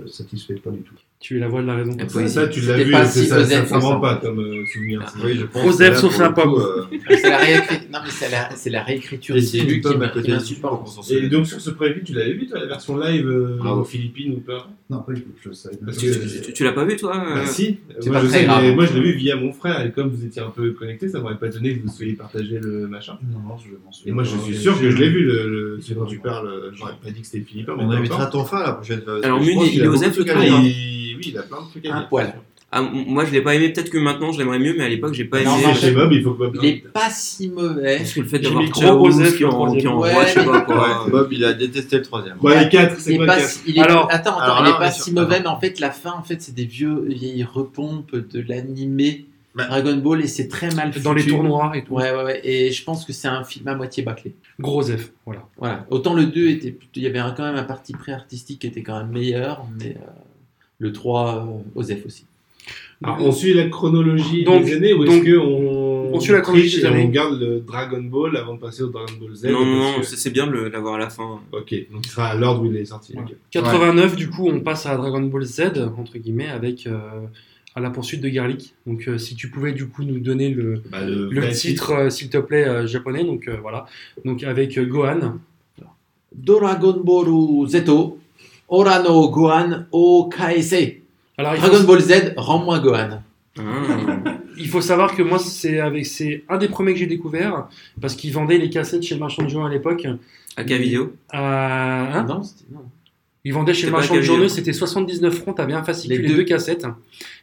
[SPEAKER 9] le satisfait pas du tout.
[SPEAKER 7] Tu es la voix de la raison.
[SPEAKER 8] Et
[SPEAKER 6] Ça,
[SPEAKER 8] oui,
[SPEAKER 6] ça, tu l'as
[SPEAKER 8] c'était
[SPEAKER 6] vu,
[SPEAKER 8] pas
[SPEAKER 6] mais
[SPEAKER 8] si
[SPEAKER 6] ça ça
[SPEAKER 8] Joseph,
[SPEAKER 6] se rend
[SPEAKER 8] ça.
[SPEAKER 6] pas comme euh, souvenir. ça.
[SPEAKER 2] Oui, je pense
[SPEAKER 7] Joseph
[SPEAKER 2] que là,
[SPEAKER 7] sauf
[SPEAKER 2] pour
[SPEAKER 7] la
[SPEAKER 2] le
[SPEAKER 7] pomme.
[SPEAKER 2] coup, euh,
[SPEAKER 8] C'est la réécriture. Non, mais c'est la, c'est la réécriture
[SPEAKER 2] Et c'est
[SPEAKER 8] du
[SPEAKER 2] une
[SPEAKER 8] film qui
[SPEAKER 2] pomme à
[SPEAKER 8] m'a-
[SPEAKER 2] côté
[SPEAKER 8] qui
[SPEAKER 2] du
[SPEAKER 8] m'insupporte.
[SPEAKER 2] pour qu'on s'en
[SPEAKER 6] Et
[SPEAKER 2] souvienne.
[SPEAKER 6] donc sur ce prévu, tu l'avais vu toi, la version live euh,
[SPEAKER 2] Bravo.
[SPEAKER 6] aux Philippines ou pas
[SPEAKER 9] Non, pas du tout, je le savais.
[SPEAKER 6] Parce
[SPEAKER 9] Je
[SPEAKER 6] que-
[SPEAKER 9] sais-
[SPEAKER 5] Tu, tu l'as pas vu, toi euh
[SPEAKER 6] Bah si,
[SPEAKER 8] c'est
[SPEAKER 6] moi
[SPEAKER 8] pas
[SPEAKER 6] je
[SPEAKER 8] très
[SPEAKER 6] sais,
[SPEAKER 8] grave.
[SPEAKER 6] mais moi je l'ai vu via mon frère et comme vous étiez un peu connectés, ça m'aurait pas donné que vous soyez partagé le machin.
[SPEAKER 9] Non, je m'en
[SPEAKER 6] Et
[SPEAKER 9] souviens.
[SPEAKER 6] moi je
[SPEAKER 9] pas.
[SPEAKER 6] suis sûr que je l'ai vu, le, le-
[SPEAKER 9] c'est
[SPEAKER 6] ce dont
[SPEAKER 9] pas
[SPEAKER 6] tu
[SPEAKER 9] vrai.
[SPEAKER 6] parles, euh, j'aurais pas dit que c'était Philippin, mais
[SPEAKER 2] On
[SPEAKER 6] peu
[SPEAKER 2] invitera
[SPEAKER 6] importe.
[SPEAKER 2] ton frère la prochaine fois. parce
[SPEAKER 5] Alors,
[SPEAKER 2] que je
[SPEAKER 5] Mune,
[SPEAKER 2] pense
[SPEAKER 5] il
[SPEAKER 2] qu'il
[SPEAKER 5] est
[SPEAKER 2] a
[SPEAKER 5] aux
[SPEAKER 2] beaucoup
[SPEAKER 5] elfes, le
[SPEAKER 2] de trucs à
[SPEAKER 5] train,
[SPEAKER 8] hein.
[SPEAKER 2] dire.
[SPEAKER 6] Il- Oui, il a plein de trucs à
[SPEAKER 8] Un
[SPEAKER 6] dire.
[SPEAKER 8] poil.
[SPEAKER 5] Ah, m- moi, je l'ai pas aimé. Peut-être que maintenant, je l'aimerais mieux, mais à l'époque, j'ai pas
[SPEAKER 8] Non,
[SPEAKER 5] aimé.
[SPEAKER 8] mais-
[SPEAKER 6] Si, chez Bob, il faut que Bob.
[SPEAKER 8] Bah, Il est pas si mauvais.
[SPEAKER 5] Parce que le fait
[SPEAKER 7] J'ai
[SPEAKER 5] d'avoir
[SPEAKER 7] mis trois
[SPEAKER 5] Chaos
[SPEAKER 7] rosettes
[SPEAKER 5] qui
[SPEAKER 7] dans
[SPEAKER 5] en
[SPEAKER 7] le
[SPEAKER 5] qui en
[SPEAKER 8] troisième.
[SPEAKER 5] roi, je sais pas quoi.
[SPEAKER 2] Ouais, Bob, il a détesté le troisième.
[SPEAKER 6] Bon, les quatre, c'est
[SPEAKER 8] Il est
[SPEAKER 6] quoi
[SPEAKER 8] pas
[SPEAKER 6] quatre
[SPEAKER 8] si- il est-
[SPEAKER 7] Alors-
[SPEAKER 8] attends, attends,
[SPEAKER 2] alors
[SPEAKER 8] il
[SPEAKER 2] là,
[SPEAKER 8] est
[SPEAKER 2] on
[SPEAKER 8] pas
[SPEAKER 2] est
[SPEAKER 8] si
[SPEAKER 2] sur-
[SPEAKER 8] mauvais, mais en fait, la fin, en fait, c'est des vieux, vieilles repompes de l'animé
[SPEAKER 2] Bah.
[SPEAKER 8] Dragon Ball et c'est très mal foutu.
[SPEAKER 7] Dans les tournois et tout.
[SPEAKER 8] Ouais, ouais, ouais. Et je pense que c'est un film à moitié bâclé.
[SPEAKER 7] Gros F, voilà.
[SPEAKER 8] Voilà. Autant le 2 était, plutôt- il y avait un- quand même un parti pré artistique qui était quand même meilleur, mais euh, le 3, euh, Osef aussi.
[SPEAKER 6] Alors, on suit la chronologie
[SPEAKER 7] Donc-
[SPEAKER 6] des années ou
[SPEAKER 7] donc,
[SPEAKER 6] est-ce qu'on
[SPEAKER 7] on suit la chronologie des années.
[SPEAKER 6] On garde le Dragon Ball avant de passer au Dragon Ball Z
[SPEAKER 5] Non, non, non,
[SPEAKER 6] parce
[SPEAKER 5] c'est c'est bien de le- l'avoir à la fin.
[SPEAKER 6] que- Ok, donc il sera à l'ordre où il est sorti.
[SPEAKER 7] Voilà.
[SPEAKER 6] ok.
[SPEAKER 7] 89, du coup, on passe à Dragon Ball Z, entre guillemets, avec euh, à la poursuite de Garlic. Donc, euh, si tu pouvais, du coup, nous donner le,
[SPEAKER 6] Bah, le
[SPEAKER 7] le
[SPEAKER 6] vrai
[SPEAKER 7] titre, euh, s'il te plaît, euh, japonais. Donc, euh, voilà. Donc, avec euh, Gohan.
[SPEAKER 8] Dragon Ball Zeto, Orano Gohan, O Kaisei.
[SPEAKER 7] Alors, Ah, il faut,
[SPEAKER 8] Dragon Ball Z, rends-moi Gohan.
[SPEAKER 5] Ah.
[SPEAKER 7] il faut savoir que moi, c'est avec c'est un des premiers que j'ai découvert, parce qu'ils vendaient les cassettes chez le marchand de journaux à l'époque.
[SPEAKER 5] AK vidéo.
[SPEAKER 7] à- hein
[SPEAKER 8] non, c'était- non.
[SPEAKER 7] Ils vendaient chez
[SPEAKER 5] C'était
[SPEAKER 7] le
[SPEAKER 5] pas
[SPEAKER 7] marchand de
[SPEAKER 5] Gabriel.
[SPEAKER 7] journaux, c'était 79 francs, t'avais un fascicule
[SPEAKER 8] Les
[SPEAKER 7] et
[SPEAKER 8] deux.
[SPEAKER 7] deux cassettes.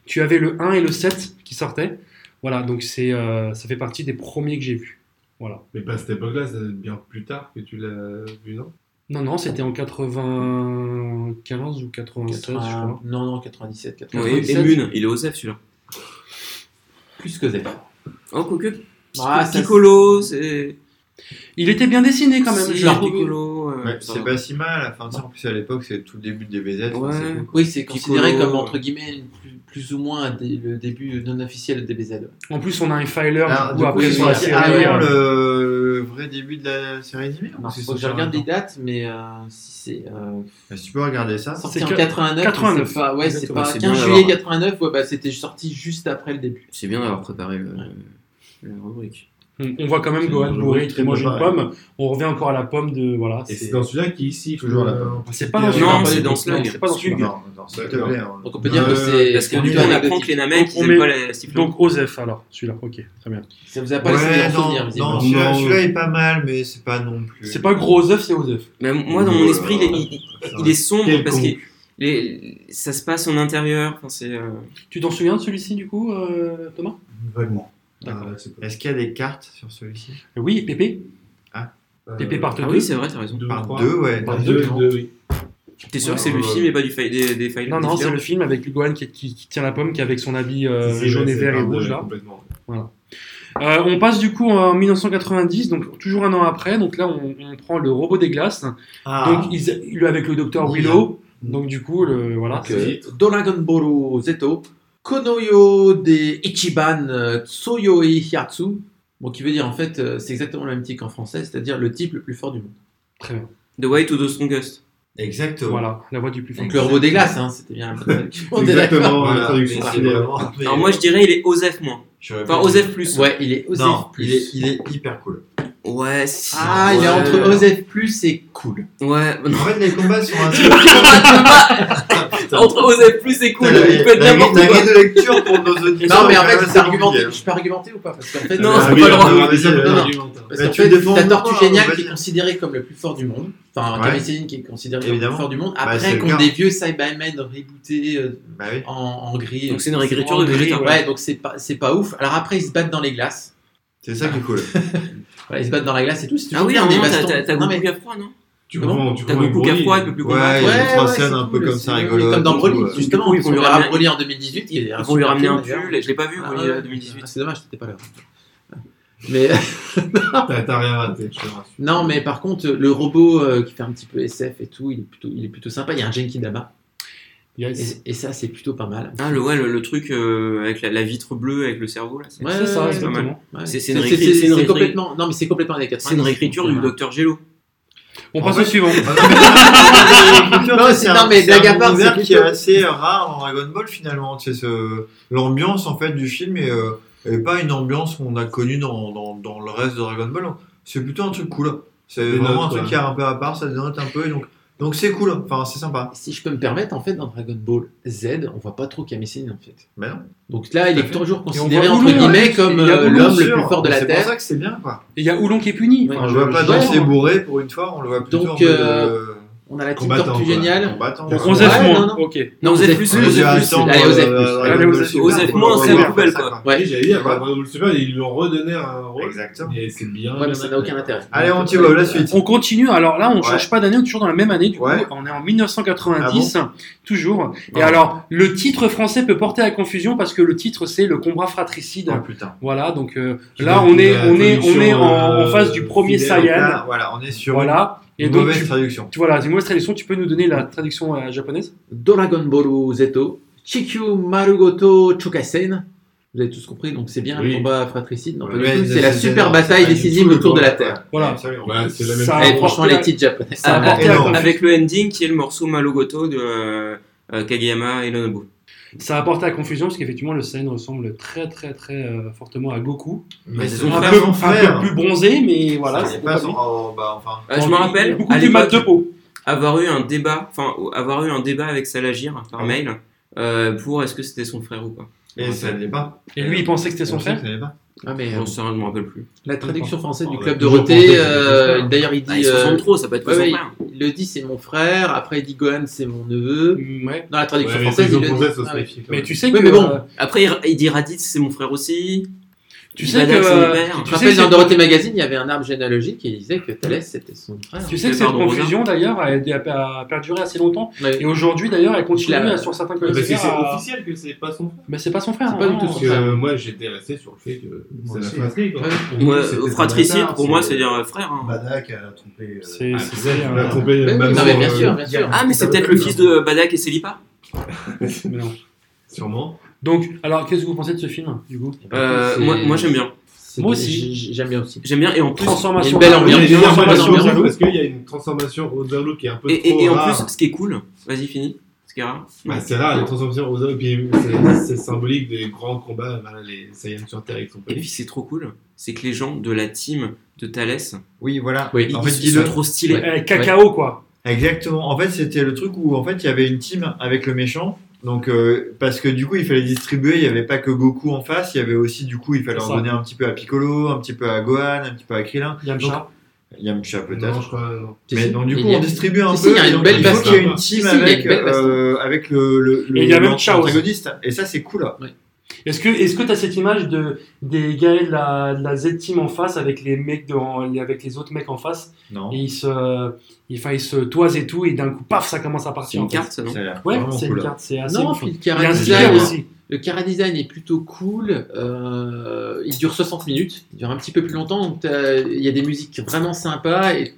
[SPEAKER 7] Tu avais le 1 et le 7 qui sortaient. Voilà, donc c'est euh, ça fait partie des premiers que j'ai vus. Voilà.
[SPEAKER 6] Mais pas à cette époque-là, c'est bien plus tard que tu l'as vu, non
[SPEAKER 7] Non, non, c'était en 95 ou 96, je crois.
[SPEAKER 8] Non, non, 97, 97.
[SPEAKER 5] Oui, et
[SPEAKER 7] 97.
[SPEAKER 5] Mune, il est Osef celui-là.
[SPEAKER 8] Plus que Z.
[SPEAKER 5] Oh, quoique. Pico-
[SPEAKER 8] Ah, ça,
[SPEAKER 5] Piccolo, c'est.
[SPEAKER 7] Il était bien dessiné quand même.
[SPEAKER 5] Si,
[SPEAKER 7] je l'ai
[SPEAKER 8] non.
[SPEAKER 7] trouvé.
[SPEAKER 5] Piccolo. euh,
[SPEAKER 2] Ouais,
[SPEAKER 5] ça
[SPEAKER 2] c'est
[SPEAKER 5] va.
[SPEAKER 2] pas si mal, enfin, tu sais, en plus à l'époque c'est tout le début de DBZ. enfin,
[SPEAKER 5] Ouais.
[SPEAKER 2] c'est cool, quoi.
[SPEAKER 8] Oui, c'est considéré
[SPEAKER 5] Piccolo,
[SPEAKER 8] comme
[SPEAKER 2] euh,
[SPEAKER 5] ouais.
[SPEAKER 8] entre guillemets une- plus, plus ou moins un dé- le début non officiel de DBZ.
[SPEAKER 7] En plus, on a un filer
[SPEAKER 2] Alors, du
[SPEAKER 7] du coup,
[SPEAKER 2] coup,
[SPEAKER 7] après
[SPEAKER 2] ils
[SPEAKER 7] sur
[SPEAKER 2] sont
[SPEAKER 7] la
[SPEAKER 2] sortis
[SPEAKER 7] série.
[SPEAKER 2] avant
[SPEAKER 7] euh,
[SPEAKER 2] le vrai début de la série animée ou
[SPEAKER 8] Non,
[SPEAKER 2] c'est
[SPEAKER 8] faut que
[SPEAKER 2] sorti
[SPEAKER 8] je
[SPEAKER 2] en même
[SPEAKER 8] regarde les
[SPEAKER 2] temps
[SPEAKER 8] dates, mais euh, si c'est euh,
[SPEAKER 2] Bah, Si tu peux regarder ça.
[SPEAKER 8] sorti
[SPEAKER 7] C'est
[SPEAKER 8] en
[SPEAKER 7] que-
[SPEAKER 8] 89,
[SPEAKER 7] 89,
[SPEAKER 8] c'est pas, ouais, c'est
[SPEAKER 7] exactement.
[SPEAKER 8] pas
[SPEAKER 5] C'est
[SPEAKER 8] 15
[SPEAKER 5] bien
[SPEAKER 8] juillet
[SPEAKER 5] d'avoir-
[SPEAKER 8] 89, ouais, bah, c'était sorti juste après le début.
[SPEAKER 5] C'est bien d'avoir préparé le- la rubrique.
[SPEAKER 7] on, on voit quand même
[SPEAKER 2] C'est
[SPEAKER 7] Gohan
[SPEAKER 2] une
[SPEAKER 7] bourré
[SPEAKER 2] rubrique
[SPEAKER 7] qui mange une
[SPEAKER 2] préparée.
[SPEAKER 7] pomme. On revient encore à la pomme de. Voilà.
[SPEAKER 6] Et c'est
[SPEAKER 7] c'est-
[SPEAKER 6] dans celui-là qui ici
[SPEAKER 2] Toujours la pomme.
[SPEAKER 7] C'est pas dans
[SPEAKER 5] Non,
[SPEAKER 7] celui-là. pas
[SPEAKER 5] c'est dans
[SPEAKER 7] celui-là,
[SPEAKER 5] Slug.
[SPEAKER 7] C'est pas dans celui-là.
[SPEAKER 2] Non, non, s'il te plaît. hein.
[SPEAKER 8] Donc on peut dire que
[SPEAKER 2] Euh,
[SPEAKER 8] c'est.
[SPEAKER 5] Parce que
[SPEAKER 8] c'est
[SPEAKER 5] du coup,
[SPEAKER 8] plutôt
[SPEAKER 5] on apprend
[SPEAKER 8] anecdotique.
[SPEAKER 5] que les
[SPEAKER 7] on
[SPEAKER 5] Namek, ils
[SPEAKER 7] met-
[SPEAKER 5] aiment pas la sifflante.
[SPEAKER 7] Donc, Osef, alors, celui-là. Ok, très bien.
[SPEAKER 8] Ça vous a pas laissé
[SPEAKER 2] Ouais,
[SPEAKER 8] en souvenir,
[SPEAKER 2] non,
[SPEAKER 8] visiblement.
[SPEAKER 2] non, celui-là
[SPEAKER 7] Non.
[SPEAKER 2] celui-là est pas mal, mais c'est pas non plus.
[SPEAKER 7] C'est pas gros Osef, c'est Osef.
[SPEAKER 5] Mais moi, dans mon
[SPEAKER 2] Voilà.
[SPEAKER 5] esprit, il est, il- il est sombre
[SPEAKER 6] Quelconque.
[SPEAKER 5] parce que les- ça se passe en intérieur. Enfin, c'est, euh,
[SPEAKER 7] Tu t'en souviens de celui-ci du coup, euh, Thomas
[SPEAKER 9] Vaguement.
[SPEAKER 7] D'accord.
[SPEAKER 9] Ah, c'est pas-
[SPEAKER 2] Euh, Est-ce qu'il y a des cartes sur celui-ci Euh,
[SPEAKER 7] Oui, Euh, Pépé. Pépé par
[SPEAKER 5] Ah oui, c'est vrai, t'as raison.
[SPEAKER 6] Deux,
[SPEAKER 2] Par
[SPEAKER 6] trois.
[SPEAKER 2] deux, ouais.
[SPEAKER 7] Par
[SPEAKER 6] Par
[SPEAKER 7] deux,
[SPEAKER 6] deux, deux, oui.
[SPEAKER 5] T'es sûr que c'est le film et pas du fi- des, des files
[SPEAKER 7] Non, non,
[SPEAKER 5] des
[SPEAKER 7] c'est
[SPEAKER 5] films
[SPEAKER 7] le film avec Gohan qui, qui, qui tient la pomme, qui est avec son habit euh,
[SPEAKER 6] Si, si,
[SPEAKER 7] jaune
[SPEAKER 6] ouais,
[SPEAKER 7] et
[SPEAKER 6] c'est
[SPEAKER 7] vert et
[SPEAKER 6] par deux,
[SPEAKER 7] rouge
[SPEAKER 6] ouais,
[SPEAKER 7] là.
[SPEAKER 6] complètement.
[SPEAKER 7] Euh, on passe du coup en 1990, donc toujours un an après. Donc là, on, on prend le robot des glaces.
[SPEAKER 2] Ah,
[SPEAKER 7] Donc ils, il est avec le docteur Willow. Donc du coup, le, voilà.
[SPEAKER 8] Donc, euh, Dragon Ball Zeto, Konoyo de Ichiban euh, Tsuyoe Hyatsu. Bon, qui veut dire en fait, euh, c'est exactement le même titre qu'en français, c'est-à-dire le type le plus fort du monde.
[SPEAKER 7] Très bien.
[SPEAKER 5] The White ou The Strongest
[SPEAKER 2] exactement.
[SPEAKER 7] Voilà, la voix du plus fort.
[SPEAKER 8] Donc le robot des glaces, hein, c'était bien. On est
[SPEAKER 6] Exactement,
[SPEAKER 2] Voilà,
[SPEAKER 6] la traduction
[SPEAKER 2] mais c'est
[SPEAKER 6] fidèle.
[SPEAKER 2] vraiment-
[SPEAKER 5] Alors moi, je dirais il est Osef moins.
[SPEAKER 2] J'aurais
[SPEAKER 5] Enfin,
[SPEAKER 2] pu-
[SPEAKER 5] Osef plus.
[SPEAKER 8] Ouais, il est Osef
[SPEAKER 2] Non,
[SPEAKER 8] plus.
[SPEAKER 2] il est, il est hyper cool.
[SPEAKER 5] Ouais, si.
[SPEAKER 8] Ah, il est
[SPEAKER 5] Ouais.
[SPEAKER 8] entre Osef plus et cool.
[SPEAKER 5] Ouais, bah
[SPEAKER 2] En
[SPEAKER 5] non.
[SPEAKER 2] fait, les combats sont un Ah,
[SPEAKER 5] entre Osef plus et cool. Il peut être n'importe quoi.
[SPEAKER 2] de lecture pour nos auditeurs.
[SPEAKER 8] Non, mais en fait,
[SPEAKER 2] c'est
[SPEAKER 8] c'est argumenté. Je peux argumenter ou pas Parce qu'en fait,
[SPEAKER 5] Non,
[SPEAKER 8] euh,
[SPEAKER 5] c'est pas le droit.
[SPEAKER 8] Parce
[SPEAKER 2] Bah,
[SPEAKER 8] qu'en
[SPEAKER 2] tu
[SPEAKER 8] fait,
[SPEAKER 2] défends
[SPEAKER 8] t'as
[SPEAKER 2] mon
[SPEAKER 8] Tortue
[SPEAKER 2] point,
[SPEAKER 8] Géniale
[SPEAKER 2] vas-y.
[SPEAKER 8] qui est considéré comme le plus fort du monde. Enfin,
[SPEAKER 2] Ouais.
[SPEAKER 8] Kamecéline qui est considéré comme le
[SPEAKER 2] Évidemment.
[SPEAKER 8] plus fort du monde.
[SPEAKER 2] Bah, c'est
[SPEAKER 8] Après,
[SPEAKER 2] le
[SPEAKER 8] qu'on
[SPEAKER 2] cas.
[SPEAKER 8] des vieux Cybermen rebootés euh,
[SPEAKER 2] Bah oui.
[SPEAKER 8] en, en gris. euh,
[SPEAKER 5] Donc c'est une réécriture
[SPEAKER 8] En
[SPEAKER 5] de
[SPEAKER 8] gris,
[SPEAKER 5] Vegeta.
[SPEAKER 8] Ouais, donc c'est pas, c'est pas ouf. Alors après, ils se battent dans les glaces.
[SPEAKER 2] C'est ça qui est cool.
[SPEAKER 8] Voilà, ils se battent dans la glace et tout. C'est
[SPEAKER 5] Ah
[SPEAKER 8] toujours
[SPEAKER 5] oui,
[SPEAKER 8] bien,
[SPEAKER 5] à un
[SPEAKER 8] des
[SPEAKER 5] moment, t'as-
[SPEAKER 8] bastons.
[SPEAKER 5] t'as t'as
[SPEAKER 8] Non,
[SPEAKER 5] Goku
[SPEAKER 8] mais-
[SPEAKER 5] qui a froid, non
[SPEAKER 6] Tu
[SPEAKER 8] Comment
[SPEAKER 6] comprends, tu
[SPEAKER 5] T'as
[SPEAKER 6] comprends
[SPEAKER 5] Goku
[SPEAKER 6] Broly.
[SPEAKER 5] qui a froid, il peut plus
[SPEAKER 2] Ouais,
[SPEAKER 5] combattre.
[SPEAKER 2] il y a
[SPEAKER 8] Ouais,
[SPEAKER 2] trois
[SPEAKER 8] ouais,
[SPEAKER 2] scènes
[SPEAKER 8] c'est
[SPEAKER 2] un peu
[SPEAKER 8] cool,
[SPEAKER 2] comme
[SPEAKER 8] c'est-
[SPEAKER 2] ça euh.
[SPEAKER 8] oui,
[SPEAKER 2] rigolote.
[SPEAKER 8] Comme dans Broly, justement,
[SPEAKER 5] ils
[SPEAKER 8] ils
[SPEAKER 5] vont
[SPEAKER 8] vont
[SPEAKER 5] lui ramener-
[SPEAKER 8] Broly en 2018. il y a
[SPEAKER 5] Ils vont lui
[SPEAKER 8] super
[SPEAKER 5] ramener
[SPEAKER 8] film,
[SPEAKER 5] un
[SPEAKER 8] d'ailleurs.
[SPEAKER 5] pull, et je l'ai pas vu,
[SPEAKER 8] Ah,
[SPEAKER 5] Broly
[SPEAKER 8] ouais,
[SPEAKER 5] euh, 2018.
[SPEAKER 8] ah, C'est dommage, t'étais pas là. Mais
[SPEAKER 6] T'as t'as rien raté, je te rassure.
[SPEAKER 8] non, mais par contre, le robot euh, qui fait un petit peu SF et tout, il est plutôt, il est plutôt sympa. Il y a un Genki Dama.
[SPEAKER 7] Yes.
[SPEAKER 8] Et, et ça, c'est plutôt pas mal.
[SPEAKER 5] Ah, le, ouais, le, le truc euh, avec la, la vitre bleue, avec le cerveau, là. c'est-
[SPEAKER 8] Ouais,
[SPEAKER 7] C'est ça,
[SPEAKER 8] c'est
[SPEAKER 5] pas mal.
[SPEAKER 7] exactement.
[SPEAKER 8] Ouais. C'est
[SPEAKER 5] C'est- c'est une
[SPEAKER 8] c'est-
[SPEAKER 5] réécrit- c'est
[SPEAKER 8] c'est-
[SPEAKER 5] une
[SPEAKER 8] c'est
[SPEAKER 5] réécrit-
[SPEAKER 8] complètement. Non, mais c'est complètement années 90.
[SPEAKER 5] C'est une réécriture du Docteur Gelo.
[SPEAKER 7] On
[SPEAKER 2] En
[SPEAKER 7] passe
[SPEAKER 2] vrai,
[SPEAKER 7] au suivant.
[SPEAKER 6] Ah,
[SPEAKER 8] Non, c'est- non, mais blague à part,
[SPEAKER 2] C'est un univers
[SPEAKER 8] c'est
[SPEAKER 2] qui est
[SPEAKER 8] plutôt-
[SPEAKER 2] assez rare dans Dragon Ball finalement. C'est ce... L'ambiance en fait du film est, euh, est pas une ambiance qu'on a connue dans, dans, dans le reste de Dragon Ball. C'est plutôt un truc cool. C'est
[SPEAKER 6] Des
[SPEAKER 2] vraiment
[SPEAKER 6] notes,
[SPEAKER 2] un truc
[SPEAKER 6] ouais.
[SPEAKER 2] qui est un peu à part, ça dénote un peu. et donc donc c'est cool, enfin c'est sympa.
[SPEAKER 8] Si je peux me permettre, en fait, dans Dragon Ball Z, on voit pas trop Kamisen, en fait.
[SPEAKER 2] Mais Ben non.
[SPEAKER 8] Donc là, il
[SPEAKER 2] Tout à
[SPEAKER 8] est
[SPEAKER 2] fait.
[SPEAKER 8] toujours
[SPEAKER 7] on
[SPEAKER 8] considéré,
[SPEAKER 7] voit
[SPEAKER 8] entre
[SPEAKER 7] Oulon, hein.
[SPEAKER 8] guillemets, comme
[SPEAKER 7] Il y a
[SPEAKER 8] euh,
[SPEAKER 7] Oulon,
[SPEAKER 8] l'homme
[SPEAKER 2] Bien
[SPEAKER 8] le
[SPEAKER 2] sûr,
[SPEAKER 8] plus fort de la
[SPEAKER 2] hein. C'est pour
[SPEAKER 8] Terre.
[SPEAKER 2] ça que c'est bien quoi.
[SPEAKER 7] Et il y a Oulon qui est puni.
[SPEAKER 8] Ouais.
[SPEAKER 2] Enfin, je le vois pas
[SPEAKER 8] je-
[SPEAKER 2] danser
[SPEAKER 8] ouais.
[SPEAKER 2] bourré pour une fois, on le voit plutôt
[SPEAKER 8] Donc,
[SPEAKER 2] en mode
[SPEAKER 8] euh, On a la petite
[SPEAKER 6] Combattant,
[SPEAKER 8] tortue
[SPEAKER 6] quoi.
[SPEAKER 8] géniale.
[SPEAKER 2] combattant.
[SPEAKER 7] Donc
[SPEAKER 2] quoi.
[SPEAKER 7] on
[SPEAKER 8] Osef
[SPEAKER 2] Ouais,
[SPEAKER 8] moins.
[SPEAKER 7] moins. Ok.
[SPEAKER 5] Non,
[SPEAKER 8] Osef
[SPEAKER 5] Osef
[SPEAKER 8] plus,
[SPEAKER 5] plus,
[SPEAKER 2] on
[SPEAKER 5] Osef
[SPEAKER 2] dirait
[SPEAKER 5] plus.
[SPEAKER 2] attendre,
[SPEAKER 8] Allez, Osef
[SPEAKER 2] euh,
[SPEAKER 8] plus.
[SPEAKER 2] Dragon
[SPEAKER 7] Allez,
[SPEAKER 2] Ball
[SPEAKER 7] Osef
[SPEAKER 2] Super,
[SPEAKER 5] Osef
[SPEAKER 2] pour
[SPEAKER 5] moins,
[SPEAKER 2] voir
[SPEAKER 5] c'est
[SPEAKER 2] ça,
[SPEAKER 5] la poubelle, quoi.
[SPEAKER 8] Ouais.
[SPEAKER 6] Oui, j'allais dire,
[SPEAKER 2] Voilà.
[SPEAKER 6] Dragon Ball Super, ils lui ont redonné un rôle.
[SPEAKER 2] Exactement.
[SPEAKER 6] Et c'est bien.
[SPEAKER 8] Ouais, mais ça n'a aucun intérêt.
[SPEAKER 2] Allez, on t'y va, la suite.
[SPEAKER 7] On continue, alors là
[SPEAKER 2] Ouais.
[SPEAKER 7] on change pas d'année, on est toujours dans la même année, du
[SPEAKER 2] Ouais. Ah
[SPEAKER 7] coup on est en 1990, toujours. Et alors le titre français peut porter à confusion parce que le titre c'est le combat fratricide.
[SPEAKER 2] Oh putain.
[SPEAKER 7] Voilà, donc euh,
[SPEAKER 6] Tu
[SPEAKER 7] là
[SPEAKER 6] vois,
[SPEAKER 7] on est,
[SPEAKER 6] la
[SPEAKER 7] on est, on
[SPEAKER 6] traduction,
[SPEAKER 7] est en, en
[SPEAKER 6] euh,
[SPEAKER 7] face du premier
[SPEAKER 6] fidèle,
[SPEAKER 7] Saiyan.
[SPEAKER 2] Là, voilà, on est sur
[SPEAKER 7] Voilà, et
[SPEAKER 2] une
[SPEAKER 7] donc
[SPEAKER 2] mauvaise
[SPEAKER 7] tu,
[SPEAKER 2] traduction.
[SPEAKER 7] tu- voilà, c'est une mauvaise traduction, tu peux nous donner la traduction euh, japonaise
[SPEAKER 8] Dragon Ball Zeto, Chikyu Marugoto Chokasen. Vous avez tous compris, donc c'est bien
[SPEAKER 6] Oui.
[SPEAKER 8] le combat fratricide. Non, pas du
[SPEAKER 2] Ouais,
[SPEAKER 8] tout, c'est la super
[SPEAKER 2] énorme,
[SPEAKER 8] bataille
[SPEAKER 2] c'est pas du
[SPEAKER 8] décisive
[SPEAKER 2] tout le
[SPEAKER 8] autour de
[SPEAKER 2] combat,
[SPEAKER 8] la Terre.
[SPEAKER 2] quoi.
[SPEAKER 7] Voilà.
[SPEAKER 2] Absolument.
[SPEAKER 6] Bah, c'est la même
[SPEAKER 7] Ça-
[SPEAKER 6] chose.
[SPEAKER 8] Et franchement,
[SPEAKER 7] porté
[SPEAKER 8] les
[SPEAKER 7] à-
[SPEAKER 8] titres japonais.
[SPEAKER 7] ça a
[SPEAKER 5] Ah,
[SPEAKER 7] porté à
[SPEAKER 2] énorme.
[SPEAKER 7] confusion.
[SPEAKER 5] Avec le ending qui est le morceau Malugoto de euh, euh, Kageyama et Lonobu.
[SPEAKER 7] Ça a porté à confusion parce qu'effectivement le Saiyan ressemble très très très euh, fortement à Goku.
[SPEAKER 2] Mais
[SPEAKER 5] c'est
[SPEAKER 2] c'est
[SPEAKER 5] son
[SPEAKER 2] son
[SPEAKER 7] Un
[SPEAKER 5] frère,
[SPEAKER 7] peu,
[SPEAKER 2] son
[SPEAKER 7] un peu
[SPEAKER 2] frère.
[SPEAKER 7] plus bronzé, mais voilà.
[SPEAKER 2] C'est
[SPEAKER 7] c'était
[SPEAKER 2] pas
[SPEAKER 7] pas
[SPEAKER 2] son.
[SPEAKER 7] lui.
[SPEAKER 2] oh, bah, enfin.
[SPEAKER 5] Euh, je me rappelle,
[SPEAKER 7] Beaucoup
[SPEAKER 5] à
[SPEAKER 7] plus mat de
[SPEAKER 5] l'époque,
[SPEAKER 7] peau.
[SPEAKER 5] avoir eu un débat, enfin, au- avoir eu un débat avec Salagir par mail euh, pour est-ce que c'était son frère ou pas.
[SPEAKER 2] Et ça n'est pas.
[SPEAKER 7] Et lui il pensait que c'était son
[SPEAKER 2] On sait
[SPEAKER 7] frère
[SPEAKER 2] que ça n'est pas.
[SPEAKER 8] Ah, mais, euh,
[SPEAKER 5] J'en sais rien, je me rappelle plus.
[SPEAKER 8] la traduction française du
[SPEAKER 6] Oh,
[SPEAKER 8] Club
[SPEAKER 6] ouais, toujours
[SPEAKER 8] Dorothée,
[SPEAKER 6] pensé que c'était
[SPEAKER 8] euh,
[SPEAKER 6] son frère.
[SPEAKER 8] d'ailleurs, il dit.
[SPEAKER 5] Ah, ils se ressemblent
[SPEAKER 8] euh,
[SPEAKER 5] trop, ça peut être que
[SPEAKER 8] ouais,
[SPEAKER 5] son
[SPEAKER 8] ouais,
[SPEAKER 5] frère.
[SPEAKER 8] Il le dit, c'est mon frère. Après, il dit Gohan, c'est mon neveu.
[SPEAKER 7] Mm, Ouais.
[SPEAKER 8] Dans la traduction
[SPEAKER 6] Ouais, mais
[SPEAKER 8] française,
[SPEAKER 6] traduction
[SPEAKER 8] il le dit.
[SPEAKER 6] française, ça se
[SPEAKER 8] Ah, oui.
[SPEAKER 6] vérifie, quand
[SPEAKER 7] Mais
[SPEAKER 6] même.
[SPEAKER 7] tu sais que
[SPEAKER 8] Euh, Oui, mais bon.
[SPEAKER 7] euh,
[SPEAKER 5] Après, il, il dit Raditz, c'est mon frère aussi.
[SPEAKER 7] tu
[SPEAKER 5] Il
[SPEAKER 7] sais
[SPEAKER 5] dit Vadak, c'est mon
[SPEAKER 7] que euh,
[SPEAKER 5] père.
[SPEAKER 8] Je
[SPEAKER 7] Tu sais,
[SPEAKER 8] rappelle, dans
[SPEAKER 7] c'est-
[SPEAKER 8] Dorothée Magazine, il y avait un arbre généalogique et il disait que Thalès, c'était son frère.
[SPEAKER 7] Tu sais que
[SPEAKER 5] C'est
[SPEAKER 7] cette
[SPEAKER 5] Barbe Rosa.
[SPEAKER 7] confusion d'ailleurs a, été- a perduré assez longtemps
[SPEAKER 8] Ouais.
[SPEAKER 7] et aujourd'hui d'ailleurs elle continue
[SPEAKER 8] Je l'ai-
[SPEAKER 7] à- sur certains
[SPEAKER 6] Parce que
[SPEAKER 7] collectionneurs.
[SPEAKER 6] Ah, bah, c'est
[SPEAKER 7] à-
[SPEAKER 6] officiel que c'est pas son frère.
[SPEAKER 7] Mais c'est pas son frère.
[SPEAKER 8] C'est pas
[SPEAKER 7] hein,
[SPEAKER 8] du tout
[SPEAKER 7] non.
[SPEAKER 6] Parce
[SPEAKER 8] son
[SPEAKER 6] que
[SPEAKER 8] frère.
[SPEAKER 6] euh, moi j'étais resté sur le fait que
[SPEAKER 9] Moi
[SPEAKER 6] c'est la
[SPEAKER 9] aussi.
[SPEAKER 6] fratrie. quoi.
[SPEAKER 8] Ouais.
[SPEAKER 9] Pour
[SPEAKER 5] Moi,
[SPEAKER 9] nous, c'était un
[SPEAKER 5] fratricide,
[SPEAKER 9] bâtard,
[SPEAKER 5] pour
[SPEAKER 9] c'est-
[SPEAKER 5] moi, c'est dire frère. hein.
[SPEAKER 9] Badak a trompé. euh,
[SPEAKER 7] C'est
[SPEAKER 6] Ah, c'est
[SPEAKER 7] c'est- c'est,
[SPEAKER 6] ça,
[SPEAKER 7] euh,
[SPEAKER 6] on a trompé
[SPEAKER 8] Oui, oui,
[SPEAKER 6] maman,
[SPEAKER 8] non, mais bien
[SPEAKER 6] euh,
[SPEAKER 8] sûr, bien sûr.
[SPEAKER 5] Ah, mais c'est peut-être le fils de Badak et Selipa
[SPEAKER 7] mais non.
[SPEAKER 6] Sûrement.
[SPEAKER 7] Donc, alors qu'est-ce que vous pensez de ce film du coup
[SPEAKER 5] euh,
[SPEAKER 8] C'est-
[SPEAKER 5] Moi, moi j'aime bien.
[SPEAKER 8] c'est-
[SPEAKER 7] moi aussi.
[SPEAKER 8] j'ai- J'aime bien aussi.
[SPEAKER 5] J'aime bien, et en plus,
[SPEAKER 7] Transformation.
[SPEAKER 8] il y a une belle
[SPEAKER 6] Il y a
[SPEAKER 8] ambiance.
[SPEAKER 6] une transformation
[SPEAKER 8] Ambiance.
[SPEAKER 6] au Zalo, parce qu'il y a une transformation au Zalo qui est un peu
[SPEAKER 5] et, et-
[SPEAKER 6] trop
[SPEAKER 5] et en
[SPEAKER 6] rare.
[SPEAKER 5] plus, ce qui est cool, vas-y, fini, ce qui est rare.
[SPEAKER 6] Bah, c'est rare, les transformations au Zalo, et puis c'est- c'est symbolique des grands combats, voilà, les Saiyans sur Terre et
[SPEAKER 5] Et
[SPEAKER 6] compagnie.
[SPEAKER 5] puis, c'est trop cool, c'est que les gens de la team de Thalès,
[SPEAKER 2] Oui, voilà.
[SPEAKER 8] Oui.
[SPEAKER 5] ils,
[SPEAKER 2] En fait,
[SPEAKER 5] ils
[SPEAKER 2] dis-le.
[SPEAKER 5] sont trop stylés.
[SPEAKER 8] Ouais.
[SPEAKER 7] Euh, cacao quoi.
[SPEAKER 2] Exactement. En fait, c'était le truc où en fait il y avait une team avec le méchant. Donc euh, parce que du coup il fallait distribuer. Il n'y avait pas que Goku en face. Il y avait aussi du coup il fallait
[SPEAKER 7] C'est
[SPEAKER 2] en
[SPEAKER 7] ça.
[SPEAKER 2] donner un petit peu à Piccolo, un petit peu à Gohan, un petit peu à Krillin,
[SPEAKER 7] Yamcha.
[SPEAKER 2] Yamcha
[SPEAKER 6] Non,
[SPEAKER 2] peut-être.
[SPEAKER 6] je crois, non.
[SPEAKER 8] Si,
[SPEAKER 2] Mais
[SPEAKER 8] si,
[SPEAKER 2] donc du
[SPEAKER 8] il
[SPEAKER 2] coup
[SPEAKER 8] y a-
[SPEAKER 2] on distribue un
[SPEAKER 8] si,
[SPEAKER 2] peu.
[SPEAKER 8] il y a
[SPEAKER 2] et
[SPEAKER 8] une
[SPEAKER 2] donc,
[SPEAKER 8] belle
[SPEAKER 2] il faut
[SPEAKER 6] baston.
[SPEAKER 2] qu'il y ait une
[SPEAKER 8] Si,
[SPEAKER 2] team
[SPEAKER 8] si, il y a une
[SPEAKER 2] avec
[SPEAKER 8] belle baston.
[SPEAKER 2] euh, avec le le,
[SPEAKER 7] Et il y a
[SPEAKER 2] le
[SPEAKER 7] même Chaos.
[SPEAKER 2] antagoniste. Et ça c'est cool.
[SPEAKER 7] Est-ce que est-ce que t'as cette image de des gars de la, de la Z Team en face avec les mecs dans avec les autres mecs en face
[SPEAKER 2] Non.
[SPEAKER 7] et ils se ils, enfin, ils se toisent et tout et d'un coup paf ça commence à
[SPEAKER 5] C'est
[SPEAKER 7] partir.
[SPEAKER 5] une
[SPEAKER 7] en fait.
[SPEAKER 5] carte, ça, non
[SPEAKER 2] Ça a l'air
[SPEAKER 7] Ouais,
[SPEAKER 2] vraiment
[SPEAKER 7] c'est une
[SPEAKER 2] cool.
[SPEAKER 7] carte, c'est assez.
[SPEAKER 8] Ah, Non,
[SPEAKER 7] ouf.
[SPEAKER 8] puis le
[SPEAKER 7] Il y a
[SPEAKER 8] Kara
[SPEAKER 7] un
[SPEAKER 8] Design,
[SPEAKER 7] sticker aussi.
[SPEAKER 8] le Kara Design est plutôt cool. Euh, il dure 60 minutes, il dure un petit peu plus longtemps. donc t'as- il y a des musiques vraiment sympas et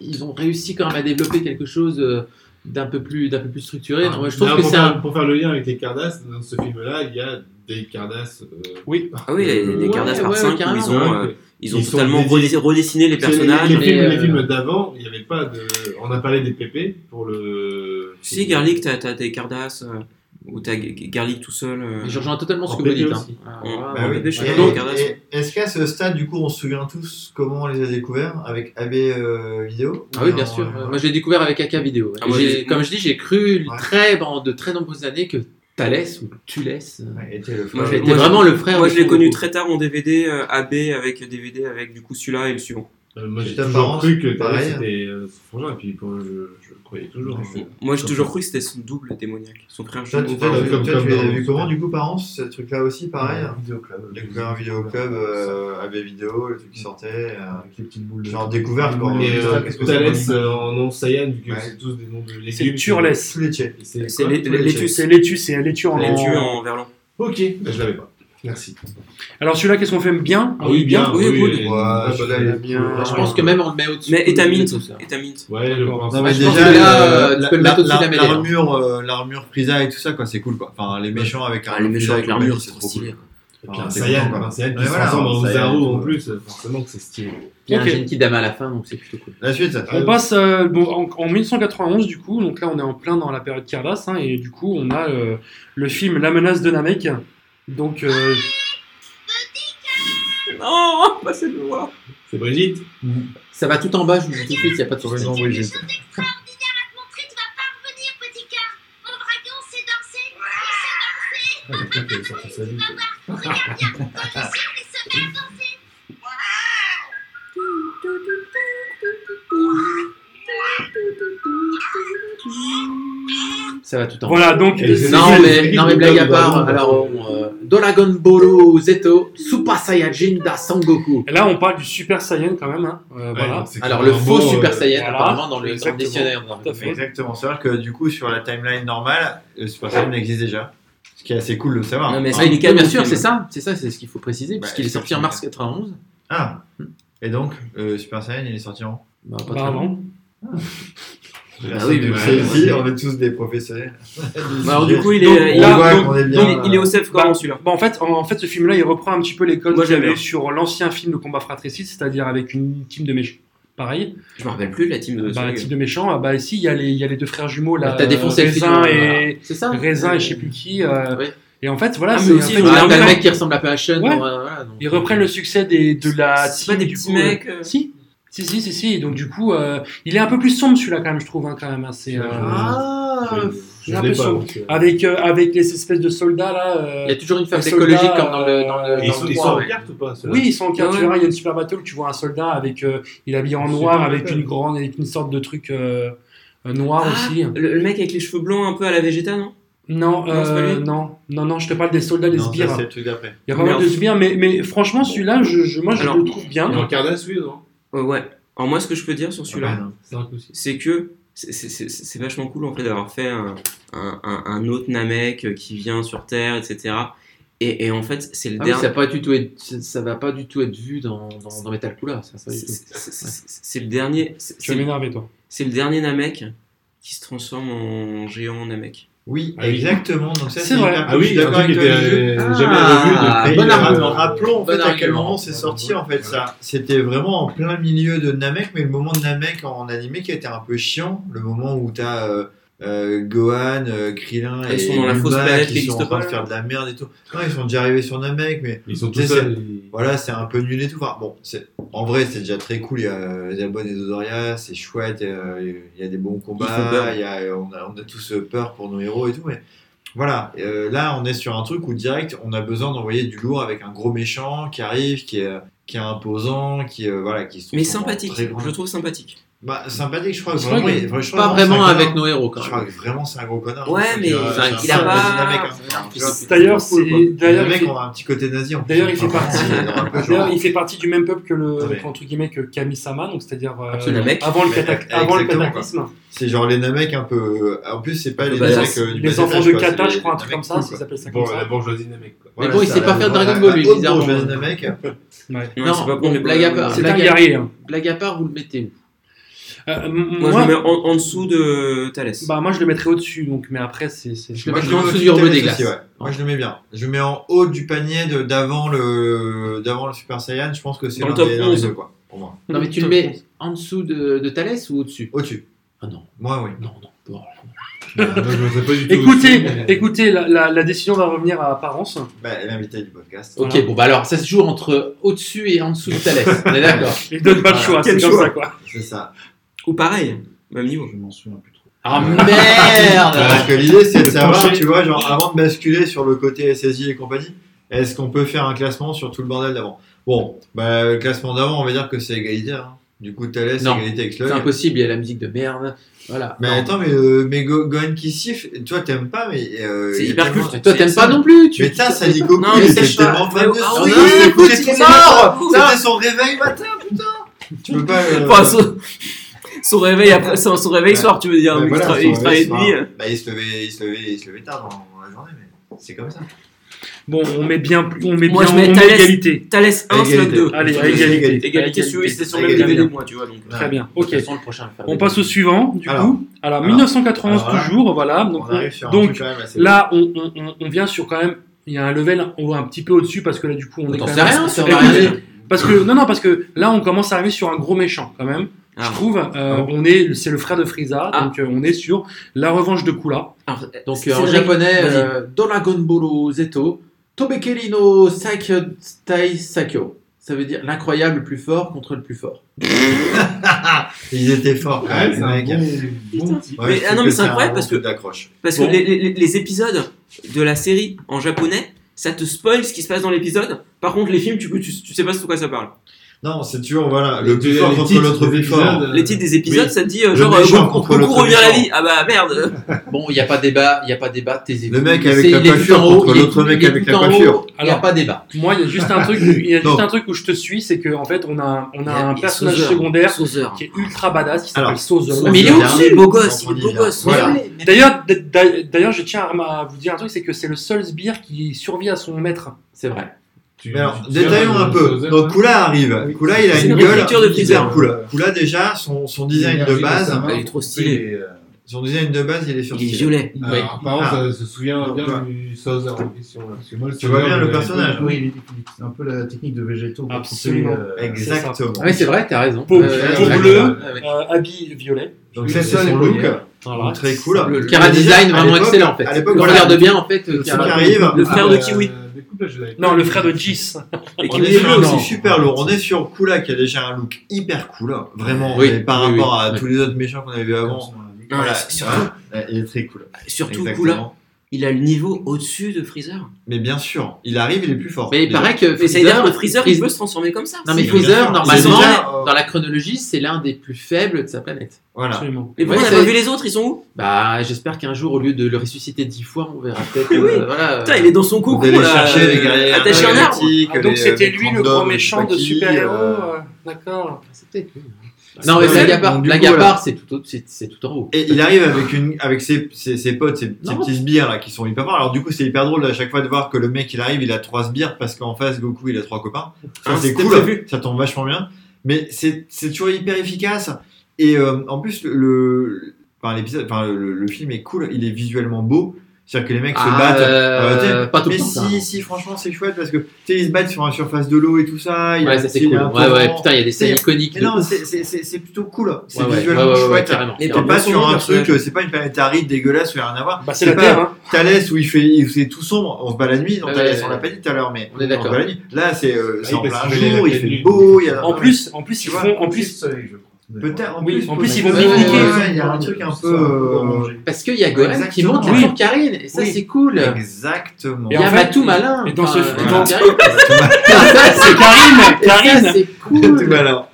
[SPEAKER 8] ils ont réussi quand même à développer quelque chose euh, d'un peu plus d'un peu plus structuré. Non, moi, je
[SPEAKER 6] Non,
[SPEAKER 8] trouve que
[SPEAKER 6] pour,
[SPEAKER 8] c'est
[SPEAKER 6] faire,
[SPEAKER 8] un
[SPEAKER 6] pour faire le lien avec les Cardass, dans ce film-là, il y a des Cardass. euh,
[SPEAKER 7] Oui.
[SPEAKER 5] Ah oui, les, les
[SPEAKER 8] Ouais,
[SPEAKER 5] Cardass par
[SPEAKER 8] Ah, ouais,
[SPEAKER 5] 5, où
[SPEAKER 8] carrément.
[SPEAKER 5] ils ont, euh, ils ont
[SPEAKER 6] Ils sont
[SPEAKER 5] totalement
[SPEAKER 6] dédiés.
[SPEAKER 5] redess- redessiné les
[SPEAKER 6] C'est les-
[SPEAKER 5] personnages.
[SPEAKER 6] Les, films,
[SPEAKER 8] mais,
[SPEAKER 6] les
[SPEAKER 8] euh,
[SPEAKER 6] films d'avant, il n'y avait pas de. On a parlé des PP pour le.
[SPEAKER 5] Si, Garlic, t'as t'as des Cardass, euh, ou t'as G- Garlic tout seul. euh.
[SPEAKER 8] je rejoins totalement ce
[SPEAKER 6] En
[SPEAKER 8] que vous
[SPEAKER 6] BD
[SPEAKER 8] dites.
[SPEAKER 6] aussi.
[SPEAKER 8] hein.
[SPEAKER 5] En-
[SPEAKER 8] Ah,
[SPEAKER 2] Bah
[SPEAKER 5] en
[SPEAKER 2] oui.
[SPEAKER 5] BD, je suis
[SPEAKER 2] Et-
[SPEAKER 5] d'accord, Cardass.
[SPEAKER 2] et- Est-ce qu'à ce stade, du coup, on se souvient tous comment on les a découverts avec AB euh, vidéo
[SPEAKER 8] Ah oui, bien
[SPEAKER 2] Ou euh,
[SPEAKER 8] sûr.
[SPEAKER 2] en-
[SPEAKER 8] Moi, je l'ai découvert avec AK Vidéo. ouais.
[SPEAKER 5] Ah, moi,
[SPEAKER 8] J'ai-
[SPEAKER 5] j'ai-
[SPEAKER 8] comme je dis, j'ai cru
[SPEAKER 2] Ouais.
[SPEAKER 8] très, pendant de très nombreuses années que Thalès ou Tulès euh,
[SPEAKER 2] Ouais, était le
[SPEAKER 5] Moi,
[SPEAKER 2] frère.
[SPEAKER 5] je l'ai-
[SPEAKER 8] était
[SPEAKER 5] moi,
[SPEAKER 8] vraiment le frère.
[SPEAKER 5] Moi,
[SPEAKER 8] de
[SPEAKER 5] je l'ai
[SPEAKER 8] son
[SPEAKER 5] connu
[SPEAKER 8] Goku.
[SPEAKER 5] très tard en DVD, euh, AB avec DVD avec du coup celui-là et le suivant.
[SPEAKER 6] Euh, moi,
[SPEAKER 2] Chez
[SPEAKER 6] j'ai
[SPEAKER 2] ta
[SPEAKER 6] toujours
[SPEAKER 2] parents,
[SPEAKER 6] cru que Thérèse,
[SPEAKER 2] pareil.
[SPEAKER 6] c'était euh, son frangin, et puis quand je, je croyais toujours. hein.
[SPEAKER 5] Moi, j'ai toujours cru que c'était son double démoniaque. Son frère
[SPEAKER 2] Toi,
[SPEAKER 5] jumeau,
[SPEAKER 2] tu toi,
[SPEAKER 5] enfin,
[SPEAKER 2] tu-
[SPEAKER 5] comme-
[SPEAKER 2] toi,
[SPEAKER 5] comme
[SPEAKER 2] tu l'as
[SPEAKER 5] dans-
[SPEAKER 2] vu comment, du coup, par an, ce truc-là aussi, pareil
[SPEAKER 9] Ouais,
[SPEAKER 2] hein
[SPEAKER 9] Vidéoclub.
[SPEAKER 2] Découvert un vidéoclub euh, AB vidéo, le truc qui sortait. euh, Genre
[SPEAKER 6] de-
[SPEAKER 2] découverte quand
[SPEAKER 6] Et
[SPEAKER 2] Putain,
[SPEAKER 6] euh,
[SPEAKER 2] qu'est-ce que
[SPEAKER 6] Thalès
[SPEAKER 2] c'est
[SPEAKER 6] euh, en nom Saiyan, vu que
[SPEAKER 2] Ouais.
[SPEAKER 6] c'est tous des noms de légumes.
[SPEAKER 7] C'est Turles.
[SPEAKER 2] Tous les tchèques.
[SPEAKER 5] C'est les- les-
[SPEAKER 7] C'est
[SPEAKER 5] Létus.
[SPEAKER 7] C'est Létus, c'est un Létus en...
[SPEAKER 6] Oh.
[SPEAKER 5] Laitue en verlan.
[SPEAKER 6] Ok, bah, je l'avais pas. Merci.
[SPEAKER 7] Alors celui-là, qu'est-ce qu'on fait bien
[SPEAKER 6] Ah oui, bien, oui,
[SPEAKER 7] good.
[SPEAKER 6] oui.
[SPEAKER 2] Ouais, celui-là, il est
[SPEAKER 8] Bien.
[SPEAKER 2] cool.
[SPEAKER 8] Je pense que même on le met au-dessus.
[SPEAKER 5] Mais étamine,
[SPEAKER 8] tout ça.
[SPEAKER 5] étamine.
[SPEAKER 6] Ouais, le
[SPEAKER 2] Non, mais
[SPEAKER 8] je
[SPEAKER 2] déjà,
[SPEAKER 8] pense que là,
[SPEAKER 2] le-
[SPEAKER 8] euh, tu peux le mettre au-dessus de la mêlée, hein.
[SPEAKER 2] l'armure, euh, l'armure Prisa et tout ça, quoi, c'est cool, quoi. Enfin, les méchants avec
[SPEAKER 5] Ah, les méchants avec l'armure, c'est trop
[SPEAKER 2] cool.
[SPEAKER 5] stylé.
[SPEAKER 6] Et puis
[SPEAKER 2] Ah,
[SPEAKER 6] un
[SPEAKER 2] c'est
[SPEAKER 6] Saiyan,
[SPEAKER 2] content, quoi.
[SPEAKER 6] un Saiyan
[SPEAKER 2] Ouais,
[SPEAKER 6] qui se
[SPEAKER 2] voilà,
[SPEAKER 6] ressemble
[SPEAKER 2] un
[SPEAKER 6] en
[SPEAKER 2] Saiyan,
[SPEAKER 6] Ozaru en
[SPEAKER 2] ouais.
[SPEAKER 6] plus, euh, forcément que c'est stylé.
[SPEAKER 8] Puis
[SPEAKER 7] Ok.
[SPEAKER 8] un Genki Dama à la fin, donc c'est plutôt cool.
[SPEAKER 2] La suite, ça.
[SPEAKER 7] On passe euh, bon, en, en 1991 du coup, donc là on est en plein dans la période Cardass hein, et du coup on a euh, le film La menace de Namek. Donc euh,
[SPEAKER 5] Non, bah c'est de moi.
[SPEAKER 6] C'est Brigitte
[SPEAKER 8] Ça va tout en bas, je vous le dis tout de suite, il n'y a pas de soucis.
[SPEAKER 2] Complètement Brigitte.
[SPEAKER 6] Ah, j'ai cru qu'elle avait sorti sa vie, quoi.
[SPEAKER 8] Ça va tout en bas.
[SPEAKER 7] voilà donc
[SPEAKER 6] Et c'est-
[SPEAKER 8] Non
[SPEAKER 6] c'est-
[SPEAKER 8] mais,
[SPEAKER 6] c'est-
[SPEAKER 8] non mais
[SPEAKER 6] c'est-
[SPEAKER 8] blague
[SPEAKER 6] c'est-
[SPEAKER 8] à part,
[SPEAKER 6] c'est-
[SPEAKER 8] alors euh, Dragon Ball Zeto, Super Saiyajin da Sangoku.
[SPEAKER 7] et là on parle du Super Saiyan quand même. hein, euh,
[SPEAKER 6] Ouais,
[SPEAKER 7] voilà.
[SPEAKER 6] donc c'est
[SPEAKER 8] Alors le
[SPEAKER 6] clairement,
[SPEAKER 8] faux
[SPEAKER 6] euh,
[SPEAKER 8] Super Saiyan
[SPEAKER 7] voilà,
[SPEAKER 8] apparemment dans le
[SPEAKER 7] exactement.
[SPEAKER 8] dictionnaire.
[SPEAKER 7] Tout à fait.
[SPEAKER 2] Exactement, c'est vrai que du coup, sur la timeline normale, euh, Super Saiyan existe déjà. Ce qui est assez cool de le savoir. Ah.
[SPEAKER 5] Non, mais
[SPEAKER 2] Enfin,
[SPEAKER 5] ça, il est-
[SPEAKER 8] Ah, Bien,
[SPEAKER 5] Canon
[SPEAKER 8] sûr,
[SPEAKER 5] film.
[SPEAKER 8] c'est ça, c'est ça, c'est ce qu'il faut préciser,
[SPEAKER 2] Bah,
[SPEAKER 8] puisqu'il est sorti en mars 91.
[SPEAKER 2] Ah Et donc, euh, Super Saiyan, il est sorti en.
[SPEAKER 8] Bah, pas
[SPEAKER 7] Bah,
[SPEAKER 8] très
[SPEAKER 7] avant.
[SPEAKER 8] long.
[SPEAKER 2] Personne
[SPEAKER 6] mais
[SPEAKER 2] ne le
[SPEAKER 6] ouais,
[SPEAKER 2] sait
[SPEAKER 6] ouais.
[SPEAKER 2] ici, on est tous des professionnels.
[SPEAKER 5] Bah, Alors du coup, il
[SPEAKER 7] Donc,
[SPEAKER 5] est, il,
[SPEAKER 7] là,
[SPEAKER 5] donc-
[SPEAKER 2] donc, on est bien,
[SPEAKER 5] donc, il est au self
[SPEAKER 7] Bah,
[SPEAKER 5] comment celui-là.
[SPEAKER 7] bah, en fait, en, en fait, ce film-là, il reprend un petit peu les codes
[SPEAKER 5] Moi,
[SPEAKER 7] qu'il y
[SPEAKER 5] j'aime
[SPEAKER 7] avait
[SPEAKER 5] bien.
[SPEAKER 7] sur l'ancien film de combat fratricide, c'est-à-dire avec une team de méchants. Pareil,
[SPEAKER 5] Je me rappelle plus de la team de.
[SPEAKER 7] bah,
[SPEAKER 5] Sonic.
[SPEAKER 7] team de méchants. ah, Bah ici, il y a les, il y a les deux frères jumeaux là.
[SPEAKER 8] Bah, T'as défoncé le
[SPEAKER 7] Euh, Raisin
[SPEAKER 8] film,
[SPEAKER 7] et
[SPEAKER 8] voilà. C'est ça Ah,
[SPEAKER 7] Raisin et je sais plus qui. euh,
[SPEAKER 8] Oui.
[SPEAKER 7] Et en fait, voilà,
[SPEAKER 5] Ah, mais
[SPEAKER 7] c'est
[SPEAKER 5] aussi,
[SPEAKER 7] en fait,
[SPEAKER 5] on a
[SPEAKER 7] ils
[SPEAKER 8] Ah, T'as le
[SPEAKER 7] reprennent-
[SPEAKER 8] mec qui ressemble un peu à Sean.
[SPEAKER 7] Ouais.
[SPEAKER 8] bon, euh, voilà, donc-
[SPEAKER 7] Ils reprennent le succès des, de la
[SPEAKER 5] C'est pas des
[SPEAKER 7] du coup,
[SPEAKER 5] petits
[SPEAKER 7] euh,
[SPEAKER 5] mecs, euh.
[SPEAKER 7] Si. Si, si, si, si. Donc, du coup, euh, il est un peu plus sombre celui-là, quand même, je trouve. hein, quand même, hein, c'est, euh,
[SPEAKER 8] Ah,
[SPEAKER 6] Je-
[SPEAKER 7] j'ai
[SPEAKER 6] je l'ai pas.
[SPEAKER 7] l'impression.
[SPEAKER 6] donc, euh,
[SPEAKER 7] avec, euh, avec les espèces de soldats, là. euh,
[SPEAKER 8] Il y a toujours une femme
[SPEAKER 7] Les soldats,
[SPEAKER 8] écologique comme dans le. Dans
[SPEAKER 7] euh,
[SPEAKER 8] le,
[SPEAKER 6] Ils
[SPEAKER 8] Ah, dans
[SPEAKER 6] sont
[SPEAKER 8] le
[SPEAKER 6] ils sont
[SPEAKER 8] trois,
[SPEAKER 6] en
[SPEAKER 8] ouais.
[SPEAKER 6] carte ou pas ceux-là
[SPEAKER 7] Oui, ils sont en carte. Tu
[SPEAKER 5] Ah ouais.
[SPEAKER 7] verras, il y a une super battle, tu vois un soldat avec. euh, il est habillé en
[SPEAKER 6] Je sais
[SPEAKER 7] noir,
[SPEAKER 6] pas,
[SPEAKER 7] avec
[SPEAKER 6] ouais.
[SPEAKER 7] une grande, avec une sorte de truc euh, euh, noir
[SPEAKER 5] Ah,
[SPEAKER 7] aussi.
[SPEAKER 5] Le, le mec avec les cheveux blonds un peu à la Vegeta, non
[SPEAKER 7] Non,
[SPEAKER 5] Non, c'est pas
[SPEAKER 7] euh,
[SPEAKER 5] lui.
[SPEAKER 7] non, non, non, je te parle des soldats, des
[SPEAKER 2] Non, ça,
[SPEAKER 7] sbires.
[SPEAKER 2] c'est le truc d'après.
[SPEAKER 7] Il y a pas mal
[SPEAKER 5] Merde.
[SPEAKER 7] de sbires, mais, mais franchement, celui-là, je, je- moi, je
[SPEAKER 5] Alors,
[SPEAKER 7] le trouve bien.
[SPEAKER 6] Et en Cardass, Ah, oui, non
[SPEAKER 5] Ouais, Euh, Ouais. Alors moi, ce que je peux dire sur celui-là,
[SPEAKER 2] Ah, bah, non.
[SPEAKER 6] C'est un coup aussi.
[SPEAKER 5] c'est que c'est- c'est c'est- c'est vachement cool en fait d'avoir fait un, un, un- un autre Namek euh, qui vient sur Terre, etc. Et, et en fait, c'est le
[SPEAKER 8] Ah oui,
[SPEAKER 5] dernier.
[SPEAKER 8] ça, va pas du tout être, ça- ça va pas du tout être vu dans, dans, dans Metal Cooler, ça, ça, du
[SPEAKER 5] c'est-
[SPEAKER 8] tout.
[SPEAKER 5] c'est- c'est- c'est- C'est le dernier. c'est-
[SPEAKER 7] Tu vas
[SPEAKER 5] C'est
[SPEAKER 7] m'énerver, toi.
[SPEAKER 5] c'est le dernier Namek qui se transforme en géant Namek.
[SPEAKER 2] Oui,
[SPEAKER 6] Ah oui.
[SPEAKER 2] exactement. Donc ça,
[SPEAKER 7] C'est
[SPEAKER 2] c'est
[SPEAKER 7] vrai.
[SPEAKER 2] hyper
[SPEAKER 6] Ah
[SPEAKER 2] cool, je
[SPEAKER 6] oui,
[SPEAKER 2] suis
[SPEAKER 6] il y a un
[SPEAKER 2] d'accord
[SPEAKER 6] truc qui
[SPEAKER 2] avec
[SPEAKER 6] était
[SPEAKER 2] toi, Gilles.
[SPEAKER 6] euh,
[SPEAKER 8] Ah,
[SPEAKER 6] jamais
[SPEAKER 8] Ah,
[SPEAKER 6] revu
[SPEAKER 8] bon
[SPEAKER 6] depuis.
[SPEAKER 2] Bon argument.
[SPEAKER 6] euh,
[SPEAKER 2] Rappelons en
[SPEAKER 8] Bon
[SPEAKER 2] fait à quel
[SPEAKER 8] argument.
[SPEAKER 2] moment c'est sorti en fait ça. C'était vraiment en plein milieu de Namek, mais le moment de Namek en animé qui était un peu chiant, le moment où t'as euh, euh, Gohan, euh, Krillin
[SPEAKER 5] Ah,
[SPEAKER 2] et
[SPEAKER 5] ils sont dans la
[SPEAKER 2] Bulma
[SPEAKER 5] fausse planète qui
[SPEAKER 2] qui sont en
[SPEAKER 5] existe
[SPEAKER 2] train de
[SPEAKER 5] pas,
[SPEAKER 2] faire de la merde et tout. Non, ils sont déjà arrivés sur Namek, mais
[SPEAKER 6] Ils sont tous
[SPEAKER 2] C'est-
[SPEAKER 6] seuls.
[SPEAKER 2] voilà, c'est un peu nul et tout. Enfin, bon, c'est en vrai, c'est déjà très cool. Il y a euh, Zabon et Zodoria, c'est chouette. euh, Il y a des bons
[SPEAKER 5] font peur.
[SPEAKER 2] combats. Il y a, on, a, on a tous euh, peur pour nos héros et tout. Mais voilà, euh, là, on est sur un truc où direct, on a besoin d'envoyer du lourd avec un gros méchant qui arrive, qui est, euh, qui est imposant, qui euh, voilà, qui se
[SPEAKER 5] Mais
[SPEAKER 2] transforme en
[SPEAKER 5] sympathique,
[SPEAKER 2] très grand-
[SPEAKER 5] je le trouve sympathique.
[SPEAKER 2] Bah, sympathique, je crois. que
[SPEAKER 8] Je crois
[SPEAKER 2] vraiment,
[SPEAKER 8] qu'il
[SPEAKER 2] il- je crois
[SPEAKER 8] Pas
[SPEAKER 2] c'est un
[SPEAKER 8] vraiment
[SPEAKER 2] connard.
[SPEAKER 8] avec nos héros,
[SPEAKER 2] Je
[SPEAKER 8] quand
[SPEAKER 2] crois
[SPEAKER 8] même.
[SPEAKER 2] que vraiment c'est un gros connard.
[SPEAKER 5] Ouais,
[SPEAKER 2] Je
[SPEAKER 5] mais
[SPEAKER 2] crois que,
[SPEAKER 5] il a-
[SPEAKER 2] euh, c'est
[SPEAKER 5] il
[SPEAKER 2] un
[SPEAKER 5] a
[SPEAKER 2] sale
[SPEAKER 5] pas-
[SPEAKER 2] nazi, le mec, hein. Tu vois,
[SPEAKER 7] D'ailleurs,
[SPEAKER 5] c'est cool, quoi.
[SPEAKER 7] c'est. D'ailleurs,
[SPEAKER 2] le mec,
[SPEAKER 7] il fait-
[SPEAKER 2] on a un petit côté nazi. en plus.
[SPEAKER 7] D'ailleurs, il fait
[SPEAKER 2] Enfin,
[SPEAKER 7] partie-
[SPEAKER 2] c'est un peu genre-
[SPEAKER 7] D'ailleurs, il fait partie du même peuple que le,
[SPEAKER 2] Ah, mais-
[SPEAKER 7] entre guillemets, que Kami-sama, donc c'est-à-dire euh,
[SPEAKER 5] Absolument. Le mec.
[SPEAKER 7] avant le,
[SPEAKER 2] Mais,
[SPEAKER 7] catac-
[SPEAKER 2] euh,
[SPEAKER 7] avant le
[SPEAKER 2] exactement,
[SPEAKER 7] cataclysme.
[SPEAKER 2] C'est genre les Namek un peu. En plus, c'est pas les
[SPEAKER 5] Bah,
[SPEAKER 2] Namek
[SPEAKER 5] ça,
[SPEAKER 2] euh, du
[SPEAKER 7] Les
[SPEAKER 2] bas
[SPEAKER 7] enfants
[SPEAKER 2] étage,
[SPEAKER 7] de
[SPEAKER 2] quoi,
[SPEAKER 7] Kata,
[SPEAKER 2] c'est
[SPEAKER 7] je
[SPEAKER 2] les
[SPEAKER 7] crois, un truc
[SPEAKER 2] Namek
[SPEAKER 7] comme ça,
[SPEAKER 2] cool,
[SPEAKER 7] ça
[SPEAKER 2] quoi.
[SPEAKER 7] s'appelle ça comme
[SPEAKER 6] Bon, la
[SPEAKER 7] ça.
[SPEAKER 6] bourgeoisie namek, quoi.
[SPEAKER 2] Voilà,
[SPEAKER 8] bon, il
[SPEAKER 2] ça,
[SPEAKER 8] sait
[SPEAKER 2] la-
[SPEAKER 8] pas faire
[SPEAKER 2] la-
[SPEAKER 8] Dragon
[SPEAKER 2] la-
[SPEAKER 8] Ball, lui,
[SPEAKER 2] la-
[SPEAKER 8] bizarrement.
[SPEAKER 2] la- la- la- Namek.
[SPEAKER 7] Ouais.
[SPEAKER 5] Ouais,
[SPEAKER 8] Non,
[SPEAKER 5] c'est pas
[SPEAKER 8] bon,
[SPEAKER 5] les-
[SPEAKER 8] blague à part.
[SPEAKER 7] C'est
[SPEAKER 5] C'est-
[SPEAKER 8] La
[SPEAKER 7] un
[SPEAKER 8] guerre-
[SPEAKER 7] guerrier. hein.
[SPEAKER 8] Blague à part, vous le mettez où
[SPEAKER 7] Euh, m-
[SPEAKER 5] Moi,
[SPEAKER 7] moi-
[SPEAKER 5] je le mets en, en dessous de Thales.
[SPEAKER 7] Bah moi je le mettrais au-dessus, donc mais après c'est. c'est-
[SPEAKER 8] Je le
[SPEAKER 2] Moi,
[SPEAKER 8] mets
[SPEAKER 2] je
[SPEAKER 8] en
[SPEAKER 2] mets
[SPEAKER 8] dessous
[SPEAKER 2] au-dessus
[SPEAKER 8] du robot
[SPEAKER 2] de
[SPEAKER 8] des
[SPEAKER 2] Thalès
[SPEAKER 8] glaces.
[SPEAKER 2] aussi, ouais. Moi, je le mets bien. Je le mets en haut du panier de- d'avant le d'avant le Super Saiyan. Je pense que c'est
[SPEAKER 5] Dans
[SPEAKER 2] l'un
[SPEAKER 5] le top
[SPEAKER 2] des l'un des
[SPEAKER 5] 11.
[SPEAKER 2] deux, quoi. Pour moi.
[SPEAKER 8] Non, mais tu le mets en dessous de, de Thalès ou au-dessus
[SPEAKER 2] Au-dessus.
[SPEAKER 8] Ah non,
[SPEAKER 2] Moi, oui.
[SPEAKER 8] non, non. Bon.
[SPEAKER 6] Bah, moi, je me sais pas du tout.
[SPEAKER 7] Écoutez, écoutez, la, la- la décision va revenir à apparence.
[SPEAKER 2] Bah, l'invité du podcast.
[SPEAKER 8] Ok,
[SPEAKER 7] Voilà.
[SPEAKER 8] bon, bah alors, ça se joue entre au-dessus et en dessous de Thalès. On est d'accord.
[SPEAKER 7] Il donne pas le choix,
[SPEAKER 5] Quel
[SPEAKER 7] c'est comme
[SPEAKER 5] choix
[SPEAKER 7] ça quoi.
[SPEAKER 2] C'est ça.
[SPEAKER 5] Ou pareil, même
[SPEAKER 2] Euh,
[SPEAKER 5] niveau.
[SPEAKER 9] Je m'en souviens plus trop.
[SPEAKER 8] Ah
[SPEAKER 2] Parce
[SPEAKER 8] merde
[SPEAKER 2] que l'idée, c'est de
[SPEAKER 7] Le
[SPEAKER 2] savoir,
[SPEAKER 7] plancher.
[SPEAKER 2] tu vois, genre, avant de basculer sur le côté SSI et compagnie, est-ce qu'on peut faire un classement sur tout le bordel d'avant Bon, bah, le classement d'avant, on va dire que c'est égalité. hein. Du coup, Thalès,
[SPEAKER 8] Non,
[SPEAKER 2] égalité avec Slug.
[SPEAKER 8] C'est impossible, il y a la musique de merde. Voilà.
[SPEAKER 2] Mais
[SPEAKER 8] Non.
[SPEAKER 2] attends, mais, euh, mais Go- Gohan qui siffle, toi t'aimes pas, mais. euh,
[SPEAKER 8] C'est
[SPEAKER 2] il y a
[SPEAKER 8] hyper
[SPEAKER 2] tellement-
[SPEAKER 8] culte. Toi,
[SPEAKER 2] c'est
[SPEAKER 8] t'aimes
[SPEAKER 2] ça.
[SPEAKER 8] pas non plus, tu-
[SPEAKER 2] Mais putain, ça dit Goku,
[SPEAKER 8] Non, mais
[SPEAKER 2] il était
[SPEAKER 8] c'est pas-
[SPEAKER 2] tellement fan de
[SPEAKER 8] Ah
[SPEAKER 2] son
[SPEAKER 8] oui,
[SPEAKER 2] écoute,
[SPEAKER 8] écoute,
[SPEAKER 2] c'était
[SPEAKER 8] il est mort.
[SPEAKER 2] mort C'était son réveil matin, putain Tu peux pas. euh,
[SPEAKER 5] Enfin, son, son réveil après, son, son réveil soir, tu veux dire,
[SPEAKER 2] Ouais,
[SPEAKER 5] extra,
[SPEAKER 2] voilà, son
[SPEAKER 5] extra
[SPEAKER 2] réveil
[SPEAKER 5] et demi.
[SPEAKER 2] soir.
[SPEAKER 8] euh.
[SPEAKER 2] Bah, il se levait, il se levait, il se levait tard dans, dans la journée, mais c'est comme ça.
[SPEAKER 7] Bon, on met bien, on met
[SPEAKER 5] Moi,
[SPEAKER 7] bien,
[SPEAKER 5] je mets
[SPEAKER 7] on met
[SPEAKER 5] Thalès-
[SPEAKER 7] égalité.
[SPEAKER 5] Thalès un, Slug
[SPEAKER 7] Égalité.
[SPEAKER 5] deux.
[SPEAKER 7] Allez, à
[SPEAKER 5] Égalité.
[SPEAKER 7] égalité.
[SPEAKER 5] Égalité, celui-là, c'était sur le même
[SPEAKER 7] Égalité.
[SPEAKER 5] niveau que moi, tu vois, donc.
[SPEAKER 7] Très bien.
[SPEAKER 8] De
[SPEAKER 7] Ok.
[SPEAKER 8] toute façon, le prochain, il va faire
[SPEAKER 7] On
[SPEAKER 8] des
[SPEAKER 7] passe au suivant, du
[SPEAKER 2] Alors.
[SPEAKER 7] coup. Alors,
[SPEAKER 2] Alors.
[SPEAKER 7] 1991
[SPEAKER 2] Alors, voilà.
[SPEAKER 7] toujours, voilà. Donc,
[SPEAKER 2] On arrive sur un
[SPEAKER 7] donc,
[SPEAKER 2] truc quand même assez
[SPEAKER 7] là, on, on- on- on vient sur quand même. Il y a un level on va un petit peu au-dessus parce que là, du coup, on est
[SPEAKER 8] t'en
[SPEAKER 7] quand
[SPEAKER 8] sais
[SPEAKER 7] même.
[SPEAKER 8] rien, ça va
[SPEAKER 7] Écoute,
[SPEAKER 8] arriver.
[SPEAKER 7] Parce que non, non, parce que là, on commence à arriver sur un gros méchant quand même. Je trouve, euh, on est, c'est le frère de Frieza, donc euh, on est sur la revanche de Kula.
[SPEAKER 8] Alors, Donc
[SPEAKER 7] c'est
[SPEAKER 8] euh, en
[SPEAKER 7] vrai-
[SPEAKER 8] japonais,
[SPEAKER 7] vas-y.
[SPEAKER 8] euh, Dragon Ball Zeto, Tobekeri no Sakutai Sakyo. Ça veut dire l'incroyable le plus fort contre le plus fort.
[SPEAKER 2] Ils étaient forts, quand
[SPEAKER 6] Ouais,
[SPEAKER 2] même,
[SPEAKER 6] Ah, c'est
[SPEAKER 2] les
[SPEAKER 6] un
[SPEAKER 2] mecs.
[SPEAKER 6] bon, bon petit.
[SPEAKER 2] Ouais,
[SPEAKER 5] Mais-
[SPEAKER 2] je
[SPEAKER 5] ah
[SPEAKER 2] trouve
[SPEAKER 5] non,
[SPEAKER 2] que
[SPEAKER 5] mais c'est incroyable
[SPEAKER 2] un
[SPEAKER 5] parce
[SPEAKER 2] bon
[SPEAKER 5] que-
[SPEAKER 2] coup d'accroche.
[SPEAKER 5] Parce
[SPEAKER 7] Bon.
[SPEAKER 5] que les, les- les épisodes de la série en japonais, ça te spoil ce qui se passe dans l'épisode. Par contre, les films, tu, peux- tu, tu sais pas de quoi ça parle.
[SPEAKER 2] Non, c'est toujours, voilà,
[SPEAKER 6] Les
[SPEAKER 2] le plus
[SPEAKER 6] deux-
[SPEAKER 2] fort
[SPEAKER 6] les
[SPEAKER 2] contre
[SPEAKER 6] titres
[SPEAKER 2] l'autre
[SPEAKER 6] des
[SPEAKER 2] plus fort.
[SPEAKER 6] épisodes.
[SPEAKER 5] Les titres des épisodes,
[SPEAKER 6] oui.
[SPEAKER 5] ça te dit euh,
[SPEAKER 2] Le
[SPEAKER 5] genre, euh,
[SPEAKER 2] méchant
[SPEAKER 5] Goku-
[SPEAKER 2] contre
[SPEAKER 5] Goku
[SPEAKER 2] l'autre
[SPEAKER 5] revient à la
[SPEAKER 2] méchant.
[SPEAKER 5] vie. Ah bah merde.
[SPEAKER 8] Bon, il n'y a pas débat, il n'y a pas débat, taisez-vous.
[SPEAKER 2] Le mec
[SPEAKER 8] Il
[SPEAKER 2] avec
[SPEAKER 8] sait,
[SPEAKER 2] la
[SPEAKER 8] il est tout
[SPEAKER 2] coiffure
[SPEAKER 8] en haut,
[SPEAKER 2] contre
[SPEAKER 8] il est
[SPEAKER 2] l'autre
[SPEAKER 8] tout-
[SPEAKER 2] mec
[SPEAKER 8] il est
[SPEAKER 2] avec
[SPEAKER 8] tout
[SPEAKER 2] la
[SPEAKER 8] en haut,
[SPEAKER 2] coiffure.
[SPEAKER 8] Il n'y a
[SPEAKER 7] Alors,
[SPEAKER 8] pas débat.
[SPEAKER 7] Moi, il y a juste un truc, il y a juste
[SPEAKER 2] Non.
[SPEAKER 7] un truc où je te suis, c'est que en fait, on a, on a
[SPEAKER 8] Il y a-
[SPEAKER 7] un
[SPEAKER 8] il y a
[SPEAKER 7] personnage
[SPEAKER 8] Sauzer.
[SPEAKER 7] secondaire
[SPEAKER 5] Sauzer.
[SPEAKER 7] qui est ultra badass, qui s'appelle
[SPEAKER 2] Alors,
[SPEAKER 7] Sauzer.
[SPEAKER 5] Mais il est
[SPEAKER 2] Sauzer.
[SPEAKER 5] où Il est beau gosse.
[SPEAKER 2] Quand on
[SPEAKER 5] Il est
[SPEAKER 2] y
[SPEAKER 5] beau
[SPEAKER 2] vient.
[SPEAKER 5] gosse.
[SPEAKER 2] Voilà.
[SPEAKER 5] Mais-
[SPEAKER 7] D'ailleurs, d- d'a- d'ailleurs, je tiens à vous dire un truc, c'est que c'est le seul sbire qui survit à son maître.
[SPEAKER 8] C'est vrai.
[SPEAKER 6] euh, Tu-
[SPEAKER 2] Mais alors,
[SPEAKER 6] tu-
[SPEAKER 2] détaillons
[SPEAKER 6] tu-
[SPEAKER 2] un peu.
[SPEAKER 6] tu-
[SPEAKER 2] Donc Kula arrive.
[SPEAKER 6] Oui.
[SPEAKER 2] Kula, il a
[SPEAKER 5] C'est
[SPEAKER 2] une
[SPEAKER 5] une
[SPEAKER 2] gueule.
[SPEAKER 5] réécriture de Freezer.
[SPEAKER 2] Kula. Kula, déjà, son, son design de
[SPEAKER 6] L'énergie
[SPEAKER 2] base,
[SPEAKER 6] sa main,
[SPEAKER 5] il est trop
[SPEAKER 6] tu
[SPEAKER 5] stylé.
[SPEAKER 6] peux les, euh,
[SPEAKER 2] son design de base, il est sur.
[SPEAKER 5] Il est violet.
[SPEAKER 6] Alors,
[SPEAKER 8] Ouais.
[SPEAKER 6] Par contre,
[SPEAKER 2] Ah.
[SPEAKER 6] euh, se souvient
[SPEAKER 2] Donc,
[SPEAKER 6] bien
[SPEAKER 2] toi.
[SPEAKER 6] du Sauzer en question. là, parce que moi,
[SPEAKER 2] Tu vois
[SPEAKER 6] Sauzer,
[SPEAKER 2] bien le
[SPEAKER 6] euh,
[SPEAKER 2] personnage.
[SPEAKER 9] Oui, il utilise un peu la technique de végétaux. pour
[SPEAKER 7] Absolument.
[SPEAKER 9] couper, euh,
[SPEAKER 2] Exactement.
[SPEAKER 8] Ah, oui, c'est vrai, t'as raison.
[SPEAKER 7] Peau-
[SPEAKER 2] peau
[SPEAKER 8] ouais.
[SPEAKER 7] bleue.
[SPEAKER 8] Ah, ouais.
[SPEAKER 7] Euh, habit violet.
[SPEAKER 2] Donc
[SPEAKER 6] Oui,
[SPEAKER 2] ça,
[SPEAKER 6] ça,
[SPEAKER 2] c'est son
[SPEAKER 6] oui.
[SPEAKER 2] look.
[SPEAKER 7] Voilà.
[SPEAKER 2] Très cool.
[SPEAKER 8] Le,
[SPEAKER 2] Mais
[SPEAKER 8] Kara
[SPEAKER 2] déjà,
[SPEAKER 8] Design,
[SPEAKER 2] à
[SPEAKER 8] vraiment
[SPEAKER 2] l'époque-
[SPEAKER 8] excellent en fait.
[SPEAKER 2] À l'époque,
[SPEAKER 8] Quand on
[SPEAKER 2] voilà.
[SPEAKER 8] regarde bien en fait.
[SPEAKER 2] Ceux
[SPEAKER 8] euh, Kara-
[SPEAKER 2] qui arrivent,
[SPEAKER 5] Le frère de
[SPEAKER 6] euh,
[SPEAKER 5] Kiwi.
[SPEAKER 6] des couples, je l'avais
[SPEAKER 7] Non,
[SPEAKER 6] pas.
[SPEAKER 7] le frère de Jis.
[SPEAKER 5] Et
[SPEAKER 2] On
[SPEAKER 5] qui
[SPEAKER 2] est
[SPEAKER 5] est
[SPEAKER 2] sur
[SPEAKER 5] bleu
[SPEAKER 2] un
[SPEAKER 5] aussi.
[SPEAKER 2] look super lourd. On est sur Kula qui a déjà un look hyper cool, hein. vraiment,
[SPEAKER 8] Oui,
[SPEAKER 2] et par
[SPEAKER 8] oui, oui.
[SPEAKER 2] rapport à
[SPEAKER 8] Ouais.
[SPEAKER 2] tous les autres méchants qu'on avait vu
[SPEAKER 9] comme
[SPEAKER 2] avant.
[SPEAKER 9] son indique.
[SPEAKER 5] Non,
[SPEAKER 2] Voilà,
[SPEAKER 5] mais surtout-
[SPEAKER 2] voilà. il est très cool.
[SPEAKER 5] Surtout,
[SPEAKER 2] Exactement.
[SPEAKER 5] Kula, il a le niveau au-dessus de Freezer.
[SPEAKER 2] Mais bien sûr, il arrive, il est plus fort.
[SPEAKER 8] Mais il
[SPEAKER 2] Déjà.
[SPEAKER 8] paraît que
[SPEAKER 5] Mais ça veut dire
[SPEAKER 8] Freezer,
[SPEAKER 5] que Freezer, il peut se transformer comme ça.
[SPEAKER 8] non mais
[SPEAKER 5] Si.
[SPEAKER 2] Freezer,
[SPEAKER 8] Freezer, normalement,
[SPEAKER 2] déjà, euh,
[SPEAKER 8] dans la chronologie, c'est l'un des plus faibles de sa planète.
[SPEAKER 2] Voilà.
[SPEAKER 7] Absolument.
[SPEAKER 5] Mais pourquoi
[SPEAKER 8] Ouais,
[SPEAKER 5] on n'a
[SPEAKER 8] ça-
[SPEAKER 5] pas vu les autres Ils sont où
[SPEAKER 8] Bah, j'espère qu'un jour, au lieu de le ressusciter dix fois, on verra peut-être.
[SPEAKER 5] Oui.
[SPEAKER 8] euh, voilà,
[SPEAKER 5] Putain,
[SPEAKER 8] euh,
[SPEAKER 5] il est dans son coucou
[SPEAKER 2] Vous allez
[SPEAKER 5] là,
[SPEAKER 2] chercher les
[SPEAKER 5] euh,
[SPEAKER 2] guerriers
[SPEAKER 5] attaché à un arbre.
[SPEAKER 2] intergalactiques,
[SPEAKER 7] Ah, donc
[SPEAKER 2] les- euh,
[SPEAKER 7] c'était
[SPEAKER 2] les
[SPEAKER 7] lui le
[SPEAKER 2] Trandom,
[SPEAKER 7] grand
[SPEAKER 2] je sais
[SPEAKER 7] méchant
[SPEAKER 2] pas
[SPEAKER 7] de
[SPEAKER 2] qui,
[SPEAKER 7] super-héros.
[SPEAKER 2] euh,
[SPEAKER 7] euh, D'accord.
[SPEAKER 8] c'est peut-être lui, hein. Non, mais
[SPEAKER 2] Ouais,
[SPEAKER 8] blague à
[SPEAKER 2] donc,
[SPEAKER 8] part,
[SPEAKER 2] du
[SPEAKER 8] blague
[SPEAKER 2] coup,
[SPEAKER 8] à
[SPEAKER 2] voilà.
[SPEAKER 8] part, c'est tout, au- c'est- c'est tout en haut.
[SPEAKER 2] Et il arrive avec une, avec ses, ses, ses potes, ses, ses
[SPEAKER 8] Non.
[SPEAKER 2] petits sbires là qui sont hyper forts. Alors du coup, c'est hyper drôle à chaque fois de voir que le mec il arrive, il a trois sbires parce qu'en face Goku il a trois copains. Ça
[SPEAKER 8] Ah,
[SPEAKER 5] Hein,
[SPEAKER 2] c'est
[SPEAKER 5] c'était
[SPEAKER 2] cool,
[SPEAKER 5] prévu.
[SPEAKER 2] ça tombe vachement bien. Mais c'est c'est toujours hyper efficace. Et euh, en plus le, le- enfin l'épisode, enfin le, le film est cool. Il est visuellement beau. C'est-à-dire que les mecs se
[SPEAKER 8] Ah,
[SPEAKER 2] battent.
[SPEAKER 8] euh,
[SPEAKER 2] euh, t'sais,
[SPEAKER 8] pas tout le
[SPEAKER 2] mais
[SPEAKER 8] temps, ça.
[SPEAKER 2] si, si, franchement, c'est chouette parce que tu sais, ils se battent sur la surface de l'eau et tout ça. Il y a
[SPEAKER 8] Ouais,
[SPEAKER 2] un
[SPEAKER 8] ça c'est
[SPEAKER 2] petit- il y
[SPEAKER 8] cool.
[SPEAKER 2] a un
[SPEAKER 8] Ouais, ouais,
[SPEAKER 2] torrent.
[SPEAKER 8] putain, il y a des scènes
[SPEAKER 2] Mais-
[SPEAKER 8] iconiques.
[SPEAKER 2] Mais
[SPEAKER 8] de
[SPEAKER 2] non,
[SPEAKER 8] ouf.
[SPEAKER 2] c'est- c'est c'est- c'est plutôt cool. C'est
[SPEAKER 8] Ouais, ouais,
[SPEAKER 2] visuellement
[SPEAKER 8] ouais, ouais, ouais,
[SPEAKER 2] chouette.
[SPEAKER 8] carrément.
[SPEAKER 5] Et
[SPEAKER 2] T'es
[SPEAKER 5] Dans
[SPEAKER 2] pas
[SPEAKER 5] son
[SPEAKER 2] sur un
[SPEAKER 5] univers,
[SPEAKER 2] truc,
[SPEAKER 5] ouais.
[SPEAKER 2] euh, c'est pas une planète aride dégueulasse, il y a rien à voir.
[SPEAKER 7] Bah, c'est la
[SPEAKER 2] pas-
[SPEAKER 7] Terre. hein.
[SPEAKER 2] Thalès où il fait, où c'est tout sombre, on se bat la nuit, dans
[SPEAKER 7] Ah
[SPEAKER 8] Ouais,
[SPEAKER 2] Thalès,
[SPEAKER 8] ouais,
[SPEAKER 2] on l'a pas dit tout à l'heure, mais
[SPEAKER 8] On est d'accord.
[SPEAKER 2] on se bat la nuit. Là, c'est euh, c'est
[SPEAKER 6] Ah,
[SPEAKER 2] en
[SPEAKER 6] il
[SPEAKER 2] plein
[SPEAKER 6] peut se mêler la
[SPEAKER 2] jour, il
[SPEAKER 6] pleine
[SPEAKER 2] fait
[SPEAKER 6] nuit.
[SPEAKER 2] beau, il y a.
[SPEAKER 7] En plus, en plus,
[SPEAKER 2] Tu
[SPEAKER 7] ils
[SPEAKER 2] vois,
[SPEAKER 7] font, en
[SPEAKER 9] Coucher
[SPEAKER 7] plus,
[SPEAKER 9] le soleil, je crois.
[SPEAKER 2] peut-être.
[SPEAKER 7] Oui, en plus,
[SPEAKER 2] peut-être-
[SPEAKER 7] ils vont
[SPEAKER 2] ouais,
[SPEAKER 7] pique-niquer.
[SPEAKER 2] ouais, Il y a un truc un peu. euh,
[SPEAKER 8] Parce qu'il y a Gohan qui
[SPEAKER 2] Exactement.
[SPEAKER 8] monte la
[SPEAKER 7] Oui.
[SPEAKER 8] tour Karine, et ça
[SPEAKER 7] Oui.
[SPEAKER 8] c'est cool.
[SPEAKER 2] Exactement.
[SPEAKER 8] Il
[SPEAKER 7] Et
[SPEAKER 8] y
[SPEAKER 7] en
[SPEAKER 8] a
[SPEAKER 7] fait-
[SPEAKER 8] Matou Malin.
[SPEAKER 7] et dans ce-
[SPEAKER 8] enfin,
[SPEAKER 7] et
[SPEAKER 8] euh,
[SPEAKER 7] dans-
[SPEAKER 8] derrière.
[SPEAKER 7] c'est Karine,
[SPEAKER 8] Et ça,
[SPEAKER 7] Karine.
[SPEAKER 8] c'est
[SPEAKER 2] Tout
[SPEAKER 8] cool.
[SPEAKER 2] à l'heure.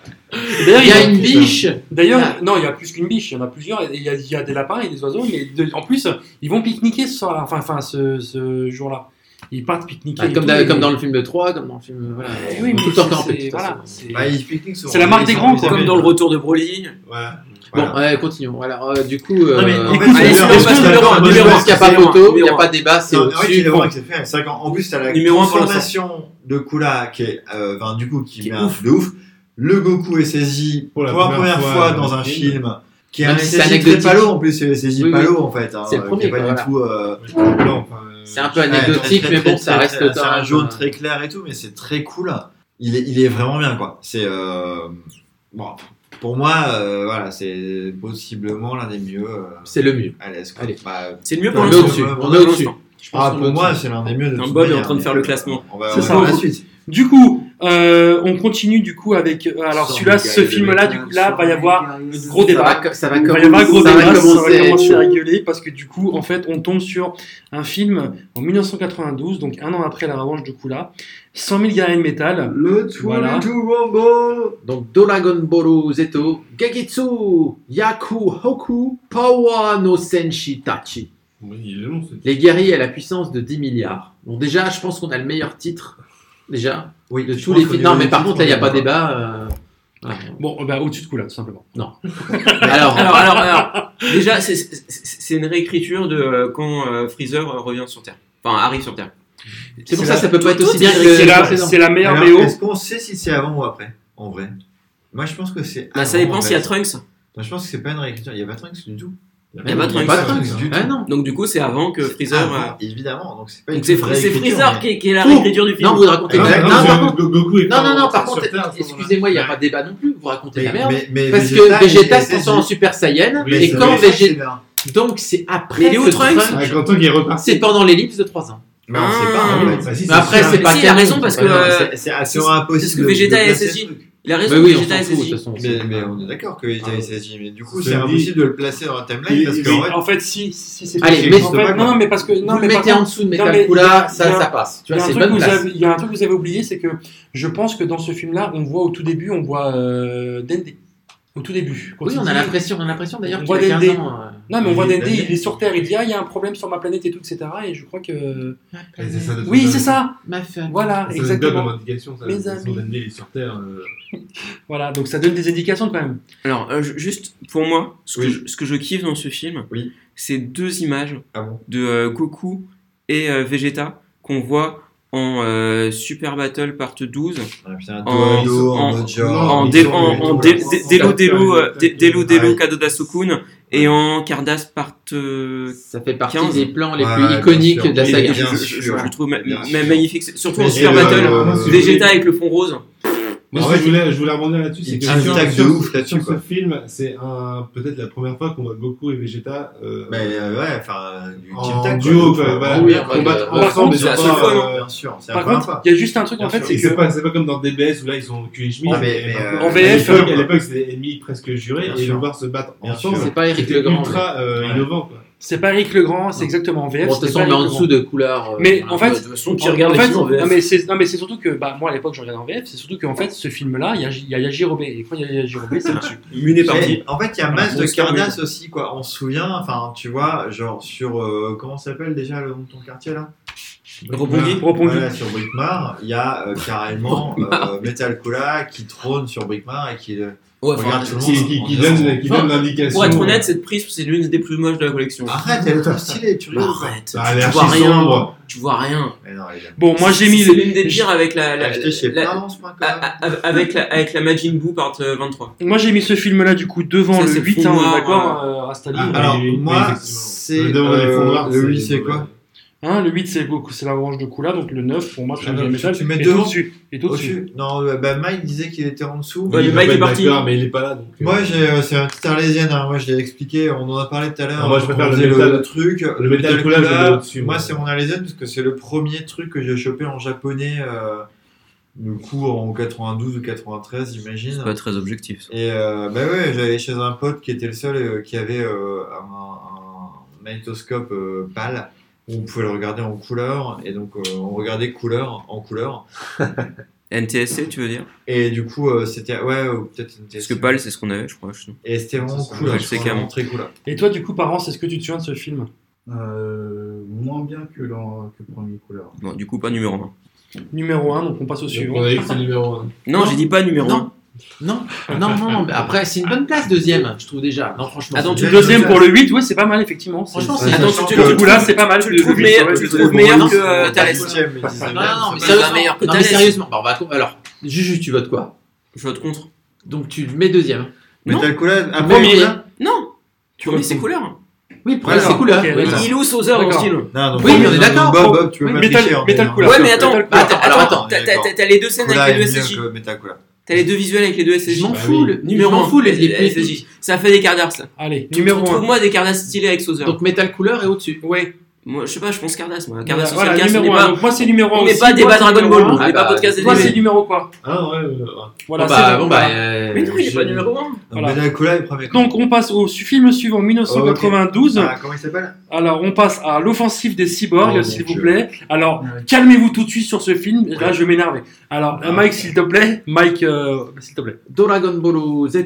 [SPEAKER 7] D'ailleurs,
[SPEAKER 8] Il y a une
[SPEAKER 7] putain.
[SPEAKER 8] biche.
[SPEAKER 7] D'ailleurs, non, il y a plus qu'une biche, il y en a plusieurs. et Il y a, il y a des lapins et des oiseaux, mais de- en plus, ils vont pique-niquer ce soir-là, enfin, enfin, ce, ce jour-là. Ils partent pique-niquer.
[SPEAKER 8] Bah,
[SPEAKER 7] et
[SPEAKER 8] comme,
[SPEAKER 7] tout,
[SPEAKER 8] dans,
[SPEAKER 7] et-
[SPEAKER 8] comme dans le film de 3, comme dans le film. Voilà.
[SPEAKER 7] Eh
[SPEAKER 8] Ils
[SPEAKER 7] oui,
[SPEAKER 8] vont
[SPEAKER 7] mais
[SPEAKER 8] tout le temps
[SPEAKER 7] c'est-
[SPEAKER 8] camper, de
[SPEAKER 7] c'est-
[SPEAKER 8] toute
[SPEAKER 7] voilà,
[SPEAKER 8] façon.
[SPEAKER 7] c'est-
[SPEAKER 2] Bah, ils pique-niquent sur-
[SPEAKER 7] C'est la marque des
[SPEAKER 2] ils
[SPEAKER 7] grands,
[SPEAKER 2] sont- ils
[SPEAKER 7] quoi.
[SPEAKER 5] Comme
[SPEAKER 2] aiment-
[SPEAKER 5] dans le retour de Broly.
[SPEAKER 6] Voilà.
[SPEAKER 8] Bon,
[SPEAKER 2] Voilà.
[SPEAKER 8] ouais, continuons. Voilà, euh, du coup, euh,
[SPEAKER 2] Non, mais en fait,
[SPEAKER 8] allez,
[SPEAKER 2] c'est
[SPEAKER 8] c'est
[SPEAKER 2] bien,
[SPEAKER 8] parce
[SPEAKER 2] parce
[SPEAKER 8] que
[SPEAKER 2] que
[SPEAKER 8] numéro
[SPEAKER 2] numéro
[SPEAKER 8] un,
[SPEAKER 2] un,
[SPEAKER 8] numéro un, il n'y a pas
[SPEAKER 5] numéro un,
[SPEAKER 8] photo, il n'y a
[SPEAKER 5] numéro
[SPEAKER 8] pas débat, c'est
[SPEAKER 2] Non, mais ouais, tu
[SPEAKER 8] au-dessus.
[SPEAKER 2] les
[SPEAKER 8] point.
[SPEAKER 2] vois que c'est fait. C'est vrai qu'en- en plus, t'as la
[SPEAKER 5] Numéro un pour
[SPEAKER 2] transformation de Kula qui est, euh, enfin, du coup, qui,
[SPEAKER 5] Qui est
[SPEAKER 2] met un truc de ouf. Le Goku est saisi pour la première, fois dans un film, qui est
[SPEAKER 8] Même
[SPEAKER 2] un
[SPEAKER 8] si c'est
[SPEAKER 2] saisi très
[SPEAKER 8] anecdotique.
[SPEAKER 2] palo en plus, c'est saisi
[SPEAKER 8] Oui, oui.
[SPEAKER 2] palo en fait. hein,
[SPEAKER 8] C'est le
[SPEAKER 2] euh,
[SPEAKER 8] premier,
[SPEAKER 2] qui est pas
[SPEAKER 8] quoi,
[SPEAKER 2] du tout. euh,
[SPEAKER 6] Ouais, c'est blanc, enfin, euh,
[SPEAKER 8] C'est un peu
[SPEAKER 2] ouais,
[SPEAKER 8] anecdotique,
[SPEAKER 2] très,
[SPEAKER 8] mais
[SPEAKER 2] très,
[SPEAKER 8] bon, ça
[SPEAKER 2] très,
[SPEAKER 8] reste
[SPEAKER 2] très,
[SPEAKER 8] quand
[SPEAKER 2] C'est un
[SPEAKER 8] même,
[SPEAKER 2] jaune
[SPEAKER 8] euh,
[SPEAKER 2] très clair et tout, mais c'est très cool. Il est, il est vraiment bien quoi. C'est euh, bon, pour moi, euh, voilà, c'est possiblement l'un des mieux. euh,
[SPEAKER 8] C'est le mieux.
[SPEAKER 2] à l'aise, quoi.
[SPEAKER 8] Allez.
[SPEAKER 2] Bah,
[SPEAKER 5] C'est le mieux
[SPEAKER 8] On
[SPEAKER 5] pour
[SPEAKER 8] est
[SPEAKER 5] l'instant.
[SPEAKER 8] au-dessus.
[SPEAKER 2] ouais,
[SPEAKER 8] On
[SPEAKER 2] ouais,
[SPEAKER 8] est au-dessus.
[SPEAKER 2] Ah, pour moi, c'est l'un des mieux de
[SPEAKER 5] Un
[SPEAKER 2] toute
[SPEAKER 5] bol est en
[SPEAKER 2] manière,
[SPEAKER 5] train de
[SPEAKER 2] mais
[SPEAKER 5] faire le classement.
[SPEAKER 2] On va,
[SPEAKER 7] C'est
[SPEAKER 2] on va
[SPEAKER 7] ça.
[SPEAKER 2] voir la suite.
[SPEAKER 7] Du coup, euh, on continue du coup avec. euh, alors
[SPEAKER 8] Sors
[SPEAKER 7] celui-là,
[SPEAKER 8] du
[SPEAKER 7] ce
[SPEAKER 8] guerrier,
[SPEAKER 7] film-là,
[SPEAKER 8] le
[SPEAKER 7] du coup, là, va y avoir
[SPEAKER 8] Ça va
[SPEAKER 7] gros débat.
[SPEAKER 8] co- ça va
[SPEAKER 7] Il va y avoir
[SPEAKER 8] commencer-
[SPEAKER 7] gros
[SPEAKER 8] ça va
[SPEAKER 7] débat, ça va
[SPEAKER 8] commencer à être
[SPEAKER 7] commencer à
[SPEAKER 8] chaud.
[SPEAKER 7] gueuler parce que du coup, en fait, on tombe sur un film en 1992, donc un an après La Revanche de Kula, 100 000 guerriers de métal.
[SPEAKER 2] Le
[SPEAKER 7] Voilà.
[SPEAKER 8] Donc Dragon Ball Zeto, Gegetsu, Yaku Hoku, Pawa no Senshi Tachi.
[SPEAKER 6] Oui, il est long ce
[SPEAKER 8] Les guerriers à la puissance de 10 milliards. Bon déjà, je pense qu'on a le meilleur titre déjà
[SPEAKER 2] oui,
[SPEAKER 8] de
[SPEAKER 2] je
[SPEAKER 8] tous
[SPEAKER 2] pense
[SPEAKER 8] les
[SPEAKER 2] qu'au
[SPEAKER 8] films.
[SPEAKER 2] niveau
[SPEAKER 8] Non, mais
[SPEAKER 2] des
[SPEAKER 8] par
[SPEAKER 2] titres,
[SPEAKER 8] contre là, il n'y a
[SPEAKER 2] on
[SPEAKER 8] pas
[SPEAKER 2] est
[SPEAKER 8] débat. euh, ouais.
[SPEAKER 7] Bon, bah au-dessus de Kula, tout simplement.
[SPEAKER 8] Non.
[SPEAKER 5] Alors,
[SPEAKER 8] Alors-
[SPEAKER 5] alors, alors, déjà, c'est- c'est c'est une réécriture de euh, quand euh, Freezer euh, revient sur Terre. Enfin, arrive sur Terre.
[SPEAKER 8] C'est pour ça que ça peut pas être aussi bien que
[SPEAKER 7] C'est
[SPEAKER 8] le
[SPEAKER 7] la,
[SPEAKER 8] précédent.
[SPEAKER 7] c'est la meilleure
[SPEAKER 2] Alors,
[SPEAKER 7] BO.
[SPEAKER 2] Est-ce qu'on sait si c'est avant ou après En vrai Moi, je pense que c'est.
[SPEAKER 5] Bah, ça
[SPEAKER 2] avant,
[SPEAKER 5] dépend
[SPEAKER 2] en
[SPEAKER 5] s'il y a
[SPEAKER 2] fait.
[SPEAKER 5] Trunks.
[SPEAKER 2] Moi, je pense que c'est pas une réécriture. Il n'y a pas Trunks du tout.
[SPEAKER 5] Il y a pas
[SPEAKER 2] Il y a
[SPEAKER 5] Trunks.
[SPEAKER 2] pas
[SPEAKER 6] hein.
[SPEAKER 2] Trunks du
[SPEAKER 8] Ah
[SPEAKER 2] tout.
[SPEAKER 8] non.
[SPEAKER 5] Donc, du coup, c'est avant que
[SPEAKER 2] C'est
[SPEAKER 5] Freezer.
[SPEAKER 2] avant,
[SPEAKER 5] euh,
[SPEAKER 2] Évidemment. Donc, c'est pas une
[SPEAKER 5] Donc, c'est
[SPEAKER 2] vraie
[SPEAKER 5] c'est
[SPEAKER 2] écriture,
[SPEAKER 5] Freezer
[SPEAKER 2] mais-
[SPEAKER 5] qui est, qui est la
[SPEAKER 8] Oh
[SPEAKER 5] réécriture du film.
[SPEAKER 8] Non, vous racontez
[SPEAKER 2] Ah,
[SPEAKER 8] la
[SPEAKER 2] non, non,
[SPEAKER 8] merde. Non,
[SPEAKER 2] c'est-
[SPEAKER 8] par contre-
[SPEAKER 6] Go- Goku est
[SPEAKER 8] non, non, non,
[SPEAKER 6] pas
[SPEAKER 8] par
[SPEAKER 6] sur
[SPEAKER 8] contre,
[SPEAKER 6] Terre à ce
[SPEAKER 8] excusez-moi, il n'y a pas débat non plus. Vous racontez la
[SPEAKER 2] Mais,
[SPEAKER 8] merde.
[SPEAKER 2] mais- mais
[SPEAKER 8] Parce
[SPEAKER 2] Vegeta,
[SPEAKER 8] que Vegeta
[SPEAKER 2] il
[SPEAKER 8] se transforme en
[SPEAKER 2] était-
[SPEAKER 8] Super Saiyan
[SPEAKER 6] Oui,
[SPEAKER 8] et
[SPEAKER 6] c'est
[SPEAKER 8] quand
[SPEAKER 6] vrai.
[SPEAKER 8] Vegeta. Donc c'est après.
[SPEAKER 5] Mais il est où,
[SPEAKER 8] que
[SPEAKER 5] Trunks
[SPEAKER 6] moment-là. Ah, Quentin qui est reparti.
[SPEAKER 8] C'est pendant l'ellipse de 3 ans.
[SPEAKER 2] Mais on sait pas,
[SPEAKER 5] Ah.
[SPEAKER 2] en fait.
[SPEAKER 6] Bah, si,
[SPEAKER 8] Mais après,
[SPEAKER 5] sûr.
[SPEAKER 8] c'est pas
[SPEAKER 5] Si, il a
[SPEAKER 8] canon.
[SPEAKER 5] raison, parce que,
[SPEAKER 8] Ouais, non,
[SPEAKER 5] euh,
[SPEAKER 2] C'est- c'est assez impossible.
[SPEAKER 5] parce que
[SPEAKER 2] de-
[SPEAKER 5] Vegeta
[SPEAKER 2] de
[SPEAKER 5] est
[SPEAKER 2] placer
[SPEAKER 5] SSJ.
[SPEAKER 2] ce truc.
[SPEAKER 5] Il a raison,
[SPEAKER 8] Mais oui, on
[SPEAKER 5] Vegeta
[SPEAKER 8] s'en
[SPEAKER 5] est
[SPEAKER 8] fout de toute
[SPEAKER 5] SSJ.
[SPEAKER 8] façon.
[SPEAKER 2] Mais, mais on est d'accord que Vegeta est
[SPEAKER 6] Ah.
[SPEAKER 2] SSJ. Mais du coup,
[SPEAKER 6] Je
[SPEAKER 2] c'est
[SPEAKER 6] me dis-
[SPEAKER 2] impossible de le placer dans un timeline
[SPEAKER 6] Il-
[SPEAKER 2] parce
[SPEAKER 6] il-
[SPEAKER 2] qu'en
[SPEAKER 7] Oui,
[SPEAKER 2] fait.
[SPEAKER 7] en fait, si, si, c'est
[SPEAKER 2] Ah,
[SPEAKER 8] Allez,
[SPEAKER 7] possible.
[SPEAKER 2] mais-
[SPEAKER 7] En fait, non, non, mais parce que
[SPEAKER 8] Vous
[SPEAKER 7] non,
[SPEAKER 8] le
[SPEAKER 7] mais par
[SPEAKER 8] mettez
[SPEAKER 7] contre,
[SPEAKER 8] en dessous de
[SPEAKER 7] non, mais
[SPEAKER 8] Metal
[SPEAKER 7] il y a-
[SPEAKER 8] Kula, ça,
[SPEAKER 7] il y a-
[SPEAKER 8] ça passe. Tu
[SPEAKER 7] Il y,
[SPEAKER 8] vois,
[SPEAKER 7] a un
[SPEAKER 8] c'est
[SPEAKER 7] truc
[SPEAKER 8] bonne
[SPEAKER 7] que vous
[SPEAKER 8] place.
[SPEAKER 7] avez- il y a un truc que vous avez oublié, c'est que je pense que dans ce film-là, on voit au tout début, on voit euh, Dende. Au tout début. Quand
[SPEAKER 8] Oui,
[SPEAKER 7] il
[SPEAKER 8] on a
[SPEAKER 7] dit-
[SPEAKER 8] l'impression, on a l'impression d'ailleurs
[SPEAKER 7] On
[SPEAKER 8] qu'il
[SPEAKER 7] voit
[SPEAKER 8] a 15
[SPEAKER 7] des-
[SPEAKER 8] ans. euh.
[SPEAKER 7] Non, mais on voit
[SPEAKER 2] Il est
[SPEAKER 7] Dende,
[SPEAKER 2] Dende.
[SPEAKER 7] il est sur Terre, il dit Ah, il y a un problème sur ma planète et tout, etc. Et je crois que.
[SPEAKER 6] Et c'est ça, de toute
[SPEAKER 7] Oui,
[SPEAKER 6] façon.
[SPEAKER 7] c'est ça
[SPEAKER 8] Ma femme.
[SPEAKER 7] Voilà,
[SPEAKER 6] Ça donne comme
[SPEAKER 7] exactement.
[SPEAKER 6] indication, ça.
[SPEAKER 7] Mes
[SPEAKER 6] Son
[SPEAKER 7] amis.
[SPEAKER 6] Dende, il est sur Terre. euh,
[SPEAKER 7] Voilà, donc ça donne des indications quand même.
[SPEAKER 5] Alors, euh, ju- juste pour moi, ce, que
[SPEAKER 2] Oui.
[SPEAKER 5] je, ce que je kiffe dans ce film,
[SPEAKER 2] Oui.
[SPEAKER 5] c'est deux images
[SPEAKER 2] Ah bon
[SPEAKER 5] de euh, Goku et euh, Vegeta qu'on voit en euh, Super Battle Part 12,
[SPEAKER 2] Ah, putain,
[SPEAKER 5] En-
[SPEAKER 2] Doido,
[SPEAKER 5] en-
[SPEAKER 2] Mojo,
[SPEAKER 5] en,
[SPEAKER 2] ils
[SPEAKER 5] dé-
[SPEAKER 2] sont-
[SPEAKER 5] en, en
[SPEAKER 2] ils sont-
[SPEAKER 5] dé-
[SPEAKER 2] ils sont-
[SPEAKER 5] dé- Delo Delo euh, dé- Delo
[SPEAKER 2] Ah
[SPEAKER 5] Delo
[SPEAKER 2] oui.
[SPEAKER 5] Kadoda Sukun et en Cardass Part euh,
[SPEAKER 8] Ça fait partie
[SPEAKER 5] 15.
[SPEAKER 8] des plans les
[SPEAKER 2] Ouais,
[SPEAKER 8] plus
[SPEAKER 2] bien
[SPEAKER 8] iconiques
[SPEAKER 2] sûr.
[SPEAKER 8] de la
[SPEAKER 2] Oui,
[SPEAKER 8] saga.
[SPEAKER 5] je, je-
[SPEAKER 2] sûr.
[SPEAKER 5] je- je trouve ma-
[SPEAKER 2] Bien
[SPEAKER 5] ma-
[SPEAKER 2] sûr.
[SPEAKER 5] magnifique, c'est- surtout en
[SPEAKER 2] Mais
[SPEAKER 5] Super
[SPEAKER 2] et,
[SPEAKER 5] Battle, Bah,
[SPEAKER 2] euh, Bah,
[SPEAKER 6] moi, c'est-
[SPEAKER 5] Vegeta avec le fond rose.
[SPEAKER 2] En
[SPEAKER 6] Moi, ce que
[SPEAKER 2] vrai,
[SPEAKER 6] je voulais, je voulais rebondir là-dessus,
[SPEAKER 2] il y a
[SPEAKER 6] c'est que
[SPEAKER 2] une
[SPEAKER 6] sur,
[SPEAKER 2] attaque de
[SPEAKER 6] sur-
[SPEAKER 2] ouf là-dessus,
[SPEAKER 6] sur ce
[SPEAKER 2] quoi.
[SPEAKER 6] film, c'est un- peut-être la première fois qu'on voit Goku et Vegeta euh,
[SPEAKER 2] Mais euh, ouais, enfin, du
[SPEAKER 6] en
[SPEAKER 2] tic-tac,
[SPEAKER 6] duo,
[SPEAKER 2] quoi.
[SPEAKER 6] quoi, voilà,
[SPEAKER 8] Oui,
[SPEAKER 6] combattre
[SPEAKER 8] euh,
[SPEAKER 5] Ah par
[SPEAKER 6] ensemble,
[SPEAKER 5] contre,
[SPEAKER 6] mais
[SPEAKER 5] c'est la
[SPEAKER 6] pas,
[SPEAKER 5] seule fois, non
[SPEAKER 6] euh,
[SPEAKER 2] Bien sûr, c'est la
[SPEAKER 7] Par
[SPEAKER 2] première
[SPEAKER 7] contre,
[SPEAKER 2] fois.
[SPEAKER 7] il y a juste un truc
[SPEAKER 2] Bien
[SPEAKER 7] en fait,
[SPEAKER 2] sûr.
[SPEAKER 7] c'est
[SPEAKER 6] Et c'est
[SPEAKER 7] que.
[SPEAKER 6] pas, c'est pas comme dans DBS où là ils ont cul et chemise.
[SPEAKER 2] Ah, mais- mais, euh,
[SPEAKER 6] maintenant,
[SPEAKER 7] en
[SPEAKER 6] à
[SPEAKER 7] VF,
[SPEAKER 6] l'époque-
[SPEAKER 2] euh,
[SPEAKER 6] à l'époque c'était ennemi presque juré
[SPEAKER 2] Bien
[SPEAKER 6] et
[SPEAKER 2] sûr.
[SPEAKER 6] le voir se battre
[SPEAKER 2] Bien
[SPEAKER 6] ensemble,
[SPEAKER 8] C'est pas Eric
[SPEAKER 6] c'était
[SPEAKER 8] le Grand.
[SPEAKER 6] ultra euh,
[SPEAKER 2] Ouais.
[SPEAKER 6] innovant. Quoi.
[SPEAKER 7] C'est pas Eric Legrand, c'est
[SPEAKER 8] Non.
[SPEAKER 7] exactement en VF.
[SPEAKER 8] Bon, de toute
[SPEAKER 7] c'est
[SPEAKER 8] façon,
[SPEAKER 7] pas
[SPEAKER 8] on est en
[SPEAKER 7] Eric
[SPEAKER 8] dessous de couleur.
[SPEAKER 7] Mais en fait,
[SPEAKER 8] de toute façon,
[SPEAKER 7] En- en fait, Non mais, c'est, non mais c'est surtout que, bah, moi à l'époque je regardais en VF, c'est surtout qu'en fait ce film-là, il y a, J- il y a Yajirobé. Et quand il y a Yajirobé, c'est dessus.
[SPEAKER 5] Mune est parti.
[SPEAKER 2] Mais en fait, il y a masse de
[SPEAKER 5] Monster
[SPEAKER 2] Cardass aussi, quoi. On se souvient, enfin, tu vois, genre sur. euh, comment s'appelle déjà le nom de ton quartier là
[SPEAKER 5] Rebondit.
[SPEAKER 7] Repondu.
[SPEAKER 2] Voilà, sur Brickmar, il y a euh, carrément euh, Metal Kula qui trône sur Brickmar et qui le.
[SPEAKER 5] Ouais, enfin,
[SPEAKER 2] regarde tout le monde.
[SPEAKER 6] Qui, qui,
[SPEAKER 2] en
[SPEAKER 6] qui
[SPEAKER 2] disant,
[SPEAKER 6] donne, qui
[SPEAKER 5] Enfin,
[SPEAKER 6] donne l'indication.
[SPEAKER 5] Pour être honnête, cette prise c'est l'une des plus moches de la collection.
[SPEAKER 2] Arrête, elle est trop stylée, tu
[SPEAKER 5] Bah,
[SPEAKER 2] rigoles.
[SPEAKER 5] arrête,
[SPEAKER 6] Bah, elle est
[SPEAKER 5] tu
[SPEAKER 6] archi
[SPEAKER 5] vois rien,
[SPEAKER 6] sombre.
[SPEAKER 5] tu vois rien.
[SPEAKER 2] Mais non, elle est-
[SPEAKER 7] Bon, moi j'ai mis
[SPEAKER 5] C'est
[SPEAKER 7] le,
[SPEAKER 5] l'une des pires avec la, la-
[SPEAKER 2] Acheté chez
[SPEAKER 5] la-
[SPEAKER 2] Parents, moi, quand
[SPEAKER 5] a-
[SPEAKER 2] même.
[SPEAKER 5] a- avec la avec la Majin Buu part euh, 23.
[SPEAKER 7] moi j'ai mis ce film-là du coup devant
[SPEAKER 5] Ça,
[SPEAKER 7] le
[SPEAKER 5] c'est
[SPEAKER 7] 8,
[SPEAKER 5] fou,
[SPEAKER 7] hein,
[SPEAKER 5] moi,
[SPEAKER 7] d'accord, euh, Rastali.
[SPEAKER 6] Ah,
[SPEAKER 2] Alors,
[SPEAKER 6] oui, oui,
[SPEAKER 2] moi,
[SPEAKER 6] effectivement.
[SPEAKER 2] c'est,
[SPEAKER 6] Le devant
[SPEAKER 2] euh,
[SPEAKER 6] les fonds noirs,
[SPEAKER 2] le oui, c'est quoi
[SPEAKER 7] Hein, le 8 c'est Goku, c'est la branche de Kula, donc le 9 pour moi c'est
[SPEAKER 2] Ah,
[SPEAKER 7] le
[SPEAKER 2] non,
[SPEAKER 7] métal.
[SPEAKER 2] tu mets
[SPEAKER 7] et
[SPEAKER 2] devant.
[SPEAKER 7] au-dessus. Et au-dessus.
[SPEAKER 2] Au-dessus Non, euh, bah, Mike disait qu'il était en dessous.
[SPEAKER 5] Ouais,
[SPEAKER 6] Oui,
[SPEAKER 5] le
[SPEAKER 6] il
[SPEAKER 5] mec
[SPEAKER 6] va
[SPEAKER 5] est
[SPEAKER 6] pas être
[SPEAKER 5] parti.
[SPEAKER 6] d'accord, Mais il est pas là. donc, euh,
[SPEAKER 2] Moi, j'ai, euh, c'est un petite arlésienne, hein. moi je l'ai expliqué, on en a parlé tout à l'heure.
[SPEAKER 6] Ah, moi, je
[SPEAKER 2] quand
[SPEAKER 6] préfère
[SPEAKER 2] on
[SPEAKER 6] le
[SPEAKER 2] faisait
[SPEAKER 6] métal-
[SPEAKER 2] truc.
[SPEAKER 6] le métal coulage, je le mets au-dessus,
[SPEAKER 2] Moi,
[SPEAKER 6] moi.
[SPEAKER 2] c'est mon arlésienne parce que c'est le premier truc que j'ai chopé en japonais, euh, du coup, en 92 ou 93, j'imagine.
[SPEAKER 5] très objectif.
[SPEAKER 2] Et euh, bah ouais, j'allais chez un pote qui était le seul euh, qui avait euh, un, un magnétoscope euh, pâle où on pouvait le regarder en couleur. Et donc, euh, on regardait couleur en couleur.
[SPEAKER 5] NTSC, tu veux dire
[SPEAKER 2] Et du coup, euh, c'était. Ouais, ou peut-être une
[SPEAKER 5] Parce que PAL, c'est ce qu'on avait, je crois. je-
[SPEAKER 2] Et c'était vraiment
[SPEAKER 9] Ça, ça,
[SPEAKER 2] cool.
[SPEAKER 5] ouais,
[SPEAKER 2] hein,
[SPEAKER 5] je sais
[SPEAKER 2] vraiment
[SPEAKER 5] carrément.
[SPEAKER 2] très cool. hein.
[SPEAKER 7] Et toi du coup, Parence, est-ce que tu te souviens de ce film
[SPEAKER 9] Euh, moins bien que, l'en- que le premier couleur.
[SPEAKER 5] Non, du coup, pas numéro 1.
[SPEAKER 7] Numéro 1, donc on passe au
[SPEAKER 6] donc,
[SPEAKER 7] suivant.
[SPEAKER 6] on a eu que c'est le numéro 1.
[SPEAKER 5] Non,
[SPEAKER 8] Non.
[SPEAKER 5] j'ai dit pas numéro
[SPEAKER 8] Non.
[SPEAKER 5] 1.
[SPEAKER 8] Non, non, non, mais après, c'est une bonne place, deuxième, je trouve déjà. Non, franchement.
[SPEAKER 5] Ah, donc,
[SPEAKER 8] c'est-
[SPEAKER 2] tu-
[SPEAKER 7] Deuxième pour le 8, ouais, c'est pas mal effectivement. c'est-
[SPEAKER 8] Franchement,
[SPEAKER 7] c'est-
[SPEAKER 8] c'est-
[SPEAKER 5] Attends,
[SPEAKER 2] sachant
[SPEAKER 5] tu, tu,
[SPEAKER 2] que-
[SPEAKER 5] tu,
[SPEAKER 7] le coup là, c'est pas mal.
[SPEAKER 5] tu le trouves
[SPEAKER 7] Ah
[SPEAKER 5] meilleur, tu le trouves meilleur que euh, Thalès.
[SPEAKER 2] Huitième, mais
[SPEAKER 8] Non,
[SPEAKER 2] dixième.
[SPEAKER 8] non, non, mais
[SPEAKER 5] C'est pas
[SPEAKER 8] sérieusement.
[SPEAKER 5] meilleur que
[SPEAKER 8] Non, mais
[SPEAKER 5] Thalès.
[SPEAKER 8] sérieusement. Bon, on va- alors, Juju, tu votes quoi
[SPEAKER 5] Je vote contre.
[SPEAKER 8] Donc, tu le mets deuxième.
[SPEAKER 2] Mais
[SPEAKER 5] Non.
[SPEAKER 2] t'as le coulage après
[SPEAKER 8] Premier.
[SPEAKER 2] le coulage
[SPEAKER 5] Non Tu remets
[SPEAKER 7] votes
[SPEAKER 5] ses
[SPEAKER 7] contre.
[SPEAKER 5] couleurs.
[SPEAKER 8] Oui, premier,
[SPEAKER 2] D'accord.
[SPEAKER 8] c'est cool, hein.
[SPEAKER 7] Ok,
[SPEAKER 8] Oui,
[SPEAKER 7] d'accord.
[SPEAKER 5] Il est où Sauzer en
[SPEAKER 7] D'accord.
[SPEAKER 5] style
[SPEAKER 2] Non, non,
[SPEAKER 8] Oui,
[SPEAKER 2] premier,
[SPEAKER 8] on est
[SPEAKER 2] non,
[SPEAKER 8] d'accord.
[SPEAKER 2] Bob, Bob, tu peux
[SPEAKER 7] Oui,
[SPEAKER 2] pas
[SPEAKER 7] Metal-
[SPEAKER 2] tricher. en
[SPEAKER 7] Metal
[SPEAKER 2] fait, hein.
[SPEAKER 7] Couleur.
[SPEAKER 5] Ouais, mais attends,
[SPEAKER 7] Metal
[SPEAKER 5] bah,
[SPEAKER 7] Couleur.
[SPEAKER 5] attends,
[SPEAKER 8] Alors,
[SPEAKER 5] attends,
[SPEAKER 2] attends,
[SPEAKER 5] t'as-
[SPEAKER 2] on est
[SPEAKER 5] t'as-
[SPEAKER 2] Ah, d'accord.
[SPEAKER 5] t'as les deux scènes
[SPEAKER 2] Coulage
[SPEAKER 5] avec les deux
[SPEAKER 2] est mieux
[SPEAKER 5] SSJ.
[SPEAKER 2] que Metal Couleur.
[SPEAKER 5] T'as les deux visuels avec les deux SSJ.
[SPEAKER 8] Je m'en
[SPEAKER 6] Bah
[SPEAKER 8] fous,
[SPEAKER 6] oui.
[SPEAKER 8] le, je
[SPEAKER 5] Numéro
[SPEAKER 8] m'en
[SPEAKER 5] un.
[SPEAKER 8] fous, les, les-
[SPEAKER 5] SSJ. Ça fait des quarts d'heures, ça.
[SPEAKER 7] Allez, numéro 1.
[SPEAKER 5] Trouve-moi des quarts d'heure stylés avec Sauzer.
[SPEAKER 8] Donc, métal couleur et au-dessus.
[SPEAKER 7] Ouais,
[SPEAKER 5] Moi, je sais pas, je pense Cardass, moi.
[SPEAKER 7] Voilà,
[SPEAKER 5] Cardass
[SPEAKER 7] voilà,
[SPEAKER 5] 75, on
[SPEAKER 7] numéro
[SPEAKER 5] n'est
[SPEAKER 7] un.
[SPEAKER 5] pas.
[SPEAKER 7] Donc, moi, c'est numéro un
[SPEAKER 5] On n'est
[SPEAKER 7] aussi.
[SPEAKER 5] pas des
[SPEAKER 7] Toi,
[SPEAKER 5] bas
[SPEAKER 7] c'est
[SPEAKER 5] Dragon
[SPEAKER 7] numéro
[SPEAKER 5] Ball,
[SPEAKER 7] un.
[SPEAKER 5] on n'est
[SPEAKER 7] Ah
[SPEAKER 5] pas
[SPEAKER 7] bah,
[SPEAKER 5] podcast des
[SPEAKER 7] toi, c'est
[SPEAKER 5] nuls.
[SPEAKER 7] numéro quoi
[SPEAKER 6] Ah ouais, ouais.
[SPEAKER 7] Voilà,
[SPEAKER 1] Bon,
[SPEAKER 7] c'est
[SPEAKER 1] bah,
[SPEAKER 7] bon.
[SPEAKER 1] bon, bah, euh,
[SPEAKER 5] Mais non, il est
[SPEAKER 1] je-
[SPEAKER 5] pas numéro 1.
[SPEAKER 7] Voilà.
[SPEAKER 2] Dracula est premier.
[SPEAKER 7] Donc on passe au film suivant 1992.
[SPEAKER 2] Ah, comment il s'appelle
[SPEAKER 7] Alors on passe à l'offensive des cyborgs,
[SPEAKER 2] Oh,
[SPEAKER 7] s'il
[SPEAKER 2] mon
[SPEAKER 7] vous
[SPEAKER 2] Dieu.
[SPEAKER 7] plaît. Alors calmez-vous tout de suite sur ce film. Là je vais m'énerver. Alors
[SPEAKER 2] Ah,
[SPEAKER 7] euh, Mike s'il te plaît, Mike euh, s'il te plaît.
[SPEAKER 8] Dragon Ball Z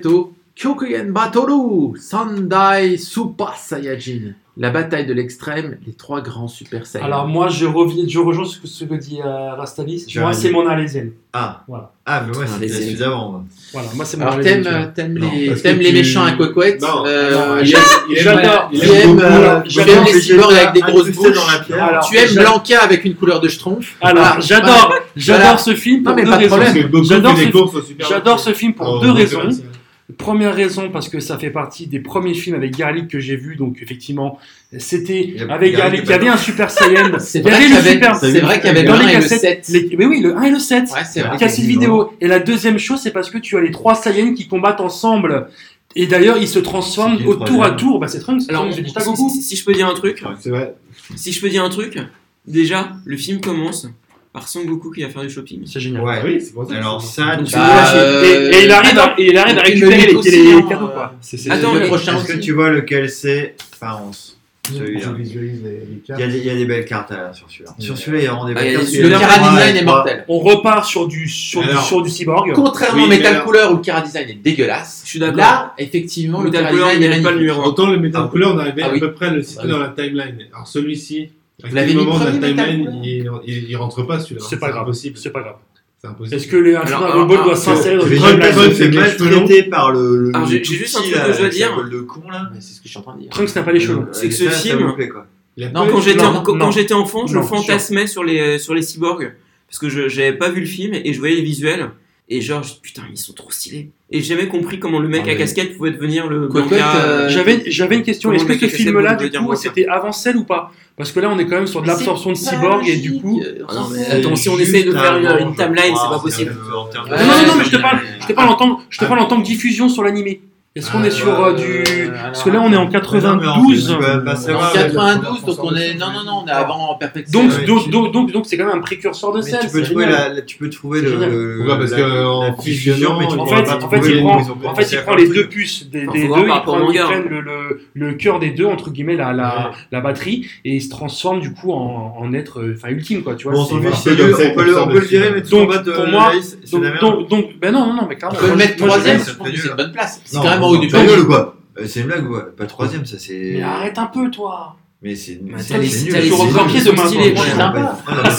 [SPEAKER 8] Kyokugen Batoru Sandai Super Saiyajin. La bataille de l'extrême, les trois grands Super Saiyans.
[SPEAKER 7] Alors moi je reviens, je rejoins ce que, ce que dit euh, Rastalis.
[SPEAKER 2] Je vais
[SPEAKER 7] moi
[SPEAKER 2] arriver.
[SPEAKER 7] c'est mon arlésienne.
[SPEAKER 2] Ah,
[SPEAKER 7] Voilà.
[SPEAKER 2] ah mais moi,
[SPEAKER 5] Ah,
[SPEAKER 2] c'était
[SPEAKER 5] les
[SPEAKER 2] celui
[SPEAKER 5] ailes.
[SPEAKER 2] d'avant. moi.
[SPEAKER 7] Voilà, moi c'est mon
[SPEAKER 8] Alors
[SPEAKER 7] arlésienne.
[SPEAKER 8] t'aimes,
[SPEAKER 7] tu vois.
[SPEAKER 8] t'aimes
[SPEAKER 2] Non,
[SPEAKER 8] les,
[SPEAKER 6] parce
[SPEAKER 8] t'aimes
[SPEAKER 6] que
[SPEAKER 8] les
[SPEAKER 6] tu-
[SPEAKER 8] méchants à couette.
[SPEAKER 6] Non,
[SPEAKER 8] euh,
[SPEAKER 6] non,
[SPEAKER 8] j'aime-
[SPEAKER 6] il aime-
[SPEAKER 7] J'adore.
[SPEAKER 6] il
[SPEAKER 8] Tu
[SPEAKER 6] aime
[SPEAKER 8] aimes,
[SPEAKER 6] beaucoup,
[SPEAKER 8] euh,
[SPEAKER 6] beaucoup.
[SPEAKER 8] tu aimes les cyborgs avec des grosses
[SPEAKER 2] incrusté
[SPEAKER 8] bouches.
[SPEAKER 2] dans la pierre.
[SPEAKER 7] Alors,
[SPEAKER 8] euh, Tu aimes
[SPEAKER 7] j'adore-
[SPEAKER 8] Blanca avec une couleur de schtroumpf.
[SPEAKER 7] Alors
[SPEAKER 8] Voilà.
[SPEAKER 7] j'adore, j'adore
[SPEAKER 8] Voilà.
[SPEAKER 7] ce film pour
[SPEAKER 8] Non, mais
[SPEAKER 7] deux
[SPEAKER 8] pas de
[SPEAKER 7] raisons.
[SPEAKER 8] problème.
[SPEAKER 6] Parce que beaucoup
[SPEAKER 7] J'adore
[SPEAKER 6] fait des
[SPEAKER 7] ce-
[SPEAKER 6] courses au supermarché.
[SPEAKER 7] J'adore ce film pour
[SPEAKER 6] Oh,
[SPEAKER 7] deux
[SPEAKER 6] donc,
[SPEAKER 7] raisons.
[SPEAKER 6] euh,
[SPEAKER 7] Première raison, parce que ça fait partie des premiers films avec Garlic que j'ai vu, donc effectivement, c'était
[SPEAKER 2] Il y a-
[SPEAKER 7] avec
[SPEAKER 2] Garlic
[SPEAKER 7] Garlic,
[SPEAKER 2] est
[SPEAKER 7] il y avait
[SPEAKER 2] pas
[SPEAKER 7] un Super Saiyan,
[SPEAKER 8] C'est
[SPEAKER 7] il y
[SPEAKER 8] vrai
[SPEAKER 7] avait
[SPEAKER 8] qu'il y
[SPEAKER 7] le
[SPEAKER 8] avait-
[SPEAKER 7] Super
[SPEAKER 8] c'est vrai qu'il y avait
[SPEAKER 7] dans
[SPEAKER 8] le
[SPEAKER 7] les
[SPEAKER 8] un et le
[SPEAKER 7] cassettes,
[SPEAKER 8] 7.
[SPEAKER 7] les- Mais oui, le 1 et le 7,
[SPEAKER 8] Ouais, c'est vrai.
[SPEAKER 7] cassette vidéo. Et la deuxième chose, c'est parce que tu as les trois Saiyans qui combattent ensemble. Et d'ailleurs, ils se transforment
[SPEAKER 2] C'est qui le
[SPEAKER 7] au tour à
[SPEAKER 2] troisième
[SPEAKER 7] tour. Bah, c'est très c'est
[SPEAKER 5] Alors,
[SPEAKER 7] très-
[SPEAKER 5] si,
[SPEAKER 7] j'ai dit ça beaucoup.
[SPEAKER 5] si- si je peux dire un truc,
[SPEAKER 6] C'est vrai.
[SPEAKER 5] si je peux dire un truc, déjà, le film commence par Son Goku qui va faire du shopping.
[SPEAKER 7] C'est génial.
[SPEAKER 6] Ah
[SPEAKER 2] Ouais.
[SPEAKER 6] oui, c'est pour ça.
[SPEAKER 2] Alors ça,
[SPEAKER 5] Donc,
[SPEAKER 2] tu
[SPEAKER 5] tu
[SPEAKER 2] vois,
[SPEAKER 5] vois,
[SPEAKER 8] Bah,
[SPEAKER 5] c'est-
[SPEAKER 7] Et,
[SPEAKER 8] euh,
[SPEAKER 7] et il arrive, à- et il arrive à
[SPEAKER 8] il le
[SPEAKER 7] récupérer
[SPEAKER 8] lit
[SPEAKER 7] les,
[SPEAKER 8] aussi,
[SPEAKER 7] les- les
[SPEAKER 8] hein,
[SPEAKER 7] cadeaux,
[SPEAKER 8] euh,
[SPEAKER 7] quoi. C'est- c'est-
[SPEAKER 5] Attends,
[SPEAKER 8] le
[SPEAKER 5] mais-
[SPEAKER 8] prochain
[SPEAKER 2] est-ce que
[SPEAKER 8] aussi.
[SPEAKER 2] tu vois lequel c'est Enfin, on s-
[SPEAKER 9] Je
[SPEAKER 2] celui-là.
[SPEAKER 9] visualise les, les
[SPEAKER 2] Il
[SPEAKER 9] cartes.
[SPEAKER 2] y, a des, il y a des belles cartes là, sur celui-là. Sur celui-là, il y a vraiment des
[SPEAKER 5] Ah,
[SPEAKER 2] belles
[SPEAKER 5] il y a
[SPEAKER 2] cartes.
[SPEAKER 5] des-
[SPEAKER 2] Il y
[SPEAKER 8] Le
[SPEAKER 2] a
[SPEAKER 8] Kara
[SPEAKER 2] trois,
[SPEAKER 8] Design
[SPEAKER 2] et
[SPEAKER 8] est
[SPEAKER 2] trois.
[SPEAKER 8] mortel.
[SPEAKER 7] On repart sur du, sur, du-
[SPEAKER 6] Alors-
[SPEAKER 7] sur du cyborg.
[SPEAKER 8] Contrairement
[SPEAKER 6] Oui,
[SPEAKER 8] au
[SPEAKER 6] mais
[SPEAKER 8] Metal
[SPEAKER 6] alors-
[SPEAKER 8] Cooler où le Kara Design est dégueulasse,
[SPEAKER 5] Je suis d'accord.
[SPEAKER 8] là, effectivement,
[SPEAKER 5] Le
[SPEAKER 8] le Kara
[SPEAKER 5] Metal Cooler,
[SPEAKER 8] Design
[SPEAKER 5] il
[SPEAKER 8] est
[SPEAKER 5] n'est pas le
[SPEAKER 8] magnifique.
[SPEAKER 5] numéro un.
[SPEAKER 6] Autant le métal couleur, on arrivait
[SPEAKER 8] Ah
[SPEAKER 6] à
[SPEAKER 8] oui.
[SPEAKER 6] peu près à le
[SPEAKER 8] Ah
[SPEAKER 6] situer
[SPEAKER 8] oui.
[SPEAKER 6] dans la timeline. Alors celui-ci, à
[SPEAKER 8] l'avez
[SPEAKER 6] quel
[SPEAKER 8] mis
[SPEAKER 6] moment de la
[SPEAKER 8] premier, Metal
[SPEAKER 6] timeline, il, il, il rentre pas celui-là.
[SPEAKER 7] C'est pas grave.
[SPEAKER 6] Impossible.
[SPEAKER 7] C'est pas grave.
[SPEAKER 6] C'est impossible.
[SPEAKER 7] Est-ce que les, un
[SPEAKER 5] Alors,
[SPEAKER 7] Dragon Ball
[SPEAKER 5] alors,
[SPEAKER 7] doit
[SPEAKER 5] alors,
[SPEAKER 7] s'insérer dans
[SPEAKER 2] Je
[SPEAKER 7] une
[SPEAKER 2] vais
[SPEAKER 6] Prends le
[SPEAKER 2] dire
[SPEAKER 7] timeline
[SPEAKER 6] téléphone,
[SPEAKER 2] que c'est
[SPEAKER 6] c'est
[SPEAKER 2] mal
[SPEAKER 6] vachement long.
[SPEAKER 2] traité par le. le-
[SPEAKER 5] Alors,
[SPEAKER 2] le
[SPEAKER 5] j'ai-
[SPEAKER 2] tout
[SPEAKER 5] j'ai juste un
[SPEAKER 2] petit,
[SPEAKER 5] truc
[SPEAKER 2] là,
[SPEAKER 5] que je dois
[SPEAKER 2] avec sa
[SPEAKER 5] dire.
[SPEAKER 2] gueule de con là.
[SPEAKER 8] Ouais, C'est ce que je suis en train de dire.
[SPEAKER 7] Trunks n'a pas les
[SPEAKER 2] Euh,
[SPEAKER 7] cheveux longs.
[SPEAKER 5] C'est que
[SPEAKER 2] Ça,
[SPEAKER 5] ce
[SPEAKER 2] ça me
[SPEAKER 5] film-
[SPEAKER 2] plaît, quoi.
[SPEAKER 6] Il a
[SPEAKER 7] Non,
[SPEAKER 6] pas
[SPEAKER 5] Quand
[SPEAKER 6] eu-
[SPEAKER 5] j'étais
[SPEAKER 7] non,
[SPEAKER 5] en- quand-
[SPEAKER 7] non.
[SPEAKER 5] quand j'étais enfant, je
[SPEAKER 7] Non,
[SPEAKER 5] fantasmais sur les, euh, sur les cyborgs. Parce que je j'avais pas vu le film et je voyais les visuels. Et genre, je- putain, mais ils sont trop stylés. Et j'ai jamais compris comment le mec
[SPEAKER 8] Ah,
[SPEAKER 5] à
[SPEAKER 8] mais-
[SPEAKER 5] casquette pouvait devenir le
[SPEAKER 8] Quoi,
[SPEAKER 5] Blanca,
[SPEAKER 8] quoi, euh,
[SPEAKER 7] J'avais, j'avais une question.
[SPEAKER 5] Comment
[SPEAKER 7] Est-ce que
[SPEAKER 5] le
[SPEAKER 7] ce
[SPEAKER 5] casquette
[SPEAKER 7] film-là,
[SPEAKER 5] bleu
[SPEAKER 7] du
[SPEAKER 5] devient
[SPEAKER 7] coup,
[SPEAKER 5] rose
[SPEAKER 7] c'était avant celle ou pas Parce que là, on est quand même sur de l'absorption de cyborg et du coup.
[SPEAKER 8] Euh,
[SPEAKER 5] Ah non, mais
[SPEAKER 8] c'est-
[SPEAKER 5] attends, si on essaye de faire une, une timeline, c'est pas possible.
[SPEAKER 2] Non,
[SPEAKER 7] Non, non, non, mais je te parle, je te parle en tant, je te
[SPEAKER 6] Ah.
[SPEAKER 7] parle en tant que diffusion sur l'animé. Est-ce qu'on
[SPEAKER 6] Ah,
[SPEAKER 7] est sur
[SPEAKER 8] euh,
[SPEAKER 7] euh, du.
[SPEAKER 8] alors,
[SPEAKER 7] Parce que là, on est en
[SPEAKER 2] Non,
[SPEAKER 7] 92.
[SPEAKER 2] mais en fait, bah, ça
[SPEAKER 8] En
[SPEAKER 2] va, ouais.
[SPEAKER 8] 92, donc on est. Non, non, non, on est avant Perfection.
[SPEAKER 7] Donc,
[SPEAKER 2] Ouais,
[SPEAKER 7] donc,
[SPEAKER 2] tu-
[SPEAKER 7] donc, donc, donc, c'est quand même un précurseur de
[SPEAKER 2] Mais
[SPEAKER 7] celle.
[SPEAKER 2] tu peux
[SPEAKER 7] c'est
[SPEAKER 2] trouver
[SPEAKER 7] génial.
[SPEAKER 2] la, la- tu peux trouver
[SPEAKER 7] C'est
[SPEAKER 2] le,
[SPEAKER 7] génial.
[SPEAKER 2] le-
[SPEAKER 6] Pourquoi Parce
[SPEAKER 2] la-
[SPEAKER 6] que,
[SPEAKER 2] la
[SPEAKER 6] en
[SPEAKER 2] fusion,
[SPEAKER 6] fusionnant,
[SPEAKER 2] mais tu
[SPEAKER 6] ils
[SPEAKER 7] En
[SPEAKER 6] vont
[SPEAKER 2] pourras
[SPEAKER 7] fait,
[SPEAKER 6] pas
[SPEAKER 2] pas
[SPEAKER 7] en fait,
[SPEAKER 2] trouver
[SPEAKER 7] il
[SPEAKER 2] les
[SPEAKER 7] prend,
[SPEAKER 2] noms, ils ont
[SPEAKER 7] en
[SPEAKER 2] pas
[SPEAKER 7] fait,
[SPEAKER 2] pensé
[SPEAKER 7] il
[SPEAKER 2] à
[SPEAKER 7] prend
[SPEAKER 2] faire
[SPEAKER 7] les
[SPEAKER 2] le
[SPEAKER 7] deux
[SPEAKER 2] truc.
[SPEAKER 7] puces des,
[SPEAKER 5] Faut
[SPEAKER 7] des
[SPEAKER 5] voir
[SPEAKER 7] deux,
[SPEAKER 5] par
[SPEAKER 7] il
[SPEAKER 5] rapport
[SPEAKER 7] prend,
[SPEAKER 5] au
[SPEAKER 7] il
[SPEAKER 5] manga.
[SPEAKER 7] prend le, le, le cœur des deux, entre guillemets, la, la, la batterie, et il se transforme du coup en, en être euh, enfin, ultime, quoi, tu vois.
[SPEAKER 2] Bon, on
[SPEAKER 7] c'est-
[SPEAKER 2] s'en
[SPEAKER 7] voilà.
[SPEAKER 2] fiche,
[SPEAKER 6] c'est
[SPEAKER 2] c'est
[SPEAKER 6] comme
[SPEAKER 2] nul,
[SPEAKER 6] ça,
[SPEAKER 2] on peut le, on peut le virer, mais tout
[SPEAKER 7] Donc,
[SPEAKER 2] en bas de
[SPEAKER 7] pour moi,
[SPEAKER 2] Laïs, c'est la
[SPEAKER 7] Donc,
[SPEAKER 2] merde.
[SPEAKER 7] donc, donc- ben non, non, non, mais
[SPEAKER 8] On
[SPEAKER 7] clairement.
[SPEAKER 8] peut le mettre
[SPEAKER 7] moi, je-
[SPEAKER 8] troisième,
[SPEAKER 2] ça
[SPEAKER 8] je pense
[SPEAKER 2] fait
[SPEAKER 8] que c'est
[SPEAKER 2] nul.
[SPEAKER 8] une bonne place. C'est
[SPEAKER 2] Non,
[SPEAKER 8] quand même en
[SPEAKER 2] non,
[SPEAKER 8] haut du
[SPEAKER 2] ta gueule ou
[SPEAKER 8] panier.
[SPEAKER 2] quoi Euh, C'est une blague ou quoi Pas troisième, ça
[SPEAKER 7] Mais
[SPEAKER 2] c'est.
[SPEAKER 7] arrête un peu, toi.
[SPEAKER 2] Mais c'est
[SPEAKER 5] Mais
[SPEAKER 2] c'est-
[SPEAKER 5] t'as les-
[SPEAKER 2] c'est
[SPEAKER 5] t'as
[SPEAKER 2] nul.
[SPEAKER 5] les
[SPEAKER 2] c'est nul.
[SPEAKER 5] scorpions
[SPEAKER 2] C'est
[SPEAKER 5] de
[SPEAKER 2] nul.
[SPEAKER 5] main,
[SPEAKER 2] Ouais,
[SPEAKER 5] quoi.
[SPEAKER 2] ouais, ouais, ouais.
[SPEAKER 5] Ah,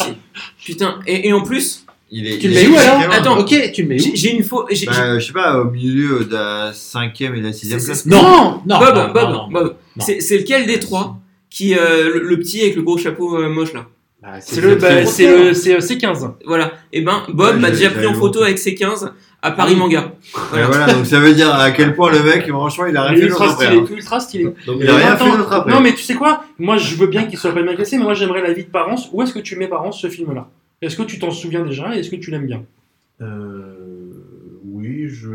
[SPEAKER 5] Putain, et, et en plus,
[SPEAKER 2] Il est.
[SPEAKER 8] Tu le
[SPEAKER 2] il est-
[SPEAKER 8] mets où
[SPEAKER 2] il est
[SPEAKER 8] alors
[SPEAKER 2] vraiment-
[SPEAKER 5] Attends.
[SPEAKER 8] ok, tu le mets où
[SPEAKER 5] j'ai j'ai une faux. j'ai- j'ai-
[SPEAKER 2] Bah, je sais pas, au milieu de la cinquième et de la sixième
[SPEAKER 5] C'est-
[SPEAKER 2] place.
[SPEAKER 5] c'est-
[SPEAKER 8] Non, non,
[SPEAKER 5] Bob,
[SPEAKER 8] non,
[SPEAKER 5] Bob,
[SPEAKER 8] non, non.
[SPEAKER 5] Bob. C'est c'est lequel des trois qui, euh, le, le petit avec le gros chapeau euh, moche là
[SPEAKER 8] Bah,
[SPEAKER 7] C'est le, ben, c'est le, c'est, euh, c'est 15.
[SPEAKER 5] Voilà. Et ben, Bob
[SPEAKER 2] Ouais,
[SPEAKER 5] m'a
[SPEAKER 2] j'ai-
[SPEAKER 5] déjà pris en
[SPEAKER 2] j'avais
[SPEAKER 5] photo
[SPEAKER 2] montré.
[SPEAKER 5] avec ses 15 à Paris Manga.
[SPEAKER 2] Ouais, voilà, donc ça veut dire à quel point le mec, franchement, il a
[SPEAKER 7] Il est
[SPEAKER 2] rien fait
[SPEAKER 7] ultra
[SPEAKER 2] l'autre après.
[SPEAKER 7] stylé,
[SPEAKER 2] hein.
[SPEAKER 7] tout ultra stylé.
[SPEAKER 6] Donc,
[SPEAKER 2] Il a rien
[SPEAKER 7] Attends,
[SPEAKER 2] fait l'autre après.
[SPEAKER 7] Non, mais tu sais quoi Moi, je veux bien qu'il soit pas bien classé, mais moi, j'aimerais l'avis de parents. Où est-ce que tu mets parents ce film-là Est-ce que tu t'en souviens déjà et est-ce que tu l'aimes bien
[SPEAKER 9] Euh, oui, je.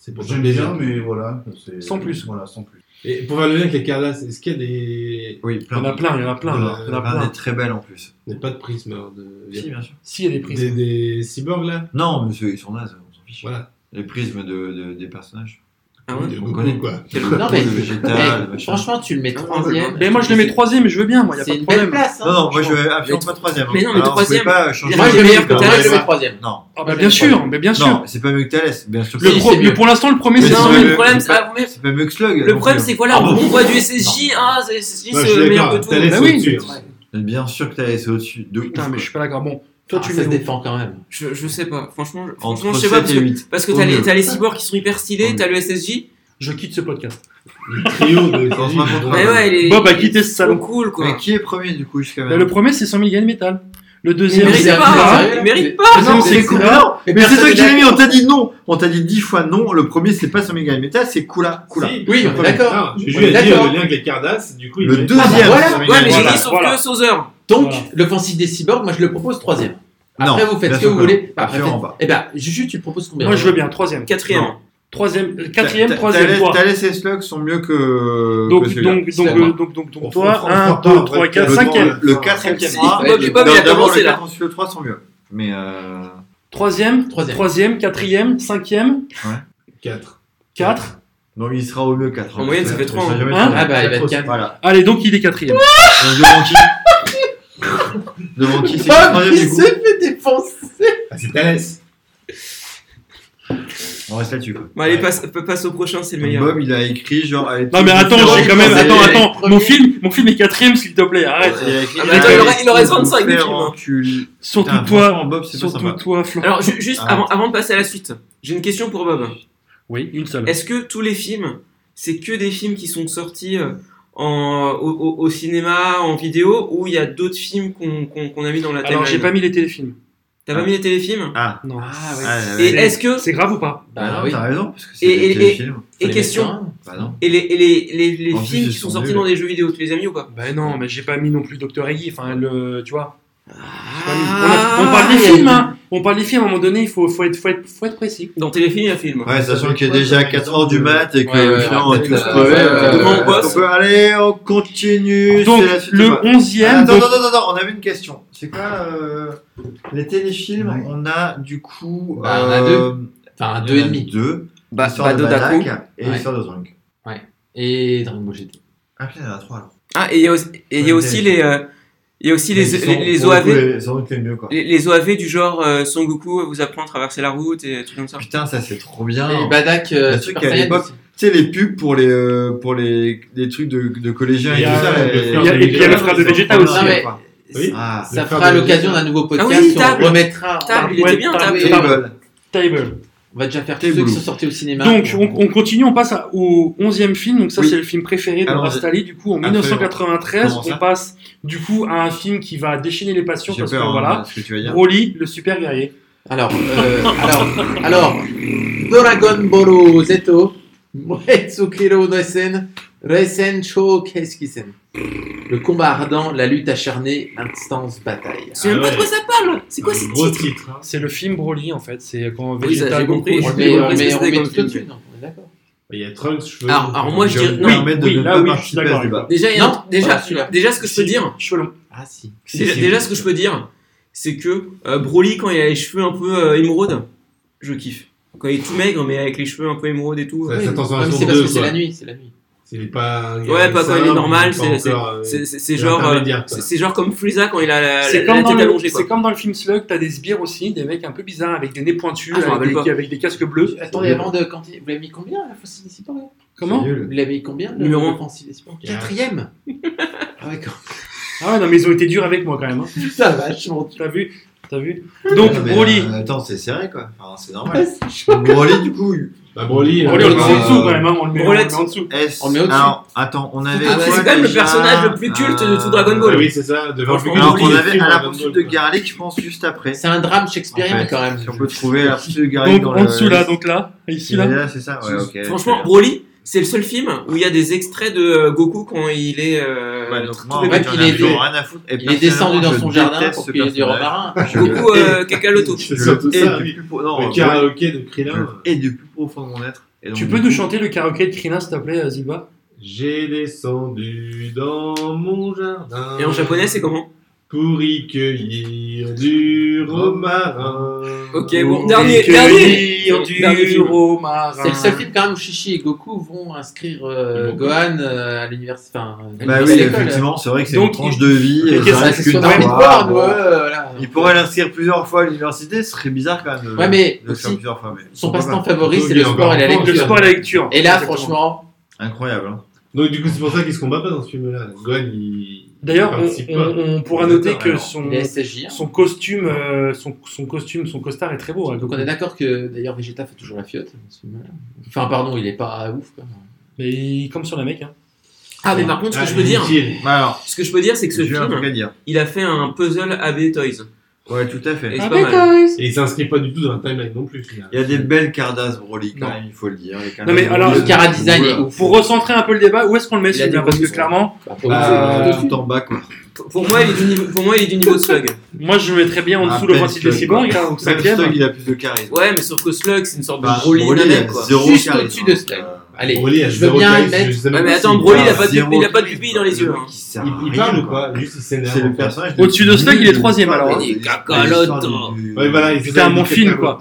[SPEAKER 6] c'est pour ça
[SPEAKER 9] J'aime
[SPEAKER 6] que
[SPEAKER 9] bien,
[SPEAKER 6] déjà.
[SPEAKER 9] mais voilà. c'est-
[SPEAKER 7] Sans plus.
[SPEAKER 9] Voilà, sans plus.
[SPEAKER 6] Et pour faire le lien avec les Cardas, est-ce qu'il y a des.
[SPEAKER 2] Oui,
[SPEAKER 7] Il y en a
[SPEAKER 2] plein.
[SPEAKER 7] plein, il y en a plein.
[SPEAKER 6] Voilà,
[SPEAKER 7] il y en a
[SPEAKER 2] Plein
[SPEAKER 7] plein.
[SPEAKER 2] est très belle en plus.
[SPEAKER 6] des pas de prisme alors, de...
[SPEAKER 2] Si, bien sûr.
[SPEAKER 7] Si, il y a des prises.
[SPEAKER 6] Des, des cyborgs là
[SPEAKER 2] Non, mais ceux, ils sont nazes, on s'en fiche.
[SPEAKER 6] Voilà.
[SPEAKER 2] Les prismes de, de- des personnages.
[SPEAKER 5] Ah
[SPEAKER 6] Oui,
[SPEAKER 5] ouais
[SPEAKER 6] de
[SPEAKER 2] on
[SPEAKER 6] beaucoup,
[SPEAKER 2] connaît.
[SPEAKER 6] quoi.
[SPEAKER 5] Quel-
[SPEAKER 8] Non, mais-
[SPEAKER 2] Le végétal,
[SPEAKER 8] Eh,
[SPEAKER 2] le machin.
[SPEAKER 8] Franchement, tu le mets troisième.
[SPEAKER 7] Mais Ben, moi, je le mets troisième, je veux bien, moi, il y a pas
[SPEAKER 8] C'est
[SPEAKER 7] de
[SPEAKER 8] une belle
[SPEAKER 7] problème.
[SPEAKER 8] place. hein.
[SPEAKER 2] Non, non, moi je vais absolument pas troisième. hein.
[SPEAKER 5] Mais non, mais
[SPEAKER 2] Alors, vous
[SPEAKER 5] troisième,
[SPEAKER 2] pouvez pas changer
[SPEAKER 8] Moi, je
[SPEAKER 2] de
[SPEAKER 8] le mets
[SPEAKER 2] truc, hein.
[SPEAKER 5] Moi,
[SPEAKER 8] moi, je le
[SPEAKER 5] troisième.
[SPEAKER 8] mets troisième.
[SPEAKER 2] Non,
[SPEAKER 7] Ah, bah, bien sûr, mais bien sûr.
[SPEAKER 2] non, c'est pas mieux que Thalès, bien sûr. que
[SPEAKER 7] Le
[SPEAKER 2] si.
[SPEAKER 7] pro-
[SPEAKER 8] c'est mieux.
[SPEAKER 7] pour l'instant, le premier,
[SPEAKER 2] Mais
[SPEAKER 5] Mais
[SPEAKER 7] c'est
[SPEAKER 5] non,
[SPEAKER 2] c'est
[SPEAKER 5] mais
[SPEAKER 7] celui-
[SPEAKER 5] le problème,
[SPEAKER 2] mais
[SPEAKER 5] c'est-
[SPEAKER 2] pas-
[SPEAKER 5] ah, mais-
[SPEAKER 2] c'est pas mieux que Slug.
[SPEAKER 5] le problème, c'est que voilà,
[SPEAKER 2] Ah bon
[SPEAKER 5] on voit du SSJ, ah, c'est- SSJ,
[SPEAKER 6] Ouais,
[SPEAKER 5] c'est
[SPEAKER 6] je suis
[SPEAKER 5] meilleur
[SPEAKER 6] d'accord,
[SPEAKER 5] que tout.
[SPEAKER 6] Thalès
[SPEAKER 7] Bah
[SPEAKER 6] au
[SPEAKER 7] oui.
[SPEAKER 6] dessus.
[SPEAKER 2] Mais Bien sûr que Thalès est au-dessus. De
[SPEAKER 7] Putain,
[SPEAKER 2] ouf,
[SPEAKER 7] mais je suis pas d'accord. Bon, toi,
[SPEAKER 8] Ah,
[SPEAKER 7] tu le
[SPEAKER 8] Ça se
[SPEAKER 7] mets où
[SPEAKER 8] défend quand même.
[SPEAKER 5] Je, je sais pas, franchement, je-
[SPEAKER 2] quoi.
[SPEAKER 5] franchement
[SPEAKER 2] Entre
[SPEAKER 5] je sais
[SPEAKER 2] 7
[SPEAKER 5] pas, parce
[SPEAKER 2] et
[SPEAKER 5] que,
[SPEAKER 2] 8.
[SPEAKER 5] parce que
[SPEAKER 2] Au
[SPEAKER 5] t'as
[SPEAKER 2] mieux.
[SPEAKER 5] les, t'as les cyborgs qui sont hyper
[SPEAKER 2] Au
[SPEAKER 5] stylés, t'as le SSJ.
[SPEAKER 7] Je quitte ce podcast.
[SPEAKER 6] Le trio de.
[SPEAKER 2] Quand on se
[SPEAKER 5] Mais ouais, les,
[SPEAKER 7] Bob a
[SPEAKER 5] les-
[SPEAKER 7] quitté ce
[SPEAKER 5] ils
[SPEAKER 7] salon.
[SPEAKER 5] sont cool
[SPEAKER 2] Mais
[SPEAKER 5] quoi.
[SPEAKER 2] qui est premier du coup jusqu'à
[SPEAKER 7] Bah,
[SPEAKER 2] maintenant
[SPEAKER 7] le premier, c'est 100 000 yens métal. Le
[SPEAKER 5] Il
[SPEAKER 7] deuxième,
[SPEAKER 5] mérite
[SPEAKER 8] Mais c'est
[SPEAKER 5] pas, hein.
[SPEAKER 8] un-
[SPEAKER 5] il mérite pas.
[SPEAKER 2] Ah
[SPEAKER 7] non,
[SPEAKER 2] non,
[SPEAKER 7] c'est
[SPEAKER 2] c'est
[SPEAKER 7] Kula.
[SPEAKER 2] Kula.
[SPEAKER 8] Mais
[SPEAKER 2] Mais c'est
[SPEAKER 8] personne
[SPEAKER 2] toi
[SPEAKER 8] n'est
[SPEAKER 2] qui l'as mis, on t'a dit non. On t'a dit 10 fois non. Le premier, c'est pas Sammy Metal, c'est Kula. Kula.
[SPEAKER 8] Oui, on est d'accord.
[SPEAKER 6] J'ai
[SPEAKER 8] On est
[SPEAKER 6] juste à dire
[SPEAKER 8] d'accord.
[SPEAKER 6] le lien avec les Cardas, du coup.
[SPEAKER 2] Le
[SPEAKER 6] mettent-
[SPEAKER 2] deuxième.
[SPEAKER 8] Ah, voilà.
[SPEAKER 2] Sammy
[SPEAKER 5] Ouais, mais j'ai
[SPEAKER 7] Voilà,
[SPEAKER 5] dit sauf
[SPEAKER 7] voilà.
[SPEAKER 5] que Sauzer.
[SPEAKER 8] Donc,
[SPEAKER 7] Voilà.
[SPEAKER 8] l'offensive des cyborgs, moi je le propose troisième.
[SPEAKER 2] Non,
[SPEAKER 8] Après, vous faites
[SPEAKER 2] bien
[SPEAKER 8] ce que
[SPEAKER 2] sûr
[SPEAKER 8] vous
[SPEAKER 2] que non.
[SPEAKER 8] voulez. Après,
[SPEAKER 2] Absolument
[SPEAKER 8] faites-
[SPEAKER 2] pas.
[SPEAKER 8] Eh ben, Juju, tu proposes combien
[SPEAKER 7] moi, je veux bien. Troisième.
[SPEAKER 5] Quatrième.
[SPEAKER 2] Non.
[SPEAKER 7] Troisième, euh, quatrième,
[SPEAKER 2] Tha- Tha-
[SPEAKER 7] troisième.
[SPEAKER 2] Thalès-
[SPEAKER 7] toi.
[SPEAKER 2] Thalès et Slug sont mieux que.
[SPEAKER 7] Donc-
[SPEAKER 2] que celui-là.
[SPEAKER 7] donc- donc,
[SPEAKER 2] C'est
[SPEAKER 7] euh,
[SPEAKER 2] moi.
[SPEAKER 7] donc- donc- donc,
[SPEAKER 2] On
[SPEAKER 7] toi,
[SPEAKER 2] fera- on
[SPEAKER 7] un,
[SPEAKER 2] fera
[SPEAKER 7] deux,
[SPEAKER 2] pas,
[SPEAKER 7] trois,
[SPEAKER 2] ouais,
[SPEAKER 7] quatre,
[SPEAKER 2] le-
[SPEAKER 7] cinquième.
[SPEAKER 2] Le 4 et le
[SPEAKER 7] Cinquième.
[SPEAKER 2] 3.
[SPEAKER 7] Ouais, Bobby Bob, il a commencé, là.
[SPEAKER 2] Le 4 ensuite le 3 sont mieux. Mais. euh,
[SPEAKER 7] Troisième, troisième, quatrième, cinquième,
[SPEAKER 2] Ouais.
[SPEAKER 6] 4.
[SPEAKER 7] 4.
[SPEAKER 2] Non, il sera au mieux 4.
[SPEAKER 7] En moyenne, ça fait trois, hein. Hein
[SPEAKER 2] Ah bah, il va être 4. Voilà.
[SPEAKER 7] Allez, donc il est quatrième.
[SPEAKER 2] Donc, devant qui Devant qui c'est le troisième du coup
[SPEAKER 8] fait défoncer
[SPEAKER 2] Ah, c'est Thalès. On reste là-dessus. quoi.
[SPEAKER 5] Bon, allez, passe, passe au prochain, c'est le meilleur.
[SPEAKER 2] Bob, il a écrit genre. allez,
[SPEAKER 7] Non mais
[SPEAKER 2] tous les
[SPEAKER 7] attends,
[SPEAKER 2] différents
[SPEAKER 7] j'ai quand même.
[SPEAKER 2] conseils.
[SPEAKER 7] Attends, attends. Mon film, mon film est quatrième, s'il te plaît. Arrête.
[SPEAKER 2] Il a écrit-
[SPEAKER 5] Ah, mais attends, il aurait- il aurait 25 des films, hein.
[SPEAKER 2] Enculé.
[SPEAKER 7] Surtout
[SPEAKER 2] Putain,
[SPEAKER 7] toi,
[SPEAKER 2] franchement, Bob, c'est pas
[SPEAKER 7] surtout
[SPEAKER 2] sympa.
[SPEAKER 7] toi, Florent.
[SPEAKER 5] Alors, ju- juste
[SPEAKER 7] Ah.
[SPEAKER 5] avant, avant de passer à la suite, j'ai une question pour Bob.
[SPEAKER 7] Oui, une seule.
[SPEAKER 5] Est-ce que tous les films, c'est que des films qui sont sortis euh, en, au, au- au cinéma, en vidéo, ou il y a d'autres films qu'on qu'on- qu'on a mis dans la
[SPEAKER 7] Alors j'ai
[SPEAKER 5] timeline
[SPEAKER 7] pas mis les téléfilms.
[SPEAKER 5] T'as pas mis les téléfilms
[SPEAKER 2] Ah.
[SPEAKER 7] Non. Ah,
[SPEAKER 5] ouais. Et est-ce que
[SPEAKER 7] c'est grave ou pas
[SPEAKER 2] Bah
[SPEAKER 8] Ah
[SPEAKER 2] non, t'as raison, parce que c'est
[SPEAKER 5] Et,
[SPEAKER 2] des
[SPEAKER 5] et, et,
[SPEAKER 2] téléfilms.
[SPEAKER 5] et
[SPEAKER 2] Faut les mettre
[SPEAKER 5] question.
[SPEAKER 2] un. Bah non.
[SPEAKER 5] Et les, et les, les, les
[SPEAKER 7] En plus,
[SPEAKER 5] films
[SPEAKER 7] ils
[SPEAKER 5] qui sont
[SPEAKER 7] sont
[SPEAKER 5] sortis
[SPEAKER 7] nuls.
[SPEAKER 5] dans des jeux vidéo, tu les as mis ou pas
[SPEAKER 7] Bah non, mais j'ai pas mis non plus Docteur Eggy. Enfin, le, tu vois. J'ai pas mis.
[SPEAKER 5] Ah.
[SPEAKER 7] on, a- on parle des films, hein. On parle des films. À un moment donné, il faut, faut être, faut être, faut être précis.
[SPEAKER 5] Dans téléfilm, il y a film.
[SPEAKER 2] Ouais, sachant qu'il est déjà à 4 heures du mat et que
[SPEAKER 5] Ouais, ouais,
[SPEAKER 2] finalement on
[SPEAKER 5] ouais,
[SPEAKER 2] est tous
[SPEAKER 5] ouais,
[SPEAKER 2] crevés.
[SPEAKER 5] ouais,
[SPEAKER 2] euh,
[SPEAKER 5] ouais, ouais.
[SPEAKER 2] est-ce qu'on peut aller, on continue.
[SPEAKER 7] Donc,
[SPEAKER 2] c'est la suite
[SPEAKER 7] le
[SPEAKER 2] ou pas Ah,
[SPEAKER 7] 11e,
[SPEAKER 2] Attends,
[SPEAKER 7] donc-
[SPEAKER 2] attends, attends, attends, on avait une question. C'est quoi euh, les téléfilms On a du coup.
[SPEAKER 8] Bah, on a
[SPEAKER 2] euh,
[SPEAKER 8] deux. Enfin,
[SPEAKER 2] on
[SPEAKER 8] deux et
[SPEAKER 2] a
[SPEAKER 8] demi.
[SPEAKER 2] Deux.
[SPEAKER 8] Ba-
[SPEAKER 2] L'histoire de
[SPEAKER 8] Bado Daku.
[SPEAKER 2] Balak et
[SPEAKER 8] Ouais.
[SPEAKER 2] l'histoire de Zang.
[SPEAKER 8] Ouais. Et Dragon Ball GT.
[SPEAKER 2] Ah, putain, il y en a trois alors.
[SPEAKER 5] Ah, et il y a aussi, et il y a aussi les. euh, Il y a aussi les,
[SPEAKER 2] Mais ils
[SPEAKER 5] les,
[SPEAKER 2] sont-
[SPEAKER 5] les
[SPEAKER 2] pour le
[SPEAKER 5] OAV.
[SPEAKER 2] coup, les- sans doute les mieux, quoi.
[SPEAKER 5] Les, les OAV du genre euh, Son Goku vous apprend à traverser la route et des trucs comme ça.
[SPEAKER 2] Putain, ça c'est trop bien.
[SPEAKER 8] Et Badak, euh,
[SPEAKER 2] Le truc
[SPEAKER 8] Super
[SPEAKER 2] qu'à
[SPEAKER 8] Saiyan
[SPEAKER 2] l'époque,
[SPEAKER 8] aussi.
[SPEAKER 2] tu sais, les pubs pour les, euh, pour les, les trucs de, de collégiens
[SPEAKER 7] Il
[SPEAKER 2] et
[SPEAKER 7] y
[SPEAKER 2] tout
[SPEAKER 7] a-
[SPEAKER 2] ça.
[SPEAKER 7] il y a- et puis il y a le frère de Vegeta aussi.
[SPEAKER 8] Non, mais-
[SPEAKER 2] Oui.
[SPEAKER 8] Ah,
[SPEAKER 2] Le
[SPEAKER 8] ça
[SPEAKER 2] frère
[SPEAKER 8] fera
[SPEAKER 2] de
[SPEAKER 8] l'occasion
[SPEAKER 2] Vegeta.
[SPEAKER 8] d'un nouveau podcast.
[SPEAKER 2] Ah oui,
[SPEAKER 8] on
[SPEAKER 2] Table.
[SPEAKER 8] remettra.
[SPEAKER 5] Table, il
[SPEAKER 7] était bien, Table.
[SPEAKER 2] Table.
[SPEAKER 7] Table.
[SPEAKER 8] On va déjà faire
[SPEAKER 7] Table.
[SPEAKER 8] ceux qui sont sortis au cinéma.
[SPEAKER 2] Ah,
[SPEAKER 7] Donc, on, on continue, on passe à- au 11e film. Donc, ça,
[SPEAKER 8] Oui.
[SPEAKER 7] c'est le film préféré de
[SPEAKER 8] Allons-y.
[SPEAKER 7] Rastali. Du coup, en
[SPEAKER 2] Absolument.
[SPEAKER 7] 1993,
[SPEAKER 2] Ah, Comment ça
[SPEAKER 7] on passe du coup à un film qui va déchaîner les passions.
[SPEAKER 2] J'ai
[SPEAKER 7] Parce que
[SPEAKER 2] peur, hein,
[SPEAKER 7] voilà,
[SPEAKER 2] ce que tu vas dire.
[SPEAKER 7] Broly, le super guerrier.
[SPEAKER 8] Alors, euh, alors, alors, Dragon Ball Zeto, Moetsukiro no Sen, Resen Sho Keskisen. Le combat ardent, la lutte acharnée, instance bataille.
[SPEAKER 5] C'est même pas de quoi ça parle C'est quoi ce titre
[SPEAKER 6] hein.
[SPEAKER 7] C'est le film Broly en fait. C'est quand
[SPEAKER 5] Oui, ça,
[SPEAKER 7] Vegeta
[SPEAKER 5] j'ai
[SPEAKER 7] Goku- euh,
[SPEAKER 5] compris.
[SPEAKER 7] on le
[SPEAKER 5] Mais-
[SPEAKER 7] met- met-
[SPEAKER 5] mais- mais-
[SPEAKER 7] met-
[SPEAKER 5] mais-
[SPEAKER 7] met-
[SPEAKER 5] tout de
[SPEAKER 8] suite, on est d'accord.
[SPEAKER 6] Il y a Trunks, cheveux.
[SPEAKER 5] Alors, alors moi je dirais. Non,
[SPEAKER 6] permettre de ne
[SPEAKER 7] là,
[SPEAKER 6] pas
[SPEAKER 7] oui,
[SPEAKER 6] participer
[SPEAKER 7] je suis
[SPEAKER 6] à ce
[SPEAKER 7] d'accord
[SPEAKER 6] débat.
[SPEAKER 7] avec toi.
[SPEAKER 5] Déjà, il y a-
[SPEAKER 7] Non,
[SPEAKER 5] déjà,
[SPEAKER 7] ah, celui-là.
[SPEAKER 5] déjà, ce que je peux dire.
[SPEAKER 8] Ah si.
[SPEAKER 5] Déjà, déjà, ce que je peux dire, c'est que euh, Broly, quand il a les cheveux un peu euh, émeraude, je kiffe. Quand il est tout maigre, mais avec les cheveux un peu émeraude et tout.
[SPEAKER 6] Ça,
[SPEAKER 5] ouais,
[SPEAKER 6] ça t'en sort
[SPEAKER 5] ouais,
[SPEAKER 6] un
[SPEAKER 5] mais
[SPEAKER 6] son
[SPEAKER 5] c'est parce
[SPEAKER 6] deux,
[SPEAKER 5] que c'est
[SPEAKER 6] quoi.
[SPEAKER 5] la nuit, c'est la nuit.
[SPEAKER 6] C'est pas. un
[SPEAKER 5] Ouais,
[SPEAKER 6] gars
[SPEAKER 5] pas quand il est
[SPEAKER 6] simple,
[SPEAKER 5] normal,
[SPEAKER 6] pas
[SPEAKER 5] c'est c'est-
[SPEAKER 6] encore, euh,
[SPEAKER 5] c'est- c'est- c'est genre, euh,
[SPEAKER 6] intermédiaire, quoi.
[SPEAKER 5] c'est c'est genre comme Frieza quand il a la, la-
[SPEAKER 7] C'est
[SPEAKER 5] la
[SPEAKER 7] comme, dans
[SPEAKER 5] tête
[SPEAKER 7] le-
[SPEAKER 5] allongée.
[SPEAKER 7] c'est
[SPEAKER 5] Quoi.
[SPEAKER 7] comme dans le film Slug, t'as des sbires aussi, des mecs un peu bizarres avec des nez pointus,
[SPEAKER 5] Ah, je m'en rappelle
[SPEAKER 7] avec,
[SPEAKER 5] pas.
[SPEAKER 7] des, avec des casques bleus.
[SPEAKER 8] Attendez, avant de. Quand il- vous l'avez mis combien la fausse discipline
[SPEAKER 7] Comment
[SPEAKER 8] Vous l'avez mis combien le
[SPEAKER 7] Numéro
[SPEAKER 8] le
[SPEAKER 7] un.
[SPEAKER 8] Fossile Discipline Quatrième Ah ouais, quand-
[SPEAKER 7] Ah ouais, non, mais ils ont été durs avec moi quand même. hein.
[SPEAKER 8] Putain, vachement.
[SPEAKER 7] T'as vu T'as vu Donc,
[SPEAKER 2] Non, mais,
[SPEAKER 7] Broly.
[SPEAKER 2] euh, attends, c'est serré quoi. Enfin, c'est normal. Broly, du coup. il-
[SPEAKER 6] Bah, Broly,
[SPEAKER 7] Broly, on le met en
[SPEAKER 2] euh,
[SPEAKER 7] dessous, quand même, hein, on le met- on le met en dessous.
[SPEAKER 2] S.
[SPEAKER 7] On le met au-dessus.
[SPEAKER 2] Alors, attends, on avait.
[SPEAKER 5] Ah, c'est
[SPEAKER 2] quoi
[SPEAKER 5] quand même le
[SPEAKER 2] déjà
[SPEAKER 5] personnage le plus culte de tout Dragon
[SPEAKER 7] Ah
[SPEAKER 5] Ball.
[SPEAKER 6] Ah
[SPEAKER 2] Euh,
[SPEAKER 5] Oui, c'est ça, de-
[SPEAKER 2] Franchement,
[SPEAKER 5] Dragon
[SPEAKER 2] Alors,
[SPEAKER 5] Ball,
[SPEAKER 2] on
[SPEAKER 5] il est
[SPEAKER 2] avait
[SPEAKER 5] culte,
[SPEAKER 2] à la
[SPEAKER 5] Dragon
[SPEAKER 2] poursuite de Garlic, je pense, juste après.
[SPEAKER 8] C'est un drame shakespearien quand même.
[SPEAKER 2] Si on peut trouver la poursuite de
[SPEAKER 7] Donc,
[SPEAKER 2] Garlic dans
[SPEAKER 7] en
[SPEAKER 2] le-
[SPEAKER 7] dessous, là, donc là, ici,
[SPEAKER 2] Il
[SPEAKER 7] là.
[SPEAKER 2] est Là, c'est ça, ouais, ok.
[SPEAKER 5] Franchement, Broly, c'est le seul film où il y a des extraits de euh, Goku quand il est. euh, tout
[SPEAKER 2] moi, en
[SPEAKER 5] bébé.
[SPEAKER 2] fait, j'en ai Ouais, il est- absolument rien à foutre. Et il est personnellement, descendu dans je son jardin déteste pour ce
[SPEAKER 8] cueillir du
[SPEAKER 2] personnage. romarin. Je
[SPEAKER 5] Goku
[SPEAKER 2] le
[SPEAKER 5] euh,
[SPEAKER 2] hais.
[SPEAKER 5] Kakaloto.
[SPEAKER 2] Je le hais du plus pro- non,
[SPEAKER 6] Le
[SPEAKER 5] hein.
[SPEAKER 2] ouais.
[SPEAKER 6] karaoké de Krillin.
[SPEAKER 2] Je le hais du plus profond de mon être. Et donc,
[SPEAKER 7] Tu
[SPEAKER 2] du
[SPEAKER 7] peux
[SPEAKER 2] coup,
[SPEAKER 7] nous chanter le karaoké de Krina, s'il te plaît, Ziba
[SPEAKER 6] J'ai descendu dans mon jardin.
[SPEAKER 5] Et en japonais, c'est comment
[SPEAKER 6] Pour y cueillir du romarin.
[SPEAKER 5] Ok, bon, dernier, dernier. Dernier film.
[SPEAKER 8] C'est le seul film quand même où Shishi et Goku vont inscrire euh, Gohan euh, à l'université.
[SPEAKER 2] Bah oui, effectivement, c'est vrai que c'est une tranche de vie.
[SPEAKER 8] Et
[SPEAKER 2] euh,
[SPEAKER 8] qu'est-ce
[SPEAKER 2] ça
[SPEAKER 8] que
[SPEAKER 2] reste
[SPEAKER 8] c'est
[SPEAKER 2] qu'une
[SPEAKER 8] sur
[SPEAKER 2] tranche.
[SPEAKER 8] Dragon
[SPEAKER 2] Ah,
[SPEAKER 8] Ball,
[SPEAKER 2] bon.
[SPEAKER 8] ouais, voilà.
[SPEAKER 2] Il pourrait l'inscrire plusieurs fois à l'université, ce serait bizarre quand même. de-
[SPEAKER 8] Ouais, mais
[SPEAKER 2] de le faire
[SPEAKER 8] aussi,
[SPEAKER 2] plusieurs fois, mais-
[SPEAKER 8] son
[SPEAKER 2] pourquoi
[SPEAKER 8] passe-temps
[SPEAKER 2] pas.
[SPEAKER 8] favori, c'est le sport et la lecture. Et là, franchement,
[SPEAKER 2] Incroyable. hein.
[SPEAKER 6] Donc, du coup, c'est pour ça qu'il se combat pas dans ce film-là. Gohan, il.
[SPEAKER 7] D'ailleurs,
[SPEAKER 6] il
[SPEAKER 7] on,
[SPEAKER 6] participe pas.
[SPEAKER 7] on- on pourra
[SPEAKER 6] Il est
[SPEAKER 7] noter
[SPEAKER 6] d'accord,
[SPEAKER 7] que
[SPEAKER 6] alors.
[SPEAKER 7] son,
[SPEAKER 8] il est SSJ, hein.
[SPEAKER 7] son costume, euh, son, son costume, son costard est très beau. hein,
[SPEAKER 8] donc
[SPEAKER 7] Goku.
[SPEAKER 8] on est d'accord que d'ailleurs Vegeta fait toujours la fiotte. hein, Enfin, pardon, il est pas ouf. Quoi.
[SPEAKER 7] Mais il comme sur la mec. Hein.
[SPEAKER 5] Ah, mais par contre, ce que
[SPEAKER 7] Ah,
[SPEAKER 5] je peux dire,
[SPEAKER 7] inutile.
[SPEAKER 2] Bah,
[SPEAKER 5] ce que je peux dire, c'est que ce
[SPEAKER 7] J'ai un
[SPEAKER 5] film,
[SPEAKER 7] truc à
[SPEAKER 5] il a fait un puzzle AB Toys.
[SPEAKER 2] Ouais, tout à fait.
[SPEAKER 5] Et c'est pas mal.
[SPEAKER 6] Et il s'inscrit pas du tout dans la timeline non plus.
[SPEAKER 2] Il y a des belles Cardas Broly quand même, il faut le dire. les Cardass
[SPEAKER 7] Non mais alors,
[SPEAKER 2] Broly, c'est
[SPEAKER 7] pour-
[SPEAKER 2] voilà. euh,
[SPEAKER 7] Pour recentrer un peu le débat, où est-ce qu'on le met celui-là Parce que clairement,
[SPEAKER 2] Bah, tout en bas quoi.
[SPEAKER 5] Pour moi, il est du niveau, pour moi, il est du niveau de Slug.
[SPEAKER 7] Moi, je mettrais bien
[SPEAKER 2] Ah,
[SPEAKER 7] en
[SPEAKER 2] ben,
[SPEAKER 7] dessous le principe des cyborgs, hein, au cinquième.
[SPEAKER 2] il a plus de charisme.
[SPEAKER 5] Ouais, mais sauf que Slug, c'est une sorte de
[SPEAKER 2] Bah,
[SPEAKER 5] Broly
[SPEAKER 2] Broly, il a
[SPEAKER 5] nanette, quoi.
[SPEAKER 2] zéro
[SPEAKER 5] Juste
[SPEAKER 2] charisme,
[SPEAKER 5] au-dessus de Slug. Allez,
[SPEAKER 6] Broly a
[SPEAKER 5] je veux
[SPEAKER 6] zéro
[SPEAKER 5] bien
[SPEAKER 6] charisme,
[SPEAKER 5] mettre.
[SPEAKER 6] justement,
[SPEAKER 5] Ouais, mais
[SPEAKER 6] c'est
[SPEAKER 5] attends,
[SPEAKER 6] une
[SPEAKER 5] Broly, il a
[SPEAKER 6] barre
[SPEAKER 5] pas de-
[SPEAKER 6] zéro
[SPEAKER 5] il a pas de pupille dans les yeux. hein.
[SPEAKER 6] Il, il parle ou quoi Juste il s'énerve.
[SPEAKER 2] C'est le personnage de-
[SPEAKER 7] Au-dessus de Slug, il est troisième
[SPEAKER 2] Parle
[SPEAKER 7] alors.
[SPEAKER 2] de-
[SPEAKER 5] Il est
[SPEAKER 2] de-
[SPEAKER 5] cacaloto.
[SPEAKER 2] l'histoire du- du-
[SPEAKER 6] Ouais, voilà, il
[SPEAKER 7] C'était un bon film quoi.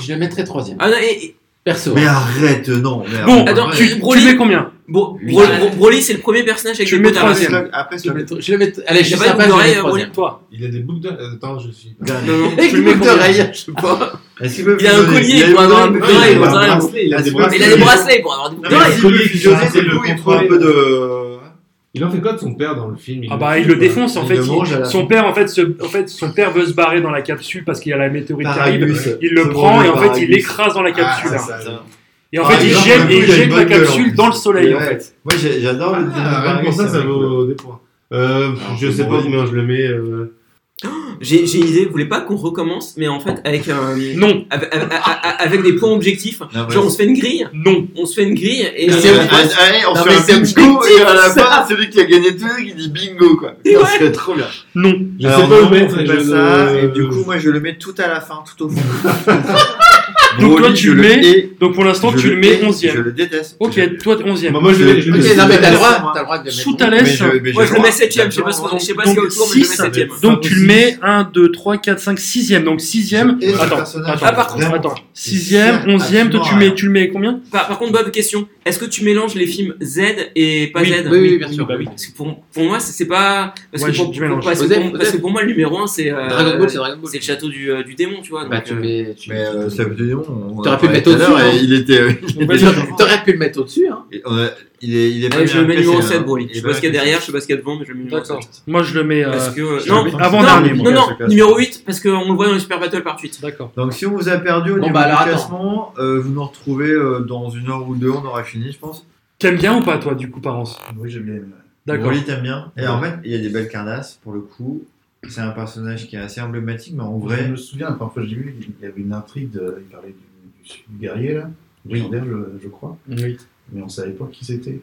[SPEAKER 8] Je le mettrais troisième.
[SPEAKER 5] Ah non, et- et-
[SPEAKER 8] Perso.
[SPEAKER 2] Mais euh, arrête, non. mais
[SPEAKER 7] Bon,
[SPEAKER 2] arrête.
[SPEAKER 5] attends,
[SPEAKER 7] Tu, tu
[SPEAKER 5] Broly-
[SPEAKER 7] mets combien
[SPEAKER 5] Bro- Bro- Bro- Broly, c'est le premier personnage avec
[SPEAKER 7] Tu
[SPEAKER 5] des
[SPEAKER 7] mets
[SPEAKER 5] potes à
[SPEAKER 7] troisième.
[SPEAKER 5] racines.
[SPEAKER 2] Slug, Après,
[SPEAKER 8] Je
[SPEAKER 2] Slug.
[SPEAKER 8] le mettrais- je le mettrais- Allez, je
[SPEAKER 5] Il
[SPEAKER 8] suis
[SPEAKER 5] a pas une
[SPEAKER 8] sympa, je le
[SPEAKER 5] boucle
[SPEAKER 8] mets
[SPEAKER 5] d'oreille,
[SPEAKER 8] troisième. Toi.
[SPEAKER 6] Il a des boucles d'oreilles. Attends, je suis.
[SPEAKER 5] Non, non.
[SPEAKER 8] Et
[SPEAKER 7] Tu le mets
[SPEAKER 8] une
[SPEAKER 7] combien
[SPEAKER 8] d'oreille, je sais pas.
[SPEAKER 2] Est-ce qu'il peut
[SPEAKER 5] Il a un
[SPEAKER 2] fusionner
[SPEAKER 5] collier,
[SPEAKER 2] Il a
[SPEAKER 5] il doit
[SPEAKER 2] une
[SPEAKER 5] avoir un
[SPEAKER 2] boucle
[SPEAKER 5] boucle d'oreille,
[SPEAKER 2] d'oreille,
[SPEAKER 5] il doit avoir un
[SPEAKER 2] bracelet, il a des
[SPEAKER 5] Mais il a des bracelets pour avoir des boucles
[SPEAKER 2] Non, mais
[SPEAKER 5] d'oreille.
[SPEAKER 2] s'il peut fusionner,
[SPEAKER 6] C'est
[SPEAKER 2] c'est
[SPEAKER 6] le
[SPEAKER 2] le coup, il prend
[SPEAKER 6] contrôle.
[SPEAKER 2] un peu de.
[SPEAKER 6] Il en fait quoi de son père dans le film Il
[SPEAKER 7] Ah
[SPEAKER 6] le
[SPEAKER 7] bah, il
[SPEAKER 6] fout,
[SPEAKER 7] le
[SPEAKER 6] quoi.
[SPEAKER 7] défonce en
[SPEAKER 2] Il
[SPEAKER 7] fait.
[SPEAKER 2] le
[SPEAKER 7] il-
[SPEAKER 2] mange à la
[SPEAKER 7] son
[SPEAKER 2] fin.
[SPEAKER 7] père en fait, se- en fait, son père veut se barrer dans la capsule parce qu'il y a la météorite qui arrive.
[SPEAKER 2] Paragus.
[SPEAKER 7] Il le
[SPEAKER 2] C'est
[SPEAKER 7] prend
[SPEAKER 2] bon,
[SPEAKER 7] et en
[SPEAKER 2] le
[SPEAKER 7] fait, il
[SPEAKER 2] Paragus.
[SPEAKER 7] l'écrase dans la
[SPEAKER 6] Ah,
[SPEAKER 7] capsule.
[SPEAKER 6] ça,
[SPEAKER 7] hein.
[SPEAKER 6] ça, ça.
[SPEAKER 7] Et en
[SPEAKER 2] Ah,
[SPEAKER 7] fait, il
[SPEAKER 2] il
[SPEAKER 7] jette,
[SPEAKER 2] marche
[SPEAKER 7] et
[SPEAKER 2] un coup, il
[SPEAKER 7] il
[SPEAKER 2] a
[SPEAKER 7] jette
[SPEAKER 2] une
[SPEAKER 7] la
[SPEAKER 2] bonne gueule, en
[SPEAKER 7] capsule
[SPEAKER 2] plus.
[SPEAKER 7] dans le soleil en
[SPEAKER 2] Ouais.
[SPEAKER 7] fait.
[SPEAKER 2] Moi, j'ai- j'adore le
[SPEAKER 6] Ah, rien que pour ça, ça vaut des points. Euh,
[SPEAKER 2] Alors,
[SPEAKER 6] je
[SPEAKER 2] c'est
[SPEAKER 6] sais
[SPEAKER 2] bon,
[SPEAKER 6] pas
[SPEAKER 2] oui.
[SPEAKER 6] combien je le mets. euh,
[SPEAKER 5] J'ai j'ai une idée, vous voulez pas qu'on recommence, mais en fait, avec un.
[SPEAKER 7] Non,
[SPEAKER 5] Avec, avec- avec des points objectifs.
[SPEAKER 2] Non, mais-
[SPEAKER 5] Genre, on se fait une grille,
[SPEAKER 7] non.
[SPEAKER 5] on se fait une grille et.
[SPEAKER 2] Et
[SPEAKER 5] et
[SPEAKER 2] c'est-
[SPEAKER 5] on-
[SPEAKER 2] ah, ah, eh, on
[SPEAKER 8] Non,
[SPEAKER 2] fait
[SPEAKER 8] mais
[SPEAKER 2] un
[SPEAKER 8] c'est
[SPEAKER 2] bingo
[SPEAKER 8] objectif,
[SPEAKER 2] et à la
[SPEAKER 8] ça.
[SPEAKER 2] fin, celui qui a gagné tout, il dit bingo quoi.
[SPEAKER 5] Et
[SPEAKER 2] Ça
[SPEAKER 5] ouais.
[SPEAKER 2] serait trop bien.
[SPEAKER 7] Non.
[SPEAKER 6] Je
[SPEAKER 2] Alors
[SPEAKER 6] sais pas
[SPEAKER 2] non,
[SPEAKER 6] où mettre.
[SPEAKER 2] on fait
[SPEAKER 6] je
[SPEAKER 2] pas ça,
[SPEAKER 6] ne-
[SPEAKER 2] et du coup, moi je le mets tout à la fin, tout au fond.
[SPEAKER 7] Donc toi,
[SPEAKER 2] Broly,
[SPEAKER 7] tu
[SPEAKER 2] je
[SPEAKER 7] le mets.
[SPEAKER 2] hais,
[SPEAKER 7] Donc pour l'instant,
[SPEAKER 2] je
[SPEAKER 7] tu le
[SPEAKER 2] hais,
[SPEAKER 7] mets
[SPEAKER 2] Je
[SPEAKER 7] 11ème.
[SPEAKER 2] le déteste.
[SPEAKER 7] Ok, toi 11ème.
[SPEAKER 6] Bah, Moi, je le- je
[SPEAKER 8] Ok,
[SPEAKER 6] le-
[SPEAKER 8] non, mais t'as le droit,
[SPEAKER 2] Moi,
[SPEAKER 8] t'as le droit de le mettre.
[SPEAKER 7] Sous ta
[SPEAKER 2] Mais
[SPEAKER 7] laisse.
[SPEAKER 2] je- mais
[SPEAKER 5] Moi, je le
[SPEAKER 2] crois-
[SPEAKER 5] mets 7ème, je sais pas ce qu'on- je sais pas ce qu'il y
[SPEAKER 7] Ah, Donc,
[SPEAKER 5] a autour, mais je le mets
[SPEAKER 7] six,
[SPEAKER 5] 7ème.
[SPEAKER 7] Donc tu le mets 1, 2, 3, 4, 5, 6ème. Donc 6ème.
[SPEAKER 2] Et ce
[SPEAKER 7] Attends,
[SPEAKER 2] personnage,
[SPEAKER 7] attends.
[SPEAKER 5] Ah, par contre,
[SPEAKER 2] vraiment,
[SPEAKER 7] Attends, 6ème,
[SPEAKER 2] Il sert
[SPEAKER 7] 11ème, toi tu
[SPEAKER 2] absolument à
[SPEAKER 7] mets,
[SPEAKER 2] rien.
[SPEAKER 7] tu le mets combien
[SPEAKER 5] Par, par contre, Bob, question. Est-ce que tu mélanges les films Z et pas
[SPEAKER 7] Oui,
[SPEAKER 5] Z
[SPEAKER 8] Oui, oui, bien sûr.
[SPEAKER 7] Bah oui.
[SPEAKER 5] Parce que pour, pour moi, c'est c'est pas. Parce,
[SPEAKER 7] Ouais,
[SPEAKER 5] que pour,
[SPEAKER 7] je- je mélange.
[SPEAKER 5] parce que
[SPEAKER 8] Osef,
[SPEAKER 5] pour- parce que
[SPEAKER 8] Osef.
[SPEAKER 5] pour moi, le numéro 1, c'est. euh,
[SPEAKER 8] Dragon Ball, c'est Dragon Ball.
[SPEAKER 5] c'est le château du, euh, du démon, tu vois.
[SPEAKER 8] Bah,
[SPEAKER 5] donc,
[SPEAKER 8] tu
[SPEAKER 5] euh,
[SPEAKER 8] mets. tu-
[SPEAKER 2] Mais euh, ça veut dire on.
[SPEAKER 8] T'aurais
[SPEAKER 2] on
[SPEAKER 8] pu le
[SPEAKER 2] a parlé tout
[SPEAKER 8] mettre
[SPEAKER 2] à l'heure,
[SPEAKER 8] au-dessus,
[SPEAKER 2] et
[SPEAKER 8] hein.
[SPEAKER 2] Il était. euh,
[SPEAKER 8] T'aurais- T'aurais pu le mettre au-dessus, hein.
[SPEAKER 2] il- on a- Il est, il est pas
[SPEAKER 5] Allez, je
[SPEAKER 2] bien
[SPEAKER 5] le mets
[SPEAKER 2] classé,
[SPEAKER 5] numéro
[SPEAKER 2] hein.
[SPEAKER 5] 7, Broly.
[SPEAKER 2] Il
[SPEAKER 5] Je sais
[SPEAKER 2] est
[SPEAKER 5] pas ce qu'il y a
[SPEAKER 2] classé.
[SPEAKER 5] derrière, je sais pas ce qu'il y a devant, mais je le mets numéro 7.
[SPEAKER 7] Moi je le mets. euh,
[SPEAKER 5] Parce que. euh,
[SPEAKER 2] je
[SPEAKER 5] non,
[SPEAKER 2] le mets
[SPEAKER 7] avant
[SPEAKER 5] non,
[SPEAKER 7] dernier,
[SPEAKER 5] non,
[SPEAKER 7] moi.
[SPEAKER 5] non, numéro 8, parce qu'on le voit dans le Super Battle par 8.
[SPEAKER 7] D'accord.
[SPEAKER 2] Donc si on vous a perdu au
[SPEAKER 8] Bon,
[SPEAKER 2] niveau
[SPEAKER 8] bah, alors,
[SPEAKER 2] du
[SPEAKER 8] attends.
[SPEAKER 2] classement, euh, vous nous retrouvez euh, dans une heure ou deux, on aura fini, je pense.
[SPEAKER 7] T'aimes bien ou pas toi du coup Parence
[SPEAKER 9] Oui, j'aime bien.
[SPEAKER 7] D'accord.
[SPEAKER 2] Broly t'aimes bien. Et en fait, il y a des belles carnasses pour le coup. C'est un personnage qui est assez emblématique, mais en
[SPEAKER 9] Je
[SPEAKER 2] vrai,
[SPEAKER 9] me souviens, la première fois que j'ai vu, il y avait une intrigue, de- il parlait du, du sud guerrier, là,
[SPEAKER 2] Oui.
[SPEAKER 9] légendaire, je, je crois,
[SPEAKER 7] Oui.
[SPEAKER 9] mais on savait pas qui c'était.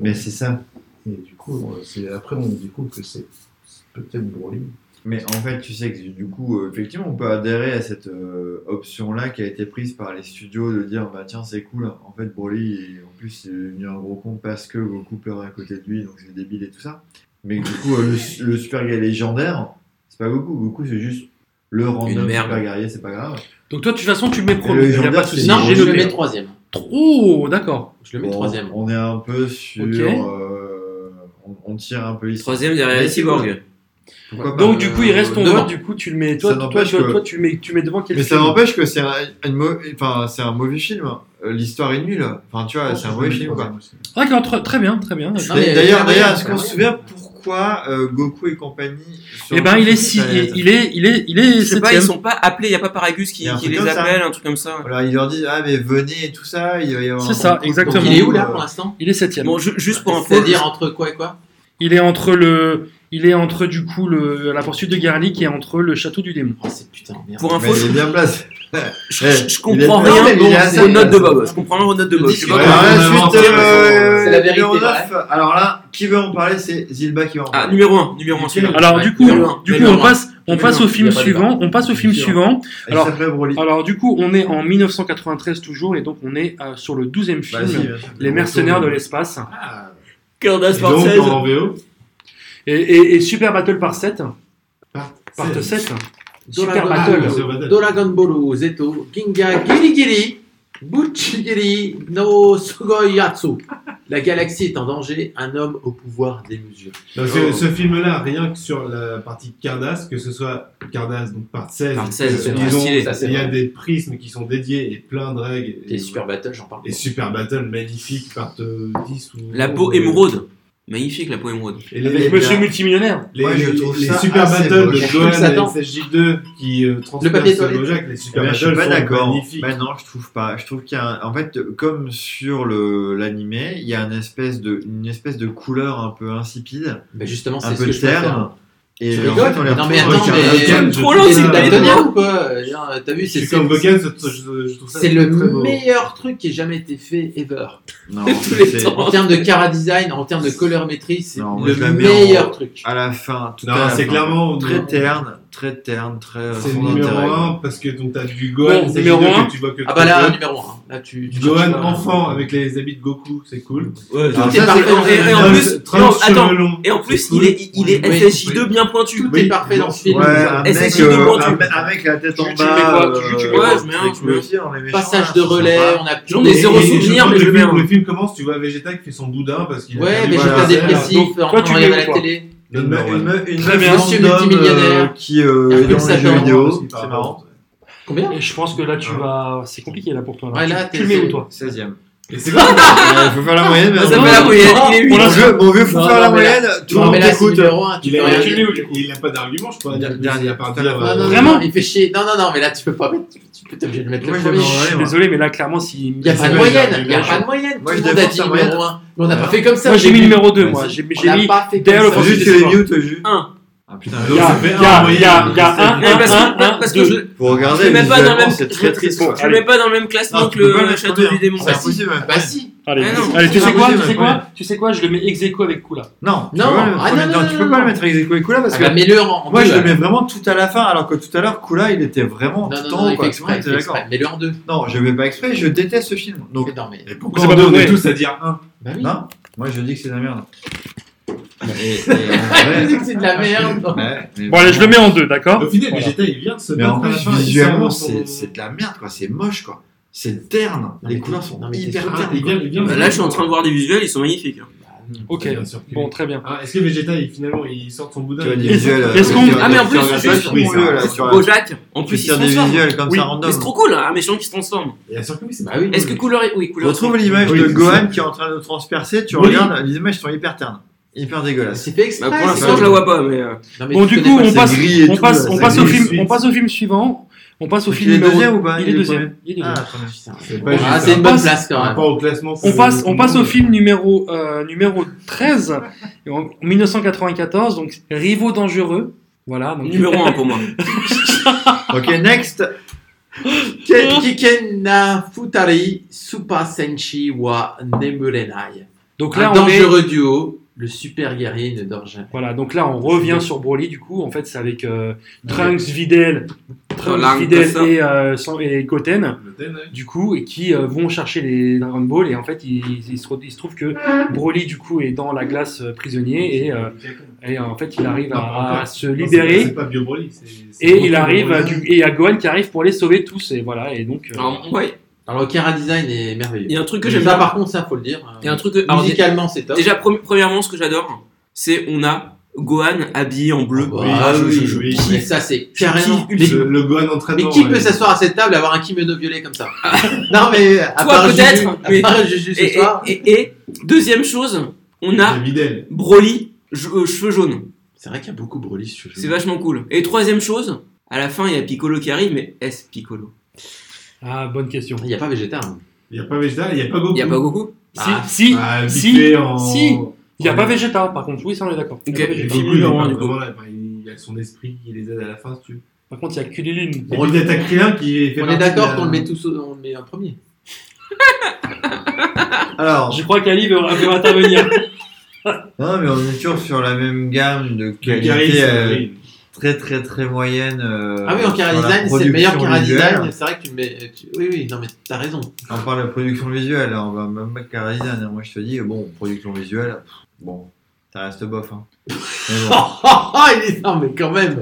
[SPEAKER 2] mais c'est ça.
[SPEAKER 9] Et du coup, on- c'est après on découvre que c'est c'est peut-être Broly.
[SPEAKER 2] Mais en fait, tu sais que du coup, euh, effectivement, on peut adhérer à cette euh, option-là qui a été prise par les studios de dire bah tiens, c'est cool. En fait, Broly, il- en plus, il est devenu un gros con parce que Goku pleurait à côté de lui, donc c'est débile et tout ça. Mais du coup, euh, le, le super guerrier légendaire, c'est pas Goku. Goku, c'est juste le random
[SPEAKER 5] merde.
[SPEAKER 2] super guerrier, c'est pas grave.
[SPEAKER 7] Donc toi de toute façon tu le mets
[SPEAKER 2] Le
[SPEAKER 7] premier. Il y a
[SPEAKER 2] légendaire,
[SPEAKER 7] pas de
[SPEAKER 2] c'est
[SPEAKER 7] souci.
[SPEAKER 8] Non,
[SPEAKER 7] J'ai
[SPEAKER 8] je le
[SPEAKER 7] noté.
[SPEAKER 8] mets troisième.
[SPEAKER 7] Oh d'accord.
[SPEAKER 8] Je le mets
[SPEAKER 2] Bon,
[SPEAKER 8] troisième.
[SPEAKER 2] On est un peu sur.
[SPEAKER 7] Ok.
[SPEAKER 2] euh, on, on tire un peu ici.
[SPEAKER 5] Troisième derrière
[SPEAKER 2] Mais
[SPEAKER 5] les
[SPEAKER 2] c'est cool.
[SPEAKER 5] cyborgs.
[SPEAKER 2] Pourquoi pas,
[SPEAKER 7] Donc du coup il reste ton
[SPEAKER 2] Ah bah, devant.
[SPEAKER 7] vote. Du coup tu le mets. Toi
[SPEAKER 2] Ça
[SPEAKER 7] toi toi,
[SPEAKER 2] n'empêche que-
[SPEAKER 7] toi, tu mets tu mets devant quel
[SPEAKER 2] Mais ça
[SPEAKER 7] film
[SPEAKER 2] n'empêche que c'est un, une mau- enfin, c'est un mauvais film. Euh, L'histoire est nulle. Enfin, tu vois, c'est un mauvais film, quoi.
[SPEAKER 7] D'accord. tr- Ah, Très bien très bien.
[SPEAKER 8] Non, mais- euh,
[SPEAKER 2] D'ailleurs,
[SPEAKER 8] mais-
[SPEAKER 2] d'ailleurs, est-ce qu'on se souvient pourquoi euh, Goku et compagnie sur
[SPEAKER 7] Eh ben il est si
[SPEAKER 2] sur Internet
[SPEAKER 7] il est il est il est
[SPEAKER 5] Je sais pas, ils
[SPEAKER 7] septième.
[SPEAKER 5] sont pas appelés, y a pas Paragus qui,
[SPEAKER 2] Y a un
[SPEAKER 5] qui
[SPEAKER 2] truc
[SPEAKER 5] les
[SPEAKER 2] comme ça.
[SPEAKER 5] appelle, un truc comme ça.
[SPEAKER 2] Voilà, ils leur disent ah mais venez et tout ça. Il va y avoir
[SPEAKER 7] C'est
[SPEAKER 2] un
[SPEAKER 7] ça,
[SPEAKER 2] rencontre.
[SPEAKER 7] exactement.
[SPEAKER 8] Donc il est où là pour l'instant
[SPEAKER 7] Il est septième.
[SPEAKER 5] Bon, ju- juste pour info.
[SPEAKER 8] C'est-à-dire entre quoi et quoi
[SPEAKER 7] Il est entre le il est entre du coup le la poursuite de Garlic et entre le château du démon.
[SPEAKER 8] Oh, c'est putain, merde.
[SPEAKER 5] Pour
[SPEAKER 2] Mais
[SPEAKER 5] info,
[SPEAKER 2] il est
[SPEAKER 5] je,
[SPEAKER 2] bien placé.
[SPEAKER 5] je- je- je comprends
[SPEAKER 2] Il est- non,
[SPEAKER 5] rien
[SPEAKER 2] mais il est assez-
[SPEAKER 5] aux notes de Bob. Je comprends rien aux notes de Bob. Je sais pas
[SPEAKER 2] Ouais,
[SPEAKER 5] comment-
[SPEAKER 2] ensuite, euh,
[SPEAKER 8] C'est la vérité,
[SPEAKER 2] numéro
[SPEAKER 8] ouais.
[SPEAKER 2] 9, Alors là, qui veut en parler C'est Zilba qui va en
[SPEAKER 5] Ah,
[SPEAKER 2] parler.
[SPEAKER 5] numéro 1, numéro 1, celui-là.
[SPEAKER 7] Alors
[SPEAKER 5] Ouais,
[SPEAKER 7] du coup
[SPEAKER 5] numéro un,
[SPEAKER 7] du coup
[SPEAKER 5] numéro
[SPEAKER 7] on
[SPEAKER 5] un.
[SPEAKER 7] passe on
[SPEAKER 5] Mais
[SPEAKER 7] passe
[SPEAKER 5] non,
[SPEAKER 7] au
[SPEAKER 2] y
[SPEAKER 7] film
[SPEAKER 2] a pas de
[SPEAKER 7] suivant. On passe au film
[SPEAKER 2] Sûr.
[SPEAKER 7] suivant.
[SPEAKER 2] Il
[SPEAKER 7] alors- ah,
[SPEAKER 2] s'appelait Broly.
[SPEAKER 7] Alors du coup, on est en 1993 toujours, et donc on est euh, sur le 12e film,
[SPEAKER 2] Vas-y, vas-y.
[SPEAKER 7] Les mercenaires de l'espace,
[SPEAKER 5] Cordas
[SPEAKER 6] Et donc,
[SPEAKER 5] Scorsese.
[SPEAKER 6] en VO
[SPEAKER 7] et, et- et Super Battle par 7,
[SPEAKER 6] Par-
[SPEAKER 7] part 7, Super
[SPEAKER 8] Dollar
[SPEAKER 7] Battle,
[SPEAKER 8] Dollar.
[SPEAKER 6] c'est vrai.
[SPEAKER 8] Dragon Ball Zeto, Ginga Girigiri, Buchigiri no Sugoyatsu. La galaxie est en danger, un homme au pouvoir démesuré.
[SPEAKER 6] Donc, ce, ce film-là, rien que sur la partie Cardass, que ce soit Cardass, donc part 16,
[SPEAKER 5] Part 16,
[SPEAKER 6] ils
[SPEAKER 8] c'est
[SPEAKER 6] ont-
[SPEAKER 5] stylé,
[SPEAKER 8] ça, c'est
[SPEAKER 6] il y a
[SPEAKER 8] vrai.
[SPEAKER 6] des prismes qui sont dédiés et plein de règles.
[SPEAKER 8] Et Super Battle, j'en parle.
[SPEAKER 6] et
[SPEAKER 8] pas.
[SPEAKER 6] Super Battle magnifique, part euh, 10 ou. euh,
[SPEAKER 5] La peau émeraude. Magnifique la peau émeraude.
[SPEAKER 6] Et les,
[SPEAKER 7] avec
[SPEAKER 6] les-
[SPEAKER 7] Monsieur Multimillionnaire.
[SPEAKER 6] les-
[SPEAKER 2] Moi, je
[SPEAKER 6] les-
[SPEAKER 2] trouve
[SPEAKER 6] les
[SPEAKER 2] ça
[SPEAKER 6] Super
[SPEAKER 2] assez
[SPEAKER 6] Battle de
[SPEAKER 2] moche.
[SPEAKER 6] Gohan
[SPEAKER 8] J'attends.
[SPEAKER 6] et SJ2 qui euh,
[SPEAKER 8] papier
[SPEAKER 6] transpercent
[SPEAKER 8] toilette.
[SPEAKER 6] Bojack, les
[SPEAKER 2] Eh
[SPEAKER 6] Super
[SPEAKER 2] ben,
[SPEAKER 6] Battle
[SPEAKER 2] je suis pas
[SPEAKER 6] sont
[SPEAKER 2] d'accord.
[SPEAKER 6] magnifiques.
[SPEAKER 2] Ben non, je trouve pas. Je trouve qu'il y a, un- en fait, comme sur le l'animé, il y a une espèce de une espèce de couleur un peu insipide,
[SPEAKER 8] Bah justement,
[SPEAKER 2] un
[SPEAKER 8] c'est ce
[SPEAKER 2] peu
[SPEAKER 8] que je préfère.
[SPEAKER 2] terne. Et
[SPEAKER 6] Tu
[SPEAKER 2] en
[SPEAKER 6] rigoles
[SPEAKER 2] fait, on les
[SPEAKER 6] Non,
[SPEAKER 2] retrouve
[SPEAKER 6] mais
[SPEAKER 2] avec
[SPEAKER 6] attends,
[SPEAKER 2] un
[SPEAKER 6] mais-
[SPEAKER 2] Vulcan,
[SPEAKER 6] mais
[SPEAKER 2] je
[SPEAKER 8] Ah
[SPEAKER 6] trop
[SPEAKER 2] trouve
[SPEAKER 6] long,
[SPEAKER 2] ça-
[SPEAKER 6] c'est
[SPEAKER 8] T'as étonnant ou quoi Genre, euh, T'as vu,
[SPEAKER 6] Je suis
[SPEAKER 8] c'est
[SPEAKER 6] comme Bogan,
[SPEAKER 8] c'est-
[SPEAKER 6] je- je- je trouve ça
[SPEAKER 8] c'est le
[SPEAKER 6] très beau.
[SPEAKER 8] meilleur truc qui ait jamais été fait ever.
[SPEAKER 2] Non,
[SPEAKER 8] Tous les
[SPEAKER 2] c'est-
[SPEAKER 8] temps. En termes de cara design, en termes de colorimétrie, c'est
[SPEAKER 2] Non, moi,
[SPEAKER 8] le
[SPEAKER 2] je la mets en- Ah,
[SPEAKER 8] meilleur truc.
[SPEAKER 2] À la fin, tout
[SPEAKER 6] Non,
[SPEAKER 2] à la
[SPEAKER 6] c'est
[SPEAKER 2] fin.
[SPEAKER 6] clairement-
[SPEAKER 2] très terne, très terne,
[SPEAKER 5] Euh,
[SPEAKER 2] très.
[SPEAKER 6] C'est le
[SPEAKER 2] sans
[SPEAKER 6] numéro
[SPEAKER 2] intérêt.
[SPEAKER 6] 1 parce que donc t'as du Gohan,
[SPEAKER 8] Bon,
[SPEAKER 6] c'est
[SPEAKER 8] numéro
[SPEAKER 6] Gideon
[SPEAKER 8] un.
[SPEAKER 6] que tu vois que
[SPEAKER 8] Ah bah là,
[SPEAKER 6] Gohan.
[SPEAKER 8] numéro un. Là, tu- tu cherches
[SPEAKER 6] Gohan
[SPEAKER 8] pas.
[SPEAKER 6] enfant avec les habits de Goku, c'est cool.
[SPEAKER 5] Ouais,
[SPEAKER 6] Alors
[SPEAKER 5] tout est
[SPEAKER 6] ça,
[SPEAKER 5] parfait.
[SPEAKER 6] c'est quand
[SPEAKER 5] Et- et en
[SPEAKER 6] même
[SPEAKER 5] plus-
[SPEAKER 6] trente
[SPEAKER 5] non, attends.
[SPEAKER 6] cheveux longs.
[SPEAKER 5] Et en plus,
[SPEAKER 6] C'est
[SPEAKER 5] il est, il est
[SPEAKER 8] Oui,
[SPEAKER 5] SSJ2 bien pointu.
[SPEAKER 8] Tout est parfait dans ce film.
[SPEAKER 2] Ouais, un mec,
[SPEAKER 5] SSJ2
[SPEAKER 2] euh,
[SPEAKER 5] pointu.
[SPEAKER 2] un me- un mec la tête en
[SPEAKER 5] Tu-
[SPEAKER 2] bas.
[SPEAKER 5] tu mets quoi Tu- tu mets quoi
[SPEAKER 2] euh,
[SPEAKER 5] Je mets un,
[SPEAKER 2] c'est
[SPEAKER 5] je mets un.
[SPEAKER 2] aussi dans les méchants,
[SPEAKER 8] Passage
[SPEAKER 2] là,
[SPEAKER 8] de
[SPEAKER 2] c'est
[SPEAKER 8] relais,
[SPEAKER 2] sympa.
[SPEAKER 8] on a plus
[SPEAKER 5] J'en ai
[SPEAKER 6] Et-
[SPEAKER 5] zéro
[SPEAKER 6] et
[SPEAKER 5] souvenir,
[SPEAKER 6] je
[SPEAKER 5] mais je
[SPEAKER 6] trouve
[SPEAKER 5] le mets
[SPEAKER 6] que
[SPEAKER 5] un.
[SPEAKER 6] Le film commence, tu vois Vegeta qui fait son boudin parce qu'il
[SPEAKER 8] Ouais, mais
[SPEAKER 2] Voilà,
[SPEAKER 8] j'étais
[SPEAKER 2] c'est-
[SPEAKER 8] dépressif, en
[SPEAKER 7] toi,
[SPEAKER 8] train de
[SPEAKER 7] tu
[SPEAKER 8] regarder
[SPEAKER 7] l'aimes,
[SPEAKER 8] la
[SPEAKER 7] quoi.
[SPEAKER 8] télé.
[SPEAKER 2] Une meuf, une meuf, une
[SPEAKER 7] Très
[SPEAKER 2] meuf
[SPEAKER 7] bien.
[SPEAKER 2] grande
[SPEAKER 8] Monsieur
[SPEAKER 2] dame,
[SPEAKER 8] multimillionnaire.
[SPEAKER 2] euh, qui euh,
[SPEAKER 8] Un
[SPEAKER 2] est
[SPEAKER 8] truc
[SPEAKER 2] dans les jeux
[SPEAKER 8] sapin.
[SPEAKER 2] vidéo, c'est marrant.
[SPEAKER 8] Combien
[SPEAKER 7] Et je pense que là, tu vas. C'est compliqué là pour toi. Là.
[SPEAKER 8] Ouais, là,
[SPEAKER 7] tu
[SPEAKER 8] t'es-
[SPEAKER 7] tu le mets où toi
[SPEAKER 2] 16ème.
[SPEAKER 6] Et c'est quoi
[SPEAKER 2] faut faire la moyenne. mais
[SPEAKER 5] Ça
[SPEAKER 2] non,
[SPEAKER 5] fait
[SPEAKER 2] non,
[SPEAKER 5] la
[SPEAKER 2] non.
[SPEAKER 5] moyenne, il est huit.
[SPEAKER 2] Mon vieux, mon vieux, faut
[SPEAKER 8] Non,
[SPEAKER 2] faire
[SPEAKER 8] non,
[SPEAKER 2] la
[SPEAKER 8] mais là-
[SPEAKER 2] moyenne. Tout le
[SPEAKER 8] Non, mais
[SPEAKER 2] monde
[SPEAKER 8] là, c'est
[SPEAKER 2] écoute.
[SPEAKER 8] numéro 1, tu
[SPEAKER 6] Il
[SPEAKER 8] peux
[SPEAKER 6] a,
[SPEAKER 8] rien
[SPEAKER 6] il,
[SPEAKER 8] dire.
[SPEAKER 6] il, a pas d'argument, je crois.
[SPEAKER 2] Dernier,
[SPEAKER 6] Il a
[SPEAKER 2] putain,
[SPEAKER 6] pas dire.
[SPEAKER 2] la
[SPEAKER 8] Non,
[SPEAKER 6] euh,
[SPEAKER 8] non,
[SPEAKER 7] Vraiment
[SPEAKER 8] non, il fait chier. Non, non, non, mais là, tu peux pas mettre. Tu peux t'obliger de mettre
[SPEAKER 2] Moi,
[SPEAKER 8] le
[SPEAKER 2] je l'ai mis
[SPEAKER 8] premier.
[SPEAKER 2] en
[SPEAKER 7] Je suis
[SPEAKER 2] Ouais, ouais.
[SPEAKER 7] désolé, mais là, clairement, s'il.
[SPEAKER 8] Il n'y a pas de
[SPEAKER 6] Ouais,
[SPEAKER 8] moyenne,
[SPEAKER 6] j'ai
[SPEAKER 8] il n'y a
[SPEAKER 6] raison.
[SPEAKER 8] pas de moyenne.
[SPEAKER 2] Moi,
[SPEAKER 8] Tout
[SPEAKER 2] je
[SPEAKER 8] le monde a
[SPEAKER 2] défends
[SPEAKER 8] dit
[SPEAKER 2] sa
[SPEAKER 8] numéro
[SPEAKER 2] moyenne.
[SPEAKER 8] 1. Mais on n'a
[SPEAKER 2] Ouais.
[SPEAKER 8] pas fait comme ça.
[SPEAKER 7] Moi, j'ai mis
[SPEAKER 8] le
[SPEAKER 7] numéro 2,
[SPEAKER 2] Ouais,
[SPEAKER 7] moi.
[SPEAKER 2] c'est-
[SPEAKER 7] J'ai
[SPEAKER 8] On
[SPEAKER 7] j'ai
[SPEAKER 8] l'a
[SPEAKER 7] mis.
[SPEAKER 8] pas fait
[SPEAKER 7] derrière
[SPEAKER 8] comme
[SPEAKER 7] le
[SPEAKER 8] ça.
[SPEAKER 2] Faut
[SPEAKER 7] Francis,
[SPEAKER 2] juste
[SPEAKER 7] c'est
[SPEAKER 2] que les
[SPEAKER 7] pas.
[SPEAKER 2] mutes, euh, ju-
[SPEAKER 5] Un.
[SPEAKER 2] Ah putain,
[SPEAKER 7] Il y a, il y a, il y a, il y a un,
[SPEAKER 5] Eh,
[SPEAKER 7] un,
[SPEAKER 5] parce
[SPEAKER 7] un,
[SPEAKER 5] que,
[SPEAKER 7] un,
[SPEAKER 5] parce que
[SPEAKER 7] Ah, deux.
[SPEAKER 5] je,
[SPEAKER 2] Pour regarder,
[SPEAKER 5] Je mets pas dans le
[SPEAKER 2] visuellement,
[SPEAKER 5] même-
[SPEAKER 2] c'est très triste.
[SPEAKER 7] Bon,
[SPEAKER 2] quoi.
[SPEAKER 5] je le mets pas dans le même classement
[SPEAKER 2] Non,
[SPEAKER 5] que
[SPEAKER 2] tu peux pas
[SPEAKER 5] le
[SPEAKER 2] mettre
[SPEAKER 5] château
[SPEAKER 2] premier,
[SPEAKER 5] du
[SPEAKER 2] hein.
[SPEAKER 5] démon.
[SPEAKER 2] C'est impossible, même.
[SPEAKER 8] Bah si.
[SPEAKER 7] Allez,
[SPEAKER 5] Ah non.
[SPEAKER 7] allez, tu sais quoi, tu sais
[SPEAKER 2] Impossible,
[SPEAKER 7] quoi, tu sais quoi, je le mets ex aequo avec Kula.
[SPEAKER 2] Non, tu
[SPEAKER 8] Non,
[SPEAKER 2] vois, le
[SPEAKER 8] ah,
[SPEAKER 2] premier-
[SPEAKER 8] non,
[SPEAKER 2] non,
[SPEAKER 8] non,
[SPEAKER 2] tu peux
[SPEAKER 8] non,
[SPEAKER 2] pas
[SPEAKER 8] non.
[SPEAKER 2] le mettre ex aequo et Kula parce
[SPEAKER 8] Ah
[SPEAKER 2] que
[SPEAKER 8] bah, mets-le en en
[SPEAKER 2] moi
[SPEAKER 8] deux,
[SPEAKER 2] je le
[SPEAKER 8] alors.
[SPEAKER 2] mets vraiment tout à la fin alors que tout à l'heure Kula il était vraiment
[SPEAKER 8] Non,
[SPEAKER 2] tout
[SPEAKER 8] non, non,
[SPEAKER 2] en
[SPEAKER 8] il
[SPEAKER 2] haut quoi.
[SPEAKER 8] fait exprès. il
[SPEAKER 2] T'es
[SPEAKER 8] fait
[SPEAKER 2] d'accord
[SPEAKER 8] exprès. Mets-le en deux.
[SPEAKER 2] Non, je vais pas exprès, je déteste ce film. Donc
[SPEAKER 8] Mais non, mais.
[SPEAKER 6] Et
[SPEAKER 7] C'est
[SPEAKER 6] pourquoi
[SPEAKER 7] pas
[SPEAKER 6] on
[SPEAKER 7] vrai.
[SPEAKER 6] est tous à dire un
[SPEAKER 8] Bah oui.
[SPEAKER 2] non, moi je dis que c'est de la merde. Et- et Ah, en vrai-
[SPEAKER 8] C'est que c'est de la merde.
[SPEAKER 2] Ouais, mais
[SPEAKER 7] Bon, allez, je le mets en deux, d'accord
[SPEAKER 6] Au final,
[SPEAKER 7] Voilà.
[SPEAKER 6] Vegeta, il vient de se
[SPEAKER 2] Mais en
[SPEAKER 6] battre à la
[SPEAKER 2] plus,
[SPEAKER 6] fin. il
[SPEAKER 2] visuellement,
[SPEAKER 6] sort son-
[SPEAKER 2] c'est c'est de la merde, quoi. C'est moche, quoi. C'est terne.
[SPEAKER 8] Non,
[SPEAKER 2] Les
[SPEAKER 8] mais
[SPEAKER 2] couleurs
[SPEAKER 8] t'es-
[SPEAKER 2] sont
[SPEAKER 8] non, mais t'es
[SPEAKER 2] hyper
[SPEAKER 8] sûr.
[SPEAKER 6] Ah,
[SPEAKER 2] ternes.
[SPEAKER 6] il
[SPEAKER 2] quoi.
[SPEAKER 6] vient, il vient.
[SPEAKER 5] Bah Là, je suis en train de voir des visuels, ils sont magnifiques. hein.
[SPEAKER 7] Ok,
[SPEAKER 6] Bien sûr qu'il
[SPEAKER 7] bon,
[SPEAKER 6] est.
[SPEAKER 7] très bien.
[SPEAKER 6] Ah, Est-ce que Vegeta, il- finalement, il sort son boudin
[SPEAKER 2] Tu vois,
[SPEAKER 6] il-
[SPEAKER 2] des visuels. euh,
[SPEAKER 7] Est-ce qu'on-
[SPEAKER 2] sur-
[SPEAKER 5] Ah, mais en plus,
[SPEAKER 2] sur la
[SPEAKER 5] c'est-
[SPEAKER 2] page,
[SPEAKER 5] c'est-
[SPEAKER 2] sur mon lieu, là, sur la-
[SPEAKER 5] Bojack, en
[SPEAKER 2] tu
[SPEAKER 5] plus, il se
[SPEAKER 2] tires des
[SPEAKER 5] transforme.
[SPEAKER 2] visuels comme
[SPEAKER 7] Oui.
[SPEAKER 2] ça random.
[SPEAKER 5] C'est trop cool, hein, un méchant qui se transforme.
[SPEAKER 6] Bien sûr que oui, c'est
[SPEAKER 8] Bah oui.
[SPEAKER 5] Est-ce que couleur est. Oui,
[SPEAKER 2] Je
[SPEAKER 5] couleur
[SPEAKER 2] retrouve l'image
[SPEAKER 6] Oui,
[SPEAKER 2] de
[SPEAKER 6] c'est
[SPEAKER 2] Gohan qui est en train de transpercer. Tu
[SPEAKER 6] Oui.
[SPEAKER 2] regardes, les images sont hyper ternes. Hyper dégueulasses.
[SPEAKER 8] C'est fait
[SPEAKER 5] Bah,
[SPEAKER 8] exprès.
[SPEAKER 2] Ah,
[SPEAKER 5] pour
[SPEAKER 8] c'est
[SPEAKER 5] l'instant,
[SPEAKER 8] comme-
[SPEAKER 5] je la vois pas, mais. euh,
[SPEAKER 8] Non, mais
[SPEAKER 7] Bon,
[SPEAKER 8] tu
[SPEAKER 7] du
[SPEAKER 8] connais
[SPEAKER 7] coup,
[SPEAKER 8] pas
[SPEAKER 7] on
[SPEAKER 8] le-
[SPEAKER 7] passe,
[SPEAKER 2] gris et
[SPEAKER 7] on
[SPEAKER 2] tout,
[SPEAKER 7] passe,
[SPEAKER 2] là,
[SPEAKER 7] on
[SPEAKER 2] c'est
[SPEAKER 7] passe au
[SPEAKER 6] gris.
[SPEAKER 7] film, on passe au film suivant. On passe au
[SPEAKER 2] Donc,
[SPEAKER 7] film
[SPEAKER 2] il est
[SPEAKER 7] numéro-
[SPEAKER 2] deuxième ou pas
[SPEAKER 7] Il est
[SPEAKER 2] Il est
[SPEAKER 7] deuxième. Il est
[SPEAKER 2] Ah,
[SPEAKER 7] deuxième.
[SPEAKER 2] attends, putain.
[SPEAKER 6] C'est pas
[SPEAKER 8] Ah,
[SPEAKER 6] juste
[SPEAKER 8] c'est
[SPEAKER 6] ça.
[SPEAKER 8] une bonne place quand
[SPEAKER 6] Par
[SPEAKER 8] même.
[SPEAKER 6] rapport au classement.
[SPEAKER 7] On
[SPEAKER 6] c'est-
[SPEAKER 7] passe, on passe au film numéro, euh, numéro 13, en 1994, donc Rivaux dangereux. Voilà. Donc,
[SPEAKER 5] Numéro 1 pour moi.
[SPEAKER 2] Ok, next.
[SPEAKER 8] Ken-
[SPEAKER 5] Mm.
[SPEAKER 8] Kiken na futari supa senshi wa nemurenai.
[SPEAKER 7] Donc là,
[SPEAKER 2] Ah,
[SPEAKER 8] Un
[SPEAKER 7] on est,
[SPEAKER 8] dangereux duo, le super guerrier ne dort jamais.
[SPEAKER 7] voilà. Donc là, on revient sur Broly. Du coup, en fait, c'est avec euh, Trunks, Videl, Trunks,
[SPEAKER 5] Trunks,
[SPEAKER 7] Videl
[SPEAKER 5] ça.
[SPEAKER 7] et, euh, San- et Goten.
[SPEAKER 6] Le thème, hein. ouais.
[SPEAKER 7] Du coup, et qui euh, vont chercher les Dragon Ball. Et en fait, il, il se, re- il se trouve que Broly, du coup, est dans la glace euh, prisonnier et, euh, et euh, en fait, il arrive
[SPEAKER 6] Non, pas
[SPEAKER 7] à, à
[SPEAKER 6] encore.
[SPEAKER 7] se
[SPEAKER 6] Non, c'est-
[SPEAKER 7] libérer.
[SPEAKER 6] C'est pas Bio Broly, c'est- c'est
[SPEAKER 7] Et il
[SPEAKER 6] Broly.
[SPEAKER 7] arrive, à du- et il y a Gohan qui arrive pour les sauver tous, et voilà, et donc... euh,
[SPEAKER 5] Alors, ouais,
[SPEAKER 8] Alors, le Kara Design est merveilleux.
[SPEAKER 5] il y a un truc que j'aime
[SPEAKER 8] Ça,
[SPEAKER 5] bien.
[SPEAKER 8] par contre, ça, faut le dire. euh,
[SPEAKER 5] Il y a un truc que. alors,
[SPEAKER 8] Musicalement, c'est top.
[SPEAKER 5] Déjà, premi- premièrement, ce que j'adore, c'est on a Gohan habillé en bleu.
[SPEAKER 8] Ah, bah,
[SPEAKER 6] Oui,
[SPEAKER 8] oui,
[SPEAKER 6] je- je-
[SPEAKER 8] oui.
[SPEAKER 6] je-
[SPEAKER 8] Mais ça, c'est
[SPEAKER 5] je-
[SPEAKER 8] carrément.
[SPEAKER 5] je-
[SPEAKER 8] Mais,
[SPEAKER 6] Le, le Gohan entraînant. euh,
[SPEAKER 8] mais qui peut
[SPEAKER 6] ouais.
[SPEAKER 8] s'asseoir à cette table et avoir un kimono violet comme ça Non, mais à
[SPEAKER 5] Toi,
[SPEAKER 8] part
[SPEAKER 5] peut-être,
[SPEAKER 8] Juju-
[SPEAKER 5] mais-
[SPEAKER 8] à part Juju ce
[SPEAKER 5] Et,
[SPEAKER 8] soir,
[SPEAKER 5] et- et- et deuxième chose, on a
[SPEAKER 6] C'est Videl.
[SPEAKER 5] Broly je- euh, cheveux jaunes.
[SPEAKER 8] c'est vrai qu'il y a beaucoup Broly. sur ce jeu.
[SPEAKER 5] C'est vachement cool. Et troisième chose, à la fin, il y a Piccolo qui arrive, mais est-ce Piccolo
[SPEAKER 7] Ah, bonne question.
[SPEAKER 8] Il n'y a pas Vegeta. hein.
[SPEAKER 6] Il n'y a pas Vegeta, il n'y a pas Goku.
[SPEAKER 5] Il y a pas Goku
[SPEAKER 8] Ah,
[SPEAKER 7] si,
[SPEAKER 6] Ah, vite
[SPEAKER 7] si,
[SPEAKER 6] fait en-
[SPEAKER 7] si. il n'y a
[SPEAKER 6] en-
[SPEAKER 7] pas Vegeta, par contre, oui, ça on est d'accord. Il y a
[SPEAKER 5] Ok.
[SPEAKER 7] pas
[SPEAKER 6] Et
[SPEAKER 7] Vegeta.
[SPEAKER 6] Goku, il est
[SPEAKER 5] Numéro un,
[SPEAKER 6] pas
[SPEAKER 5] du coup.
[SPEAKER 6] vraiment là, enfin, il y a son esprit qui les aide à la fin, si tu veux.
[SPEAKER 7] Par contre, il y a que les lunes.
[SPEAKER 6] Et puis t'as Krillin qui fait
[SPEAKER 8] On est
[SPEAKER 6] partie
[SPEAKER 8] d'accord
[SPEAKER 6] de la-
[SPEAKER 8] qu'on le met tous, au- on le met en premier.
[SPEAKER 2] Alors,
[SPEAKER 7] Je crois qu'Ali veut, veut intervenir.
[SPEAKER 2] non, mais on est toujours sur la même gamme de
[SPEAKER 6] Qui arrive,
[SPEAKER 2] qualité
[SPEAKER 6] c'est
[SPEAKER 2] euh,
[SPEAKER 6] Krillin.
[SPEAKER 2] très très très moyenne. euh,
[SPEAKER 8] ah oui, en Kara
[SPEAKER 2] sur la
[SPEAKER 8] Design, c'est le meilleur
[SPEAKER 2] production
[SPEAKER 8] Kara
[SPEAKER 2] visuelle.
[SPEAKER 8] Design. C'est vrai que tu le mets. tu- Oui, oui, non, mais t'as raison.
[SPEAKER 2] On parle de production visuelle, on va même pas Kara Design. hein. Moi je te dis, bon, production visuelle, pff, bon, ça reste bof. Hein. Mais bon.
[SPEAKER 8] Oh, oh, oh, il est- non, mais quand même.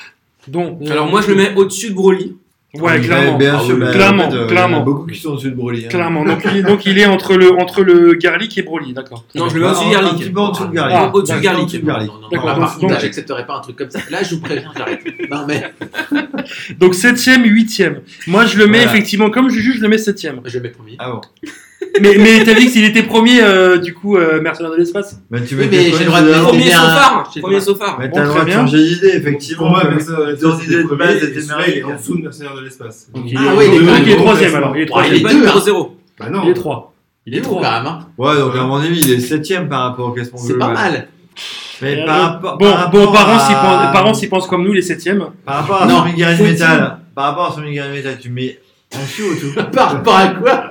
[SPEAKER 7] Donc, on-
[SPEAKER 5] Alors moi, je le mets au-dessus de Broly.
[SPEAKER 7] Ouais,
[SPEAKER 2] Mais
[SPEAKER 7] clairement.
[SPEAKER 2] bien
[SPEAKER 7] Ah
[SPEAKER 2] sûr,
[SPEAKER 7] oui.
[SPEAKER 2] mais
[SPEAKER 7] Clairement,
[SPEAKER 2] en fait, euh, Il y
[SPEAKER 7] clairement.
[SPEAKER 2] en a beaucoup qui sont au-dessus de Broly. hein.
[SPEAKER 7] Clairement. Donc, il, donc, il est entre le, entre le Garlic et Broly, d'accord.
[SPEAKER 5] Non, je le mets
[SPEAKER 2] Ah,
[SPEAKER 5] au-dessus de
[SPEAKER 2] un- Un
[SPEAKER 5] Garlic.
[SPEAKER 2] petit peu en dessous de Garlic.
[SPEAKER 7] Ah,
[SPEAKER 5] Au-dessus de
[SPEAKER 2] d'accord.
[SPEAKER 5] Garlic.
[SPEAKER 2] Garlic.
[SPEAKER 8] Non, non, non,
[SPEAKER 7] D'accord,
[SPEAKER 8] là,
[SPEAKER 7] donc-
[SPEAKER 8] par contre,
[SPEAKER 7] donc-
[SPEAKER 8] j'accepterai pas un truc comme ça. Là, je vous préviens, j'arrête. Non, mais
[SPEAKER 7] Donc, septième, huitième. Moi, je le mets
[SPEAKER 2] Voilà.
[SPEAKER 7] effectivement, comme Juju, je le mets septième.
[SPEAKER 8] je le mets premier.
[SPEAKER 2] Ah bon
[SPEAKER 7] Mais, mais t'as dit que s'il était premier, euh, du coup, euh, mercenaire de l'espace
[SPEAKER 2] Mais tu
[SPEAKER 8] Oui,
[SPEAKER 2] mets
[SPEAKER 8] mais
[SPEAKER 2] tes
[SPEAKER 8] j'ai
[SPEAKER 2] points
[SPEAKER 8] le droit de
[SPEAKER 2] dedans.
[SPEAKER 8] mettre-
[SPEAKER 5] Premier
[SPEAKER 8] bien,
[SPEAKER 5] saufard.
[SPEAKER 8] je sais
[SPEAKER 5] Premier
[SPEAKER 8] pas.
[SPEAKER 5] saufard.
[SPEAKER 2] Mais
[SPEAKER 7] Bon,
[SPEAKER 2] t'as le droit
[SPEAKER 7] très
[SPEAKER 2] de
[SPEAKER 7] bien.
[SPEAKER 2] changer d'idée,
[SPEAKER 6] Pour
[SPEAKER 2] effectivement.
[SPEAKER 6] moi,
[SPEAKER 2] mais-
[SPEAKER 6] Mercenaire de l'espace,
[SPEAKER 2] Dans
[SPEAKER 6] c'est
[SPEAKER 2] l'idée de
[SPEAKER 6] le
[SPEAKER 2] base,
[SPEAKER 6] premier,
[SPEAKER 2] était
[SPEAKER 6] et celui-là,
[SPEAKER 2] merveilleux.
[SPEAKER 6] il est en dessous de Mercenaire de l'espace.
[SPEAKER 7] Donc,
[SPEAKER 8] Ah ouais, il est
[SPEAKER 7] donc,
[SPEAKER 8] quand même
[SPEAKER 7] il est
[SPEAKER 8] bon
[SPEAKER 7] troisième,
[SPEAKER 6] classement.
[SPEAKER 7] alors. Il est
[SPEAKER 8] Ouais,
[SPEAKER 5] Il est
[SPEAKER 7] troisième.
[SPEAKER 8] deux, hein.
[SPEAKER 5] 2-0.
[SPEAKER 6] Bah non.
[SPEAKER 7] Il est trois.
[SPEAKER 8] Il est
[SPEAKER 7] trop.
[SPEAKER 8] trop quand même. hein.
[SPEAKER 2] Ouais, donc à mon avis, il est septième par rapport au classement
[SPEAKER 8] C'est
[SPEAKER 2] global.
[SPEAKER 8] pas mal.
[SPEAKER 2] Mais
[SPEAKER 7] Et
[SPEAKER 2] par
[SPEAKER 7] alors,
[SPEAKER 2] rapport-
[SPEAKER 7] bon,
[SPEAKER 2] Ah, par
[SPEAKER 7] bon,
[SPEAKER 2] rapport
[SPEAKER 7] parents, s'y
[SPEAKER 2] à-
[SPEAKER 7] pensent, parents s'y pensent comme nous, les septièmes.
[SPEAKER 2] Par rapport à
[SPEAKER 7] Non,
[SPEAKER 2] Sonic Garage
[SPEAKER 7] faut-il-
[SPEAKER 2] Metal, par rapport à Sonic Garage Metal, tu mets un chou au tout.
[SPEAKER 8] Par rapport à quoi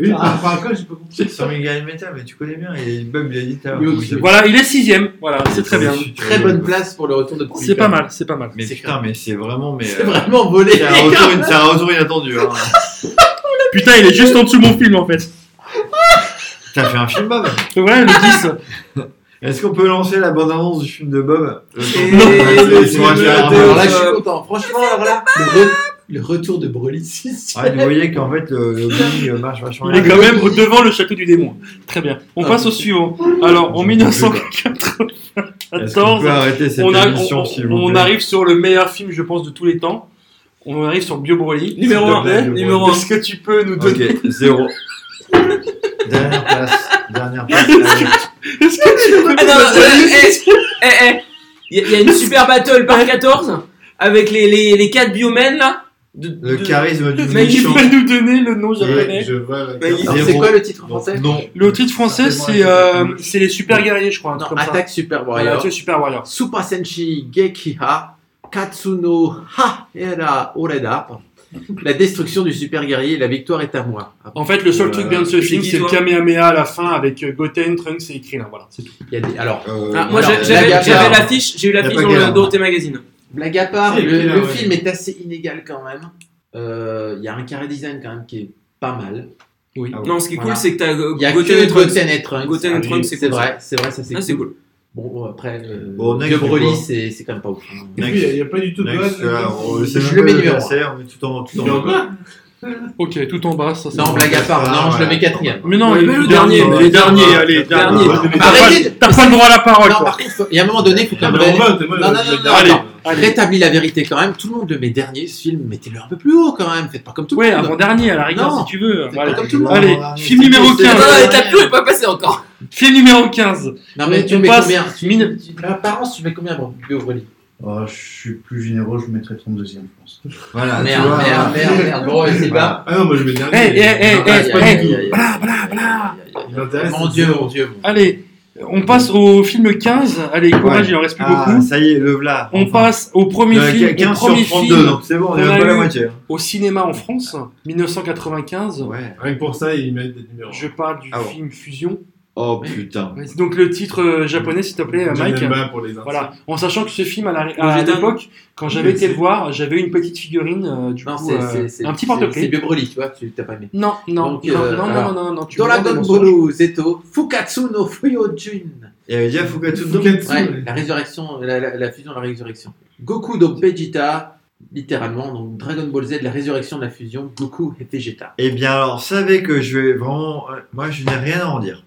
[SPEAKER 2] Oui, par rapport à quoi J'ai pas compris. Sonic Garage Metal, mais tu connais bien, et Bob il a dit tout à l'heure.
[SPEAKER 8] Oui, ok.
[SPEAKER 7] Voilà, il est sixième. Voilà, c'est très bien.
[SPEAKER 8] Très bonne place pour le retour de Pompidou.
[SPEAKER 7] C'est pas mal, c'est pas mal.
[SPEAKER 2] Mais putain, mais c'est vraiment. mais,
[SPEAKER 8] C'est
[SPEAKER 2] euh,
[SPEAKER 8] vraiment volé.
[SPEAKER 2] C'est un retour, c'est un retour inattendu. Hein.
[SPEAKER 7] Putain, il est juste en dessous de mon film en fait.
[SPEAKER 2] T'as fait un film, Bob
[SPEAKER 7] Ouais, le 10.
[SPEAKER 2] Est-ce qu'on peut lancer la bande-annonce du film de Bob Euh,
[SPEAKER 8] Et-
[SPEAKER 2] c'est moi qui ai un peu-
[SPEAKER 8] Alors là, je suis content. Franchement, alors là, le, re- le retour de Broly.
[SPEAKER 2] Ouais, ah, vous voyez qu'en fait, le, le Bob, euh, marche vachement
[SPEAKER 7] Il est
[SPEAKER 2] bien.
[SPEAKER 7] quand même devant le château du démon. Très bien. On
[SPEAKER 2] Ah,
[SPEAKER 7] passe au
[SPEAKER 2] c'est-
[SPEAKER 7] suivant. Alors, en
[SPEAKER 2] Est-ce qu'on
[SPEAKER 7] 1994,
[SPEAKER 2] peut arrêter cette
[SPEAKER 7] on, a-
[SPEAKER 2] émission,
[SPEAKER 7] on-
[SPEAKER 2] s'il vous
[SPEAKER 7] on
[SPEAKER 2] plaît
[SPEAKER 7] arrive sur le meilleur film, je pense, de tous les temps. On arrive sur Bio Broly.
[SPEAKER 2] Numéro un, eh, numéro un.
[SPEAKER 7] Est-ce que tu peux nous donner.
[SPEAKER 2] Ok, zéro. Dernière place. Dernière place.
[SPEAKER 7] Est-ce que tu peux
[SPEAKER 5] Ah non,
[SPEAKER 8] Bah,
[SPEAKER 5] euh, eh, eh, eh, Il y, a- il y a une super battle par 14 avec les, les, les 4 biomènes là.
[SPEAKER 2] Le charisme du
[SPEAKER 7] Mais tu
[SPEAKER 2] méchant.
[SPEAKER 7] peux nous donner le nom japonais
[SPEAKER 2] Je vois la
[SPEAKER 7] Mais il-
[SPEAKER 2] carte.
[SPEAKER 7] c'est quoi
[SPEAKER 8] le titre français
[SPEAKER 2] Non.
[SPEAKER 7] Le titre français, c'est euh, c'est les super guerriers, je crois. un truc comme ça.
[SPEAKER 8] Attaque
[SPEAKER 2] Ah,
[SPEAKER 8] Super
[SPEAKER 7] Voilà,
[SPEAKER 8] Warrior.
[SPEAKER 7] tu es Super Warrior.
[SPEAKER 8] Super Senshi Gekiha Katsuno Haera Oreda. La destruction du super guerrier, la victoire est à moi.
[SPEAKER 7] En fait, le seul
[SPEAKER 2] Euh,
[SPEAKER 7] truc bien de ce film, c'est le Kamehameha à la fin avec euh, Goten, Trunks et Krillin. Voilà, c'est tout.
[SPEAKER 8] Il y a des- Alors,
[SPEAKER 2] euh,
[SPEAKER 5] Ah, moi j'ai- j'avais j'avais l'affiche, j'ai eu l'affiche dans le Dorothée Magazine.
[SPEAKER 8] Blague à part,
[SPEAKER 5] Si,
[SPEAKER 8] le,
[SPEAKER 5] Krillin,
[SPEAKER 8] le
[SPEAKER 5] ouais.
[SPEAKER 8] film est assez inégal quand même. Euh, Il y a un carré design quand même qui est pas mal.
[SPEAKER 7] Oui.
[SPEAKER 6] Ah
[SPEAKER 5] Non, ce qui est cool, c'est que t'as euh,
[SPEAKER 8] Il y a
[SPEAKER 5] Goten
[SPEAKER 8] que
[SPEAKER 5] et Trunks.
[SPEAKER 8] Goten et Trunks.
[SPEAKER 5] Goten et
[SPEAKER 8] Ah,
[SPEAKER 5] Trunks,
[SPEAKER 8] oui,
[SPEAKER 5] c'est
[SPEAKER 8] c'est
[SPEAKER 5] cool,
[SPEAKER 8] vrai,
[SPEAKER 5] ça.
[SPEAKER 8] c'est vrai, ça c'est
[SPEAKER 5] Ah, c'est
[SPEAKER 8] cool. Bon, après, euh,
[SPEAKER 2] Bon, next,
[SPEAKER 8] Dieu
[SPEAKER 2] c'est
[SPEAKER 8] Broly,
[SPEAKER 2] quoi
[SPEAKER 8] c'est c'est quand même pas ouf.
[SPEAKER 2] Next.
[SPEAKER 6] Il n'y a pas du tout de
[SPEAKER 2] Next,
[SPEAKER 6] bonne.
[SPEAKER 2] là, on- c'est
[SPEAKER 8] Je
[SPEAKER 2] même
[SPEAKER 8] le
[SPEAKER 2] pas
[SPEAKER 8] mets
[SPEAKER 2] le
[SPEAKER 8] numéro
[SPEAKER 2] classeur, on est tout en tout en-
[SPEAKER 7] Numéro Ok, tout en bas, ça c'est
[SPEAKER 8] Non,
[SPEAKER 7] bon.
[SPEAKER 8] blague à part, non, je le mets quatrième.
[SPEAKER 7] Mais non,
[SPEAKER 8] Ouais,
[SPEAKER 7] les
[SPEAKER 8] mais le
[SPEAKER 7] derniers,
[SPEAKER 8] dernier,
[SPEAKER 7] les
[SPEAKER 8] ouais.
[SPEAKER 7] derniers, allez,
[SPEAKER 8] Dernier.
[SPEAKER 7] derniers.
[SPEAKER 8] Arrêtez
[SPEAKER 7] T'as pas-
[SPEAKER 8] de-
[SPEAKER 7] T'as pas le droit à la parole,
[SPEAKER 8] Non,
[SPEAKER 7] toi.
[SPEAKER 8] par contre, faut- il y a un moment donné, il faut quand
[SPEAKER 7] Non,
[SPEAKER 8] même.
[SPEAKER 7] mais on
[SPEAKER 8] rétablir-
[SPEAKER 7] vote, moi,
[SPEAKER 8] non, non,
[SPEAKER 7] je-
[SPEAKER 8] non, non,
[SPEAKER 7] allez,
[SPEAKER 8] non.
[SPEAKER 7] allez.
[SPEAKER 8] Rétablis la vérité quand même. Tout le monde le met dernier, ce film. Mettez-le un peu plus haut quand même. Faites pas comme tout
[SPEAKER 7] Ouais,
[SPEAKER 8] le monde.
[SPEAKER 7] avant-dernier, à la rigueur,
[SPEAKER 8] Non.
[SPEAKER 7] si tu veux. Bon,
[SPEAKER 8] pas
[SPEAKER 7] allez.
[SPEAKER 8] comme tout le monde.
[SPEAKER 7] Allez,
[SPEAKER 8] Non,
[SPEAKER 7] film numéro 15.
[SPEAKER 5] plus, est pas passé encore.
[SPEAKER 7] Film numéro 15.
[SPEAKER 8] Non, mais
[SPEAKER 7] On-
[SPEAKER 8] tu
[SPEAKER 7] on
[SPEAKER 8] mets
[SPEAKER 7] passe-
[SPEAKER 8] combien
[SPEAKER 7] Mine-
[SPEAKER 8] Apparence, tu mets combien, bon, Bio Broly
[SPEAKER 9] Oh, je suis plus généreux, je mettrais 32e, je pense.
[SPEAKER 2] Voilà,
[SPEAKER 8] Merde,
[SPEAKER 2] Ah, tu vois,
[SPEAKER 8] merde,
[SPEAKER 2] voilà.
[SPEAKER 8] merde, merde. Bon,
[SPEAKER 2] Voilà.
[SPEAKER 8] c'est pas.
[SPEAKER 6] Ah non, moi je mets
[SPEAKER 7] Eh, eh,
[SPEAKER 6] dernier.
[SPEAKER 7] eh,
[SPEAKER 8] Aïe,
[SPEAKER 7] eh,
[SPEAKER 8] aïe,
[SPEAKER 7] eh.
[SPEAKER 8] aïe, aïe,
[SPEAKER 7] Bla, bla, bla.
[SPEAKER 6] Il m'intéresse.
[SPEAKER 8] Mon dieu, mon dieu.
[SPEAKER 7] Allez, on passe au film 15. Allez, courage,
[SPEAKER 2] Ouais.
[SPEAKER 7] il en reste plus
[SPEAKER 2] Ah,
[SPEAKER 7] beaucoup.
[SPEAKER 2] ça y est, le voilà.
[SPEAKER 7] On passe au premier
[SPEAKER 2] Euh,
[SPEAKER 7] film, au
[SPEAKER 2] 15 sur
[SPEAKER 7] premier
[SPEAKER 2] 32,
[SPEAKER 7] film
[SPEAKER 2] donc c'est bon, on
[SPEAKER 7] qu'on
[SPEAKER 2] est même
[SPEAKER 7] a
[SPEAKER 2] pas à la
[SPEAKER 7] eu
[SPEAKER 2] moitié.
[SPEAKER 7] au cinéma en France, 1995.
[SPEAKER 2] Ouais.
[SPEAKER 6] Rien que pour ça, il mérite d'être numéro
[SPEAKER 7] Je parle du
[SPEAKER 2] Ah bon.
[SPEAKER 7] film Fusion.
[SPEAKER 2] Oh putain.
[SPEAKER 7] Donc le titre euh, japonais, s'il te plaît, euh, Mike.
[SPEAKER 6] Janemba pour les intimes.
[SPEAKER 7] Voilà. En sachant que ce film, à la-
[SPEAKER 5] Moi,
[SPEAKER 7] à
[SPEAKER 5] j'ai
[SPEAKER 7] l'époque, quand j'avais
[SPEAKER 6] Oui,
[SPEAKER 7] été
[SPEAKER 6] c'est-
[SPEAKER 7] le voir, j'avais une petite figurine, euh, du
[SPEAKER 8] Non,
[SPEAKER 7] coup,
[SPEAKER 8] c'est-
[SPEAKER 7] euh,
[SPEAKER 8] c'est- c'est-
[SPEAKER 7] un petit
[SPEAKER 8] C'est c'est
[SPEAKER 7] porte-clés.
[SPEAKER 8] Bio Broly, tu vois, tu t'as pas aimé.
[SPEAKER 7] Non, non,
[SPEAKER 8] Donc,
[SPEAKER 7] non,
[SPEAKER 8] euh,
[SPEAKER 7] non,
[SPEAKER 8] alors,
[SPEAKER 7] non, non, non, tu
[SPEAKER 8] Dans
[SPEAKER 7] me
[SPEAKER 8] la
[SPEAKER 7] demandes
[SPEAKER 8] Don
[SPEAKER 7] mon sens.
[SPEAKER 8] Bolo Zeto, Fukatsu no Fuyojun.
[SPEAKER 2] Il y avait déjà Fukatsu dedans
[SPEAKER 6] Fukatsu,
[SPEAKER 8] Ouais, la résurrection, la, la- la fusion, de la résurrection. Goku do Vegeta, littéralement, donc Dragon Ball Z, la résurrection de la fusion, Goku et Vegeta.
[SPEAKER 2] Eh bien, alors, savez que je vais vraiment. euh, Moi, je n'ai rien à en dire.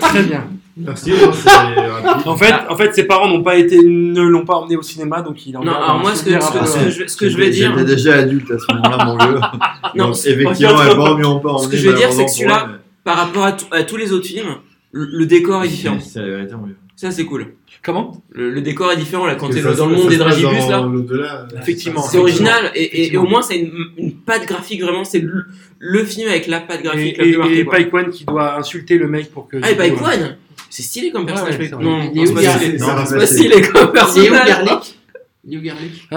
[SPEAKER 7] Très bien.
[SPEAKER 6] Merci, hein, c'est rapide.
[SPEAKER 7] En fait, en fait, ses parents n'ont pas été, ne l'ont pas emmené au cinéma, donc il en
[SPEAKER 5] Non,
[SPEAKER 7] garde
[SPEAKER 5] alors
[SPEAKER 7] un
[SPEAKER 5] moi, ce que,
[SPEAKER 7] souvenir
[SPEAKER 5] ce que,
[SPEAKER 7] un
[SPEAKER 5] ce
[SPEAKER 7] peu-
[SPEAKER 5] que je, ce que je vais
[SPEAKER 2] J'étais-
[SPEAKER 5] dire,
[SPEAKER 2] J'étais déjà adulte à ce moment-là, mon vieux.
[SPEAKER 5] Non,
[SPEAKER 2] Donc,
[SPEAKER 5] c'est-
[SPEAKER 2] effectivement,
[SPEAKER 7] regarde,
[SPEAKER 2] elle m'a mis en pas
[SPEAKER 5] ce
[SPEAKER 2] emmené,
[SPEAKER 5] que je vais dire,
[SPEAKER 2] malheureusement
[SPEAKER 5] c'est que celui-là,
[SPEAKER 2] pour moi,
[SPEAKER 5] par rapport à, tout- à tous les autres films, le, le décor est
[SPEAKER 2] mais-
[SPEAKER 5] différent.
[SPEAKER 2] C'est la vérité, mon vieux.
[SPEAKER 5] Ça, c'est cool.
[SPEAKER 7] Comment
[SPEAKER 5] Le, le décor est différent là quand
[SPEAKER 6] Parce
[SPEAKER 5] t'es
[SPEAKER 6] que ça
[SPEAKER 5] dans le
[SPEAKER 6] se-
[SPEAKER 5] monde des
[SPEAKER 6] ça se passe
[SPEAKER 5] dragibus
[SPEAKER 6] dans
[SPEAKER 5] là.
[SPEAKER 6] l'au-delà.
[SPEAKER 7] Effectivement.
[SPEAKER 5] C'est original et, et- et au moins c'est une, une patte graphique vraiment c'est le, le film avec la patte
[SPEAKER 7] Et,
[SPEAKER 5] graphique la
[SPEAKER 7] et,
[SPEAKER 5] plus marquée.
[SPEAKER 7] et
[SPEAKER 5] quoi.
[SPEAKER 7] Paikwan qui doit insulter le mec pour que.
[SPEAKER 5] Ah et
[SPEAKER 7] Paikwan
[SPEAKER 5] Paikwan c'est stylé comme
[SPEAKER 2] Ah
[SPEAKER 5] personnage.
[SPEAKER 7] ouais,
[SPEAKER 5] mec.
[SPEAKER 7] c'est vrai.
[SPEAKER 5] non,
[SPEAKER 8] Il est
[SPEAKER 5] non, c'est
[SPEAKER 8] ouvert.
[SPEAKER 5] pas
[SPEAKER 2] Non,
[SPEAKER 5] stylé. C'est
[SPEAKER 2] c'est
[SPEAKER 5] pas
[SPEAKER 2] pas
[SPEAKER 5] stylé comme
[SPEAKER 8] Léo
[SPEAKER 5] personnage.
[SPEAKER 8] Garlic Léo Garlic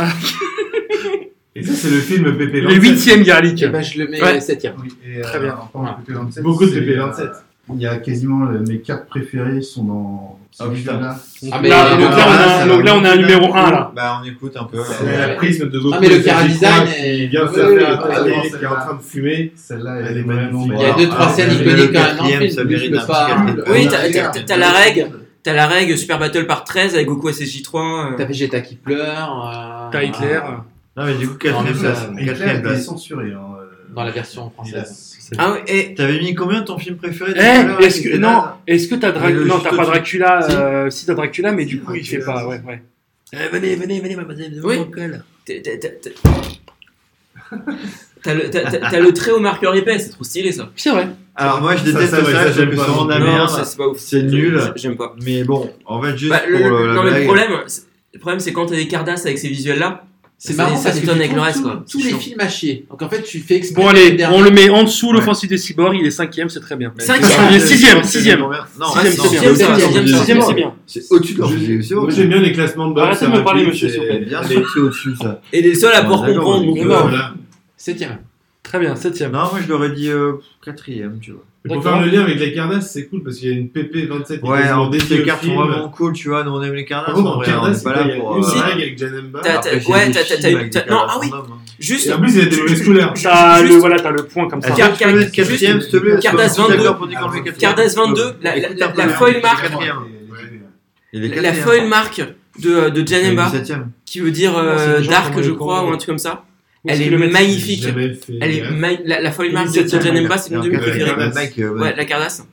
[SPEAKER 6] Et ça, c'est le film PP27.
[SPEAKER 7] Le huitième Garlic.
[SPEAKER 8] Eh ben, je le mets
[SPEAKER 7] Ouais.
[SPEAKER 8] 7 septième.
[SPEAKER 9] Oui, et,
[SPEAKER 7] Très
[SPEAKER 9] euh,
[SPEAKER 7] bien.
[SPEAKER 9] en parlant de PP27,
[SPEAKER 6] Beaucoup de
[SPEAKER 9] c'est,
[SPEAKER 6] PP27.
[SPEAKER 9] euh, Il y a quasiment euh, mes cartes préférées sont dans. ces
[SPEAKER 2] Ah, putain.
[SPEAKER 9] films-là.
[SPEAKER 8] Ah, mais-
[SPEAKER 7] Là,
[SPEAKER 8] mais-
[SPEAKER 7] donc, là, on a,
[SPEAKER 2] mais-
[SPEAKER 7] donc là, on a un
[SPEAKER 2] mais-
[SPEAKER 7] numéro 1 là.
[SPEAKER 2] Bah, on écoute un peu.
[SPEAKER 6] C'est
[SPEAKER 2] euh,
[SPEAKER 6] la prisme de Goku.
[SPEAKER 8] Ah, mais le
[SPEAKER 6] et Sagittaire
[SPEAKER 8] chara-design est-
[SPEAKER 6] Qui vient de se
[SPEAKER 8] Oui,
[SPEAKER 6] faire
[SPEAKER 8] oui, oui,
[SPEAKER 6] attaquer,
[SPEAKER 9] oui, oui,
[SPEAKER 6] qui est en train de fumer.
[SPEAKER 9] Celle-là,
[SPEAKER 6] Elle
[SPEAKER 9] elle
[SPEAKER 6] est
[SPEAKER 9] est vraiment
[SPEAKER 6] magnifique.
[SPEAKER 8] Il y a
[SPEAKER 9] meilleure.
[SPEAKER 8] deux, trois
[SPEAKER 2] ah,
[SPEAKER 8] scènes
[SPEAKER 2] mais
[SPEAKER 8] iconiques
[SPEAKER 2] le
[SPEAKER 8] quand même dans le
[SPEAKER 2] quatrième,
[SPEAKER 8] film.
[SPEAKER 2] ça
[SPEAKER 8] mais je
[SPEAKER 2] mérite
[SPEAKER 8] peux
[SPEAKER 2] un
[SPEAKER 8] pas-
[SPEAKER 2] petit caractère.
[SPEAKER 5] Oui, t'as- t'as- t'as- t'as la règle. T'as la règle Super Battle par 13 avec Goku à J3.
[SPEAKER 8] T'as Vegeta qui pleure. euh,
[SPEAKER 7] T'as Hitler.
[SPEAKER 2] Non, mais du coup,
[SPEAKER 8] Non,
[SPEAKER 2] quatrième
[SPEAKER 8] mais
[SPEAKER 2] place.
[SPEAKER 8] ça-
[SPEAKER 9] Et Claire,
[SPEAKER 2] Quatrième
[SPEAKER 9] elle est
[SPEAKER 2] place.
[SPEAKER 9] censurée. hein, euh,
[SPEAKER 8] Dans la version française.
[SPEAKER 9] hélas.
[SPEAKER 5] Ah ouais, et
[SPEAKER 2] T'avais mis combien ton film préféré de
[SPEAKER 7] Eh,
[SPEAKER 2] tout à l'heure,
[SPEAKER 7] est-ce que
[SPEAKER 2] Nicolas
[SPEAKER 7] non, est-ce que t'as Dra-
[SPEAKER 2] Et le
[SPEAKER 7] non, t'as
[SPEAKER 2] juste
[SPEAKER 7] pas
[SPEAKER 2] au-dessus.
[SPEAKER 7] Dracula,
[SPEAKER 2] Si.
[SPEAKER 7] euh, si t'as Dracula, mais du coup il fait
[SPEAKER 9] Dracula,
[SPEAKER 7] pas,
[SPEAKER 9] si.
[SPEAKER 7] ouais, ouais.
[SPEAKER 5] Euh, venez, venez, venez, mademoiselle. Oui. T'as- t'as- t'as- t'as- T'as le, t'as- t'as- t'as le trait au marqueur épais, c'est trop stylé ça.
[SPEAKER 7] C'est vrai.
[SPEAKER 2] Alors, moi, je déteste
[SPEAKER 6] ça, ouais, ça,
[SPEAKER 2] ça, je trouve
[SPEAKER 6] j'aime
[SPEAKER 2] que
[SPEAKER 6] pas.
[SPEAKER 2] c'est vraiment de la
[SPEAKER 5] non,
[SPEAKER 2] merde.
[SPEAKER 5] ça, c'est pas ouf.
[SPEAKER 2] C'est nul.
[SPEAKER 5] J'aime pas.
[SPEAKER 2] Mais bon, en fait, juste
[SPEAKER 5] Bah, le,
[SPEAKER 2] pour euh,
[SPEAKER 5] le-
[SPEAKER 2] la
[SPEAKER 5] non, mais le
[SPEAKER 2] blague.
[SPEAKER 5] problème, c'est- le problème, c'est quand t'as des Cardass avec ces visuels là,
[SPEAKER 8] C'est
[SPEAKER 5] Ça-
[SPEAKER 8] marrant
[SPEAKER 5] ça
[SPEAKER 8] parce que
[SPEAKER 5] s'étonne
[SPEAKER 8] tu
[SPEAKER 5] avec le
[SPEAKER 8] trouves
[SPEAKER 5] reste,
[SPEAKER 8] tous-
[SPEAKER 5] quoi.
[SPEAKER 8] tous
[SPEAKER 5] C'est
[SPEAKER 8] les
[SPEAKER 5] chiant.
[SPEAKER 8] films à chier. Donc en fait, tu fais exprès.
[SPEAKER 7] Bon allez,
[SPEAKER 8] dernier.
[SPEAKER 7] on le met en dessous l'offensive de Cyborg, il est cinquième, c'est très bien.
[SPEAKER 8] Cinquième.
[SPEAKER 7] Il est sixième, sixième.
[SPEAKER 2] Non, non,
[SPEAKER 7] Sixième,
[SPEAKER 2] non,
[SPEAKER 7] sixième,
[SPEAKER 2] c'est
[SPEAKER 7] sixième,
[SPEAKER 2] au-dessus de
[SPEAKER 7] sixième,
[SPEAKER 2] Cyborg.
[SPEAKER 7] c'est bien.
[SPEAKER 2] C'est au-dessus de
[SPEAKER 6] Moi, j'aime bien les classements de base.
[SPEAKER 7] Arrêtez de me parler, monsieur, s'il vous plaît.
[SPEAKER 2] Bien sûr que c'est au-dessus, ça.
[SPEAKER 5] Et les seuls
[SPEAKER 2] On
[SPEAKER 5] à pouvoir
[SPEAKER 2] est d'accord,
[SPEAKER 5] comprendre,
[SPEAKER 2] on est
[SPEAKER 5] donc,
[SPEAKER 2] d'accord.
[SPEAKER 5] euh,
[SPEAKER 2] Voilà.
[SPEAKER 8] Septième.
[SPEAKER 7] Très bien, septième.
[SPEAKER 2] Non, moi je l'aurais dit euh, quatrième, tu vois.
[SPEAKER 6] Et Pour faire le lien avec les Cardass, c'est cool parce qu'il y a une PP27 qui est
[SPEAKER 2] Ouais,
[SPEAKER 6] quasiment
[SPEAKER 2] en plus,
[SPEAKER 6] dédiée
[SPEAKER 2] les
[SPEAKER 6] au
[SPEAKER 2] cartes sont
[SPEAKER 6] film.
[SPEAKER 2] vraiment cool, tu vois. Nous, on aime les cartes.
[SPEAKER 6] Par contre, en
[SPEAKER 2] on
[SPEAKER 6] Cardass,
[SPEAKER 2] est pas là
[SPEAKER 6] il y a
[SPEAKER 2] pour.
[SPEAKER 6] une
[SPEAKER 2] euh,
[SPEAKER 6] blague avec Janemba.
[SPEAKER 5] T'as- t'as-
[SPEAKER 2] Après, j'ai
[SPEAKER 5] ouais,
[SPEAKER 2] des
[SPEAKER 5] t'as- t'as-
[SPEAKER 2] films
[SPEAKER 5] t'as eu-
[SPEAKER 2] avec
[SPEAKER 5] t'as-
[SPEAKER 2] des
[SPEAKER 5] non,
[SPEAKER 2] cadavres
[SPEAKER 5] ah oui,
[SPEAKER 2] en homme, hein.
[SPEAKER 5] juste.
[SPEAKER 6] Et en plus, il y a des mauvaises couleurs.
[SPEAKER 7] T'as
[SPEAKER 5] Juste-
[SPEAKER 7] le, voilà, t'as le point
[SPEAKER 2] Ah,
[SPEAKER 7] comme ça.
[SPEAKER 5] Car- car-
[SPEAKER 2] Quatrième, quatrième,
[SPEAKER 5] juste-
[SPEAKER 2] s'il te plaît.
[SPEAKER 5] Cardass
[SPEAKER 2] Parce que
[SPEAKER 5] 22.
[SPEAKER 2] d'accord pour dire qu'on le met quatrième.
[SPEAKER 5] Cardass 22, la- la-
[SPEAKER 2] Écoute un peu,
[SPEAKER 5] la
[SPEAKER 2] hein,
[SPEAKER 5] feuille
[SPEAKER 2] il est
[SPEAKER 5] marque-
[SPEAKER 2] quatrième. Il est
[SPEAKER 5] La
[SPEAKER 2] quatrième.
[SPEAKER 5] feuille marque de, de Janemba,
[SPEAKER 2] Il est septième.
[SPEAKER 5] qui veut dire euh,
[SPEAKER 7] Non, c'est les gens qui
[SPEAKER 5] Dark,
[SPEAKER 7] ont
[SPEAKER 5] je
[SPEAKER 7] le
[SPEAKER 5] crois,
[SPEAKER 7] camp,
[SPEAKER 5] ou
[SPEAKER 7] ouais.
[SPEAKER 5] un truc comme ça.
[SPEAKER 7] Où est-ce
[SPEAKER 5] Elle est,
[SPEAKER 7] qu'il le met
[SPEAKER 5] magnifique.
[SPEAKER 6] Jamais fait
[SPEAKER 5] Elle est
[SPEAKER 6] gaffe.
[SPEAKER 5] ma- la, la foil
[SPEAKER 7] Et
[SPEAKER 5] marque de
[SPEAKER 7] septième,
[SPEAKER 5] Janemba, c'est une de mes
[SPEAKER 2] Alors, que-
[SPEAKER 5] préférées.
[SPEAKER 2] le mec, euh,
[SPEAKER 5] Ouais, la Cardass.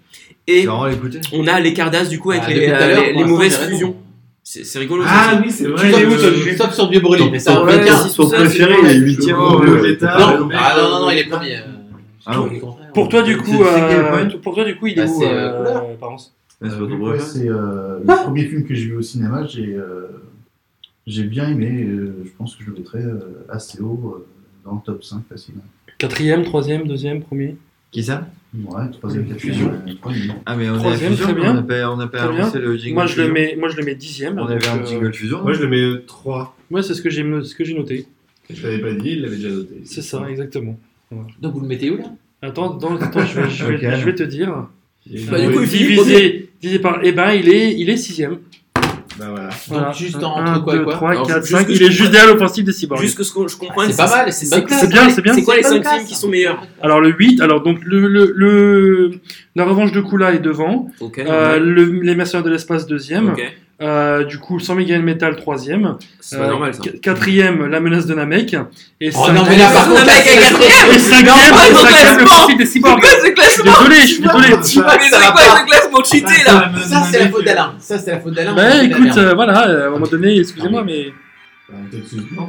[SPEAKER 5] Et
[SPEAKER 2] J'ai vraiment l'écouté.
[SPEAKER 5] on a les Cardass du coup avec
[SPEAKER 8] Ah,
[SPEAKER 5] les,
[SPEAKER 8] depuis tout à l'heure,
[SPEAKER 5] euh, les-
[SPEAKER 8] pour
[SPEAKER 5] les
[SPEAKER 8] l'instant,
[SPEAKER 5] mauvaises
[SPEAKER 8] j'ai raison.
[SPEAKER 5] fusions. C'est c'est rigolo.
[SPEAKER 6] Ah
[SPEAKER 5] ça.
[SPEAKER 6] oui, c'est
[SPEAKER 8] Tu
[SPEAKER 6] vrai.
[SPEAKER 8] t'en
[SPEAKER 6] le-
[SPEAKER 8] fous, toi, sauf sur Vieux Brûlé, mais ça
[SPEAKER 2] Ton
[SPEAKER 8] on va dire.
[SPEAKER 2] préféré, ton
[SPEAKER 5] ça,
[SPEAKER 2] préféré,
[SPEAKER 5] c'est
[SPEAKER 2] il est
[SPEAKER 5] bon.
[SPEAKER 2] huitième.
[SPEAKER 6] Oh,
[SPEAKER 2] euh,
[SPEAKER 6] le
[SPEAKER 2] état.
[SPEAKER 6] pétard.
[SPEAKER 7] Bah,
[SPEAKER 8] Non, ah non, non, non, il est premier. euh,
[SPEAKER 2] Ah non.
[SPEAKER 8] au contraire.
[SPEAKER 7] Pour toi, du coup,
[SPEAKER 2] C'est- c'est quel
[SPEAKER 7] euh,
[SPEAKER 2] point
[SPEAKER 7] pour toi, du coup, il est
[SPEAKER 8] Bah,
[SPEAKER 7] où,
[SPEAKER 8] c'est,
[SPEAKER 7] euh,
[SPEAKER 8] euh,
[SPEAKER 7] Parence
[SPEAKER 2] Ouais, c'est votre
[SPEAKER 9] Ouais,
[SPEAKER 2] préféré.
[SPEAKER 9] c'est euh, le premier film que j'ai vu au cinéma. J'ai euh, j'ai bien aimé. euh, je pense que je le mettrais euh, assez haut euh, dans le top 5 facile.
[SPEAKER 7] Quatrième, troisième, deuxième, premier.
[SPEAKER 2] Qui ça
[SPEAKER 9] Ouais, troisième
[SPEAKER 7] Fusion.
[SPEAKER 9] quatrième, euh, troisième.
[SPEAKER 2] Ah, mais on a
[SPEAKER 7] Troisième,
[SPEAKER 2] fusion,
[SPEAKER 7] très bien.
[SPEAKER 2] on n'a pas- on n'a pas
[SPEAKER 7] Très bien.
[SPEAKER 2] annoncé le jingle.
[SPEAKER 7] Moi, je le
[SPEAKER 2] fusion.
[SPEAKER 7] mets, moi, je le mets dixième.
[SPEAKER 2] On
[SPEAKER 7] donc,
[SPEAKER 2] avait un
[SPEAKER 7] euh,
[SPEAKER 2] jingle fusion.
[SPEAKER 6] Moi, je le mets 3.
[SPEAKER 7] Moi, c'est ce que j'ai, ce que j'ai noté.
[SPEAKER 6] Je l'avais pas dit, il l'avait déjà noté.
[SPEAKER 7] C'est ça, exactement.
[SPEAKER 8] Donc vous le mettez où là
[SPEAKER 7] Attends, attends, attends, je vais, je vais-
[SPEAKER 2] Ok.
[SPEAKER 7] je vais te dire.
[SPEAKER 6] Il est-
[SPEAKER 5] Bah, du coup, il finit
[SPEAKER 7] divisé, divisé par, eh ben, il est, il est sixième.
[SPEAKER 6] Bah voilà.
[SPEAKER 7] Voilà.
[SPEAKER 8] juste
[SPEAKER 7] Un,
[SPEAKER 8] entre
[SPEAKER 7] un,
[SPEAKER 8] quoi et
[SPEAKER 7] deux,
[SPEAKER 8] quoi
[SPEAKER 7] trois,
[SPEAKER 5] Alors,
[SPEAKER 7] quatre,
[SPEAKER 5] juste
[SPEAKER 7] cinq.
[SPEAKER 5] que
[SPEAKER 7] Il
[SPEAKER 5] je
[SPEAKER 7] est juste
[SPEAKER 5] comprenne.
[SPEAKER 7] derrière l'offensive de Cyborg.
[SPEAKER 5] Juste que ce que je comprends,
[SPEAKER 8] C'est pas mal, c'est une bonne classe.
[SPEAKER 7] C'est bien, c'est bien.
[SPEAKER 5] C'est quoi les
[SPEAKER 13] C'est une
[SPEAKER 5] 5
[SPEAKER 13] bonne
[SPEAKER 5] films
[SPEAKER 13] classe.
[SPEAKER 5] qui sont meilleurs
[SPEAKER 7] Alors le 8, alors donc le, le, le- la revanche de Kula est devant,
[SPEAKER 5] Ok.
[SPEAKER 7] euh, le- les mercenaires de l'espace deuxième,
[SPEAKER 5] Ok.
[SPEAKER 7] euh, du coup 100 Megan Metal troisième,
[SPEAKER 5] C'est pas
[SPEAKER 7] euh,
[SPEAKER 5] normal ça.
[SPEAKER 7] qu- quatrième la menace de Namek et
[SPEAKER 8] Oh
[SPEAKER 7] cinquième-
[SPEAKER 8] non, mais là par
[SPEAKER 5] Le
[SPEAKER 8] contre,
[SPEAKER 5] mec est quatrième
[SPEAKER 7] et cinquième,
[SPEAKER 5] Non, pas
[SPEAKER 7] et
[SPEAKER 5] dans le
[SPEAKER 7] cinquième, le
[SPEAKER 5] classement.
[SPEAKER 7] poursuite des
[SPEAKER 5] C'est quoi
[SPEAKER 7] cyborgs.
[SPEAKER 5] ce
[SPEAKER 7] Je suis
[SPEAKER 5] classement
[SPEAKER 7] désolé, je suis désolé.
[SPEAKER 5] Mais c'est quoi ce classement cheaté là
[SPEAKER 8] Ça, c'est la faute d'Alain. Ça, c'est la faute d'Alain. on
[SPEAKER 7] Bah
[SPEAKER 8] fait de la
[SPEAKER 7] écoute,
[SPEAKER 8] merde.
[SPEAKER 7] euh, voilà, euh, à un moment donné, excusez-moi, mais
[SPEAKER 6] Bah, peut-être sous- non.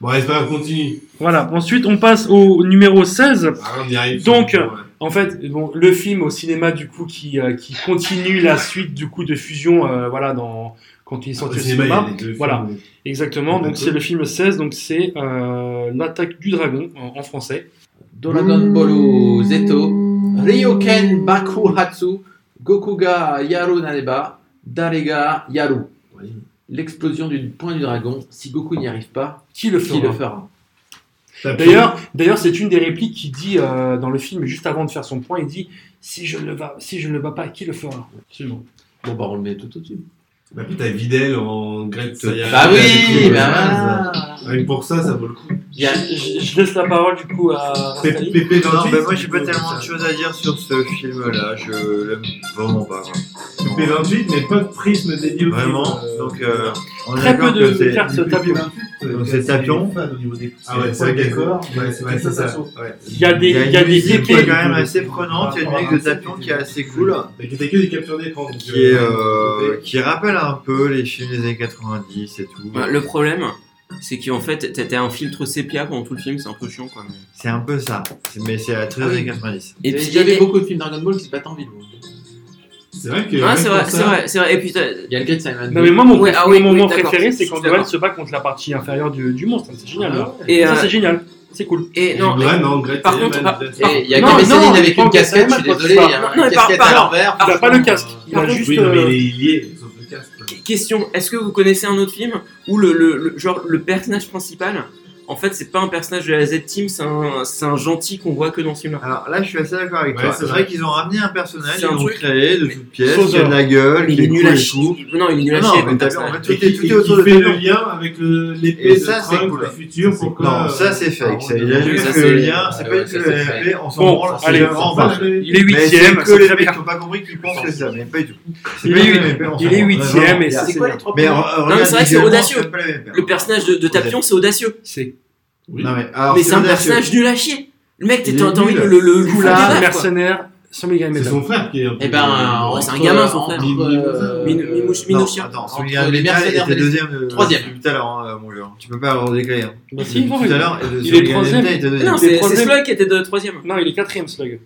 [SPEAKER 6] Bon, allez, c'est pas grave, continue.
[SPEAKER 7] voilà. Ensuite, on passe au numéro 16.
[SPEAKER 6] Ah, on y arrive.
[SPEAKER 7] Donc,
[SPEAKER 6] Ouais.
[SPEAKER 7] En fait, bon, le film au cinéma du coup qui, euh, qui continue la suite du coup de fusion, euh, voilà, dans quand ils sont
[SPEAKER 6] Au
[SPEAKER 7] au
[SPEAKER 6] cinéma, il y
[SPEAKER 7] cinéma.
[SPEAKER 6] a les deux
[SPEAKER 7] Voilà.
[SPEAKER 6] films.
[SPEAKER 7] Exactement, donc
[SPEAKER 6] D'accord.
[SPEAKER 7] c'est le film 16, donc c'est euh, L'attaque du dragon en, en français. hmm.
[SPEAKER 8] Dragon Ball Zeto, Ryoken Baku Hatsu, Gokuga Yaru Naneba, Darega Yaru.
[SPEAKER 6] Oui.
[SPEAKER 8] L'explosion du point du dragon, si Goku n'y arrive pas,
[SPEAKER 7] Qui le
[SPEAKER 8] qui le
[SPEAKER 7] fera
[SPEAKER 8] fera
[SPEAKER 6] T'as pris-
[SPEAKER 7] D'ailleurs, d'ailleurs, c'est une des répliques qui dit euh, dans le film juste avant de faire son point, il dit si je ne le bats, si je ne le bats pas, qui le fera Absolument.
[SPEAKER 8] Bon, bah, on le met tout au-dessus.
[SPEAKER 6] Bah, puis t'as Videl en grec. ça y est.
[SPEAKER 5] Ah
[SPEAKER 8] Bah oui,
[SPEAKER 6] Cool,
[SPEAKER 8] bah
[SPEAKER 6] hein.
[SPEAKER 8] voilà.
[SPEAKER 6] Rien que pour ça, ça vaut le coup.
[SPEAKER 7] Je, je- je laisse la parole du coup à.
[SPEAKER 6] P-
[SPEAKER 7] Nathalie.
[SPEAKER 6] PP28.
[SPEAKER 2] Non, bah moi j'ai pas tellement de choses à dire sur ce film là, je l'aime vraiment pas. quoi.
[SPEAKER 6] PP28, mais pas de prisme dédié au
[SPEAKER 2] Vraiment,
[SPEAKER 6] film. Euh,
[SPEAKER 2] donc euh, on est
[SPEAKER 7] Très peu
[SPEAKER 2] d'accord
[SPEAKER 7] de
[SPEAKER 2] que c'est-
[SPEAKER 7] cartes tapion.
[SPEAKER 2] Donc, c'est Tapion.
[SPEAKER 9] Au niveau des
[SPEAKER 6] Ah ouais, c'est
[SPEAKER 9] des
[SPEAKER 6] vrai qu'elle
[SPEAKER 9] décors,
[SPEAKER 6] Ouais, c'est vrai, c'est ça. Ouais.
[SPEAKER 7] Il y a des,
[SPEAKER 2] Il y a
[SPEAKER 7] il y a
[SPEAKER 2] une
[SPEAKER 7] des
[SPEAKER 2] musique qui est
[SPEAKER 7] décors.
[SPEAKER 2] quand même assez prenante, il y a une musique de Tapion qui est assez cool,
[SPEAKER 6] T'as t'as que des captures d'écran. donc,
[SPEAKER 2] qui, est,
[SPEAKER 6] euh,
[SPEAKER 2] euh, qui rappelle un peu les films des années 90 et tout.
[SPEAKER 5] Bah, Le problème, c'est qu'en fait, t'as t'as un filtre sépia pendant tout le film, c'est un peu chiant quoi. mais-
[SPEAKER 2] C'est un peu ça, C'est- mais c'est à 13
[SPEAKER 8] Ah oui.
[SPEAKER 2] années 90.
[SPEAKER 5] Et puis
[SPEAKER 8] il
[SPEAKER 5] il
[SPEAKER 8] y avait beaucoup de films Dragon Ball qui se battent en ville.
[SPEAKER 6] C'est vrai que.
[SPEAKER 5] Ah,
[SPEAKER 6] rien
[SPEAKER 5] c'est
[SPEAKER 6] que
[SPEAKER 5] vrai,
[SPEAKER 6] pour
[SPEAKER 5] c'est
[SPEAKER 6] ça,
[SPEAKER 5] vrai, c'est vrai. Et puis t'as.
[SPEAKER 8] Il y a le Great Simon.
[SPEAKER 7] Non mais moi mon,
[SPEAKER 5] Ouais,
[SPEAKER 7] préf-
[SPEAKER 5] ah oui,
[SPEAKER 7] mon
[SPEAKER 5] oui,
[SPEAKER 7] moment
[SPEAKER 5] d'accord,
[SPEAKER 7] préféré
[SPEAKER 5] je
[SPEAKER 7] c'est
[SPEAKER 5] suis
[SPEAKER 7] quand
[SPEAKER 5] d'accord.
[SPEAKER 7] Duel se bat contre la partie inférieure du, du monstre, c'est génial. hein. là.
[SPEAKER 5] Et,
[SPEAKER 7] Ça
[SPEAKER 5] euh,
[SPEAKER 7] c'est génial, c'est cool.
[SPEAKER 5] et
[SPEAKER 6] Non,
[SPEAKER 5] non. et-
[SPEAKER 6] non, Greg,
[SPEAKER 5] par
[SPEAKER 6] c'est
[SPEAKER 5] contre,
[SPEAKER 6] Yaman,
[SPEAKER 5] par-
[SPEAKER 6] Jack.
[SPEAKER 8] Et il y a
[SPEAKER 7] Non,
[SPEAKER 8] quand même
[SPEAKER 7] non,
[SPEAKER 8] Céline avec
[SPEAKER 7] non,
[SPEAKER 8] une casquette, je
[SPEAKER 7] non,
[SPEAKER 8] suis
[SPEAKER 7] non,
[SPEAKER 8] désolé,
[SPEAKER 7] non,
[SPEAKER 8] il y a
[SPEAKER 5] non,
[SPEAKER 8] une
[SPEAKER 5] par-
[SPEAKER 8] casquette
[SPEAKER 5] par-
[SPEAKER 8] à l'envers.
[SPEAKER 7] Il a pas le casque, il
[SPEAKER 5] par
[SPEAKER 7] a
[SPEAKER 5] contre,
[SPEAKER 7] juste.
[SPEAKER 6] Oui, non, mais
[SPEAKER 7] euh,
[SPEAKER 6] il est lié, sauf le casque. quoi.
[SPEAKER 5] Question, est-ce que vous connaissez un autre film où le, le- le- genre, le personnage principal, en fait, c'est pas un personnage de la Z-Team, c'est un, c'est un gentil qu'on voit que dans ce film-là
[SPEAKER 2] Alors là, je suis assez d'accord avec
[SPEAKER 6] Ouais,
[SPEAKER 2] toi.
[SPEAKER 6] c'est
[SPEAKER 2] C'est
[SPEAKER 6] vrai.
[SPEAKER 2] vrai qu'ils ont ramené un personnage,
[SPEAKER 5] C'est
[SPEAKER 2] ils
[SPEAKER 5] un
[SPEAKER 2] l'ont
[SPEAKER 5] truc.
[SPEAKER 2] créé de
[SPEAKER 5] Mais-
[SPEAKER 2] toutes pièces, qui a
[SPEAKER 7] Sauveur.
[SPEAKER 2] de la gueule,
[SPEAKER 5] Mais
[SPEAKER 2] qui
[SPEAKER 5] il est
[SPEAKER 2] est
[SPEAKER 5] nul
[SPEAKER 2] cool
[SPEAKER 5] à
[SPEAKER 2] et tout.
[SPEAKER 5] chier. Non, il est nul à
[SPEAKER 2] Non,
[SPEAKER 5] chier.
[SPEAKER 2] mais
[SPEAKER 5] comme
[SPEAKER 2] t'as vu, en
[SPEAKER 5] personnage.
[SPEAKER 2] fait,
[SPEAKER 6] Et
[SPEAKER 2] tout
[SPEAKER 6] qui,
[SPEAKER 2] est
[SPEAKER 6] qui
[SPEAKER 2] tout est autour de
[SPEAKER 6] fait
[SPEAKER 2] Tapion.
[SPEAKER 6] le lien avec le- l'épée
[SPEAKER 2] Et
[SPEAKER 6] de
[SPEAKER 2] ça, c'est
[SPEAKER 6] Trump,
[SPEAKER 2] cool.
[SPEAKER 6] le futur, pour que. Ah,
[SPEAKER 2] Non, ça c'est fake. Ça, Il a
[SPEAKER 5] Oui,
[SPEAKER 2] juste
[SPEAKER 5] ça,
[SPEAKER 2] fait
[SPEAKER 5] c'est-
[SPEAKER 2] le lien, c'est
[SPEAKER 8] Ah
[SPEAKER 2] pas
[SPEAKER 8] ouais,
[SPEAKER 2] du
[SPEAKER 8] ça,
[SPEAKER 2] tout
[SPEAKER 8] c'est
[SPEAKER 2] la
[SPEAKER 8] fait.
[SPEAKER 2] NFP, on s'en
[SPEAKER 7] Bon,
[SPEAKER 2] branle.
[SPEAKER 7] allez,
[SPEAKER 2] c'est vraiment
[SPEAKER 6] Ah,
[SPEAKER 2] pas-
[SPEAKER 7] Il est
[SPEAKER 2] Mais c'est
[SPEAKER 7] huitième,
[SPEAKER 2] que
[SPEAKER 7] c'est
[SPEAKER 2] les
[SPEAKER 7] très
[SPEAKER 2] mecs
[SPEAKER 7] bien.
[SPEAKER 2] qui n'ont pas compris qu'ils pensent que c'est ça, mais pas du tout. C'est
[SPEAKER 7] Il
[SPEAKER 2] pas
[SPEAKER 7] est-
[SPEAKER 2] une épée, on s'en
[SPEAKER 7] Il est
[SPEAKER 2] branle.
[SPEAKER 7] huitième et ça,
[SPEAKER 8] C'est
[SPEAKER 7] c'est
[SPEAKER 8] quoi
[SPEAKER 7] bien.
[SPEAKER 8] les trois
[SPEAKER 2] Mais
[SPEAKER 8] premiers
[SPEAKER 5] mais c'est vrai que c'est audacieux. Le
[SPEAKER 2] personnage.
[SPEAKER 5] personnage de, de Tapion, c'est audacieux.
[SPEAKER 7] C'est
[SPEAKER 2] Non, mais alors,
[SPEAKER 5] mais c'est un
[SPEAKER 2] audacieux.
[SPEAKER 5] personnage nul à chier. Le mec, t'es
[SPEAKER 2] Il est
[SPEAKER 5] t'as envie de
[SPEAKER 2] nul.
[SPEAKER 5] le, le, le foutre en
[SPEAKER 7] Kula,
[SPEAKER 5] l'air, quoi.
[SPEAKER 7] mercenaire, sans méga
[SPEAKER 6] C'est
[SPEAKER 7] métal.
[SPEAKER 6] son frère qui est un peu.
[SPEAKER 8] Eh ben,
[SPEAKER 5] Ouais,
[SPEAKER 8] entre-
[SPEAKER 5] c'est un gamin, son frère.
[SPEAKER 8] entre, euh,
[SPEAKER 5] Min- Minouche-
[SPEAKER 2] Non,
[SPEAKER 5] Minochia.
[SPEAKER 2] Attends,
[SPEAKER 8] Entre
[SPEAKER 2] celui-là,
[SPEAKER 8] les mercenaires
[SPEAKER 2] était
[SPEAKER 8] de-
[SPEAKER 2] deuxième. de-
[SPEAKER 8] Troisième.
[SPEAKER 2] depuis Tout à l'heure, hein, mon vieux. Tu peux pas avoir déclaré. hein.
[SPEAKER 7] Bah si,
[SPEAKER 2] Depuis
[SPEAKER 7] non,
[SPEAKER 2] Tout à l'heure, et de-
[SPEAKER 7] il est
[SPEAKER 2] celui qui a
[SPEAKER 7] troisième. Ah
[SPEAKER 2] déclaré était deuxième.
[SPEAKER 5] Non,
[SPEAKER 7] Le
[SPEAKER 5] c'est c'est
[SPEAKER 7] problème-
[SPEAKER 5] Slug qui était de troisième.
[SPEAKER 7] Non, il est quatrième slug.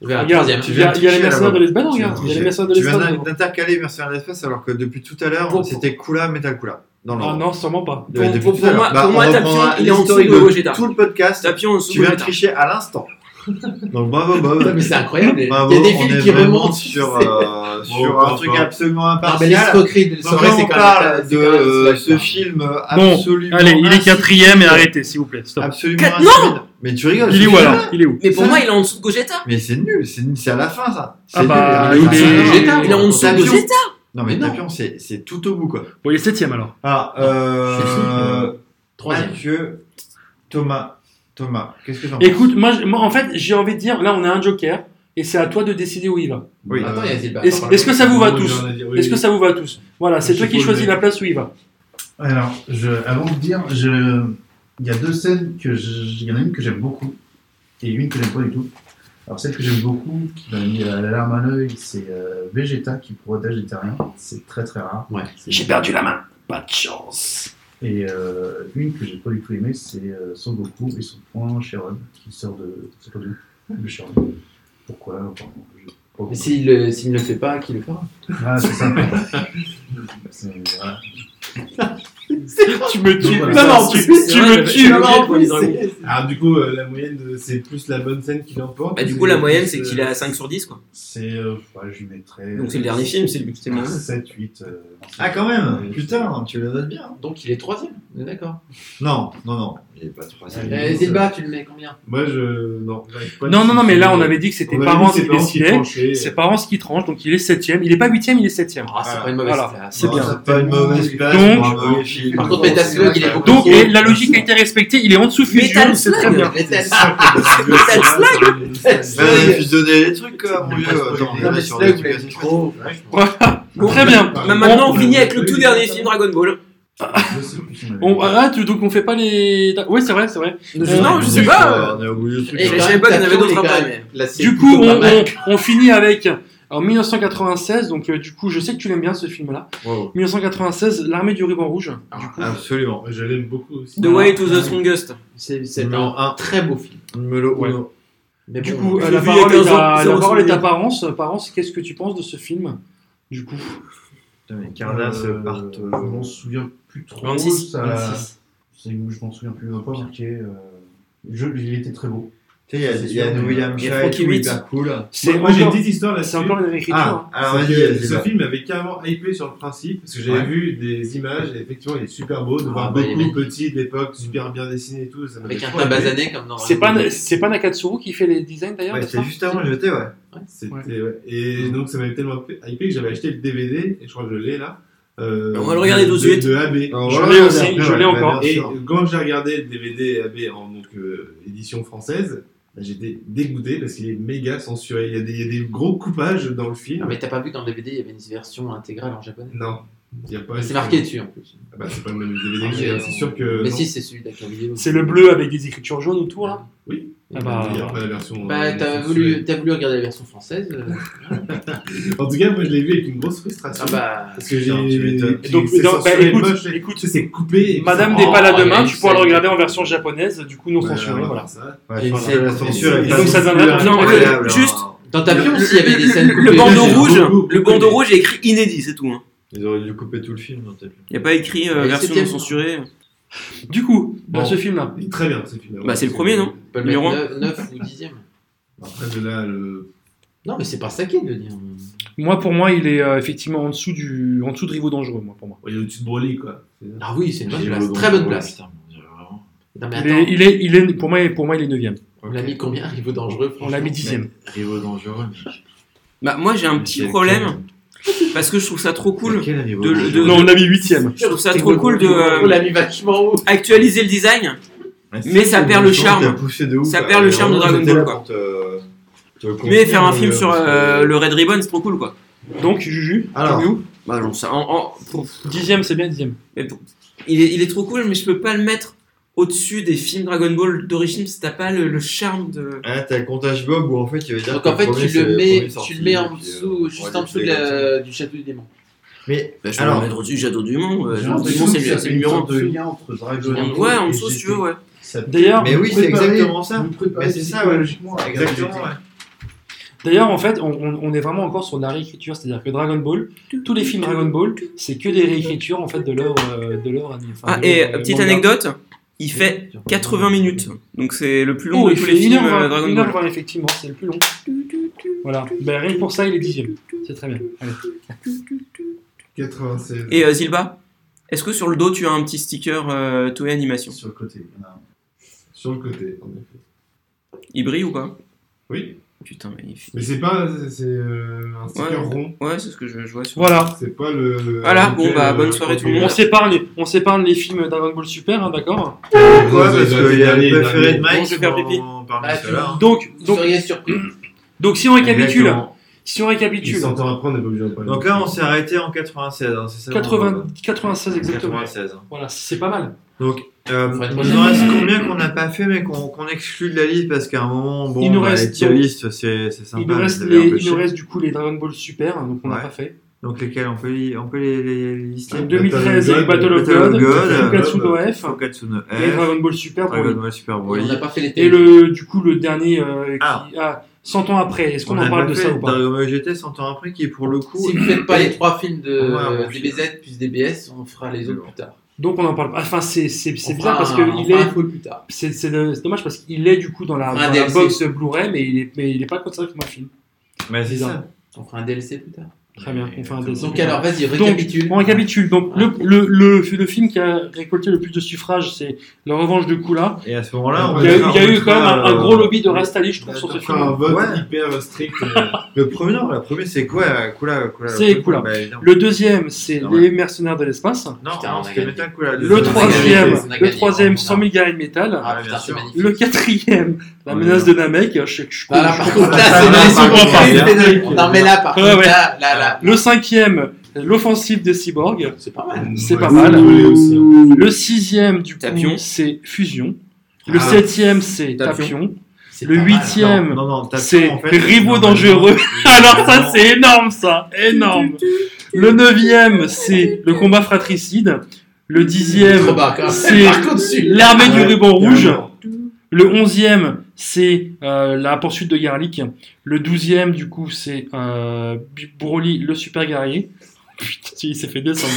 [SPEAKER 8] Je vais à la
[SPEAKER 7] Regarde,
[SPEAKER 8] Ah, troisième.
[SPEAKER 7] il y a, il y a les mercenaires de l'espace. Non,
[SPEAKER 2] Tu
[SPEAKER 7] regarde, il y a les
[SPEAKER 2] viens-
[SPEAKER 7] mercenaires de
[SPEAKER 2] Tu viens
[SPEAKER 7] l'espace.
[SPEAKER 2] d'in- d'intercaler Mercenaires d'Espace alors que depuis tout à l'heure
[SPEAKER 5] Pour-
[SPEAKER 2] c'était Kula, Metal Kula. Dans
[SPEAKER 7] Ah non, sûrement pas.
[SPEAKER 2] Ouais, depuis
[SPEAKER 7] Pour-
[SPEAKER 2] tout
[SPEAKER 7] pour
[SPEAKER 2] à l'heure.
[SPEAKER 7] moi-
[SPEAKER 2] Bah,
[SPEAKER 7] pour
[SPEAKER 2] on
[SPEAKER 7] moi,
[SPEAKER 2] reprendra
[SPEAKER 7] Tapion, il est en dessous
[SPEAKER 2] l'historique
[SPEAKER 7] de Gogeta.
[SPEAKER 2] Tout le podcast,
[SPEAKER 14] Tapion,
[SPEAKER 2] tu viens de tricher à l'instant. Donc bravo, bravo.
[SPEAKER 8] mais c'est incroyable. Il y a
[SPEAKER 2] Bravo,
[SPEAKER 8] des
[SPEAKER 2] on
[SPEAKER 8] films
[SPEAKER 2] est
[SPEAKER 8] qui
[SPEAKER 2] vraiment
[SPEAKER 8] remontent,
[SPEAKER 2] sur,
[SPEAKER 8] c'est-
[SPEAKER 2] euh, sur
[SPEAKER 8] Bon,
[SPEAKER 2] un
[SPEAKER 8] bon,
[SPEAKER 2] truc
[SPEAKER 8] bon.
[SPEAKER 2] absolument
[SPEAKER 8] Ah, mais
[SPEAKER 2] impartial.
[SPEAKER 8] l'escroquerie de le
[SPEAKER 2] Donc
[SPEAKER 8] sauver,
[SPEAKER 2] là,
[SPEAKER 8] c'est
[SPEAKER 2] on
[SPEAKER 8] quand même-
[SPEAKER 2] parle
[SPEAKER 8] c'est
[SPEAKER 2] de
[SPEAKER 8] quand même- hein.
[SPEAKER 2] euh,
[SPEAKER 8] c'est
[SPEAKER 2] ce
[SPEAKER 8] quand
[SPEAKER 2] film
[SPEAKER 7] Bon,
[SPEAKER 2] absolument.
[SPEAKER 7] allez, il est
[SPEAKER 2] insipide.
[SPEAKER 7] quatrième et arrêtez, s'il vous plaît. Stop.
[SPEAKER 2] Absolument.
[SPEAKER 7] Quatre-
[SPEAKER 2] insipide. Mais tu rigoles.
[SPEAKER 7] Il est
[SPEAKER 2] ce
[SPEAKER 7] où
[SPEAKER 2] film-là
[SPEAKER 7] alors Il est où
[SPEAKER 14] Mais pour moi, il est en dessous de Gogeta.
[SPEAKER 2] Mais c'est nul, c'est nul, c'est à la fin ça.
[SPEAKER 7] Ah
[SPEAKER 2] C'est
[SPEAKER 7] bah,
[SPEAKER 2] nul.
[SPEAKER 7] il est-
[SPEAKER 2] C'est
[SPEAKER 7] il est en dessous de
[SPEAKER 2] Tapion.
[SPEAKER 7] Gogeta.
[SPEAKER 2] Non mais
[SPEAKER 7] Mais non.
[SPEAKER 2] Tapion, c'est c'est tout au bout quoi.
[SPEAKER 7] Bon, il est septième alors.
[SPEAKER 2] Ah, euh.
[SPEAKER 7] Troisième.
[SPEAKER 2] Mathieu, Thomas, Thomas, qu'est-ce que t'en penses
[SPEAKER 7] Écoute, moi, je- moi, en fait, j'ai envie de dire, là, on a un joker, et c'est à toi de décider où il va.
[SPEAKER 2] Oui.
[SPEAKER 7] euh,
[SPEAKER 2] Attends, il y a
[SPEAKER 8] Ah,
[SPEAKER 2] Zilbert.
[SPEAKER 7] Est-ce est-ce que ça vous va
[SPEAKER 9] Oui,
[SPEAKER 7] tous
[SPEAKER 9] on a dit- oui,
[SPEAKER 7] Est-ce que
[SPEAKER 9] oui.
[SPEAKER 7] ça vous va tous Voilà, c'est
[SPEAKER 9] Je
[SPEAKER 7] toi qui
[SPEAKER 9] suppose,
[SPEAKER 7] choisis
[SPEAKER 9] mais-
[SPEAKER 7] la place où il va.
[SPEAKER 9] Alors, je, avant de dire, je, il y a deux scènes que je- il y en a une que j'aime beaucoup et une que j'aime pas du tout. Alors celle que j'aime beaucoup, qui m'a mis euh, la larme à l'œil, c'est euh, Vegeta qui protège les terriens. C'est très très rare.
[SPEAKER 10] J'ai perdu la main. Pas de chance.
[SPEAKER 9] Et euh, une que j'ai pas du tout aimée, c'est euh, Son Goku et son point Sharon qui sort de c'est pas de, de Sharon. Pourquoi Enfin, je-
[SPEAKER 8] Mais s'il le- s'il ne le fait pas, qui le fera
[SPEAKER 9] Ah, c'est ça. C'est- voilà.
[SPEAKER 7] tu me
[SPEAKER 9] tues.
[SPEAKER 7] Non, non, tu- tu me tues. Non,
[SPEAKER 6] pour les
[SPEAKER 7] c'est-
[SPEAKER 6] dragons. Alors du coup, euh, la moyenne, euh, c'est plus la bonne scène qui l'emporte. euh,
[SPEAKER 14] Bah, du coup, la moyenne, c'est qu'il est à 5 sur 10, quoi.
[SPEAKER 9] C'est. euh, ouais, je lui mettrais. euh,
[SPEAKER 14] Donc, c'est le dernier film, c'est le- c'est le moins.
[SPEAKER 9] 7, 8.
[SPEAKER 2] Ah quand même, putain, tu le notes bien.
[SPEAKER 8] Donc il est troisième, on est d'accord.
[SPEAKER 2] Non, non, non, il est pas troisième.
[SPEAKER 8] Euh, Zilba, tu le mets combien
[SPEAKER 6] Moi, je. Non, j'arrive pas à
[SPEAKER 7] Non, non, non, mais là,
[SPEAKER 6] décider.
[SPEAKER 7] on avait dit que c'était
[SPEAKER 6] On avait
[SPEAKER 7] parents
[SPEAKER 6] dit
[SPEAKER 7] qui
[SPEAKER 6] que c'est parents
[SPEAKER 7] décidaient.
[SPEAKER 6] tranchaient.
[SPEAKER 7] C'est parents qui tranchent, donc il est septième. Il est pas huitième, il est septième. Ah,
[SPEAKER 8] c'est pas une mauvaise place.
[SPEAKER 7] C'est
[SPEAKER 8] Non,
[SPEAKER 7] bien.
[SPEAKER 8] c'est pas une mauvaise place
[SPEAKER 7] Donc,
[SPEAKER 8] pour un mauvais film. Par contre, Metaslug, il est beaucoup
[SPEAKER 7] Donc,
[SPEAKER 8] trop-
[SPEAKER 7] et la logique a été respectée. Il est en dessous Fusion, c'est très bien.
[SPEAKER 2] Ben, fusionner les trucs, quoi, mon vieux. Attends,
[SPEAKER 8] Non,
[SPEAKER 2] on
[SPEAKER 8] mais
[SPEAKER 2] est sur
[SPEAKER 8] Slug,
[SPEAKER 2] des
[SPEAKER 8] mais
[SPEAKER 2] trucs assez
[SPEAKER 8] trop.
[SPEAKER 7] Voilà. Très bien.
[SPEAKER 14] Bah, maintenant, on finit avec le tout dernier film Dragon Ball.
[SPEAKER 7] Euh, On, ah, tu- donc on fait pas les. Oui, c'est vrai, c'est vrai.
[SPEAKER 14] Non, je sais
[SPEAKER 6] Ah.
[SPEAKER 14] pas.
[SPEAKER 2] On a oublié le truc.
[SPEAKER 14] Je savais pas qu'il y en avait d'autres après. mais-
[SPEAKER 7] Du coup, on, on- on finit avec en 1996. Donc, euh, du coup, je sais que tu l'aimes bien ce film-là.
[SPEAKER 2] Wow.
[SPEAKER 7] 1996, l'armée du ruban rouge. Du coup,
[SPEAKER 2] Absolument.
[SPEAKER 6] Je l'aime beaucoup aussi.
[SPEAKER 14] The Way to the Strongest.
[SPEAKER 8] C'est c'est
[SPEAKER 2] Numéro
[SPEAKER 8] un,
[SPEAKER 2] un.
[SPEAKER 8] très beau film.
[SPEAKER 2] Numéro
[SPEAKER 7] Ouais.
[SPEAKER 2] uno.
[SPEAKER 8] Mais
[SPEAKER 7] du
[SPEAKER 8] bon,
[SPEAKER 7] coup,
[SPEAKER 8] je
[SPEAKER 7] euh,
[SPEAKER 8] l'ai
[SPEAKER 7] la
[SPEAKER 8] vu il
[SPEAKER 7] parole
[SPEAKER 8] y a
[SPEAKER 7] est
[SPEAKER 8] 15 ans,
[SPEAKER 7] à,
[SPEAKER 8] zéro
[SPEAKER 7] la parole est à
[SPEAKER 8] souvenir.
[SPEAKER 7] Parence. Parence, qu'est-ce que tu penses de ce film Du coup,
[SPEAKER 2] Putain, mais Cardas
[SPEAKER 9] Euh,
[SPEAKER 2] part.
[SPEAKER 9] Je m'en souviens plus trop.
[SPEAKER 7] 26,
[SPEAKER 9] ça-
[SPEAKER 7] 26.
[SPEAKER 9] c'est- Je m'en souviens plus. Pas marqué. euh, Je, il était très beau.
[SPEAKER 2] Tu sais, il y a-
[SPEAKER 9] C'est
[SPEAKER 2] il y a
[SPEAKER 9] sûr,
[SPEAKER 2] Noé
[SPEAKER 9] mais-
[SPEAKER 2] Yamcha
[SPEAKER 9] Il y a
[SPEAKER 2] et
[SPEAKER 9] Frankie
[SPEAKER 2] tout,
[SPEAKER 9] Witt.
[SPEAKER 2] hyper cool.
[SPEAKER 7] c'est
[SPEAKER 6] Moi, j'ai une
[SPEAKER 7] encore-
[SPEAKER 6] petite histoire là-dessus.
[SPEAKER 7] c'est encore une réécriture.
[SPEAKER 2] Ah,
[SPEAKER 7] hein.
[SPEAKER 2] alors
[SPEAKER 6] C'est
[SPEAKER 2] vas-y,
[SPEAKER 6] que
[SPEAKER 2] vas-y,
[SPEAKER 6] ce
[SPEAKER 2] va.
[SPEAKER 6] film m'avait carrément hypé sur le principe, parce que j'avais
[SPEAKER 2] Ouais.
[SPEAKER 6] vu des images, et effectivement, il est super beau, de
[SPEAKER 8] Ah,
[SPEAKER 6] voir
[SPEAKER 8] bah, il est
[SPEAKER 6] beaucoup
[SPEAKER 8] magnifique.
[SPEAKER 6] petit de l'époque, super bien dessiné et tout. Ça m'avait
[SPEAKER 8] Avec un
[SPEAKER 6] trop
[SPEAKER 8] tas
[SPEAKER 6] hypé.
[SPEAKER 8] basané comme dans
[SPEAKER 7] hein. C'est pas, c'est pas Nakatsuru qui fait les designs d'ailleurs
[SPEAKER 2] Ouais,
[SPEAKER 7] de
[SPEAKER 2] c'était
[SPEAKER 7] ça
[SPEAKER 2] juste avant j'étais, ouais.
[SPEAKER 6] C'était, ouais. Et donc, ça m'avait tellement hypé que j'avais acheté le DVD, et je crois que je l'ai là.
[SPEAKER 7] Bah,
[SPEAKER 6] euh,
[SPEAKER 14] On va le regarder tout de suite.
[SPEAKER 6] De AB.
[SPEAKER 2] Alors,
[SPEAKER 7] Je
[SPEAKER 2] voilà,
[SPEAKER 7] l'ai
[SPEAKER 2] Ah, on
[SPEAKER 7] aussi,
[SPEAKER 2] l'a fait,
[SPEAKER 7] je
[SPEAKER 2] ouais,
[SPEAKER 7] l'ai
[SPEAKER 2] ouais,
[SPEAKER 7] encore.
[SPEAKER 2] bien
[SPEAKER 6] Et
[SPEAKER 2] sûr.
[SPEAKER 6] quand j'ai regardé le DVD AB en donc, euh, édition française, bah, j'étais dégoûté parce qu'il est méga censuré. Il y, a des, il y a des gros coupages dans le film.
[SPEAKER 8] Ah, mais t'as pas vu que dans le DVD, il y avait une version intégrale en japonais
[SPEAKER 6] Non, il n'y a pas.
[SPEAKER 8] C'est marqué dessus en plus.
[SPEAKER 6] Ah bah, c'est pas le même DVD
[SPEAKER 8] Ah,
[SPEAKER 6] que j'ai,
[SPEAKER 8] mais,
[SPEAKER 6] c'est sûr que.
[SPEAKER 8] Mais
[SPEAKER 6] non.
[SPEAKER 8] si, c'est celui avec la vidéo.
[SPEAKER 7] C'est le bleu avec des écritures jaunes autour là
[SPEAKER 6] Oui.
[SPEAKER 7] Ah bah,
[SPEAKER 6] Il y a pas la version.
[SPEAKER 8] Bah,
[SPEAKER 6] euh,
[SPEAKER 8] t'as
[SPEAKER 6] censurée.
[SPEAKER 8] voulu, t'as voulu regarder la version française euh,
[SPEAKER 6] En tout cas, moi je l'ai vu avec une grosse frustration.
[SPEAKER 8] Ah bah.
[SPEAKER 6] Parce que j'ai.
[SPEAKER 2] Putain, tu m'étonnes.
[SPEAKER 6] puis
[SPEAKER 7] Donc,
[SPEAKER 6] c'est
[SPEAKER 7] non,
[SPEAKER 6] censuré
[SPEAKER 7] bah, écoute,
[SPEAKER 6] moche, et-
[SPEAKER 7] écoute,
[SPEAKER 6] tu sais, c'est coupé. et puis
[SPEAKER 7] Madame
[SPEAKER 6] ça-
[SPEAKER 7] n'est pas là
[SPEAKER 8] Oh,
[SPEAKER 7] demain,
[SPEAKER 8] ouais,
[SPEAKER 7] tu pourras le
[SPEAKER 8] c'est-
[SPEAKER 7] regarder en version japonaise, du coup non
[SPEAKER 6] Voilà,
[SPEAKER 7] censurée, voilà.
[SPEAKER 6] ça.
[SPEAKER 2] Ouais, je
[SPEAKER 8] Et
[SPEAKER 2] pense que
[SPEAKER 8] c'est-
[SPEAKER 2] la censure est
[SPEAKER 7] et
[SPEAKER 2] pas
[SPEAKER 7] donc, ça
[SPEAKER 2] non
[SPEAKER 7] donnerait-
[SPEAKER 2] plus
[SPEAKER 14] Non, le-
[SPEAKER 2] incroyable,
[SPEAKER 14] juste-
[SPEAKER 2] hein.
[SPEAKER 8] Dans ta
[SPEAKER 14] Le-
[SPEAKER 8] pion
[SPEAKER 14] le-
[SPEAKER 8] aussi, il y avait des scènes
[SPEAKER 14] Le
[SPEAKER 7] Euh,
[SPEAKER 8] coupées.
[SPEAKER 14] bandeau
[SPEAKER 6] J'ai
[SPEAKER 14] rouge,
[SPEAKER 6] beaucoup,
[SPEAKER 14] le
[SPEAKER 6] beaucoup
[SPEAKER 14] bandeau
[SPEAKER 6] aimé.
[SPEAKER 14] rouge est écrit inédit, c'est tout. Hein.
[SPEAKER 2] Ils auraient dû couper tout le film dans tel
[SPEAKER 14] Il n'y a pas écrit euh,
[SPEAKER 8] Mais
[SPEAKER 14] version
[SPEAKER 8] c'était-
[SPEAKER 14] non censurée.
[SPEAKER 7] Du coup,
[SPEAKER 6] Bon.
[SPEAKER 7] dans ce film là.
[SPEAKER 6] Il est Très bien ce film.
[SPEAKER 14] Bah, c'est le premier, non
[SPEAKER 8] On peut le mettre
[SPEAKER 14] numéro un.
[SPEAKER 8] neuf- neuf ou dixième.
[SPEAKER 6] Après de là, le.
[SPEAKER 8] Non, mais c'est pas ça qu'il veut dire.
[SPEAKER 7] Moi pour moi il est euh, effectivement en dessous du en dessous de Rivaux dangereux moi pour moi.
[SPEAKER 6] Il est au-dessus de Broly quoi.
[SPEAKER 8] Ah oui, c'est une bonne
[SPEAKER 2] J'ai
[SPEAKER 8] place.
[SPEAKER 2] le
[SPEAKER 8] Très
[SPEAKER 2] bon
[SPEAKER 8] bonne
[SPEAKER 2] goût,
[SPEAKER 8] place.
[SPEAKER 2] putain, on dirait vraiment.
[SPEAKER 8] Non, mais
[SPEAKER 7] Il est,
[SPEAKER 8] attends,
[SPEAKER 7] il est, il est- pour moi pour moi il est neuvième.
[SPEAKER 8] on l'a mis combien Niveau dangereux,
[SPEAKER 7] On l'a mis
[SPEAKER 8] franchement
[SPEAKER 7] dixième.
[SPEAKER 2] Rivaux dangereux. mais-
[SPEAKER 14] Bah, moi, j'ai un
[SPEAKER 2] mais
[SPEAKER 14] petit
[SPEAKER 2] quel-
[SPEAKER 14] problème parce que je trouve ça trop cool.
[SPEAKER 2] Quel rivaux
[SPEAKER 14] de-
[SPEAKER 2] dangereux
[SPEAKER 14] de-
[SPEAKER 7] Non on l'a mis huitième.
[SPEAKER 14] Je trouve ça
[SPEAKER 8] C'est
[SPEAKER 14] trop
[SPEAKER 8] bon,
[SPEAKER 14] cool de
[SPEAKER 8] bon, On
[SPEAKER 14] euh,
[SPEAKER 8] l'a mis vachement haut.
[SPEAKER 14] actualiser le design.
[SPEAKER 2] Ouais,
[SPEAKER 14] Mais
[SPEAKER 2] c'est
[SPEAKER 14] ça
[SPEAKER 2] une
[SPEAKER 14] perd le
[SPEAKER 2] émission
[SPEAKER 14] charme.
[SPEAKER 2] qui a poussé de ouf,
[SPEAKER 14] Ça
[SPEAKER 2] quoi.
[SPEAKER 14] perd le
[SPEAKER 2] Et
[SPEAKER 14] charme de
[SPEAKER 2] vraiment,
[SPEAKER 14] Dragon
[SPEAKER 2] j'étais
[SPEAKER 14] Ball,
[SPEAKER 2] là
[SPEAKER 14] quoi.
[SPEAKER 2] pour te- te le
[SPEAKER 14] Mais faire un
[SPEAKER 2] confirmer,
[SPEAKER 14] film sur
[SPEAKER 2] parce que-
[SPEAKER 14] euh, le Red Ribbon, c'est trop cool, quoi.
[SPEAKER 7] Donc Juju,
[SPEAKER 2] Alors.
[SPEAKER 7] t'en es où
[SPEAKER 14] Bah, j'en sais- en- en- pour-
[SPEAKER 7] Dixième c'est bien dixième.
[SPEAKER 14] mais pour- il, est, il est trop cool, mais je peux pas le mettre au-dessus des films Dragon Ball d'origine parce que t'as pas le, le charme de.
[SPEAKER 2] Ah, t'as le comptage Bob où en fait il veut dire
[SPEAKER 8] Donc
[SPEAKER 2] que
[SPEAKER 8] en fait,
[SPEAKER 2] premier,
[SPEAKER 8] tu
[SPEAKER 2] c'est
[SPEAKER 8] le mets,
[SPEAKER 2] premier
[SPEAKER 8] tu
[SPEAKER 2] sorti,
[SPEAKER 8] le mets
[SPEAKER 2] et
[SPEAKER 8] en
[SPEAKER 2] puis,
[SPEAKER 8] dessous,
[SPEAKER 2] euh,
[SPEAKER 8] juste
[SPEAKER 2] ouais,
[SPEAKER 8] en dessous de
[SPEAKER 2] c'est comme ça.
[SPEAKER 8] la- du château du démon.
[SPEAKER 2] Mais
[SPEAKER 14] Bah, je peux
[SPEAKER 2] alors,
[SPEAKER 14] le mettre au-dessus du Jadot du Mont. euh, Jadot
[SPEAKER 9] J'ai
[SPEAKER 14] du
[SPEAKER 9] l'impression
[SPEAKER 14] Mont, c'est
[SPEAKER 9] que ça
[SPEAKER 14] le c'est
[SPEAKER 9] fait
[SPEAKER 14] le
[SPEAKER 9] une
[SPEAKER 14] numéro
[SPEAKER 9] sorte de
[SPEAKER 14] un.
[SPEAKER 9] lien entre Dragon Ball.
[SPEAKER 14] Ouais, en dessous, si tu veux, ouais.
[SPEAKER 7] D'ailleurs,
[SPEAKER 2] mais oui, c'est exactement ça.
[SPEAKER 9] Mais
[SPEAKER 2] Mais c'est ça, ouais.
[SPEAKER 9] Logiquement, à regarder
[SPEAKER 2] Exactement,
[SPEAKER 9] les-
[SPEAKER 2] ouais.
[SPEAKER 7] D'ailleurs, en fait, on, on- on est vraiment encore sur de la réécriture, c'est-à-dire que Dragon Ball, tous les films Dragon Ball, c'est que des réécritures en fait de l'œuvre euh, de l'œuvre anime. Enfin,
[SPEAKER 5] Ah,
[SPEAKER 7] de
[SPEAKER 5] et
[SPEAKER 7] l'œuvre, euh,
[SPEAKER 5] petite
[SPEAKER 7] manga.
[SPEAKER 5] anecdote, il fait 80 minutes. Donc c'est le plus long
[SPEAKER 7] Oh,
[SPEAKER 5] de
[SPEAKER 7] il
[SPEAKER 5] tous
[SPEAKER 7] fait
[SPEAKER 5] les films
[SPEAKER 7] 1h20,
[SPEAKER 5] euh, Dragon Ball.
[SPEAKER 7] 1h20, effectivement, c'est le plus long. Voilà, ben, rien que pour ça, il est dixième. C'est très bien. Allez.
[SPEAKER 6] 96.
[SPEAKER 5] Et euh, Zilba, est-ce que sur le dos tu as un petit sticker euh, Toei Animation
[SPEAKER 15] Sur le côté.
[SPEAKER 6] Sur le côté, en effet.
[SPEAKER 5] Il brille ou pas
[SPEAKER 6] Oui.
[SPEAKER 5] Putain, magnifique.
[SPEAKER 6] Mais c'est pas. c'est- C'est euh, un sticker
[SPEAKER 5] Ouais.
[SPEAKER 6] rond.
[SPEAKER 5] Ouais, c'est ce que je, je vois sur
[SPEAKER 7] Voilà.
[SPEAKER 6] C'est pas le. le-
[SPEAKER 5] Voilà,
[SPEAKER 6] le-
[SPEAKER 5] bon,
[SPEAKER 6] le-
[SPEAKER 5] bah,
[SPEAKER 6] le-
[SPEAKER 5] bonne soirée tout le monde.
[SPEAKER 7] On s'épargne, on s'épargne les films Dragon Ball Super, hein, d'accord
[SPEAKER 2] Pourquoi Parce qu'il y a les préférés de
[SPEAKER 5] Bon,
[SPEAKER 2] Mike.
[SPEAKER 5] je vais faire
[SPEAKER 2] qui
[SPEAKER 5] pipi.
[SPEAKER 2] sont parmi
[SPEAKER 5] Bah,
[SPEAKER 2] ceux-là, hein.
[SPEAKER 7] Donc, donc, donc si on récapitule,
[SPEAKER 2] Exactement.
[SPEAKER 7] si on récapitule,
[SPEAKER 6] Il s'entend après, on n'est pas obligé de parler.
[SPEAKER 2] Donc là, on s'est arrêté en 96, hein, c'est ça
[SPEAKER 7] 80 96 exactement.
[SPEAKER 2] 96. hein.
[SPEAKER 7] Voilà, c'est pas mal.
[SPEAKER 2] Donc, euh, il nous reste combien qu'on n'a pas fait, mais qu'on qu'on exclut de la liste parce qu'à un moment, bon,
[SPEAKER 7] il nous
[SPEAKER 2] bah,
[SPEAKER 7] reste
[SPEAKER 2] les tier list, c'est c'est sympa.
[SPEAKER 7] il nous
[SPEAKER 2] mais
[SPEAKER 7] reste
[SPEAKER 2] ça fait un
[SPEAKER 7] les-
[SPEAKER 2] peu
[SPEAKER 7] il nous
[SPEAKER 2] chier.
[SPEAKER 7] reste du coup les Dragon Ball Super, hein, donc on n'a
[SPEAKER 2] Ouais.
[SPEAKER 7] pas fait.
[SPEAKER 2] Donc lesquels on peut, les- on peut les, les- les lister
[SPEAKER 7] Donc, 2013, il y a eu Battle of God, Fukatsu no F,
[SPEAKER 2] Fukatsu no euh, F,
[SPEAKER 7] et Dragon Ball Super
[SPEAKER 2] Dragon
[SPEAKER 7] Broly.
[SPEAKER 2] Ball Super Broly.
[SPEAKER 7] Et le, du coup, le dernier, euh, qui- ah, 100 ans après, est-ce qu'on
[SPEAKER 2] On
[SPEAKER 7] en
[SPEAKER 2] a
[SPEAKER 7] parle
[SPEAKER 2] pas
[SPEAKER 7] de
[SPEAKER 2] fait
[SPEAKER 7] ça ou pas
[SPEAKER 2] Dragon Ball GT 100 ans après, qui est pour le coup. bah,
[SPEAKER 8] Si vous faites pas les trois films de
[SPEAKER 2] Ouais, ouais.
[SPEAKER 8] DBZ plus DBS, on fera les autres plus tard.
[SPEAKER 7] Donc on en parle pas. Enfin, c'est c'est- c'est
[SPEAKER 8] On
[SPEAKER 7] bizarre
[SPEAKER 8] fera
[SPEAKER 7] parce
[SPEAKER 8] un-
[SPEAKER 7] que
[SPEAKER 8] on
[SPEAKER 7] il
[SPEAKER 8] fera un
[SPEAKER 7] est.
[SPEAKER 8] full plus tard.
[SPEAKER 7] C'est c'est de- c'est dommage parce qu'il est du coup dans la,
[SPEAKER 8] On fera un
[SPEAKER 7] dans la
[SPEAKER 8] DLC.
[SPEAKER 7] box Blu-ray, mais il est, mais il est pas considéré comme un film.
[SPEAKER 2] Mais c'est
[SPEAKER 7] Bizarre.
[SPEAKER 2] ça.
[SPEAKER 8] On fera un DLC plus tard.
[SPEAKER 7] Très bien, on fait un DLC.
[SPEAKER 8] Donc, alors, vas-y,
[SPEAKER 7] Donc,
[SPEAKER 8] récapitule.
[SPEAKER 7] on récapitule. Donc le, le, le, le film qui a récolté le plus de suffrages, c'est La Revanche de Kula.
[SPEAKER 2] Et à ce moment-là, on
[SPEAKER 7] il y a, eu-
[SPEAKER 2] mettra-
[SPEAKER 7] il y a
[SPEAKER 2] on
[SPEAKER 7] eu quand même un,
[SPEAKER 2] mettra,
[SPEAKER 7] un gros
[SPEAKER 2] euh,
[SPEAKER 7] lobby de Rastali, je trouve, sur ce
[SPEAKER 6] Enfin,
[SPEAKER 7] film.
[SPEAKER 6] un vote
[SPEAKER 2] Ouais.
[SPEAKER 6] hyper strict.
[SPEAKER 2] euh, Le premier, non, le premier, c'est quoi euh, Kula, Kula,
[SPEAKER 7] C'est Kula.
[SPEAKER 2] Bah, évidemment.
[SPEAKER 7] Le deuxième, c'est
[SPEAKER 2] Ah ouais.
[SPEAKER 7] Les Mercenaires de l'espace.
[SPEAKER 2] Non, non, c'était Metal Kula.
[SPEAKER 7] Le troisième,
[SPEAKER 2] c'est- Ah,
[SPEAKER 7] le troisième, 100 000 Gary Metal.
[SPEAKER 8] Ah,
[SPEAKER 2] bien sûr.
[SPEAKER 7] Le quatrième, la menace de Namek. Je, je, je,
[SPEAKER 8] Voilà, Bah,
[SPEAKER 7] je-
[SPEAKER 8] par
[SPEAKER 7] je-
[SPEAKER 8] contre, là,
[SPEAKER 7] je-
[SPEAKER 8] c'est
[SPEAKER 7] je-
[SPEAKER 8] une
[SPEAKER 7] je-
[SPEAKER 8] leçon
[SPEAKER 7] je-
[SPEAKER 8] qu'on
[SPEAKER 7] je-
[SPEAKER 8] fait.
[SPEAKER 7] je- je-
[SPEAKER 8] On en met là, par contre, là, là, là.
[SPEAKER 7] Le cinquième, l'offensive des cyborgs. C'est pas
[SPEAKER 6] mal.
[SPEAKER 7] C'est
[SPEAKER 6] Ouais,
[SPEAKER 7] pas
[SPEAKER 6] c'est
[SPEAKER 7] mal.
[SPEAKER 6] rigolé aussi,
[SPEAKER 7] Le sixième, du coup, c'est Fusion. Le
[SPEAKER 2] Ah.
[SPEAKER 7] septième, c'est
[SPEAKER 2] Tapion.
[SPEAKER 7] Tapion.
[SPEAKER 2] C'est
[SPEAKER 7] Le
[SPEAKER 2] pas mal.
[SPEAKER 7] huitième,
[SPEAKER 2] Non, non, non, Tapion,
[SPEAKER 7] c'est
[SPEAKER 2] en fait,
[SPEAKER 7] Rivaux
[SPEAKER 2] normalement,
[SPEAKER 7] dangereux.
[SPEAKER 2] il-
[SPEAKER 7] Alors ça, c'est énorme, ça. Énorme. Le neuvième, c'est le combat fratricide. Le dixième,
[SPEAKER 8] Trop bas, quand même.
[SPEAKER 7] c'est
[SPEAKER 8] Par contre, celui-là.
[SPEAKER 7] l'armée du
[SPEAKER 8] Ouais,
[SPEAKER 7] ruban rouge.
[SPEAKER 8] carrément.
[SPEAKER 7] Le onzième, c'est euh, la poursuite de Garlic. Le douzième, du coup, c'est euh, Broly, le super guerrier. Putain, il s'est fait descendre.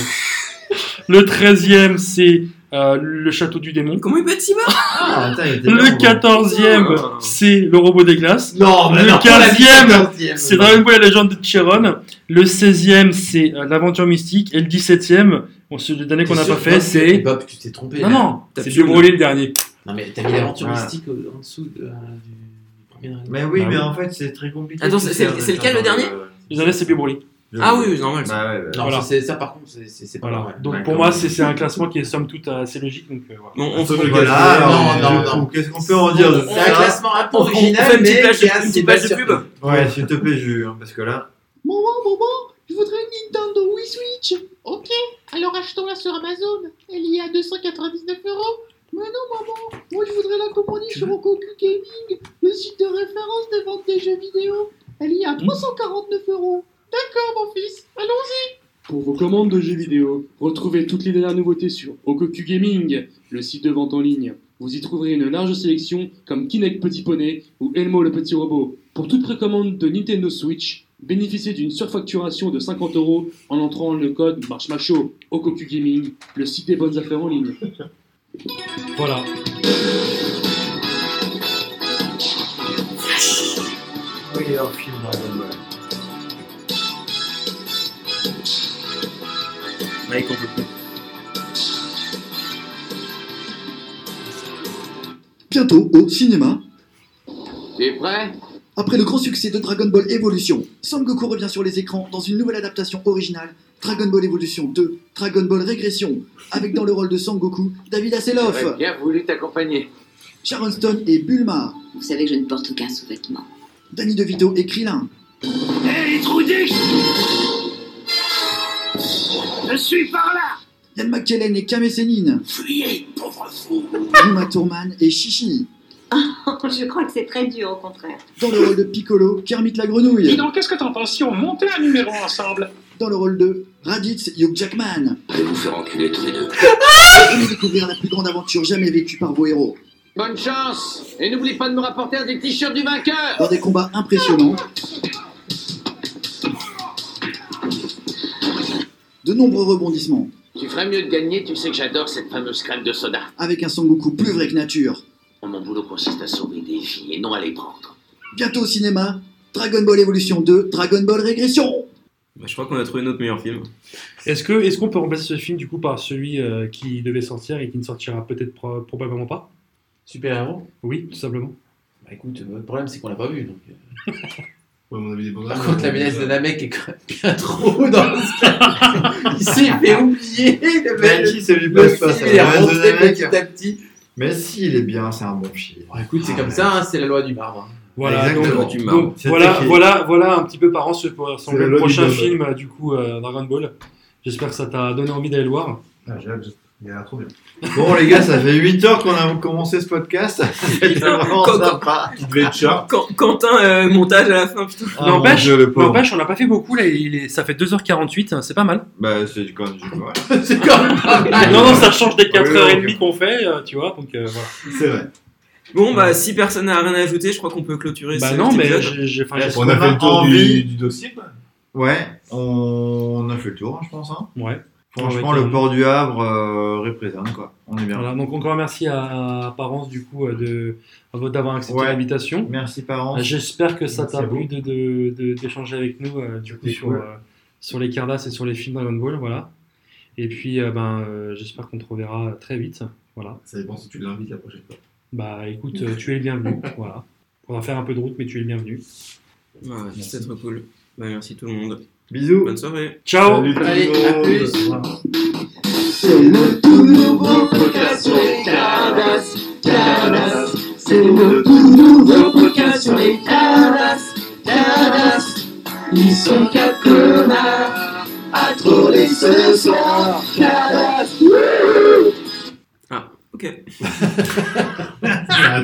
[SPEAKER 7] le treizième, c'est euh, le château du démon.
[SPEAKER 5] Comment il peut être si
[SPEAKER 2] Ah, attends, il était là,
[SPEAKER 7] Le
[SPEAKER 2] on-
[SPEAKER 7] quatorzième,
[SPEAKER 2] Ah.
[SPEAKER 7] c'est le robot des glaces.
[SPEAKER 8] Non, mais non,
[SPEAKER 7] le
[SPEAKER 8] pas la vie,
[SPEAKER 7] quinzième,
[SPEAKER 8] quatorzième.
[SPEAKER 7] c'est Dragon Ball la légende de Chiron. Le seizième, c'est euh, l'aventure mystique. Et le dix-septième, bon, c'est le dernier qu'on
[SPEAKER 8] T'es
[SPEAKER 7] n'a
[SPEAKER 8] sûr
[SPEAKER 7] pas
[SPEAKER 8] que
[SPEAKER 7] fait, c'est...
[SPEAKER 8] Bob, tu t'es trompé. là.
[SPEAKER 7] Non, non,
[SPEAKER 8] T'as
[SPEAKER 7] c'est
[SPEAKER 8] pu-
[SPEAKER 7] Dieu brûlé le dernier.
[SPEAKER 8] Non, mais t'as mis l'aventure
[SPEAKER 7] Voilà.
[SPEAKER 8] mystique au- en dessous de- euh, du premier Dragon
[SPEAKER 2] Mais
[SPEAKER 8] Ball.
[SPEAKER 2] oui, mais en fait, c'est très compliqué.
[SPEAKER 5] Bah
[SPEAKER 2] euh,
[SPEAKER 5] Attends, c'est- c'est- c'est lequel, le dernier
[SPEAKER 7] Le dernier, c'est Dieu brûlé.
[SPEAKER 5] Ah oui, oui, normal. ça.
[SPEAKER 2] Bah ouais, bah.
[SPEAKER 8] Non,
[SPEAKER 7] Voilà.
[SPEAKER 8] ça, c'est- ça, par contre, c'est- c'est c'est pas
[SPEAKER 7] Voilà.
[SPEAKER 8] normal.
[SPEAKER 7] Donc
[SPEAKER 8] Ouais,
[SPEAKER 7] pour
[SPEAKER 8] quand
[SPEAKER 7] moi,
[SPEAKER 8] même.
[SPEAKER 7] c'est c'est un classement qui est somme toute assez logique. Donc, euh, voilà.
[SPEAKER 5] Bon, on
[SPEAKER 2] Sauf
[SPEAKER 5] se
[SPEAKER 2] le
[SPEAKER 5] regarde.
[SPEAKER 2] gars,
[SPEAKER 8] non,
[SPEAKER 2] alors,
[SPEAKER 8] non,
[SPEAKER 2] du
[SPEAKER 8] non.
[SPEAKER 2] coup, Qu'est-ce qu'on peut en dire de
[SPEAKER 8] C'est un
[SPEAKER 2] ça
[SPEAKER 8] classement un peu
[SPEAKER 5] On- on- on
[SPEAKER 8] original,
[SPEAKER 5] fait une petite
[SPEAKER 8] mais
[SPEAKER 5] page-
[SPEAKER 8] qui est
[SPEAKER 5] une
[SPEAKER 8] assez
[SPEAKER 5] petite
[SPEAKER 8] belle
[SPEAKER 5] page de
[SPEAKER 8] surprise.
[SPEAKER 5] pub.
[SPEAKER 2] Ouais, s'il te plaît, Ju, hein, parce que là.
[SPEAKER 16] Maman, maman, je voudrais une Nintendo Wii Switch. Ok, alors achetons-la sur Amazon. Elle y est à 299 euros. Mais non, maman, moi je voudrais la commander sur Okoku Gaming, le site de référence des ventes des jeux vidéo. Elle y est à 349 euros. D'accord, mon fils, allons-y.
[SPEAKER 17] Pour vos commandes de jeux vidéo, retrouvez toutes les dernières nouveautés sur Okoku Gaming, le site de vente en ligne. Vous y trouverez une large sélection comme Kinect Petit Poney ou Elmo le Petit Robot. Pour toute précommande de Nintendo Switch, bénéficiez d'une surfacturation de 50 euros en entrant le code MARCHMACHO Okoku Gaming, le site des bonnes affaires en ligne.
[SPEAKER 7] Voilà.
[SPEAKER 2] Meilleur film Dragon Ball.
[SPEAKER 5] Mike, on peut plus.
[SPEAKER 3] Bientôt au cinéma.
[SPEAKER 18] T'es prêt
[SPEAKER 3] Après le grand succès de Dragon Ball Evolution, Sangoku revient sur les écrans dans une nouvelle adaptation originale, Dragon Ball Evolution 2, Dragon Ball Régression, avec dans le rôle de Sangoku, David
[SPEAKER 18] J'aurais
[SPEAKER 3] Hasselhoff,
[SPEAKER 18] bien voulu t'accompagner.
[SPEAKER 3] Sharon Stone et Bulma.
[SPEAKER 19] Vous savez que je ne porte aucun sous-vêtement.
[SPEAKER 3] Danny DeVito et Krillin.
[SPEAKER 18] Hé, Trudy Je suis par là
[SPEAKER 3] Yann McKellen et Kame Sennin.
[SPEAKER 18] Fuyez, pauvre fou
[SPEAKER 3] Uma Thurman et Chichi.
[SPEAKER 19] je crois que c'est très dur, au contraire.
[SPEAKER 3] Dans le rôle de Piccolo, Kermit la Grenouille.
[SPEAKER 18] Dis donc, qu'est-ce que t'en penses si on montait un numéro ensemble
[SPEAKER 3] Dans le rôle de Raditz, Hugh Jackman.
[SPEAKER 18] Allez vous faire enculer tous les deux.
[SPEAKER 3] Et découvrir la plus grande aventure jamais vécue par vos héros.
[SPEAKER 4] Bonne chance Et n'oublie pas de nous rapporter un des t-shirts du vainqueur
[SPEAKER 20] Dans des combats impressionnants, de nombreux rebondissements,
[SPEAKER 4] Tu ferais mieux de gagner, tu sais que j'adore cette fameuse crème de soda.
[SPEAKER 20] avec un Sangoku plus vrai que nature.
[SPEAKER 4] Oh, Mon boulot consiste à sauver des vies et non à les prendre.
[SPEAKER 20] Bientôt au cinéma, Dragon Ball Evolution 2, Dragon Ball Régression
[SPEAKER 5] Bah, je crois qu'on a trouvé notre meilleur film.
[SPEAKER 7] Est-ce que est-ce qu'on peut remplacer ce film du coup par celui euh, qui devait sortir et qui ne sortira peut-être pro- probablement pas
[SPEAKER 8] Super héros
[SPEAKER 7] Oui, tout simplement.
[SPEAKER 8] Bah écoute, euh, le problème c'est qu'on l'a pas vu. donc, euh. Par
[SPEAKER 6] annonces,
[SPEAKER 8] contre, la
[SPEAKER 6] on
[SPEAKER 8] menace
[SPEAKER 6] les a.
[SPEAKER 8] de Namek est quand même bien trop dans ce cas. Il s'est fait oublier le
[SPEAKER 2] Mais
[SPEAKER 8] mec.
[SPEAKER 2] qui se lui
[SPEAKER 8] le
[SPEAKER 2] passe
[SPEAKER 8] film,
[SPEAKER 2] pas ça
[SPEAKER 8] il est
[SPEAKER 2] va,
[SPEAKER 8] remonté
[SPEAKER 2] Zodanek.
[SPEAKER 8] petit à petit.
[SPEAKER 2] Mais si, il est bien, c'est un bon film.
[SPEAKER 8] écoute, c'est comme ça, hein, c'est la loi du marbre. hein.
[SPEAKER 7] Voilà,
[SPEAKER 2] Exactement.
[SPEAKER 7] donc-
[SPEAKER 2] Tu
[SPEAKER 7] donc,
[SPEAKER 2] marres. C'était
[SPEAKER 7] voilà,
[SPEAKER 2] qui
[SPEAKER 7] voilà, voilà un petit peu par an ce pour
[SPEAKER 6] C'est la
[SPEAKER 7] le
[SPEAKER 6] loi
[SPEAKER 7] prochain
[SPEAKER 6] du Bob.
[SPEAKER 7] film euh, du coup euh, Dragon Ball. J'espère que ça t'a donné envie d'aller le voir.
[SPEAKER 9] Ah, j'ai hâte, il a l'air trop bien.
[SPEAKER 2] Bon, les gars, ça fait 8 heures qu'on a commencé ce podcast. C'était vraiment
[SPEAKER 5] Quand-
[SPEAKER 2] sympa. Il devait être short.
[SPEAKER 5] Quand- Quentin, euh, montage à la fin, putain.
[SPEAKER 2] Ah, mon Dieu, le pauvre.
[SPEAKER 7] n'empêche, on n'a pas fait beaucoup là, il est- ça fait 2h48, hein, c'est pas mal.
[SPEAKER 2] Bah, c'est quand même. voilà.
[SPEAKER 7] c'est quand même pas mal. Ah, Non, non, ça change des
[SPEAKER 2] Ah, Oui, oui,
[SPEAKER 7] 4h30
[SPEAKER 2] oui.
[SPEAKER 7] qu'on fait, euh, tu vois, donc euh, voilà.
[SPEAKER 2] C'est vrai.
[SPEAKER 5] Bon, bah, si personne n'a rien à ajouter, je crois qu'on peut clôturer
[SPEAKER 7] Bah
[SPEAKER 5] cet
[SPEAKER 7] non, mais
[SPEAKER 5] épisode.
[SPEAKER 7] j'ai- j'ai- enfin,
[SPEAKER 2] Est-ce
[SPEAKER 7] j'ai-
[SPEAKER 2] qu'on a fait le tour du,
[SPEAKER 6] envie- du dossier, quoi
[SPEAKER 2] Ouais, on a fait le tour, hein, je pense. hein.
[SPEAKER 7] Ouais.
[SPEAKER 2] Franchement,
[SPEAKER 7] Ouais,
[SPEAKER 2] le port du Havre euh, représente, quoi. On est bien.
[SPEAKER 7] Voilà, donc encore merci à Parence du coup euh, de à vous d'avoir accepté
[SPEAKER 2] Ouais.
[SPEAKER 7] l'invitation.
[SPEAKER 2] Merci, parents.
[SPEAKER 7] Euh, J'espère que ça
[SPEAKER 2] Merci
[SPEAKER 7] t'a
[SPEAKER 2] à vous.
[SPEAKER 7] plu de- de- de- d'échanger avec nous euh, du coup
[SPEAKER 2] C'était
[SPEAKER 7] sur,
[SPEAKER 2] cool.
[SPEAKER 7] euh, sur les Cardas et sur les films Dragon Ball, voilà. Et puis euh, ben euh, j'espère qu'on te reverra très vite, voilà.
[SPEAKER 6] Ça dépend si tu l'invites la prochaine fois.
[SPEAKER 7] Bah écoute, euh, tu es le bienvenu, voilà. On va faire un peu de route, mais tu es le bienvenu.
[SPEAKER 5] Ouais, ouais, c'était trop cool. Bah, merci tout le monde.
[SPEAKER 2] Bisous.
[SPEAKER 5] Bonne soirée.
[SPEAKER 7] Ciao.
[SPEAKER 5] Allez, à plus.
[SPEAKER 4] C'est le tout nouveau podcast sur les Cardas, Cardas. C'est le tout nouveau podcast sur les Cardas, Cardas. Ils sont quatre connards à troller ce soir, Cardas. Wouhou
[SPEAKER 5] Ah, ok.
[SPEAKER 6] Ah, très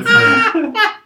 [SPEAKER 6] bien.